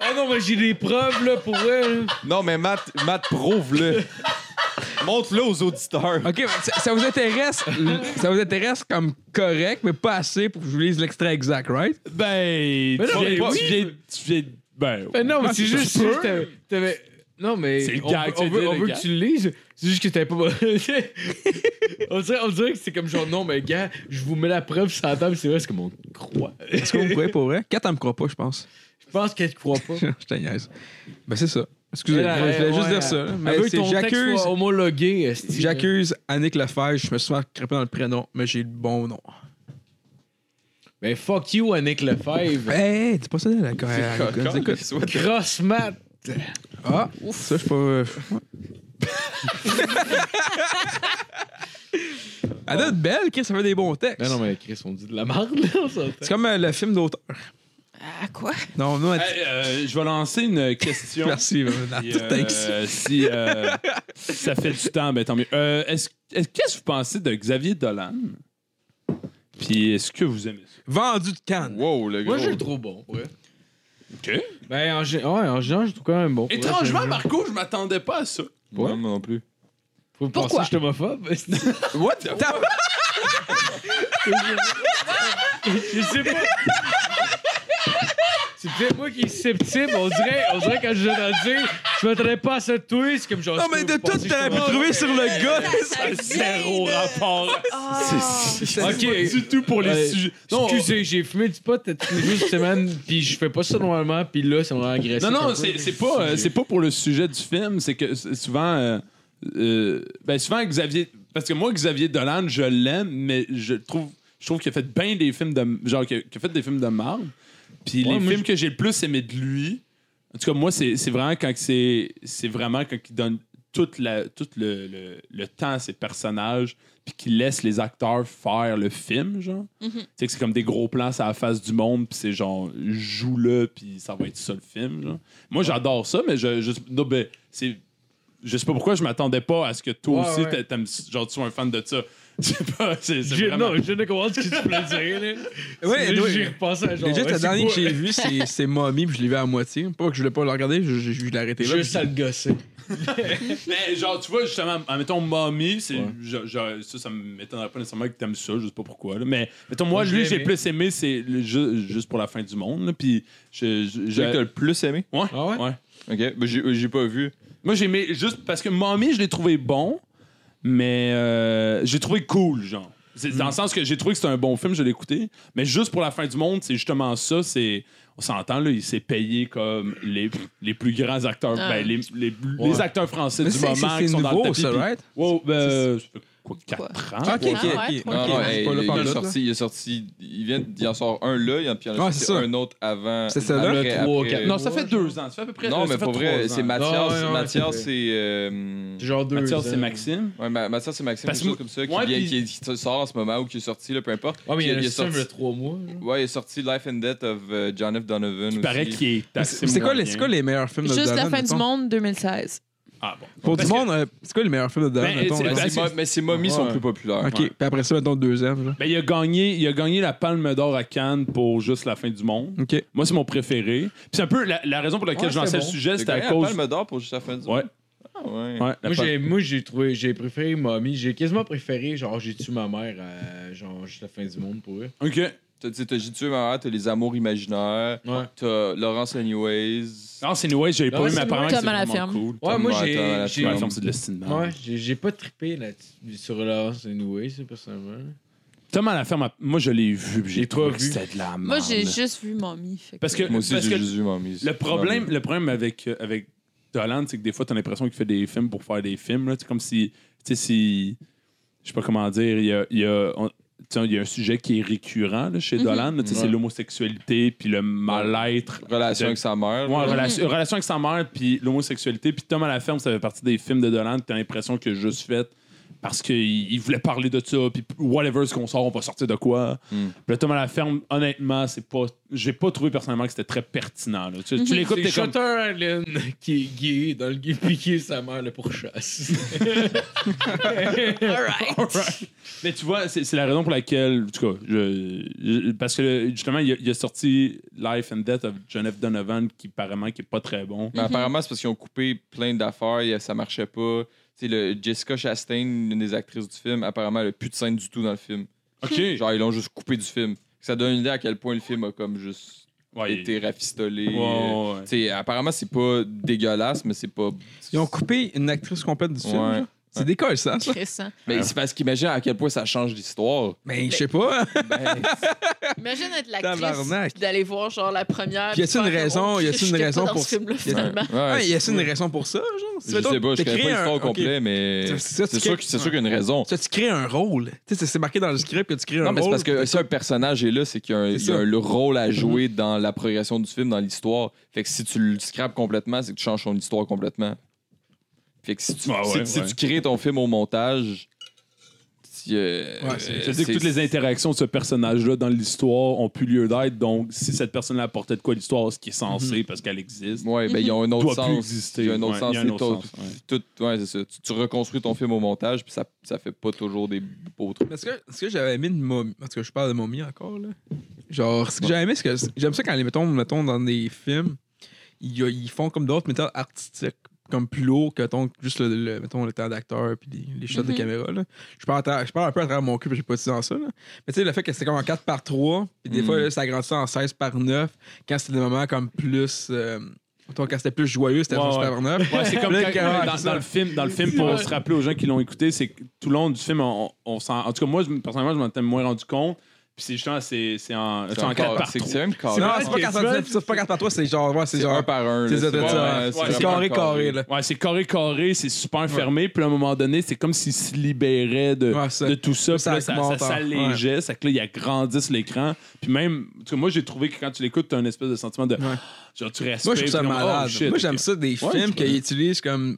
Speaker 3: Ah non, mais j'ai des preuves, là, pour elle.
Speaker 5: Non, mais Matt, Matt prouve-le. Montre-le aux auditeurs.
Speaker 4: Ok, mais ça, ça vous intéresse, ça vous intéresse comme correct, mais pas assez pour que je vous lise l'extrait exact, right?
Speaker 6: Ben,
Speaker 3: Mais non,
Speaker 6: tu
Speaker 3: mais
Speaker 6: viens,
Speaker 3: oui.
Speaker 6: tu viens- tu viens- ben,
Speaker 3: Ben non,
Speaker 4: Ah,
Speaker 3: mais c'est
Speaker 6: Ça
Speaker 3: juste
Speaker 6: se peut.
Speaker 3: que t'avais- t'avais. Non, mais.
Speaker 6: C'est le
Speaker 3: on
Speaker 6: gag,
Speaker 3: veut-
Speaker 6: tu
Speaker 3: on, veut,
Speaker 6: dis,
Speaker 3: on
Speaker 6: le
Speaker 3: veut
Speaker 6: gag.
Speaker 3: que tu le lises. C'est juste que t'avais pas. on, dirait, on dirait que c'est comme genre, non, mais gars, je vous mets la preuve sur la table, c'est vrai, c'est comme on te croit.
Speaker 4: Est-ce que vous pouvez pour vrai? Quatre, elle me croit pas, je pense.
Speaker 3: Je pense qu'elle te croit pas.
Speaker 4: je te niaise. Ben, c'est ça. Excusez, moi
Speaker 3: Elle,
Speaker 4: je voulais
Speaker 3: ouais,
Speaker 4: juste
Speaker 3: elle-
Speaker 4: dire ça. là. Mais
Speaker 3: elle veut que
Speaker 4: c'est
Speaker 3: ton texte
Speaker 4: j'accuse.
Speaker 3: soit homologué, esti.
Speaker 4: J'accuse Annick Lefebvre, je me suis souvent crêpé dans le prénom, mais j'ai le bon nom.
Speaker 3: Ben fuck you, Annick Lefebvre.
Speaker 4: Hey, dis pas ça là, quand
Speaker 5: Encore,
Speaker 4: écoute.
Speaker 5: il souhaite-
Speaker 3: Grosse mat.
Speaker 4: Ah, ça, je suis pas. euh, ouais. Elle doit être belle, Chris, ça fait des bons textes.
Speaker 3: Ben non, mais Chris, on dit de la merde, là, on s'entend.
Speaker 4: C'est comme euh, le film d'auteur.
Speaker 11: Ah, quoi?
Speaker 4: Non, non, elle-
Speaker 6: Hey, euh, je vais lancer une question.
Speaker 4: merci. euh, dans
Speaker 6: Puis,
Speaker 4: tout texte.
Speaker 6: euh, si euh, ça fait du temps, ben tant mieux. Euh, est-ce- est-ce- Qu'est-ce que vous pensez de Xavier Dolan? Puis est-ce que vous aimez ça?
Speaker 4: Vendu de Cannes.
Speaker 5: Wow, le gros.
Speaker 3: Moi, je le trouve bon, ouais.
Speaker 6: OK.
Speaker 3: Ben, en, gé- ouais, en général, je le trouve quand même bon. pour vrai, j'aime bien.
Speaker 6: Marco, je m'attendais pas à ça.
Speaker 5: Ouais, moi non plus.
Speaker 3: Faut penser
Speaker 11: Pourquoi?
Speaker 3: que je suis homophobe. esti.
Speaker 5: What the fuck?
Speaker 3: Je sais pas. C'est peut-être moi qui est susceptible. On dirait, on dirait quand je viens d'en dire, je m'attendais pas à ce twist comme genre.
Speaker 4: Non, mais de tout, t'aurais pu trouver sur le gars.
Speaker 6: Zéro rapport.
Speaker 7: Ah.
Speaker 3: Ok.
Speaker 6: Du tout pour les
Speaker 3: Ouais.
Speaker 6: sujets. Non,
Speaker 3: Excusez, j'ai fumé du pot toutes les deux semaines, puis je fais pas ça normalement, puis là, ça m'a agressé. un
Speaker 6: Non, non,
Speaker 3: peu.
Speaker 6: c'est c'est pas, euh, c'est pas pour le sujet du film, c'est que c'est souvent. euh, euh, ben souvent, Xavier. Parce que moi, Xavier Dolan, je l'aime, mais je trouve, je trouve qu'il a fait bien des films de. Genre, qu'il a, qu'il a fait des films de marde. Puis
Speaker 3: Ouais,
Speaker 6: les
Speaker 3: moi,
Speaker 6: films que j'ai le plus aimé de lui, en tout cas, moi, c'est c'est vraiment quand que c'est. C'est vraiment quand il donne tout, la, tout le, le- le temps à ses personnages, puis qui laisse les acteurs faire le film, genre. Tu sais que c'est comme des gros plans sur la face du monde, puis c'est genre, joue-le, puis ça va être ça le film, genre. Moi, j'adore ça, mais je, je, non, ben, c'est, je sais pas pourquoi je m'attendais pas à ce que toi
Speaker 3: Ouais,
Speaker 6: aussi,
Speaker 3: ouais.
Speaker 6: t'a- t'aimes- genre, tu sois un fan de ça. Je sais pas, c'est, c'est
Speaker 3: J'ai-
Speaker 6: vraiment-
Speaker 3: Non, je ne comprends ce que tu voulais dire. Là.
Speaker 4: Ouais,
Speaker 3: Là,
Speaker 4: ouais.
Speaker 3: j'y repensais à genre.
Speaker 4: Déjà,
Speaker 3: ouais,
Speaker 4: le
Speaker 3: c'est
Speaker 4: dernier que
Speaker 3: quoi?
Speaker 4: j'ai vu, c'est c'est Mommy, puis je l'ai vu à moitié. Pas que je voulais pas le regarder, je, je, je l'ai arrêté là.
Speaker 3: Juste à le gosser.
Speaker 6: Mais genre, tu vois, justement, admettons, Mommy, c'est, je- je- ça, ça m'étonnerait pas nécessairement que t'aimes ça, je sais pas pourquoi. là. Mais, mettons, moi,
Speaker 3: Moi, je
Speaker 6: lui,
Speaker 3: l'ai
Speaker 6: j'ai
Speaker 3: aimé.
Speaker 6: plus aimé, c'est le- ju- juste pour la fin du monde. là, Puis, je. je-
Speaker 5: Celui que t'as
Speaker 6: je-
Speaker 5: le plus aimé?
Speaker 6: Ouais.
Speaker 3: Ah ouais?
Speaker 6: ouais.
Speaker 5: Ok, ben, j'ai euh, j'ai pas vu.
Speaker 6: Moi, j'ai aimé juste parce que Mommy, je l'ai trouvé bon, mais euh, j'ai trouvé cool, genre. C'est dans le sens que j'ai trouvé que c'était un bon film, je l'ai écouté. Mais juste pour la fin du monde, c'est justement ça. C'est, on s'entend, là, il s'est payé comme les, les plus grands acteurs,
Speaker 7: Ah.
Speaker 6: ben, les, les, les acteurs français
Speaker 4: Mais
Speaker 6: du
Speaker 4: c'est-
Speaker 6: moment
Speaker 4: c'est-
Speaker 6: qui
Speaker 4: c'est
Speaker 6: sont dans le
Speaker 4: nouveau,
Speaker 6: tapis.
Speaker 4: ça,
Speaker 6: puis-
Speaker 4: right?
Speaker 6: Wow, ben, ça fait quoi, 4 ans?
Speaker 4: Ok, ok,
Speaker 7: Ah ouais,
Speaker 4: ok.
Speaker 7: trois,
Speaker 5: Non,
Speaker 4: Ok,
Speaker 5: non,
Speaker 4: c'est
Speaker 5: hey,
Speaker 4: pas
Speaker 5: il,
Speaker 4: là par
Speaker 5: a
Speaker 4: là, là.
Speaker 5: sorti, il a sorti, il vient, il en sort un là, il en- puis il en a
Speaker 4: Ah,
Speaker 5: sorti
Speaker 4: c'est ça.
Speaker 5: un autre avant.
Speaker 4: C'est celle-là?
Speaker 5: après-
Speaker 3: Le trois,
Speaker 5: après-
Speaker 3: quatre.
Speaker 6: Non, ça fait 2 ans. Ça fait à peu près
Speaker 5: Non,
Speaker 6: ça
Speaker 5: mais
Speaker 6: fait
Speaker 5: pour vrai,
Speaker 6: trois ans.
Speaker 5: c'est
Speaker 3: Ah,
Speaker 5: Mathias.
Speaker 3: ouais, ouais,
Speaker 5: Mathias,
Speaker 3: c'est-
Speaker 5: c'est. euh,
Speaker 3: C'est Genre deux.
Speaker 6: Mathias,
Speaker 3: ans.
Speaker 6: c'est Maxime.
Speaker 5: Ouais, Ma- Mathias et Maxime,
Speaker 6: Parce
Speaker 5: quelque chose
Speaker 6: que-
Speaker 5: comme ça, qui,
Speaker 6: ouais,
Speaker 5: vient-
Speaker 6: puis-
Speaker 5: qui- qui sort en ce moment ou qui est sorti, là, peu importe.
Speaker 3: Ouais, Ah, mais il y
Speaker 5: Puis
Speaker 3: a le
Speaker 5: il est
Speaker 3: film
Speaker 5: sorti-
Speaker 3: il y a trois mois. genre.
Speaker 5: Ouais, il est sorti Life and Death of euh, John F. Donovan.
Speaker 6: Il
Speaker 5: aussi.
Speaker 6: paraît qu'il est assez
Speaker 4: C'est c'est quoi, les-
Speaker 6: moyen.
Speaker 4: c'est quoi les meilleurs films de
Speaker 7: Juste
Speaker 4: Dolan,
Speaker 7: la fin du
Speaker 4: mettons?
Speaker 7: monde 2016.
Speaker 6: Ah bon.
Speaker 4: Pour
Speaker 6: Parce
Speaker 4: du
Speaker 6: que-
Speaker 4: monde, euh, c'est quoi les meilleurs films de Dolan,
Speaker 6: Ben,
Speaker 4: mettons?
Speaker 6: c'est-
Speaker 5: Mais
Speaker 4: là?
Speaker 6: ben,
Speaker 5: ses mo- Mais ses momies sont
Speaker 6: Ouais.
Speaker 5: plus populaires.
Speaker 4: Ok, puis après ça, mettons le deuxième. genre.
Speaker 6: Ben, il, a gagné, il a gagné la Palme d'Or à Cannes pour juste la fin du monde.
Speaker 4: Ok.
Speaker 6: Moi, c'est mon préféré. Puis c'est un peu la, la raison pour laquelle
Speaker 3: Ouais,
Speaker 6: je lançais
Speaker 3: c'était
Speaker 6: le
Speaker 3: bon.
Speaker 6: sujet,
Speaker 5: C'est
Speaker 6: c'était à
Speaker 5: à
Speaker 6: cause.
Speaker 5: Palme d'Or pour juste la fin du
Speaker 6: Ouais.
Speaker 5: Ah ouais.
Speaker 6: ouais la
Speaker 3: Moi,
Speaker 6: Palme-
Speaker 3: j'ai, moi, j'ai trouvé, j'ai préféré Mommy. J'ai quasiment préféré, genre, j'ai tué ma mère à, genre, juste la fin du monde pour eux.
Speaker 6: Ok.
Speaker 5: T'as t'sais, t'as J.T. Marat, t'as Les Amours Imaginaires,
Speaker 3: Ouais.
Speaker 5: t'as Laurence Anyways.
Speaker 6: Non, c'est Anyway, j'avais
Speaker 3: Non,
Speaker 6: pas eu,
Speaker 3: c'est
Speaker 6: mais apparemment,
Speaker 7: Tom
Speaker 6: c'est
Speaker 7: à la
Speaker 6: vraiment
Speaker 7: ferme.
Speaker 6: cool.
Speaker 3: Ouais,
Speaker 5: Tom
Speaker 3: moi,
Speaker 5: Martin,
Speaker 3: j'ai,
Speaker 5: la
Speaker 3: j'ai,
Speaker 6: La ferme, c'est de l'estimement.
Speaker 3: ouais, j'ai, j'ai pas trippé là, sur Laurence et Noué, ça, personnellement.
Speaker 6: Tom à la ferme, moi, je l'ai vu. puis J'ai
Speaker 3: J'ai pas
Speaker 6: trouvé que
Speaker 3: vu.
Speaker 6: c'était de la merde.
Speaker 7: Moi, j'ai juste vu Mommy. fait
Speaker 6: Parce que-
Speaker 5: Moi aussi,
Speaker 6: parce
Speaker 5: j'ai
Speaker 6: que
Speaker 5: juste vu Mamies.
Speaker 6: Le problème, le problème avec, euh, avec Dolan, c'est que des fois, t'as l'impression qu'il fait des films pour faire des films. là. C'est comme si. Tu sais, si. Je sais pas comment dire. Il y a. il y a- on- tu sais, il y a un sujet qui est récurrent là, chez
Speaker 7: Mhm.
Speaker 6: Dolan, là, tu sais,
Speaker 5: Ouais.
Speaker 6: c'est l'homosexualité puis le mal-être.
Speaker 5: Relation
Speaker 6: de-
Speaker 5: avec sa mère.
Speaker 6: Ouais,
Speaker 5: là.
Speaker 6: relation, relation avec sa mère, puis l'homosexualité, puis Tom à la ferme, ça fait partie des films de Dolan que t'as l'impression que juste fait parce qu'il il voulait parler de ça, puis whatever ce qu'on sort, on va sortir de quoi.
Speaker 5: Mm.
Speaker 6: Puis le Tom à la ferme, honnêtement, c'est pas, j'ai pas trouvé personnellement que c'était très pertinent. là. Tu, tu l'écoutes,
Speaker 3: C'est
Speaker 6: t'es comme...
Speaker 3: Shutter Island qui est gay dans le gay piqué sa mère le pourchasse.
Speaker 6: Alright. Mais tu vois, c'est c'est la raison pour laquelle, en tout cas, je, je- parce que justement, il a, il a sorti Life and Death of John F. Donovan, qui apparemment qui est pas très bon.
Speaker 5: Mais apparemment, c'est parce qu'ils ont coupé plein d'affaires, et ça marchait pas. Tu sais, le Jessica Chastain, une des actrices du film, apparemment, elle a plus de scène du tout dans le film.
Speaker 6: Ok.
Speaker 5: Genre, ils l'ont juste coupé du film. Ça donne une idée à quel point le film a comme juste
Speaker 6: Ouais,
Speaker 5: été rafistolé.
Speaker 6: ouais, ouais, ouais.
Speaker 5: Tu sais, apparemment, c'est pas dégueulasse, mais c'est pas.
Speaker 4: Ils ont coupé une actrice complète du film.
Speaker 5: Ouais.
Speaker 4: genre. C'est des cas, ça. ça.
Speaker 7: que- Chris, hein.
Speaker 5: Mais c'est parce qu'imagine à quel point ça change l'histoire.
Speaker 4: Mais je sais pas.
Speaker 7: Imagine être
Speaker 4: Tabarnak.
Speaker 7: l'actrice puis d'aller voir genre la première.
Speaker 4: Puis y a-t-il une
Speaker 7: puis faire,
Speaker 4: raison-
Speaker 7: oh,
Speaker 4: y a-t-il
Speaker 7: Chris,
Speaker 4: une
Speaker 7: j'étais
Speaker 4: raison
Speaker 7: pas dans
Speaker 4: pour-
Speaker 7: ce film-là,
Speaker 4: y a-
Speaker 7: finalement.
Speaker 5: Ouais,
Speaker 4: Ouais, y a une raison pour ça, genre?
Speaker 5: Je sais pas, je connais pas l'histoire au complet, mais
Speaker 4: C'est- c'est-
Speaker 5: c'est
Speaker 4: c'est-
Speaker 5: sûr que- c'est sûr qu'il y a une raison.
Speaker 4: Ça, tu crées un rôle. Tu sais, c'est- c'est marqué dans le script que tu crées un
Speaker 5: Non,
Speaker 4: rôle.
Speaker 5: mais c'est parce que si un personnage est là, c'est qu'il y a, un,
Speaker 4: C'est
Speaker 5: il y a
Speaker 4: ça.
Speaker 5: un- le rôle à jouer dans la progression du film, dans l'histoire. Fait que si tu le scrapes complètement, c'est que tu changes ton histoire complètement. Fait que si tu,
Speaker 6: Ah
Speaker 5: si-
Speaker 6: ouais,
Speaker 5: si
Speaker 6: ouais.
Speaker 5: tu crées ton film au montage, si, euh,
Speaker 4: Ouais, c'est-
Speaker 5: euh,
Speaker 6: Ça veut dire que
Speaker 5: c'est-
Speaker 6: toutes les interactions de ce personnage-là dans l'histoire ont plus lieu d'être. Donc, si cette personne-là apportait de quoi à l'histoire, ce qui est censé parce qu'elle existe,
Speaker 5: Ouais, ben, ils ont un autre
Speaker 6: doit
Speaker 5: sens.
Speaker 6: plus exister.
Speaker 5: Mhm. Il y a un autre
Speaker 6: Ouais,
Speaker 5: sens.
Speaker 6: il y a
Speaker 5: c'est
Speaker 6: un autre
Speaker 5: tout-
Speaker 6: sens, ouais.
Speaker 5: tout- ouais, c'est ça. Tu, tu reconstruis ton film au montage, puis ça, ça fait pas toujours des beaux trucs.
Speaker 4: Mais ce que, ce que j'avais aimé de momie, parce que je parle de momie encore, là. Genre, ce que j'avais aimé, c'est que j'aime ça quand les mettons, mettons dans des films, ils, ils font comme d'autres méthodes artistiques, comme plus lourd que ton- juste le, le- mettons, le temps d'acteur puis les, les shots de
Speaker 7: Mhm.
Speaker 4: caméra. Là. Je, parle à travers- je parle un peu à travers mon cul, puis j'ai pas dit dans ça. là. Mais tu sais, le fait que c'était comme en 4 par 3, puis des
Speaker 5: Mhm.
Speaker 4: fois, là, ça grandissait en 16 par 9, quand c'était des moments comme plus. euh, mettons, quand c'était plus joyeux, c'était
Speaker 6: Ouais,
Speaker 4: 12
Speaker 6: ouais.
Speaker 4: par 9.
Speaker 6: Ouais, c'est comme
Speaker 4: Là,
Speaker 6: quand-
Speaker 4: quand-
Speaker 6: dans, dans le film, dans le film pour se rappeler aux gens qui l'ont écouté, c'est que tout le long du film, on, on s'en. En tout cas, moi, je- personnellement, je m'en étais moins rendu compte. Puis c'est justement, c'est c'est en, c'est en
Speaker 5: encore-
Speaker 6: quatre par
Speaker 5: c'est-
Speaker 6: trois.
Speaker 5: C'est même carré.
Speaker 4: Non,
Speaker 6: vrai
Speaker 4: c'est pas
Speaker 6: que
Speaker 4: 4
Speaker 6: tu
Speaker 4: par
Speaker 6: veux-
Speaker 4: 9, c'est pas 4 par 3, c'est genre. ouais, c'est
Speaker 5: C'est un
Speaker 4: genre.
Speaker 5: par un.
Speaker 4: C'est
Speaker 5: là,
Speaker 4: ça,
Speaker 5: ouais,
Speaker 4: c'est ça.
Speaker 5: ouais,
Speaker 6: Ouais,
Speaker 4: C'est
Speaker 5: vraiment
Speaker 4: carré, carré, là.
Speaker 6: Ouais, c'est carré, carré, c'est super fermé. Puis là, à un moment donné, c'est comme s'il se libérait de,
Speaker 4: Ouais, ça.
Speaker 6: de tout ça. Puis
Speaker 4: Ça
Speaker 6: là, ça, ça,
Speaker 4: augmente, hein.
Speaker 6: s'allégeait. Ça que là, il agrandisse l'écran. Puis même, en tout cas, moi, j'ai trouvé que quand tu l'écoutes, t'as un espèce de sentiment de.
Speaker 4: Ouais.
Speaker 6: Genre, tu respires.
Speaker 4: Moi, je trouve ça
Speaker 6: puis comme, oh,
Speaker 4: malade.
Speaker 6: shit,
Speaker 4: Moi, j'aime
Speaker 6: ok.
Speaker 4: ça des
Speaker 6: Ouais,
Speaker 4: films
Speaker 6: je-
Speaker 4: qu'ils utilisent comme.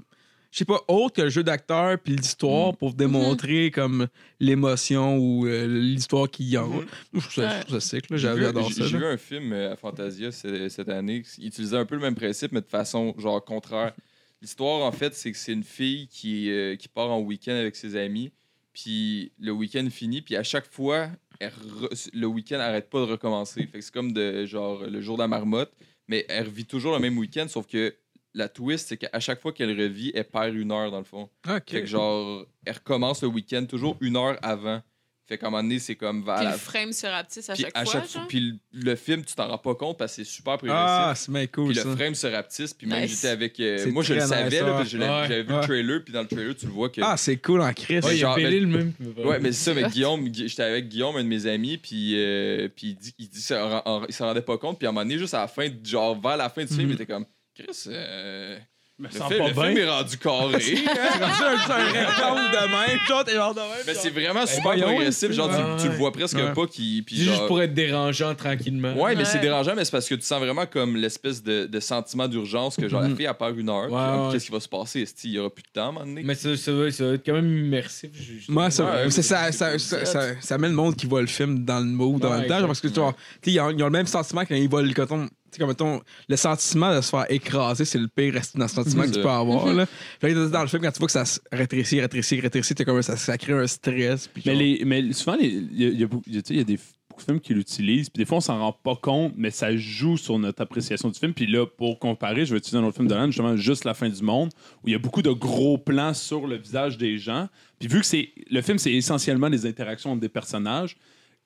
Speaker 4: je sais pas, autre que le jeu d'acteur puis l'histoire pour démontrer comme l'émotion ou euh, l'histoire qui y a. Moi, Je trouve ça, je trouve ça sick, là.
Speaker 5: J'ai vu-
Speaker 4: J'adore ça.
Speaker 5: J'ai j'ai
Speaker 4: là.
Speaker 5: vu un film euh, à Fantasia c- cette année qui utilisait un peu le même principe, mais de façon genre contraire. L'histoire, en fait, c'est que c'est une fille qui, euh, qui part en week-end avec ses amis, puis le week-end finit, puis à chaque fois, elle re- le week-end n'arrête pas de recommencer. Fait que c'est comme de, genre le jour de la marmotte, mais elle revit toujours le même week-end, sauf que la twist, c'est qu'à chaque fois qu'elle revit, elle perd une heure dans le fond.
Speaker 4: Ok.
Speaker 5: Fait que genre, elle recommence le week-end toujours une heure avant. Fait qu'à un moment donné, c'est comme vers
Speaker 11: Puis
Speaker 5: la
Speaker 11: le frame se rapetisse à
Speaker 5: puis
Speaker 11: chaque
Speaker 5: à
Speaker 11: fois.
Speaker 5: chaque fois-
Speaker 11: genre.
Speaker 5: puis le, le film, tu t'en rends pas compte parce que c'est super progressif.
Speaker 4: Ah, c'est bien cool
Speaker 5: puis
Speaker 4: ça.
Speaker 5: le frame se rapetisse, puis même
Speaker 11: Nice.
Speaker 5: j'étais avec. euh,
Speaker 4: C'est
Speaker 5: moi, je le
Speaker 4: très
Speaker 5: savais,
Speaker 4: nice,
Speaker 5: là,
Speaker 4: ouais.
Speaker 5: parce que je l'ai-
Speaker 4: Ouais.
Speaker 5: j'avais vu
Speaker 4: Ouais.
Speaker 5: le trailer, puis dans le trailer, tu le vois que.
Speaker 4: Ah, c'est cool en Christ.
Speaker 5: Ouais,
Speaker 3: Ouais, il a
Speaker 5: genre,
Speaker 3: pélé le même.
Speaker 5: Ouais, mais c'est ça, mais
Speaker 11: hot.
Speaker 5: Guillaume, Gui- j'étais avec Guillaume, un de mes amis, puis, euh, puis il dit, il dit ça, en- en- il s'en rendait pas compte, puis à un moment donné, juste à la fin, genre vers la fin du film,
Speaker 4: Mhm.
Speaker 5: il était comme. Chris, euh,
Speaker 6: Je me
Speaker 5: le,
Speaker 6: sens
Speaker 5: film,
Speaker 6: pas
Speaker 5: le
Speaker 6: bien.
Speaker 5: film est rendu carré.
Speaker 4: C'est rendu un, un rectangle de même. Genre, t'es genre de même.
Speaker 5: mais c'est vraiment super
Speaker 4: voyons,
Speaker 5: progressif, genre tu,
Speaker 3: ouais.
Speaker 5: tu le vois presque
Speaker 4: Ouais.
Speaker 5: pas, qui, puis
Speaker 3: C'est juste
Speaker 5: genre-
Speaker 3: pour être dérangeant tranquillement.
Speaker 5: Ouais, mais
Speaker 11: Ouais.
Speaker 5: c'est dérangeant, mais c'est parce que tu sens vraiment comme l'espèce de, de sentiment d'urgence que genre la
Speaker 4: Mhm.
Speaker 5: fille, elle perd une heure.
Speaker 3: Ouais,
Speaker 5: puis, ah,
Speaker 3: ouais.
Speaker 5: Qu'est-ce qui va se passer? Est-ce qu'il y aura plus de temps à un moment donné?
Speaker 3: Mais ça, ça, va, ça va être quand même immersif. je- je-
Speaker 4: Moi, ça,
Speaker 5: Ouais,
Speaker 4: c'est- ça,
Speaker 5: c'est-
Speaker 4: ça, ça,
Speaker 5: c'est-
Speaker 4: ça, ça met le monde qui voit le film dans le mood en
Speaker 3: Ouais,
Speaker 4: même temps. genre, parce que, genre, tu sais, ils ont, ils ont le même sentiment quand ils voient le coton. Tu sais, comme mettons, le sentiment de se faire écraser, c'est le pire rest- dans- sentiment que tu peux avoir. Là. Fait que dans le film, quand tu vois que ça se rétrécit, rétrécit, rétrécit, t'es comme, ça, ça crée un stress. puis
Speaker 6: Mais,
Speaker 4: genre-
Speaker 6: les, mais souvent, les- il y a, il y a beaucoup- tu sais, il y a des, beaucoup de films qui l'utilisent, puis des fois, on s'en rend pas compte, mais ça joue sur notre appréciation du film. Puis là, pour comparer, je vais utiliser un autre film de Nolan, justement, Juste la fin du monde, où il y a beaucoup de gros plans sur le visage des gens. Puis vu que c'est le film, c'est essentiellement des interactions entre des personnages,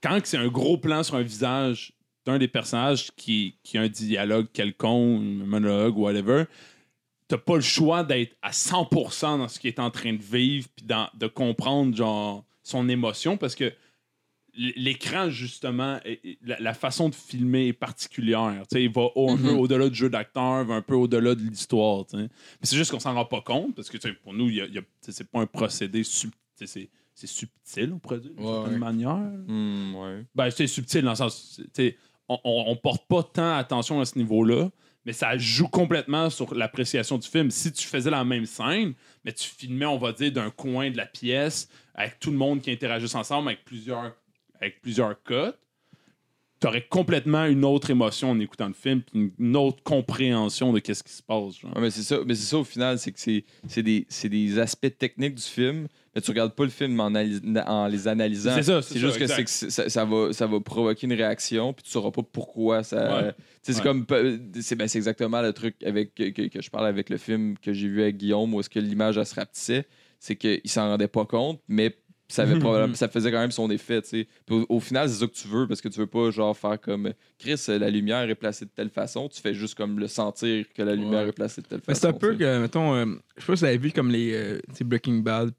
Speaker 6: quand c'est un gros plan sur un visage d'un des personnages qui, qui a un dialogue quelconque, un monologue, whatever, t'as pas le choix d'être à 100% dans ce qu'il est en train de vivre, puis dans- de comprendre genre, son émotion, parce que l- l'écran, justement, est- est- la, la façon de filmer est particulière. Tu sais, il va au- un peu
Speaker 3: Mm-hmm.
Speaker 6: au-delà du jeu d'acteur, va un peu au-delà de l'histoire. tu sais. Mais c'est juste qu'on s'en rend pas compte, parce que tu sais, pour nous, il y a- il y a- tu sais, c'est pas un procédé sub- tu sais, C'est c'est subtil, on pourrait dire, d'une
Speaker 3: Ouais,
Speaker 6: certaine
Speaker 3: ouais.
Speaker 6: manière.
Speaker 5: Hmm, ouais.
Speaker 6: Ben, c'est subtil dans le sens. c'est- t'sais, On, on, on porte pas tant attention à ce niveau-là, mais ça joue complètement sur l'appréciation du film. Si tu faisais la même scène, mais tu filmais, on va dire, d'un coin de la pièce, avec tout le monde qui interagisse ensemble, avec plusieurs, avec plusieurs cotes, tu aurais complètement une autre émotion en écoutant le film, puis une, une autre compréhension de qu'est-ce qui se passe. genre.
Speaker 5: Ouais, Ah, mais c'est ça, mais c'est ça au final, c'est que c'est c'est des, c'est des aspects techniques du film, mais tu regardes pas le film en, analy- en les analysant.
Speaker 6: C'est ça, c'est
Speaker 5: C'est
Speaker 6: ça,
Speaker 5: juste que
Speaker 6: exact.
Speaker 5: c'est que c'est- ça, ça va, ça va provoquer une réaction, puis tu sauras pas pourquoi ça.
Speaker 6: Ouais.
Speaker 5: Tu sais, C'est
Speaker 6: Ouais.
Speaker 5: comme. pe- C'est ben, c'est exactement le truc avec, que, que- que je parle avec le film que j'ai vu avec Guillaume, où est-ce que l'image, elle se rapetissait. C'est qu'il s'en rendait pas compte, mais ça, avait probablement- ça faisait quand même son effet. tu sais. Puis Au, au final, c'est ça que tu veux, parce que tu veux pas genre faire comme Chris, la lumière est placée de telle façon, tu fais juste comme le sentir que la lumière
Speaker 3: Ouais.
Speaker 5: est placée de telle
Speaker 4: Mais
Speaker 5: façon.
Speaker 4: c'est un peu
Speaker 5: tu sais.
Speaker 4: que, mettons, euh, je sais pas si vous avez vu comme les euh, tu sais, Breaking Bad.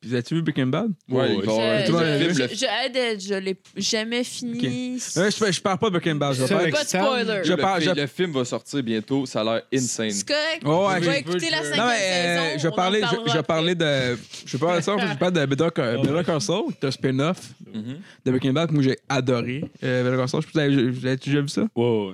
Speaker 4: Puis, avez-tu vu Breaking Bad?
Speaker 5: Ouais,
Speaker 6: Ouais,
Speaker 5: il va
Speaker 4: oh,
Speaker 5: avoir un
Speaker 11: Je-
Speaker 5: tout
Speaker 4: monde
Speaker 5: le
Speaker 11: je-
Speaker 5: film, le-
Speaker 11: je- je aide, je l'ai jamais fini.
Speaker 4: Euh, je, je parle pas de Breaking Bad, je
Speaker 3: C'est
Speaker 4: parle.
Speaker 3: avec
Speaker 11: Pas de
Speaker 3: Sam.
Speaker 11: spoiler.
Speaker 4: Je
Speaker 5: le
Speaker 4: parle-
Speaker 5: film-
Speaker 4: je-
Speaker 5: le film va sortir bientôt, ça a l'air insane.
Speaker 11: C'est correct.
Speaker 4: Oh, ouais,
Speaker 11: je
Speaker 4: je-
Speaker 11: vais écouter la
Speaker 3: je-
Speaker 11: cinquième
Speaker 4: Non, mais euh,
Speaker 11: saison.
Speaker 4: je
Speaker 11: on en
Speaker 4: parlais, je,
Speaker 11: parlera
Speaker 4: je
Speaker 11: après.
Speaker 4: parlais de. Je parlais de ça, je parle de Better Call- Better Call Saul, qui est un spin-off
Speaker 5: Mhm.
Speaker 4: de Breaking Bad, que moi j'ai adoré. Euh, Better Call Saul, je sais pas si vous avez- vous avez déjà vu ça?
Speaker 6: Ouais, ouais.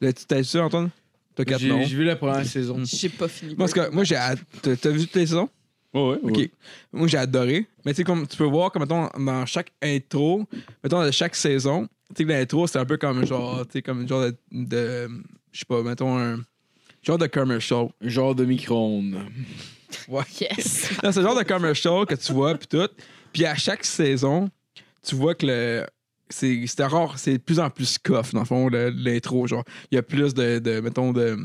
Speaker 4: L'as-tu- T'as vu ça, Antoine? T'as quatre noms.
Speaker 3: J'ai j'ai vu la première saison.
Speaker 11: J'ai pas fini.
Speaker 4: Moi, en tout cas, moi j'ai. ad- T'as t'as vu toutes les saisons?
Speaker 6: Ouais, ouais, ouais.
Speaker 4: Ok. Moi, j'ai adoré. Mais tu sais, comme tu peux voir, comme mettons, dans chaque intro, mettons, de chaque saison, tu sais, l'intro, c'est un peu comme genre, tu sais, comme genre de. de- je sais pas, mettons, un. Genre de commercial.
Speaker 3: Genre de micro-ondes.
Speaker 11: Yes.
Speaker 4: Dans ce genre de commercial que tu vois, puis tout. Puis à chaque saison, tu vois que le. C'est c'est rare, c'est de plus en plus coff, dans le fond, le- l'intro. Genre, il y a plus de. de, mettons, de.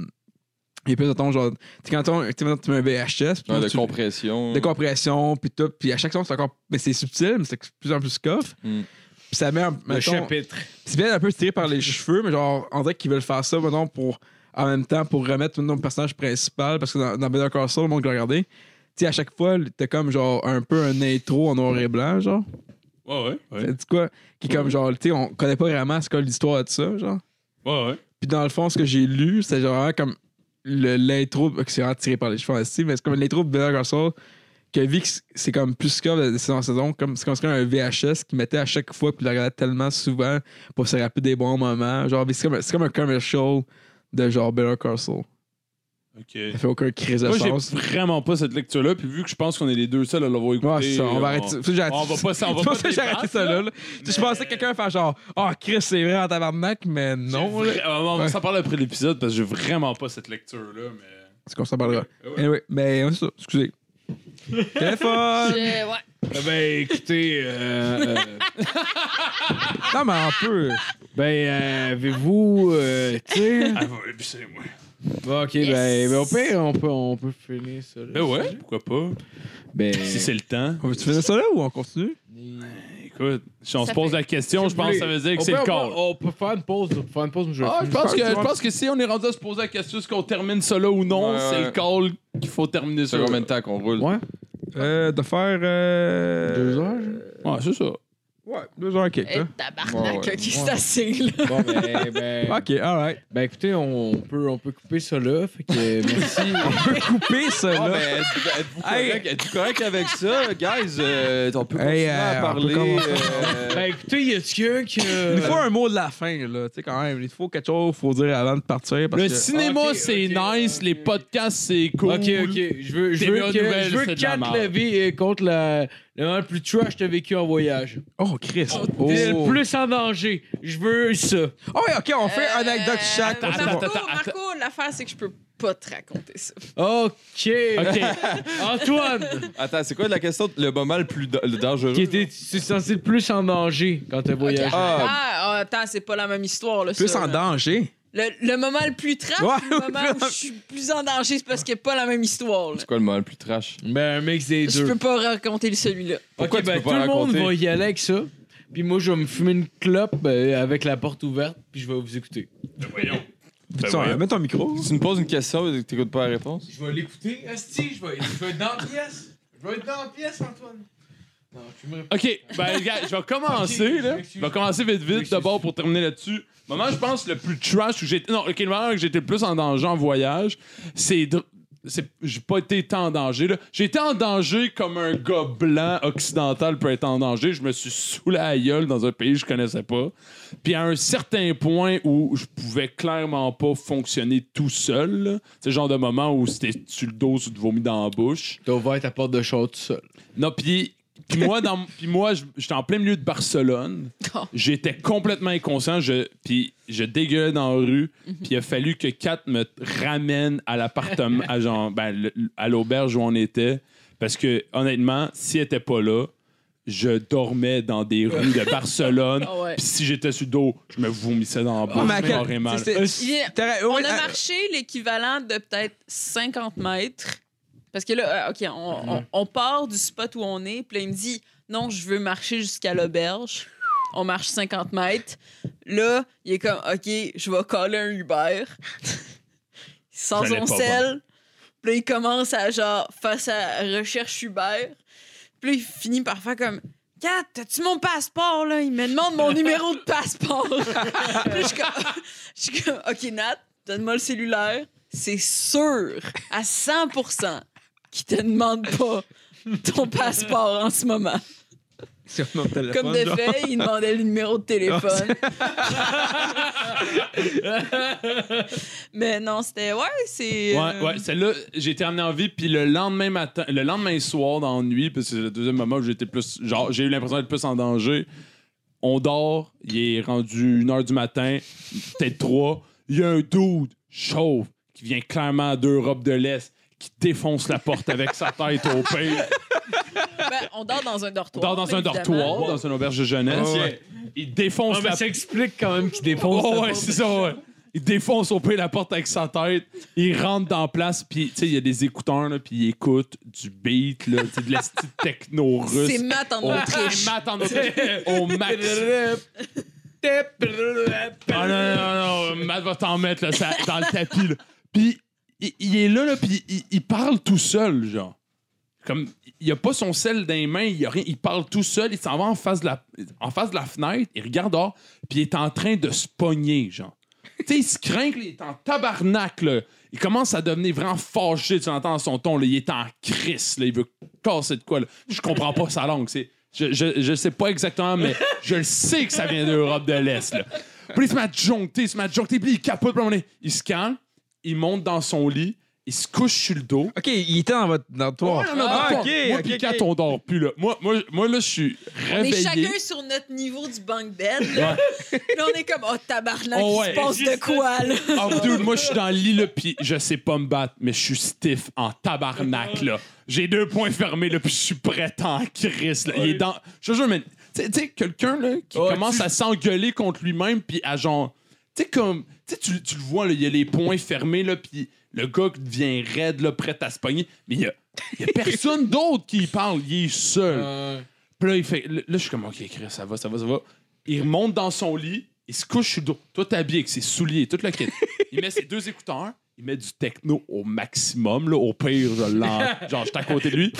Speaker 4: Il y a plus, mettons, genre. Tu sais, quand on- tu sais, mettons, tu mets un VHS, puis
Speaker 5: Ouais, Ah, de
Speaker 4: tu-
Speaker 5: compression.
Speaker 4: de compression, puis tout. Puis à chaque seconde, c'est encore. Mais c'est subtil, mais c'est de plus en plus coffre.
Speaker 5: Mm.
Speaker 4: Puis ça met un.
Speaker 3: Le
Speaker 4: mettons,
Speaker 3: chapitre.
Speaker 4: C'est bien un peu tiré par les cheveux, mais genre, on dirait qu'ils veulent faire ça, mettons, pour. En même temps, pour remettre mettons, le personnage principal, parce que dans, dans Better Call Saul, le monde qui l'a regardé, tu sais, à chaque fois, t'as comme genre un peu un intro en noir et blanc, genre.
Speaker 6: Ouais, ouais, ouais.
Speaker 4: Tu quoi? Qui est comme genre, tu sais, on connaît pas vraiment ce qu'est l'histoire de ça, genre.
Speaker 6: Ouais, ouais.
Speaker 4: Puis dans le fond, ce que j'ai lu, c'est genre vraiment comme le- l'intro, que c'est vraiment tiré par les cheveux aussi, mais c'est comme l'intro de Better Call Saul, que vu que c'est- c'est comme plus que de saison en saison, comme c'est comme si c'était un VHS qui mettait à chaque fois, puis il le regardait tellement souvent pour se rappeler des bons moments. Genre, mais c'est comme, c'est comme un commercial de genre Better Call Saul.
Speaker 6: Ok.
Speaker 4: Ça fait aucun crise de
Speaker 6: Moi,
Speaker 4: sens.
Speaker 6: j'ai vraiment pas cette lecture-là. Puis vu que je pense qu'on est les deux seuls à l'avoir écouté. euh,
Speaker 4: Ouais, c'est ça, on va arrêter. ça. J'ai arrêté-
Speaker 6: on va pas- ça, on va
Speaker 4: C'est pour
Speaker 6: pas
Speaker 4: ça que j'ai
Speaker 6: débattre,
Speaker 4: arrêté ça là. là. Je pensais que quelqu'un faire genre, ah, Chris, c'est vrai en tabarnak, mais non. là.
Speaker 6: on va
Speaker 4: Ouais.
Speaker 6: s'en parler après l'épisode parce que j'ai vraiment pas cette lecture-là. Mais...
Speaker 4: C'est qu'on s'en parlera.
Speaker 6: Ah ouais.
Speaker 4: Anyway, mais ouais, c'est ça, excusez. Téléphone!
Speaker 7: Je- ouais.
Speaker 3: Ah
Speaker 12: Ben, écoutez, euh, euh,
Speaker 4: Non, mais un peu.
Speaker 3: Ben, euh, avez-vous. euh, tu sais.
Speaker 6: Ah, va épuiser, moi.
Speaker 3: Bon, ok,
Speaker 7: Yes.
Speaker 3: ben, ben, au pire, on peut, on peut finir ça. là.
Speaker 6: Ben ouais, pourquoi pas?
Speaker 3: Ah Ben,
Speaker 6: Si c'est le temps.
Speaker 4: On veut-tu finir ça là ou on continue?
Speaker 6: Écoute, si on
Speaker 7: Ça
Speaker 6: se pose
Speaker 7: fait-
Speaker 6: la question, je pense que ça veut dire que
Speaker 3: On
Speaker 6: c'est
Speaker 3: peut-
Speaker 6: le
Speaker 3: on peut-
Speaker 6: call.
Speaker 3: On peut faire une pause. on peut faire une pause, mais je vais
Speaker 6: Ah, je
Speaker 3: finir.
Speaker 6: pense, que, je pense que si on est rendu à se poser la question est-ce qu'on termine ça là ou non,
Speaker 5: Ouais,
Speaker 6: c'est
Speaker 5: ouais.
Speaker 6: le call qu'il faut terminer ça.
Speaker 5: Ça fait combien de temps qu'on roule?
Speaker 3: Ouais.
Speaker 4: Euh, de faire. Euh...
Speaker 3: Deux heures,
Speaker 6: Ouais, c'est ça.
Speaker 4: Ouais, deux heures et quelques.
Speaker 7: Eh,
Speaker 4: là.
Speaker 7: tabarnak,
Speaker 5: Ouais, ouais.
Speaker 7: ok, c'est assez, là.
Speaker 3: Bon, ben, ben,
Speaker 4: Ok, alright.
Speaker 3: ben, écoutez, on peut, on peut couper ça là. Fait que merci.
Speaker 4: Couper ça
Speaker 5: Ah,
Speaker 4: là.
Speaker 5: ben, êtes-vous êtes-vous
Speaker 4: Hey.
Speaker 5: correct, êtes-vous correct avec ça, guys? Euh, on peut
Speaker 4: Hey,
Speaker 5: continuer
Speaker 4: euh,
Speaker 5: à
Speaker 4: on
Speaker 5: parler.
Speaker 4: peut commencer.
Speaker 5: euh,
Speaker 3: ben, écoutez, y a-tu quelqu'un qui.
Speaker 4: Il
Speaker 3: euh,
Speaker 4: nous faut un mot de la fin là, tu sais quand même. Il faut quelque chose, faut dire avant de partir parce
Speaker 6: Le
Speaker 4: que.
Speaker 6: cinéma,
Speaker 3: ok,
Speaker 6: c'est
Speaker 3: ok,
Speaker 6: nice,
Speaker 3: ok.
Speaker 6: les podcasts, c'est cool.
Speaker 3: euh, Ok, ok. Je veux, je
Speaker 6: Des
Speaker 3: veux,
Speaker 6: bonnes
Speaker 3: que,
Speaker 6: nouvelles,
Speaker 3: je veux
Speaker 6: c'est de la
Speaker 3: quatre
Speaker 6: merde.
Speaker 3: levées euh, contre la, le moment le plus trash que t'as vécu en voyage.
Speaker 4: Oh Chris. Oh.
Speaker 3: Le plus en danger. Je veux ça.
Speaker 4: Oh ouais, ok, on fait
Speaker 7: Euh,
Speaker 4: un anecdote chaque.
Speaker 7: Marco,
Speaker 6: attends, attends,
Speaker 7: Marco, l'affaire, c'est que je peux pas te raconter ça.
Speaker 3: Ok.
Speaker 6: Ok.
Speaker 3: Antoine,
Speaker 5: Attends, c'est quoi la question? Le moment le plus da- le dangereux?
Speaker 3: qui était c'est censé le plus en danger quand t'as
Speaker 7: Ok,
Speaker 3: voyagé.
Speaker 7: Ah, ah, attends, c'est pas la même histoire. Là,
Speaker 4: Plus
Speaker 7: ça,
Speaker 4: en
Speaker 7: là.
Speaker 4: danger.
Speaker 7: Le, le moment le plus trash,
Speaker 4: Ouais,
Speaker 7: le moment où je suis plus en danger, c'est parce qu'il n'y a pas la même histoire. là.
Speaker 5: C'est quoi le moment le plus trash?
Speaker 3: Ben, un mix des
Speaker 7: Je
Speaker 3: deux.
Speaker 7: peux pas raconter celui-là.
Speaker 5: Pourquoi
Speaker 3: ok,
Speaker 5: tu
Speaker 3: ben,
Speaker 5: peux pas
Speaker 3: tout le monde
Speaker 5: raconter?
Speaker 3: va y aller avec ça. Puis moi, je vais me fumer une clope euh, avec la porte ouverte, puis je vais vous écouter.
Speaker 6: Voyons. Ben
Speaker 4: Tiens,
Speaker 6: voyons.
Speaker 4: mets ton micro.
Speaker 5: Tu me poses une question et t'écoutes pas la réponse?
Speaker 13: Je vais l'écouter. Asti, je vais, je vais être dans la pièce. Je vais être dans la pièce, Antoine. Non, tu me
Speaker 6: Ok, ben, gars, je vais commencer,
Speaker 13: Ok,
Speaker 6: là.
Speaker 13: je m'excuse.
Speaker 6: Je vais commencer vite,
Speaker 13: Je
Speaker 6: vite,
Speaker 13: m'excuse.
Speaker 6: d'abord pour terminer là-dessus. Le moment, je pense, le plus trash où j'étais. Non, ok, le moment que j'étais le plus en danger en voyage, c'est. dr- c'est- J'ai pas été tant en danger, là. J'ai été en danger comme un gars blanc occidental peut être en danger. Je me suis saoulé à la gueule dans un pays que je connaissais pas. Puis à un certain point où je pouvais clairement pas fonctionner tout seul, là. c'est le genre de moment où c'était sur le dos, tu te vomis dans la bouche.
Speaker 3: T'as ouvert ta porte de char tout seul.
Speaker 6: Non, puis puis moi, dans, puis moi je- j'étais en plein milieu de Barcelone.
Speaker 7: Oh.
Speaker 6: J'étais complètement inconscient. Je, puis je dégueulais dans la rue.
Speaker 7: Mhm.
Speaker 6: Puis il a fallu que Kat me ramène à l'appartement, à, genre, ben, le- à l'auberge où on était. Parce que, honnêtement, si elle était pas là, je dormais dans des rues de Barcelone.
Speaker 7: Ah ouais.
Speaker 6: Puis si j'étais sur le dos, je me vomissais dans la bouche.
Speaker 4: Oh, mais à quel-
Speaker 6: carrément.
Speaker 4: c'est- Euh, c'est-
Speaker 7: Yeah.
Speaker 4: t'aurais-
Speaker 7: On
Speaker 4: ouais,
Speaker 7: a
Speaker 4: à-
Speaker 7: marché l'équivalent de peut-être 50 mètres. Parce que là, euh, OK, on, on- on part du spot où on est. Puis là, il me dit Non, je veux marcher jusqu'à l'auberge. On marche 50 mètres. Là, il est comme OK, je vais coller un Uber. il sort
Speaker 6: J'allais
Speaker 7: son
Speaker 6: pas
Speaker 7: sel. Puis là, il commence à genre faire sa recherche Uber. Puis là, il finit par faire comme Kat, t'as-tu mon passeport, là? Il me demande mon numéro de passeport. Puis là, je suis comme, je suis comme, OK, Nat, donne-moi le cellulaire. C'est sûr, à 100 qu'il te demande pas ton passeport en ce moment.
Speaker 4: Sur mon téléphone,
Speaker 7: Comme de
Speaker 4: genre.
Speaker 7: fait, il demandait le numéro de téléphone. Mais non, c'était... Ouais, c'est...
Speaker 6: Ouais,
Speaker 7: euh,
Speaker 6: ouais, celle-là, j'ai été amené en vie, puis le lendemain matin, le lendemain soir dans la nuit, parce que c'est le deuxième moment où j'étais plus, genre, j'ai eu l'impression d'être plus en danger. On dort, il est rendu 1h du matin, peut-être 3. Il y a un dude chauve qui vient clairement d'Europe de l'Est, qui défonce la porte avec sa tête au pire.
Speaker 7: ben, on dort dans un
Speaker 6: On
Speaker 7: dortoir.
Speaker 6: dort dans un
Speaker 7: évidemment.
Speaker 6: dortoir, dans une auberge de jeunesse.
Speaker 4: Ah ouais.
Speaker 6: Il
Speaker 14: Ah,
Speaker 6: défonce la
Speaker 3: ça explique quand même qu'il défonce.
Speaker 6: Oh, ouais, c'est ça, ouais. Il défonce au pire la porte avec sa tête. Il rentre dans la place, puis tu sais, il y a des écouteurs, là, puis il écoute du beat, là, tu sais, de la petite techno
Speaker 7: C'est
Speaker 6: russe.
Speaker 7: mat en
Speaker 6: Au
Speaker 7: Autriche.
Speaker 6: mat en Autriche. Au max. Ah non, non, non, non, Matt va t'en mettre là, ça- dans le tapis. Là. Puis il, il est là, là puis il, il parle tout seul, genre. Comme, il a pas son sel dans les mains, il, a rien, il parle tout seul, il s'en va en face, de la, en face de la fenêtre, il regarde dehors, puis il est en train de se pogner, genre. tu sais, il se craint, là, il est en tabarnak, là. Il commence à devenir vraiment fâché, tu l'entends dans son ton, là. Il est en crise, là. Il veut casser de quoi, là. Je comprends pas sa langue, c'est... Je, je, je sais pas exactement, mais je le sais que ça vient d'Europe de l'Est, là. Puis il se met à joncter, il se met à joncter, puis il capote, puis à un moment donné, il se calme, il monte dans son lit, il se couche sur le dos.
Speaker 4: Ok, il était dans votre dans le toit.
Speaker 6: Ouais, non, non,
Speaker 4: Ah,
Speaker 6: non,
Speaker 4: ok,
Speaker 6: moi,
Speaker 4: ok,
Speaker 6: puis
Speaker 4: ok.
Speaker 6: quand on dort plus, là, moi, moi, moi là, je suis
Speaker 7: On est
Speaker 6: réveillé.
Speaker 7: chacun sur notre niveau du bunk bed. Là, Là, on est comme, oh tabarnak,
Speaker 6: Oh,
Speaker 7: il
Speaker 6: ouais.
Speaker 7: se passe de quoi, là?
Speaker 6: Oh, dude, moi, je suis dans le lit, là, puis je sais pas me battre, mais je suis stiff en tabarnak, là. J'ai deux points fermés, là, puis je suis prêt en crise, là. Il est dans... Je te jure, mais... Tu sais- tu sais, quelqu'un, là, qui
Speaker 15: Ouais,
Speaker 6: commence
Speaker 15: tu-
Speaker 6: à s'engueuler contre lui-même, puis à genre... Tu sais, comme... Tu sais, tu- tu le vois, là, il y a les points fermés, là, puis le gars qui devient raide, là, prêt à se pogner, mais il y a, il y a personne d'autre qui y parle, il est seul. Puis là, il fait. Là, je suis comme, OK, Chris, ça va, ça va, ça va. Il remonte dans son lit, il se couche sur le dos. Toi, t'habilles avec ses souliers, toute la quête. Il met ses deux écouteurs, il met du techno au maximum, là, au pire, je l'en- Genre, j'étais à côté de lui.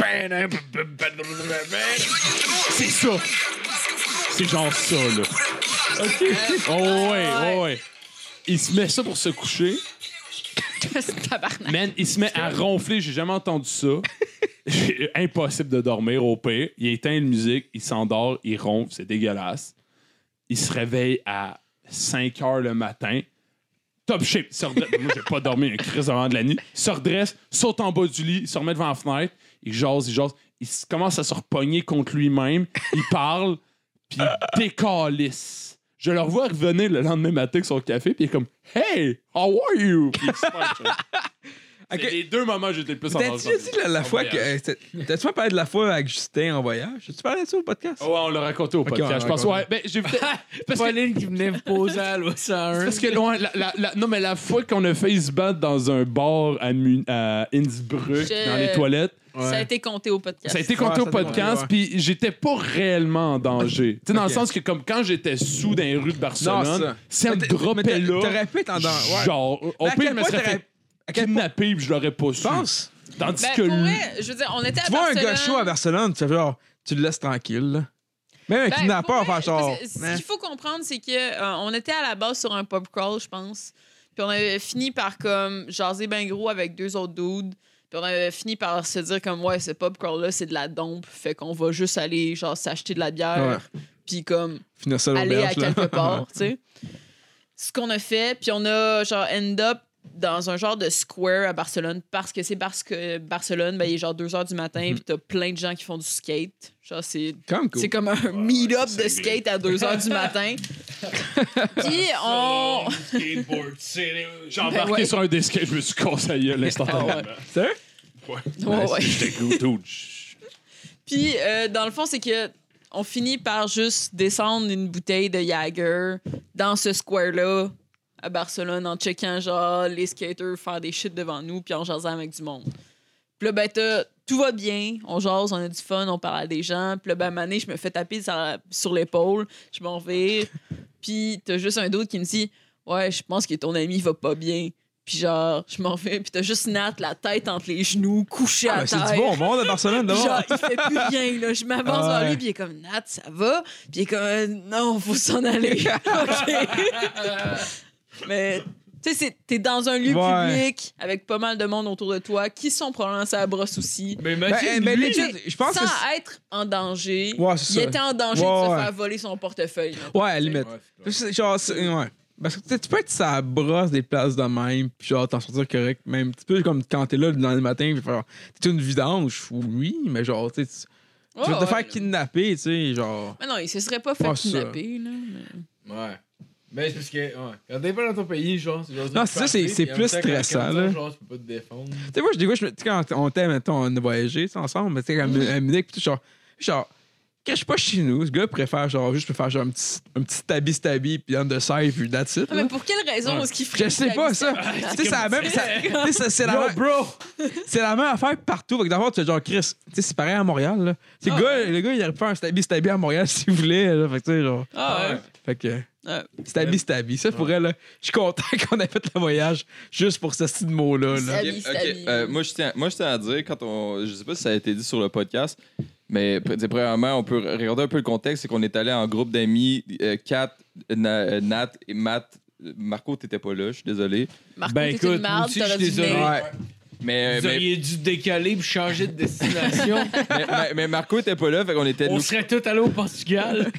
Speaker 6: C'est ça. C'est genre ça, là. OK. Oh, ouais, oh, ouais. Il se met ça pour se coucher.
Speaker 7: tabarnak.
Speaker 6: Man, il se met à ronfler, j'ai jamais entendu ça. J'ai- Impossible de dormir au pire. Il éteint la musique, il s'endort, il ronfle, c'est dégueulasse. Il se réveille à 5 heures le matin. Top shape. Il se redresse. Moi, j'ai pas dormi un crise avant de la nuit. Il se redresse, saute en bas du lit, il se remet devant la fenêtre. Il jase, il jase. Il s- commence à se repogner contre lui-même. Il parle, puis il décalisse. Je le revois revenir le lendemain matin avec son café, puis il est comme Hey, how are you? Puis il se penche. C'est
Speaker 4: Ok.
Speaker 6: les deux moments où j'étais le plus en
Speaker 4: T'as-tu
Speaker 6: danger.
Speaker 4: dit la, la
Speaker 6: En
Speaker 4: fois que.
Speaker 6: voyage.
Speaker 4: euh, t'as- T'as-tu pas parlé de la fois avec Justin en voyage? T'as-tu parlé de ça au podcast?
Speaker 6: Oh,
Speaker 7: Oh,
Speaker 6: Ouais, on l'a raconté au
Speaker 4: Ok,
Speaker 6: podcast.
Speaker 4: on l'a
Speaker 6: Je pense,
Speaker 4: raconté.
Speaker 6: ouais. Ben, j'ai vu. Parce que,
Speaker 14: Pauline qui venait me poser à loi 101.
Speaker 6: c'est parce que loin, la, la- la- non, mais la fois qu'on a failli se battre dans un bar à, Mun- à Innsbruck,
Speaker 7: Je-
Speaker 6: dans les toilettes,
Speaker 7: Ça a été compté au podcast.
Speaker 6: ça a été compté
Speaker 4: Ouais,
Speaker 6: au
Speaker 4: ça a été compté,
Speaker 6: podcast,
Speaker 4: ouais.
Speaker 6: puis j'étais pas réellement en danger. tu sais, dans
Speaker 4: Ok.
Speaker 6: le sens que, comme quand j'étais sous dans les rues de
Speaker 4: Non, ça.
Speaker 6: Barcelone, si elle me
Speaker 4: Mais t'a- mais
Speaker 6: droppait
Speaker 4: t'a-
Speaker 6: là,
Speaker 4: T'aurais pu être en danger. Ouais.
Speaker 6: genre, au
Speaker 4: Mais à
Speaker 6: pire,
Speaker 4: quel
Speaker 6: je me
Speaker 4: point
Speaker 6: serais
Speaker 4: t'aurais-
Speaker 6: fait
Speaker 4: À quel point
Speaker 6: kidnapper puis je l'aurais pas
Speaker 4: tu
Speaker 6: su.
Speaker 4: penses?
Speaker 6: Tandis
Speaker 7: Ben,
Speaker 6: que
Speaker 7: pour
Speaker 6: lui.
Speaker 7: vrai, je veux dire, on était à
Speaker 4: Tu vois un gars
Speaker 7: Barcelone.
Speaker 4: chaud à Barcelone, tu fais genre, tu le laisses tranquille. là. Même un
Speaker 7: Ben,
Speaker 4: kidnappeur,
Speaker 7: pour
Speaker 4: faire
Speaker 7: vrai,
Speaker 4: genre.
Speaker 7: parce que Ce
Speaker 4: hein.
Speaker 7: qu'il faut comprendre, c'est que euh, on était à la base sur un pop crawl, je pense. Puis on avait fini par comme jaser ben gros avec deux autres dudes. Puis on avait fini par se dire comme ouais, ce pop crawl là, c'est de la dompe, fait qu'on va juste aller genre s'acheter de la bière. Puis comme
Speaker 4: Finir ça à
Speaker 7: aller à
Speaker 4: l'auberge, là.
Speaker 7: quelque part, tu sais. Ce qu'on a fait, puis on a genre end up dans un genre de square à Barcelone parce que c'est parce que Barcelone, ben, il est genre 2 heures du matin, puis t'as plein de gens qui font du skate. Genre, c'est
Speaker 4: Comme cool.
Speaker 7: c'est comme un meet-up de skate à 2 h du matin. Puis on.
Speaker 6: J'ai embarqué
Speaker 7: ben, ouais.
Speaker 6: sur un des skates, je me suis conseillé instantanément.
Speaker 4: Sérieux?
Speaker 7: Ouais, ouais.
Speaker 6: J'étais gros, dude.
Speaker 7: Puis euh, dans le fond, c'est que on finit par juste descendre une bouteille de Jagger dans ce square-là à Barcelone en checkant genre les skaters faire des shit devant nous puis en jasant avec du monde. Puis là, ben, t'as- tout va bien. On jase, on a du fun, on parle à des gens. Puis là, ben, mané, je me fais taper sur, sur l'épaule. Je m'en vais. Puis t'as juste un d'autre qui me dit Ouais, je pense que ton ami va pas bien. Puis genre, je m'en vais. Puis t'as juste Nat, la tête entre les genoux, couché
Speaker 4: Ah,
Speaker 7: à
Speaker 4: ben, C'est
Speaker 7: terre.
Speaker 4: du bon monde à Barcelone,
Speaker 7: Puis
Speaker 4: d'abord.
Speaker 7: Genre, il fait plus rien, là. Je m'avance
Speaker 4: Ah
Speaker 7: vers
Speaker 4: ouais.
Speaker 7: lui, puis il est comme, Nat, ça va? Puis il est comme, Euh, non, faut s'en aller. OK. Mais, tu sais, c'est- t'es dans un lieu
Speaker 4: Ouais.
Speaker 7: public avec pas mal de monde autour de toi qui sont probablement à la brosse aussi.
Speaker 14: Mais
Speaker 4: Ben,
Speaker 14: imagine,
Speaker 4: eh, ben,
Speaker 14: lui,
Speaker 4: legit, je pense
Speaker 7: Sans
Speaker 4: que. c'est-
Speaker 7: être en danger,
Speaker 4: Ouais, c'est
Speaker 7: il
Speaker 4: ça.
Speaker 7: était en danger de
Speaker 4: Ouais,
Speaker 7: se
Speaker 4: ouais.
Speaker 7: faire voler son portefeuille. là.
Speaker 4: Ouais, à la limite. C'est Genre, c'est- ouais. Parce que tu sais, tu peux être ça brosse des places de même, puis genre t'en sortir correct, même un petit peu comme quand t'es là dans le matin, puis faire t'es une vidange, oui, mais genre, tu sais, tu- tu vas te
Speaker 7: Ouais, ouais.
Speaker 4: faire kidnapper, tu sais, genre.
Speaker 7: Mais non, il se serait pas fait
Speaker 4: Ouais, c'est ça.
Speaker 7: kidnapper, là. mais-
Speaker 3: Ouais. Mais c'est parce que, ouais. Quand t'es pas dans ton pays, genre, c'est genre.
Speaker 4: Non, c'est ça, c'est-
Speaker 3: parfait,
Speaker 4: c'est
Speaker 3: puis en
Speaker 4: plus
Speaker 3: même temps, quand- quand
Speaker 4: stressant,
Speaker 3: tu
Speaker 4: là.
Speaker 3: sors, Genre, tu peux pas te défendre.
Speaker 4: Tu sais, moi, je- des fois, je me- tu sais, quand on t'aime, mettons, on a voyagé tu sais, ensemble, mais tu sais, comme la musique, pis tout, genre, genre, quand je suis pas chez nous, ce gars préfère, genre, juste me faire, genre, un petit, un petit tabi stabi pis on the side, puis that's it.
Speaker 7: Ah,
Speaker 4: là.
Speaker 7: mais pour quelle raison
Speaker 4: Ouais.
Speaker 7: est-ce qu'il ferait
Speaker 4: Je sais
Speaker 7: ça?
Speaker 4: pas, ça. Tu sais, c'est la même. ça- tu sais, ça- C'est la même. C'est la même affaire partout. Fait que d'abord, tu fais genre, Chris, tu sais, c'est pareil à Montréal, là. Tu sais, le gars, le gars, il aurait pu faire un stabi stabi à Montréal s'il voulait, là. Fait que, tu sais, genre.
Speaker 7: Ah, ouais.
Speaker 4: Fait que.
Speaker 7: Ouais.
Speaker 4: Stabi, stabi. Ça, pour elle, là, je suis content qu'on ait fait le voyage juste pour ce petit mot-là. Là.
Speaker 7: Stabi,
Speaker 5: Ok,
Speaker 7: stabi.
Speaker 5: ok, euh, moi, je tiens, moi, je tiens à dire, quand on, je sais pas si ça a été dit sur le podcast, mais pr- tu sais, premièrement, on peut regarder un peu le contexte, c'est qu'on est allé en groupe d'amis, euh, Kat, Na- euh, Nat et Matt. Euh, Marco, t'étais pas là, je suis désolé.
Speaker 7: Marco,
Speaker 14: Ben,
Speaker 7: t'es
Speaker 14: écoute,
Speaker 7: une marde,
Speaker 14: moi aussi, je
Speaker 7: t'aurais
Speaker 14: suis
Speaker 7: dû
Speaker 14: désolé.
Speaker 7: venir.
Speaker 4: Ouais.
Speaker 5: Mais,
Speaker 14: Vous
Speaker 5: mais,
Speaker 14: auriez dû décaler puis changer de destination.
Speaker 5: mais- mais- mais Marco était pas là, fait qu'on était,
Speaker 14: On
Speaker 5: nous,
Speaker 14: serait tous allés au Portugal.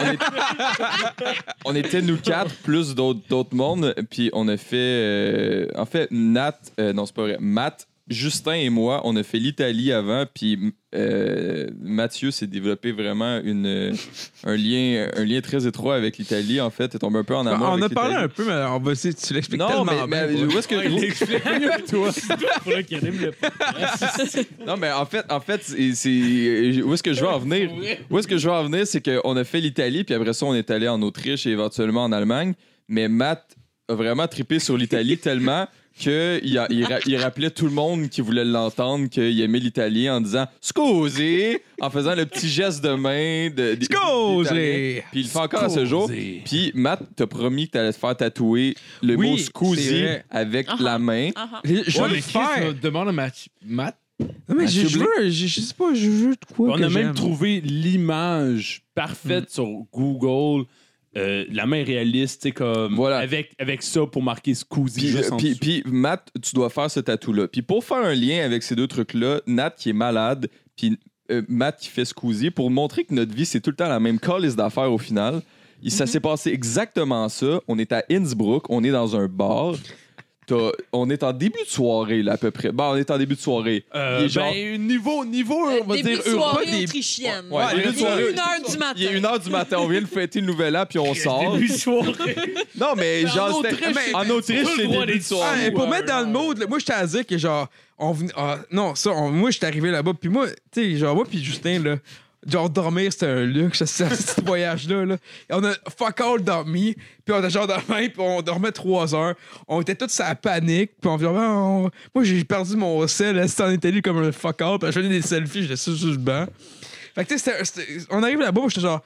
Speaker 5: on était nous quatre, plus d'autres d'autres mondes, puis on a fait. euh, en fait, Nat, euh, non, c'est pas vrai, Matt, Justin et moi, on a fait l'Italie avant, puis euh, Mathieu s'est développé vraiment une, euh, un, lien, un lien très étroit avec l'Italie, en fait. est tombé un peu en
Speaker 4: Ben,
Speaker 5: amour.
Speaker 4: on a
Speaker 5: avec
Speaker 4: parlé
Speaker 5: l'Italie.
Speaker 4: un peu, mais on va essayer, tu l'expliques
Speaker 5: Non,
Speaker 4: tellement
Speaker 5: mais,
Speaker 4: bien,
Speaker 5: mais
Speaker 4: pour-
Speaker 5: où est-ce que.
Speaker 4: Ouais,
Speaker 5: Non, mais en fait, en fait c'est- c'est- où est-ce que je veux en venir? Où est-ce que je veux en venir, c'est qu'on a fait l'Italie, puis après ça, on est allé en Autriche et éventuellement en Allemagne. Mais Matt a vraiment tripé sur l'Italie tellement qu'il a- il, ra- il rappelait tout le monde qui voulait l'entendre qu'il aimait l'Italie en disant « Scusi! » en faisant le petit geste de main. De, de-
Speaker 4: Scusi!
Speaker 5: d'italien. Puis il le fait encore à ce jour. Puis Matt t'a promis que t'allais te faire tatouer le
Speaker 4: Oui,
Speaker 5: mot «
Speaker 4: c'est
Speaker 5: Scusi
Speaker 4: vrai. »
Speaker 5: avec
Speaker 11: Ah ah.
Speaker 5: la main.
Speaker 11: Ah, ah.
Speaker 4: Je vais le faire.
Speaker 3: Demande à Matt. Matt?
Speaker 4: Non,
Speaker 5: Ah,
Speaker 4: mais je,
Speaker 6: Mathieu
Speaker 4: je
Speaker 6: Blais.
Speaker 4: veux, je, je sais pas, je veux de quoi.
Speaker 6: On
Speaker 4: que
Speaker 6: a même
Speaker 4: j'aime.
Speaker 6: trouvé l'image parfaite sur Google. euh, la main réaliste, tu sais, comme.
Speaker 5: Voilà.
Speaker 6: Avec, avec ça pour marquer Squeezie.
Speaker 5: Puis, euh,
Speaker 6: juste en
Speaker 5: puis-
Speaker 6: dessous.
Speaker 5: puis, Matt, tu dois faire ce tatou-là. Puis pour faire un lien avec ces deux trucs-là, Nat qui est malade, puis euh, Matt qui fait Squeezie, pour montrer que notre vie, c'est tout le temps la même calice d'affaires au final. Il-
Speaker 11: Mhm.
Speaker 5: Ça s'est passé exactement ça. On est à Innsbruck, on est dans un bar. T'as- On est en début de soirée, là, à peu près. Bah, on est en début de soirée.
Speaker 6: Euh,
Speaker 5: il est
Speaker 6: ben,
Speaker 5: genre-
Speaker 4: niveau, niveau,
Speaker 11: Euh,
Speaker 4: on va
Speaker 11: début
Speaker 4: dire
Speaker 11: de
Speaker 4: heureux.
Speaker 11: soirée autrichienne.
Speaker 5: Ouais, ouais,
Speaker 11: Il
Speaker 5: début de soirée-
Speaker 11: est une heure du matin.
Speaker 5: Il est 1h du matin, on vient de fêter le nouvel an, puis on sort. Non, mais genre, c'était-
Speaker 4: Autriche,
Speaker 5: en Autriche, c'est début de
Speaker 4: Ah,
Speaker 5: soirée.
Speaker 4: mais pour mettre dans le mode, là, moi, j'étais à dire que genre, on venait. ah, non, ça, on- moi, j'étais arrivé là-bas, puis moi, tu sais, genre, moi, puis Justin, là. Genre, dormir, c'était un luxe, ce petit voyage-là. Là. Et On a fuck all dormi, puis on a genre dormi, puis on dormait trois heures. On était tous à la panique, puis on faisait, Ah, on- Moi, j'ai perdu mon sel, c'était en Italie comme un fuck all, puis je faisais des selfies, j'étais sur sur le banc. Fait que, tu sais, c'était- c'était- on arrive là-bas, moi, j'étais genre,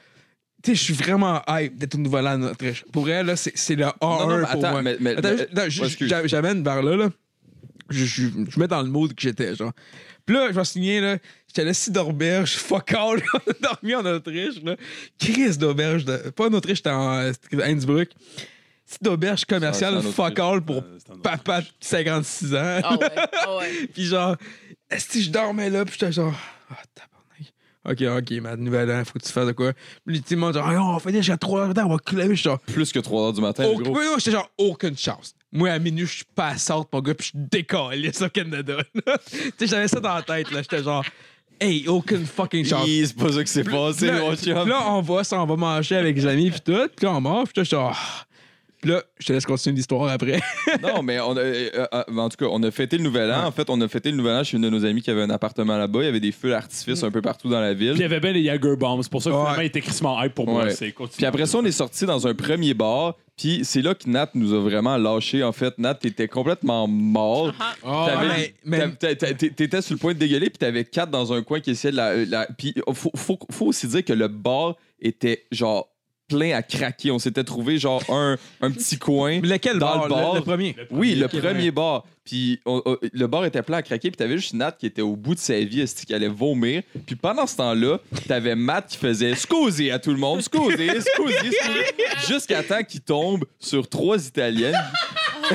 Speaker 4: tu sais, je suis vraiment hype d'être au Nouvel An en Autriche. Pour elle, là, c'est c'est le A1
Speaker 5: Non, non, mais
Speaker 4: pour moi.
Speaker 5: attends, mais- mais-
Speaker 4: Attends,
Speaker 5: mais-
Speaker 4: je- non, je-
Speaker 5: oh, excuse.
Speaker 4: j'a- j'amène vers là, là. Je, je, je mets dans le mode que j'étais, genre. Puis là, je m'en souviens, là, j'étais laissé d'auberge, fuck all, on a dormi en Autriche, là. Crise d'auberge, de- pas en Autriche, j'étais en euh, Innsbruck. Petite auberge commerciale,
Speaker 5: C'est en- c'est en
Speaker 4: fuck all pour
Speaker 6: Euh, c'est en ordre.
Speaker 4: papa de 56 ans.
Speaker 11: Ah ouais, ah ouais.
Speaker 4: Puis genre, si je dormais là, puis j'étais genre, ah, tabarnak. Ok, ok, ma nouvelle an, faut que tu fasses de quoi. Puis tu me genre, Ah non, on va finir jusqu'à 3 h on va claver. Je suis genre,
Speaker 5: Plus que 3h du matin, le
Speaker 4: aucun-
Speaker 5: gros.
Speaker 4: ouais, ouais, j'étais genre, aucune chance. Moi, à minuit, je suis pas à Sartre, mon gars, puis je décolle au Canada. là. tu sais, j'avais ça dans la tête, là. J'étais genre, hey, aucune fucking chance.
Speaker 5: Hi, C'est pas ça que c'est passé,
Speaker 4: Là,
Speaker 5: mon chum.
Speaker 4: puis là, on va, ça, on va manger avec les amis, puis tout. Puis là, on mange, puis là, j'étais genre, Ah. Puis là, je te laisse continuer l'histoire après.
Speaker 5: Non, mais on a, euh, euh, en tout cas, on a fêté le nouvel an. En fait, on a fêté le nouvel an chez une de nos amies qui avait un appartement là-bas. Il y avait des feux d'artifice un peu partout dans la
Speaker 6: Puis il y
Speaker 5: ville.
Speaker 6: avait bien les Jagger Bombs. C'est pour ça que
Speaker 4: Ouais.
Speaker 6: finalement, il était crissement hype pour moi.
Speaker 5: Ouais.
Speaker 6: C'est continue.
Speaker 5: Puis après ça, on est sorti dans un premier bar. Puis c'est là que Nat nous a vraiment lâché. En fait, Nat, t'étais complètement mort.
Speaker 11: Ah,
Speaker 5: T'avais-
Speaker 4: mais- mais-
Speaker 5: t'avais- t'a- t'a- t'a- T'étais sur le point de dégueuler, puis t'avais quatre dans un coin qui essayaient de la. la- puis oh, faut, faut, faut aussi dire que le bar était genre plein à craquer. On s'était trouvé genre un, un petit coin.
Speaker 4: Mais lequel
Speaker 5: Dans
Speaker 4: bar,
Speaker 5: le bar.
Speaker 4: Le, le premier.
Speaker 5: Oui, le
Speaker 4: Ok,
Speaker 5: premier bar. Puis on- on- le bar était plein à craquer, puis t'avais juste Nat qui était au bout de sa vie, esti, qui allait vomir. Puis pendant ce temps-là, t'avais Matt qui faisait scusi à tout le monde, scusi, scusi, scusi, jusqu'à temps qu'il tombe sur trois Italiennes.
Speaker 11: ah.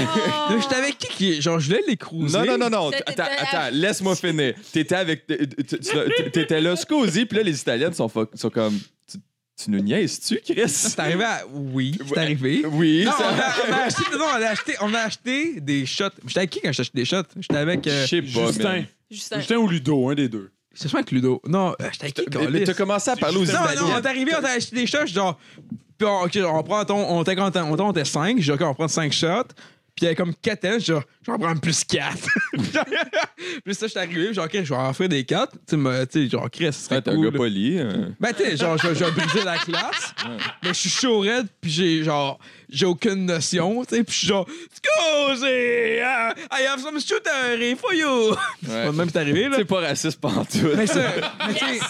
Speaker 4: Là, j'étais avec qui qui. Genre, je voulais les cruiser.
Speaker 5: Non, non, non, non,
Speaker 11: Ça,
Speaker 5: attends,
Speaker 11: t'étais
Speaker 5: attends,
Speaker 11: là.
Speaker 5: laisse-moi finir. T'étais avec, t- t- t- t'étais là, scusi, puis là les Italiennes sont, fuck- sont comme, tu, tu nous niaises-tu, Chris?
Speaker 4: C'est arrivé à. Oui, c'est
Speaker 5: Ouais.
Speaker 4: arrivé.
Speaker 5: Oui,
Speaker 4: Ah, Non, on
Speaker 5: ça-
Speaker 4: a, on a acheté, non, on a acheté, on a acheté des shots. J'étais avec qui quand j'ai acheté des shots? J'étais avec.
Speaker 5: je
Speaker 4: Euh,
Speaker 5: sais pas,
Speaker 6: Justin.
Speaker 5: man.
Speaker 11: Justin.
Speaker 6: Justin ou Ludo, un des deux.
Speaker 4: c'est souvent avec Ludo. Non, euh, j'étais avec qui,
Speaker 5: Mais- mais
Speaker 4: câlisse?
Speaker 5: T'as commencé à parler aux
Speaker 4: Non, non, on
Speaker 5: Italiennes.
Speaker 4: est arrivé, on a acheté des shots, genre. Puis on, ok, on prend ton. On était content, on était- on était 5, j'ai dit, OK, on prend 5 shots. Puis il y avait comme 4 ans, genre, je vais en prendre plus 4. puis ça, j'étais arrivé, genre, OK, je vais en offrir des 4. Tu sais, me- tu sais, genre, Chris, ce serait
Speaker 5: Ouais, Ah, T'es un
Speaker 4: cool,
Speaker 5: gars
Speaker 4: là.
Speaker 5: poli. euh.
Speaker 4: Ben, tu sais, genre, je- je vais briser la classe, mais je suis chaud raide, puis j'ai, genre, j'ai aucune notion, tu sais, puis je suis genre, Excusez, euh, I have some shooter for you!
Speaker 5: Ouais.
Speaker 4: Même Même c'est arrivé, là.
Speaker 5: C'est pas raciste pantoute.
Speaker 4: Mais ça, mais tu sais,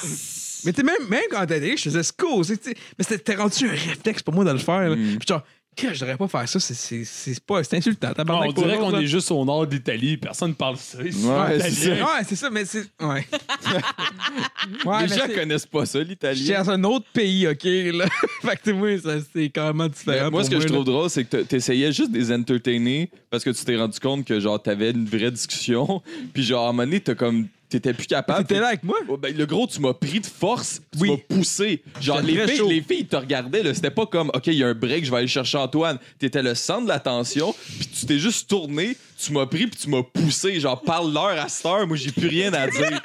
Speaker 4: mais tu sais, même, même quand t'es allé, je faisais Excusez, tu sais, mais c'était rendu un réflexe pour moi de le faire, là.
Speaker 6: Mm.
Speaker 4: Puis genre, Qu'est-ce que je devrais pas faire ça? C'est, c'est, c'est pas, c'est insultant.
Speaker 6: Non,
Speaker 4: tabarnak,
Speaker 6: Ah, on
Speaker 4: pour
Speaker 6: dirait
Speaker 4: eux autres,
Speaker 6: qu'on
Speaker 4: là.
Speaker 6: est juste au nord de l'Italie. Personne ne parle ça. ici.
Speaker 5: Ouais, c'est
Speaker 6: Italien.
Speaker 4: Ouais, c'est ça, mais c'est. Ouais. ouais,
Speaker 5: les
Speaker 4: mais
Speaker 5: gens
Speaker 4: c'est-
Speaker 5: connaissent pas ça,
Speaker 4: J'étais
Speaker 5: l'italien.
Speaker 4: dans un autre pays, OK? Là. fait que, tu sais, moi, ça, c'est carrément
Speaker 5: Mais
Speaker 4: différent.
Speaker 5: Moi,
Speaker 4: pour
Speaker 5: ce que je
Speaker 4: là.
Speaker 5: trouve drôle, c'est que t'a- t'essayais juste de les entertainer parce que tu t'es rendu compte que, genre, t'avais une vraie discussion. Puis, genre, à un moment donné, t'as comme T'étais plus capable.
Speaker 4: T'étais Ah, là avec moi?
Speaker 5: Oh, ben, le gros, tu m'as pris de force, tu
Speaker 4: Oui.
Speaker 5: m'as poussé. Genre,
Speaker 4: J'étais
Speaker 5: les
Speaker 4: très
Speaker 5: filles,
Speaker 4: chaud.
Speaker 5: les filles, ils te regardaient, là. C'était pas comme, OK, il y a un break, je vais aller chercher Antoine. T'étais le centre de l'attention, puis tu t'es juste tourné, tu m'as pris, puis tu m'as poussé. Genre, parle-leur à cette heure, moi, j'ai plus rien à dire.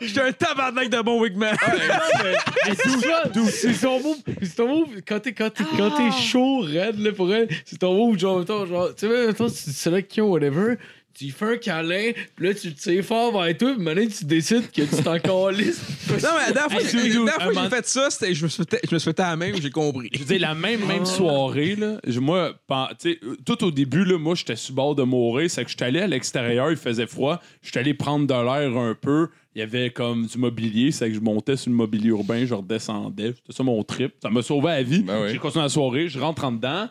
Speaker 4: J'étais un tabarnak de bon Wigman.
Speaker 9: Mais d'où- d'où- C'est ton move, c'est ton move, quand t'es, quand t'es, quand t'es chaud, raide, là, pour elle, c'est ton move, genre, mettons, genre, tu sais, mettons, tu select qui whatever, tu lui fais un câlin, puis là, tu le tires fort vers toi, puis maintenant, tu décides que tu t'en calisses.
Speaker 4: Non, mais la dernière fois,
Speaker 6: Hey,
Speaker 4: j'ai- la
Speaker 6: dude,
Speaker 4: dernière fois
Speaker 6: un
Speaker 4: que j'ai
Speaker 6: moment-
Speaker 4: fait ça, c'était- je me suis fait- je me suis fait à la main où j'ai compris.
Speaker 6: Je veux dire, la même, même soirée, là, je- moi, pen- tu sais, euh, tout au début, là, moi, j'étais sur le bord de mourir. C'est que j'étais allé à l'extérieur, il faisait froid. J'étais allé prendre de l'air un peu. Il y avait comme du mobilier. C'est que je montais sur le mobilier urbain, je redescendais. C'était ça mon trip. Ça m'a sauvé la vie.
Speaker 5: Ben oui.
Speaker 6: J'ai continué la soirée, je rentre en dedans,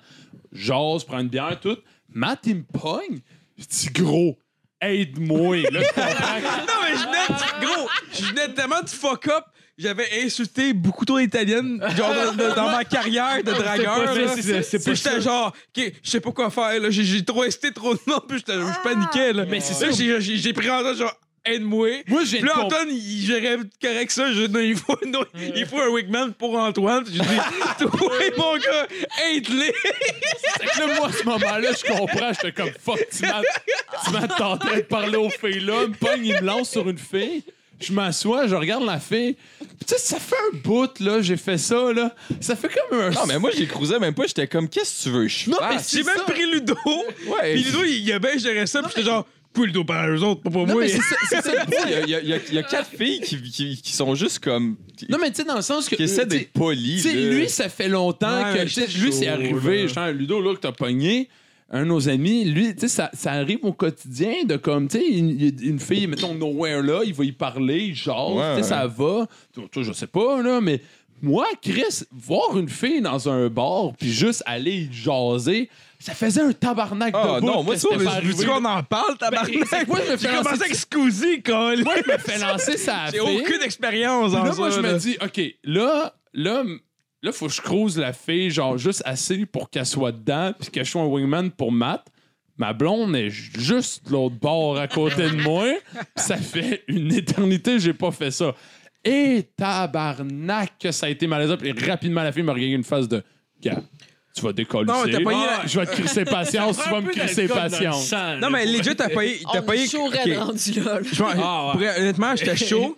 Speaker 6: j'ose, prends une bière, tout. Matt, il me pogne. Je dis, gros, aide-moi. Là, je comprends que-
Speaker 4: Non, mais je venais de- Gros, je venais tellement de fuck up. J'avais insulté beaucoup trop d'Italiennes genre dans, dans- dans ma carrière de dragueur.
Speaker 9: pas
Speaker 4: là.
Speaker 9: ça, c'est- c'est
Speaker 4: Puis j'étais genre, OK, je sais pas quoi faire. là. J'ai- J'ai trop incité trop de monde. Puis j'étais-
Speaker 7: Ah.
Speaker 4: je paniquais. Là. Mais c'est ça. J'ai j'ai pris en note, genre, aide-moi.
Speaker 6: Moi, j'ai
Speaker 4: Puis là, Antoine, il gérait correct ça. Je, non, il, faut, non, il faut un wigman pour Antoine. Puis j'ai dit, toi, mon gars, aide-les.
Speaker 6: Fait que là, moi, à ce moment-là, je comprends. J'étais comme fuck, tu m'as- tu m'attendais de parler aux filles là. Il me pogne, il me lance sur une fille. Je m'assois, je regarde la fille. Puis Tu sais, ça fait un bout, là, j'ai fait ça, là. Ça fait comme un.
Speaker 5: non, mais moi, j'ai cruisé même pas. J'étais comme, qu'est-ce que tu veux, que je
Speaker 4: Non,
Speaker 6: Ah,
Speaker 4: mais
Speaker 5: fasse?
Speaker 4: j'ai même pris Ludo.
Speaker 5: Ouais.
Speaker 4: Puis Ludo, il, il a bien géré ça. Puis j'étais genre, pour Ludo, par eux autres, pas pour
Speaker 5: Non,
Speaker 4: moi.
Speaker 5: mais c'est ça, c'est ça le point. Il y a- il y, a- il y a- il y a quatre filles qui, qui, qui sont juste comme. qui,
Speaker 6: Non, mais tu sais, dans le sens que.
Speaker 5: qui essaient d'être polies.
Speaker 6: Tu sais,
Speaker 5: là.
Speaker 6: lui, ça fait longtemps
Speaker 4: Ouais,
Speaker 6: que.
Speaker 4: mais
Speaker 6: tu sais,
Speaker 4: c'est
Speaker 6: lui, c'est
Speaker 4: chaud,
Speaker 6: arrivé.
Speaker 4: là.
Speaker 6: Genre, Ludo, là, que t'as pogné. Un de nos amis, lui, tu sais, ça, ça arrive au quotidien de comme, tu sais, une, une fille, mettons, nowhere là, il va y parler, genre,
Speaker 5: Ouais,
Speaker 6: tu sais,
Speaker 5: ouais.
Speaker 6: ça va. Toi, toi, je sais pas, là, mais moi, Chris, voir une fille dans un bar, puis juste aller jaser, ça faisait un tabarnak
Speaker 5: Ah,
Speaker 6: de bout
Speaker 5: non, moi,
Speaker 6: que
Speaker 5: ça,
Speaker 6: c'était
Speaker 5: mais
Speaker 6: pas
Speaker 5: je
Speaker 4: Tu
Speaker 6: arrivé. Ben,
Speaker 4: qu'on en parle,
Speaker 6: c'est
Speaker 4: tabarnak?
Speaker 6: quoi, je me fais
Speaker 4: J'ai
Speaker 6: lancer
Speaker 4: commencé avec Squeezie, Cole.
Speaker 6: Moi, je me fais lancer ça
Speaker 4: J'ai aucune expérience en
Speaker 6: Là,
Speaker 4: ça.
Speaker 6: moi, je me
Speaker 4: là.
Speaker 6: dis, OK, là, là, m- là, faut que je croise la fille, genre, juste assez pour qu'elle soit dedans, puis que je sois un wingman pour Matt. Ma blonde est ju- juste de l'autre bord à côté de moi. Puis Ça fait une éternité que j'ai pas fait ça. Et tabarnak que ça a été malaisant. Puis rapidement, la fille m'a regardé une face de... Gars, tu vas décoller.
Speaker 4: Non, mais t'as pas eu la-
Speaker 6: Je vais te crisser patience, tu vas me crisser patience.
Speaker 4: Non, mais legit, t'as payé. T'as
Speaker 7: On est
Speaker 4: payé.
Speaker 7: chaud
Speaker 4: ok.
Speaker 7: raide rendu là. là.
Speaker 4: Je m'en-
Speaker 5: Ah,
Speaker 4: pour vrai, Honnêtement, j'étais chaud.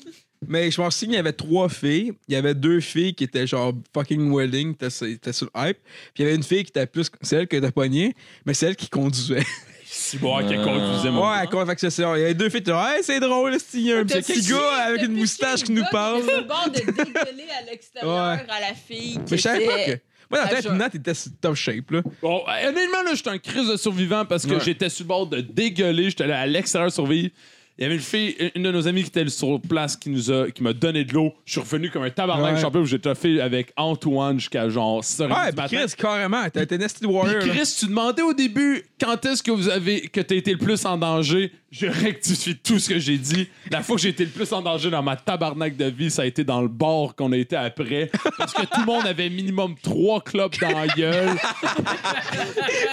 Speaker 4: Mais je m'en souviens, il y avait trois filles. Il y avait deux filles qui étaient genre fucking wedding, t'étais sur t'étais sur le hype. Puis il y avait une fille qui était plus. celle que t'as pognée, mais celle qui conduisait.
Speaker 6: Si bon, qu'elle
Speaker 9: Euh,
Speaker 6: conduisait mon
Speaker 4: Ouais, elle con- fait que c'est ça. Il y avait deux filles, t'es genre, hey, c'est drôle, c'est il y a un
Speaker 11: T'as
Speaker 4: petit
Speaker 11: piqué-
Speaker 4: gars avec
Speaker 11: t'as
Speaker 4: une
Speaker 11: piqué
Speaker 4: moustache
Speaker 11: le
Speaker 4: qui nous
Speaker 11: gars
Speaker 4: parle.
Speaker 11: était sur le bord de dégueuler à l'extérieur
Speaker 4: Ouais.
Speaker 11: à la fille qui
Speaker 4: Mais je savais pas
Speaker 11: était...
Speaker 4: que. Moi, dans la
Speaker 11: Ah,
Speaker 4: tête,
Speaker 11: je-
Speaker 4: Nat était sur top shape, là.
Speaker 6: Bon, honnêtement, là, j'étais un crise de survivant parce que
Speaker 4: Ouais.
Speaker 6: j'étais sur le bord de dégueuler. J'étais là à l'extérieur survivre. Il y avait une fille, une de nos amies qui était sur place qui nous a, qui m'a donné de l'eau. Je suis revenu comme un tabarnak
Speaker 4: Ouais.
Speaker 6: champion. où J'ai toffé avec Antoine jusqu'à genre 6
Speaker 4: Ouais,
Speaker 6: du
Speaker 4: puis
Speaker 6: matin.
Speaker 4: Chris, carrément, t'étais Nasty
Speaker 6: Puis
Speaker 4: Warrior. là.
Speaker 6: Chris, tu demandais au début quand est-ce que vous avez que t'as été le plus en danger. Je rectifie tout ce que j'ai dit. La fois que j'ai été le plus en danger dans ma tabarnak de vie, ça a été dans le bar qu'on a été après. Parce que tout le monde avait minimum trois clopes dans la gueule.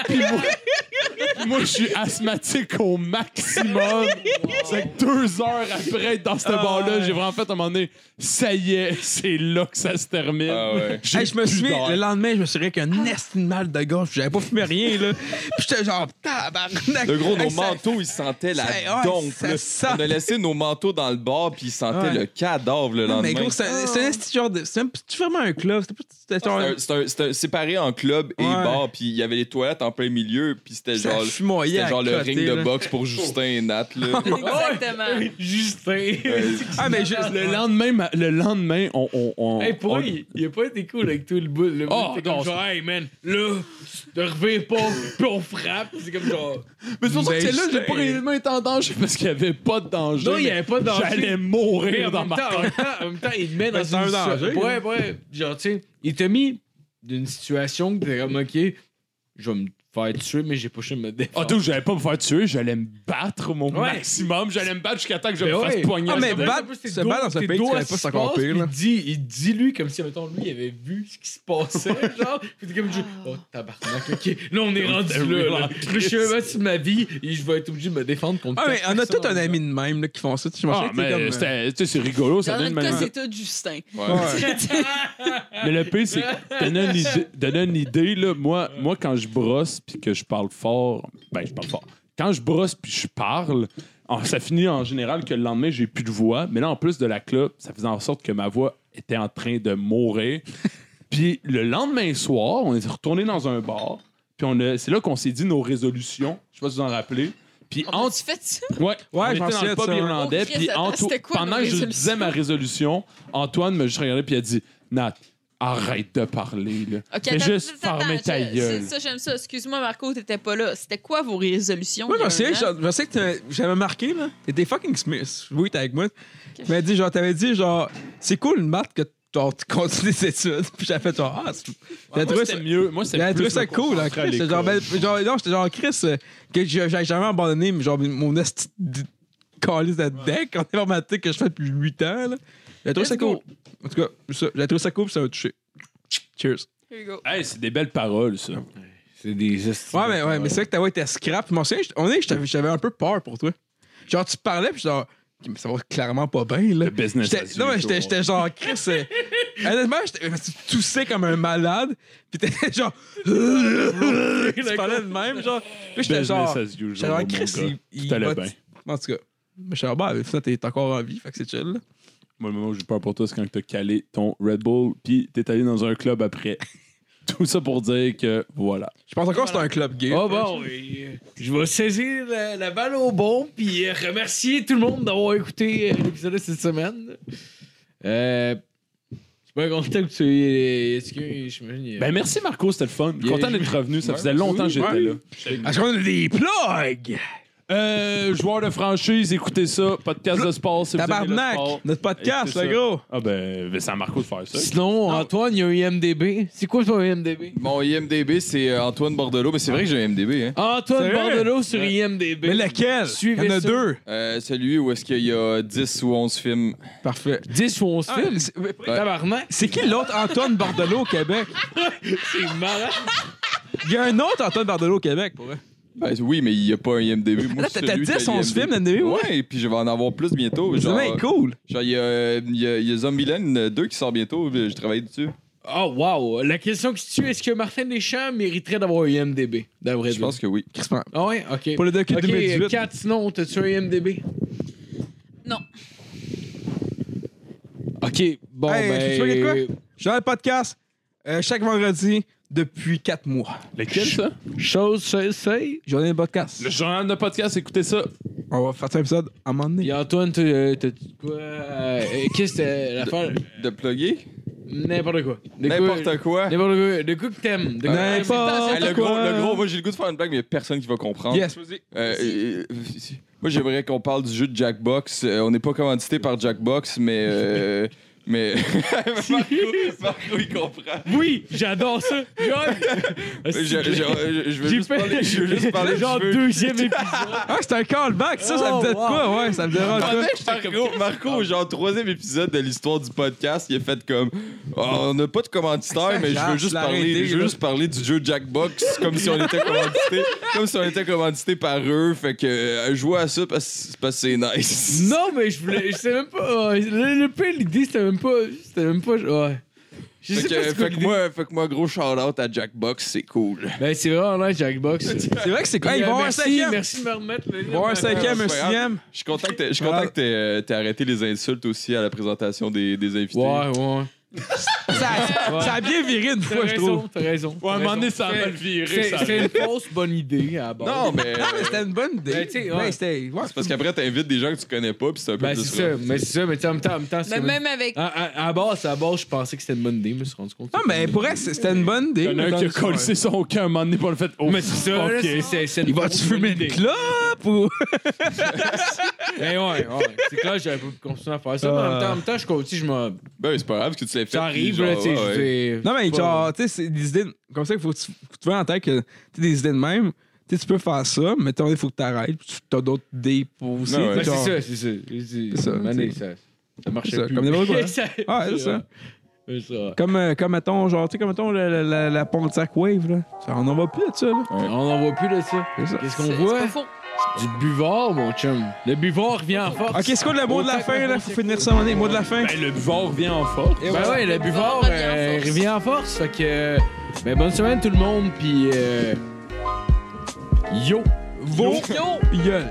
Speaker 6: Puis moi, puis moi, je suis asthmatique au maximum. C'est que deux heures après être dans ce
Speaker 4: Ah
Speaker 6: bar-là, j'ai vraiment fait à un moment donné, ça y est, c'est là que ça se termine.
Speaker 5: Ah ouais.
Speaker 6: J'ai
Speaker 4: Hey, je me
Speaker 6: plus
Speaker 4: souviens,
Speaker 6: d'air.
Speaker 4: le lendemain, je me souviens qu'un nasty de mal de golf, j'avais pas fumé rien, là. Puis j'étais genre, tabarnak.
Speaker 5: Le gros, nos
Speaker 4: Hey, ça-
Speaker 5: manteaux, ils sentaient la
Speaker 4: ça- ouais,
Speaker 5: dompe.
Speaker 4: ça
Speaker 5: là.
Speaker 4: sent.
Speaker 5: On a laissé nos manteaux dans le bar, puis ils sentaient
Speaker 4: Ouais.
Speaker 5: le cadavre le
Speaker 4: Non,
Speaker 5: lendemain.
Speaker 4: mais gros, c'est un
Speaker 6: Ah.
Speaker 4: c'est un nasty genre de. C'est un- c'est-tu vraiment un club. C'était pas- C'était
Speaker 5: Ah, C'est
Speaker 4: genre.
Speaker 5: un- c'est un- c'est un- séparé en club et
Speaker 4: Ouais.
Speaker 5: bar, puis il y avait les toilettes en plein milieu, puis c'était
Speaker 4: Ça
Speaker 5: genre,
Speaker 4: fumoyait
Speaker 5: c'était
Speaker 4: à
Speaker 5: genre le
Speaker 4: côté,
Speaker 5: ring de
Speaker 4: là.
Speaker 5: boxe pour Justin et Nat. Là.
Speaker 11: Exactement.
Speaker 9: Justin.
Speaker 5: Euh,
Speaker 4: Ah, mais juste.
Speaker 6: Le lendemain, ma- le lendemain, on. on, on-
Speaker 9: Hey, pour
Speaker 6: on-
Speaker 9: lui, il a pas été cool avec tout le bout. Le
Speaker 6: Oh,
Speaker 9: bout, c'est comme
Speaker 6: non,
Speaker 9: genre, hey man, là, te reviens pas, puis on frappe, puis c'est comme genre.
Speaker 6: Mais c'est pour ça que
Speaker 4: Ben,
Speaker 6: celle-là, j'ai
Speaker 9: c'est-
Speaker 6: pas réellement été en danger parce qu'il y avait pas de danger.
Speaker 9: Non, il y avait pas de danger.
Speaker 6: J'allais
Speaker 9: Mais
Speaker 6: mourir
Speaker 9: en,
Speaker 6: dans
Speaker 9: même
Speaker 6: ma
Speaker 9: temps, en,
Speaker 6: tête.
Speaker 9: même temps, en même temps, il te met dans
Speaker 4: Ben, c'est un
Speaker 9: une
Speaker 4: danger,
Speaker 9: situa- Ouais, ouais. Genre, tu sais, il t'a mis d'une situation que t'es comme, ok, je vais me
Speaker 16: faire tuer, mais j'ai pushé me défendre.
Speaker 6: Ah, d'où j'allais pas me faire tuer, j'allais me battre mon
Speaker 16: Ouais.
Speaker 6: maximum. J'allais me battre jusqu'à temps que je
Speaker 16: Ben
Speaker 6: me fasse
Speaker 16: ouais.
Speaker 6: poigner.
Speaker 4: Ah, mais
Speaker 6: dedans.
Speaker 4: battre, se battre dans ce pays, tu connais pas, c'est encore pire, là.
Speaker 3: Il dit, il dit lui comme si, mettons, lui, il avait vu ce qui se passait, genre. Puis t'es comme, je- oh tabarnak, ok. Là, on
Speaker 6: Oh,
Speaker 3: est rendu là. là. Je suis un de ma vie et je vais être obligé de me défendre contre
Speaker 4: Ah, mais
Speaker 3: quatre
Speaker 4: on a
Speaker 3: personnes
Speaker 4: tout un
Speaker 3: en
Speaker 4: ami de même là, qui font ça. Je m'en
Speaker 6: Ah,
Speaker 4: souviens,
Speaker 6: mais
Speaker 4: t'es comme, euh,
Speaker 6: c'était- tu sais, c'est rigolo, ça
Speaker 7: Dans
Speaker 6: donne une
Speaker 7: notre cas,
Speaker 6: manière-
Speaker 7: c'est tout Justin.
Speaker 6: Mais le pire, c'est que donner une idée, donner une idée là, moi, moi, quand je brosse puis que je parle fort, ben, je parle fort. Quand je brosse puis je parle, en- ça finit en général que le lendemain, j'ai plus de voix. Mais là, en plus de la clope, ça faisait en sorte que ma voix était en train de mourir. puis le lendemain soir, on est retourné dans un bar. Puis on a- c'est là qu'on s'est dit nos résolutions. Je sais pas si vous en rappelez. Puis
Speaker 7: On
Speaker 6: entre
Speaker 7: a-tu fait ça?
Speaker 6: Ouais,
Speaker 4: Ouais,
Speaker 6: on
Speaker 4: je m'en
Speaker 6: était dans
Speaker 4: souviens
Speaker 6: le
Speaker 4: de
Speaker 6: pub
Speaker 4: ça, ouais.
Speaker 6: irlandais,
Speaker 7: Oh, Christ,
Speaker 6: puis
Speaker 7: attends,
Speaker 6: Anto-
Speaker 7: c'était quoi
Speaker 6: pendant
Speaker 7: nos
Speaker 6: que je
Speaker 7: résolutions?
Speaker 6: disais ma résolution, Antoine me juste regardé puis il a dit Nat, arrête de parler là.
Speaker 7: Ok,
Speaker 6: Fais
Speaker 7: attends,
Speaker 6: juste
Speaker 7: attends,
Speaker 6: fermer
Speaker 7: attends,
Speaker 6: ta
Speaker 7: je-
Speaker 6: gueule.
Speaker 7: c'est Ça, j'aime ça. Excuse-moi, Marco, t'étais pas là. C'était quoi vos résolutions?
Speaker 4: Moi,
Speaker 7: il y a
Speaker 4: j'en
Speaker 7: un
Speaker 4: sais,
Speaker 7: an?
Speaker 4: j'en- je sais que t'as- j'avais marqué, là. T'étais fucking Smith. Oui, t'es avec moi. Tu m'as dit, genre, t'avais dit, genre, c'est cool, Matt, que genre, tu continues tes études. Puis j'avais fait, genre, ah, c'est. T'as
Speaker 6: Moi,
Speaker 4: trouvé ça-
Speaker 6: c'était mieux. Moi, c'était
Speaker 4: J'avais
Speaker 6: plus
Speaker 4: trouvé ça
Speaker 6: me
Speaker 4: cool, hein,
Speaker 6: concentrer à
Speaker 4: Chris. J'étais Genre,
Speaker 6: l'école.
Speaker 4: ben, genre, non, j'étais genre, Chris, euh, que j'ai- j'avais jamais abandonné mais genre, mon esti de calice de deck en informatique que je fais depuis 8 ans, là. J'avais trouvé
Speaker 7: Let's
Speaker 4: ça cool.
Speaker 7: go.
Speaker 4: En tout cas, ça, j'avais trouvé ça cool, puis ça m'a touché. Cheers.
Speaker 7: Here you go.
Speaker 6: Hey, c'est des belles paroles, ça.
Speaker 16: C'est des esti-
Speaker 4: Ouais, mais, ouais, mais c'est vrai que ta voix était scrap. Mon souviens, on est, j'avais j'avais un peu peur pour toi. Genre, tu parlais, puis genre, Ok, mais ça va clairement pas bien, là.
Speaker 6: Le business.
Speaker 4: J'étais-
Speaker 6: as
Speaker 4: Non, mais
Speaker 6: usual.
Speaker 4: j'étais j'étais genre, Chris, euh, honnêtement, j'étais- tu toussais comme un malade, puis t'étais genre, tu parlais de même, genre. Puis j'étais
Speaker 6: Business
Speaker 4: genre,
Speaker 6: as usual,
Speaker 4: j'étais genre,
Speaker 6: mon
Speaker 4: Chris,
Speaker 6: gars.
Speaker 4: il, il
Speaker 6: Tout allait
Speaker 4: va-
Speaker 6: bien.
Speaker 4: En tout cas, mais j'étais genre, bah, ça, t'es encore en vie, fait que c'est chill, là.
Speaker 6: Moi, le moment où j'ai peur pour toi, c'est quand t'as calé ton Red Bull, puis t'es allé dans un club après. Tout ça pour dire que voilà.
Speaker 4: Je pense encore que c'est un club gay.
Speaker 3: Oh bon, euh, je vais saisir la, la balle au bon puis euh, remercier tout le monde d'avoir écouté euh, l'épisode de cette semaine. Euh, je suis pas content que tu aies. Est-ce que j'imagine. il y a-
Speaker 6: Ben merci Marco, c'était le fun. Je suis
Speaker 3: Yeah,
Speaker 6: content
Speaker 3: je-
Speaker 6: d'être revenu. Ça faisait longtemps que j'étais
Speaker 4: ouais.
Speaker 6: là.
Speaker 4: Est-ce qu'on a des plugs?
Speaker 6: Euh, joueur de franchise, écoutez ça. Podcast de sport, si vous aimez le
Speaker 4: Tabarnak!
Speaker 6: sport.
Speaker 4: Notre podcast,
Speaker 6: Écoutez
Speaker 4: le
Speaker 6: ça.
Speaker 4: gros!
Speaker 6: Ah ben, ben, c'est à Marco de faire ça.
Speaker 3: Sinon, Antoine, il y a un IMDB. C'est quoi ton IMDB?
Speaker 5: Mon IMDB, c'est euh, Antoine Bordelot, mais c'est vrai que j'ai un IMDB. Hein.
Speaker 3: Antoine
Speaker 4: C'est vrai?
Speaker 3: Bordelot sur IMDB.
Speaker 4: Mais lequel?
Speaker 3: Suivez
Speaker 4: Il y en a
Speaker 3: ça.
Speaker 4: deux.
Speaker 5: Euh, celui où est-ce qu'il y a 10 ou 11 films.
Speaker 4: Parfait.
Speaker 3: 10 ou 11
Speaker 4: Ah,
Speaker 3: films.
Speaker 4: c'est- ouais,
Speaker 3: Tabarnak,
Speaker 4: C'est qui l'autre Antoine Bordelot au Québec?
Speaker 3: c'est marrant.
Speaker 4: Il y a un autre Antoine Bordelot au Québec, pour vrai.
Speaker 5: Ben, oui, mais il n'y a pas un IMDB. Moi,
Speaker 4: Là,
Speaker 5: c'est
Speaker 4: t'as- t'as
Speaker 5: celui qui a
Speaker 4: 10, 11
Speaker 5: IMDb.
Speaker 4: films, l'IMDb, ouais.
Speaker 5: Ouais, et puis je vais en avoir plus bientôt.
Speaker 4: C'est
Speaker 5: Genre,
Speaker 4: bien cool.
Speaker 5: genre, il y a, euh, il y a, il y a Zombieland 2 qui sort bientôt. euh, Je travaille dessus.
Speaker 3: Oh, wow. La question qui se tue, est-ce que Martin Deschamps mériterait d'avoir un IMDB? D'après
Speaker 5: Je pense que oui.
Speaker 4: Crispin.
Speaker 3: Ah ouais? OK.
Speaker 4: Pour le docu de
Speaker 3: OK,
Speaker 4: 2018.
Speaker 3: 4, sinon, t'as-tu un IMDB?
Speaker 7: Non.
Speaker 3: OK, bon,
Speaker 4: Hey, tu veux
Speaker 3: ben...
Speaker 4: quelque Je suis dans le podcast euh, chaque vendredi depuis 4 mois.
Speaker 6: Lequel ça?
Speaker 3: Chose, c'est, c'est...
Speaker 4: Journée de podcast.
Speaker 6: Le journal de podcast, écoutez ça.
Speaker 4: On va faire un épisode à un moment donné.
Speaker 3: Puis Antoine, t'as- euh, t'as quoi? euh, euh, Qu'est-ce que t'as- l'affaire?
Speaker 5: De plugger?
Speaker 3: N'importe quoi. De quoi-
Speaker 5: N'importe quoi.
Speaker 3: N'importe quoi. De quoi que t'aimes. De quoi que t'aimes.
Speaker 5: Ah, le, gros, le gros, moi j'ai le goût de faire une blague, mais personne qui va comprendre.
Speaker 4: Yes.
Speaker 5: Euh, euh, moi j'aimerais qu'on parle du jeu de Jackbox. Euh, on n'est pas commandité par Jackbox, mais. euh, mais. Marco, Marco, il comprend.
Speaker 3: Oui, j'adore ça.
Speaker 6: Ah,
Speaker 5: Je, je, je- je veux
Speaker 3: J'ai
Speaker 5: juste
Speaker 3: fait-
Speaker 5: parler, je veux juste parler du
Speaker 3: Genre
Speaker 5: jeu.
Speaker 3: deuxième épisode.
Speaker 4: Ah, c'est un callback, ça, ça me
Speaker 3: Oh,
Speaker 4: dit de
Speaker 3: wow.
Speaker 4: quoi? Ouais, ça me dérange
Speaker 5: En
Speaker 4: pas.
Speaker 5: fait, Marco, Marco, genre troisième épisode de l'histoire du podcast, il a fait comme Oh, on n'a pas de commanditaire, mais je veux juste parler, je veux juste parler du jeu Jackbox comme si on était commandité, comme si on était commandité par eux. Fait que euh, jouez à ça parce, parce que c'est nice.
Speaker 3: Non, mais je voulais. Je sais même pas. euh, Le, le pire, l'idée, c'était même pas. C'était même pas. Ouais. Je
Speaker 5: Fait
Speaker 3: sais
Speaker 5: que,
Speaker 3: pas. c'est quoi
Speaker 5: fait que
Speaker 3: l'idée.
Speaker 5: moi, fait que moi, gros shout-out à Jackbox, c'est cool.
Speaker 3: Ben, c'est vraiment là, Jackbox.
Speaker 4: C'est vrai que c'est cool. Hey, ils
Speaker 3: Euh,
Speaker 4: vont avoir un
Speaker 3: merci,
Speaker 4: cinquième.
Speaker 3: merci de me remettre. le
Speaker 4: Ils vont avoir un
Speaker 3: lien.
Speaker 4: cinquième, un
Speaker 5: c'est pas
Speaker 4: sixième.
Speaker 5: Je suis content que t'aies- je suis content que t'aies euh, t'aies arrêté les insultes aussi à la présentation des, des invités.
Speaker 3: Ouais, ouais.
Speaker 4: Ça, ça a bien viré une
Speaker 3: T'as
Speaker 4: fois, je trouve.
Speaker 3: raison, t'as raison.
Speaker 6: Ouais, à un moment donné, ça a
Speaker 3: C'est-
Speaker 6: mal viré.
Speaker 3: C'est
Speaker 6: ça.
Speaker 3: c'est une fausse bonne idée à la base.
Speaker 5: Non, mais. euh,
Speaker 4: Ah, mais C'était une bonne idée.
Speaker 3: Ben, tu sais, ouais.
Speaker 4: Ben, c'était- ouais.
Speaker 5: c'est parce qu'après, t'invites des gens que tu connais pas, puis c'est un peu
Speaker 3: Ben, c'est ça.
Speaker 5: décevant.
Speaker 3: Mais c'est ça. Mais tu sais, en même temps, en même temps, c'est Ah,
Speaker 7: Mais
Speaker 3: comme-
Speaker 7: même avec.
Speaker 3: À, à, à la base, à la base, je pensais que c'était une bonne idée, mais je me suis rendu compte.
Speaker 4: Non, mais pour elle, c'est- c'était une bonne idée.
Speaker 6: Il y en a un qui a collé son cœur un moment donné pour le fait. Oh,
Speaker 3: Mais c'est ça, là,
Speaker 4: Ah,
Speaker 6: ok.
Speaker 3: c'est- c'est- c'est une
Speaker 4: euh, Il va-tu
Speaker 3: fausse
Speaker 4: fumer
Speaker 3: bonne Eh
Speaker 4: une
Speaker 3: idée.
Speaker 4: clope? up ou.
Speaker 3: Mais ouais, ouais. c'est clair, j'avais pas continué à faire ça. mais en même temps, en même temps, je continue, je m'en.
Speaker 5: Ben, oui, c'est pas grave parce que tu l'as fait.
Speaker 3: Ça
Speaker 5: puis
Speaker 3: arrive,
Speaker 5: genre,
Speaker 3: là, tu sais.
Speaker 5: ouais,
Speaker 3: je
Speaker 5: ouais.
Speaker 3: veux dire,
Speaker 4: Non, mais
Speaker 3: c'est pas-
Speaker 4: genre, tu sais, c'est des idées. Comme ça, il faut que tu, faut que tu vois en tête que tu des idées de même. Tu sais, tu peux faire ça, mais t'as- il faut que t'arrêtes. puis Tu as d'autres idées pour aussi.
Speaker 5: Non,
Speaker 3: Ben,
Speaker 4: tu sais,
Speaker 5: ouais.
Speaker 4: genre-
Speaker 3: c'est ça, c'est ça. C'est
Speaker 4: C'est ça,
Speaker 3: ça. Mané, ça, ça
Speaker 4: C'est
Speaker 3: marchait
Speaker 4: ça,
Speaker 3: plus.
Speaker 4: comme n'importe quoi.
Speaker 3: Ça-
Speaker 4: Ah, c'est ça.
Speaker 3: C'est ça.
Speaker 4: Comme, euh, comme mettons, genre, tu sais, comme mettons la, la, la, la Pontiac Wave, là. Ça, On en va plus de ça, là.
Speaker 3: On n'en voit plus de ça.
Speaker 4: C'est ça.
Speaker 3: Qu'est-ce
Speaker 7: C'est
Speaker 3: qu'on
Speaker 7: c'est
Speaker 3: voit?
Speaker 7: pas faux.
Speaker 3: Du buvard, mon chum. Le buvard revient en force.
Speaker 4: Ok, c'est quoi le mot de la
Speaker 3: Pontiac
Speaker 4: fin,
Speaker 3: Wave,
Speaker 4: là? Faut finir ça, mon mot de la fin.
Speaker 6: Ben, le buvard revient en force.
Speaker 4: Et
Speaker 3: Ben
Speaker 4: voilà.
Speaker 3: ouais, le buvard
Speaker 7: revient en
Speaker 3: euh,
Speaker 7: force.
Speaker 3: revient en force. Fait que. Ben, bonne semaine tout le monde, puis. euh, Yo!
Speaker 4: Vos gueules.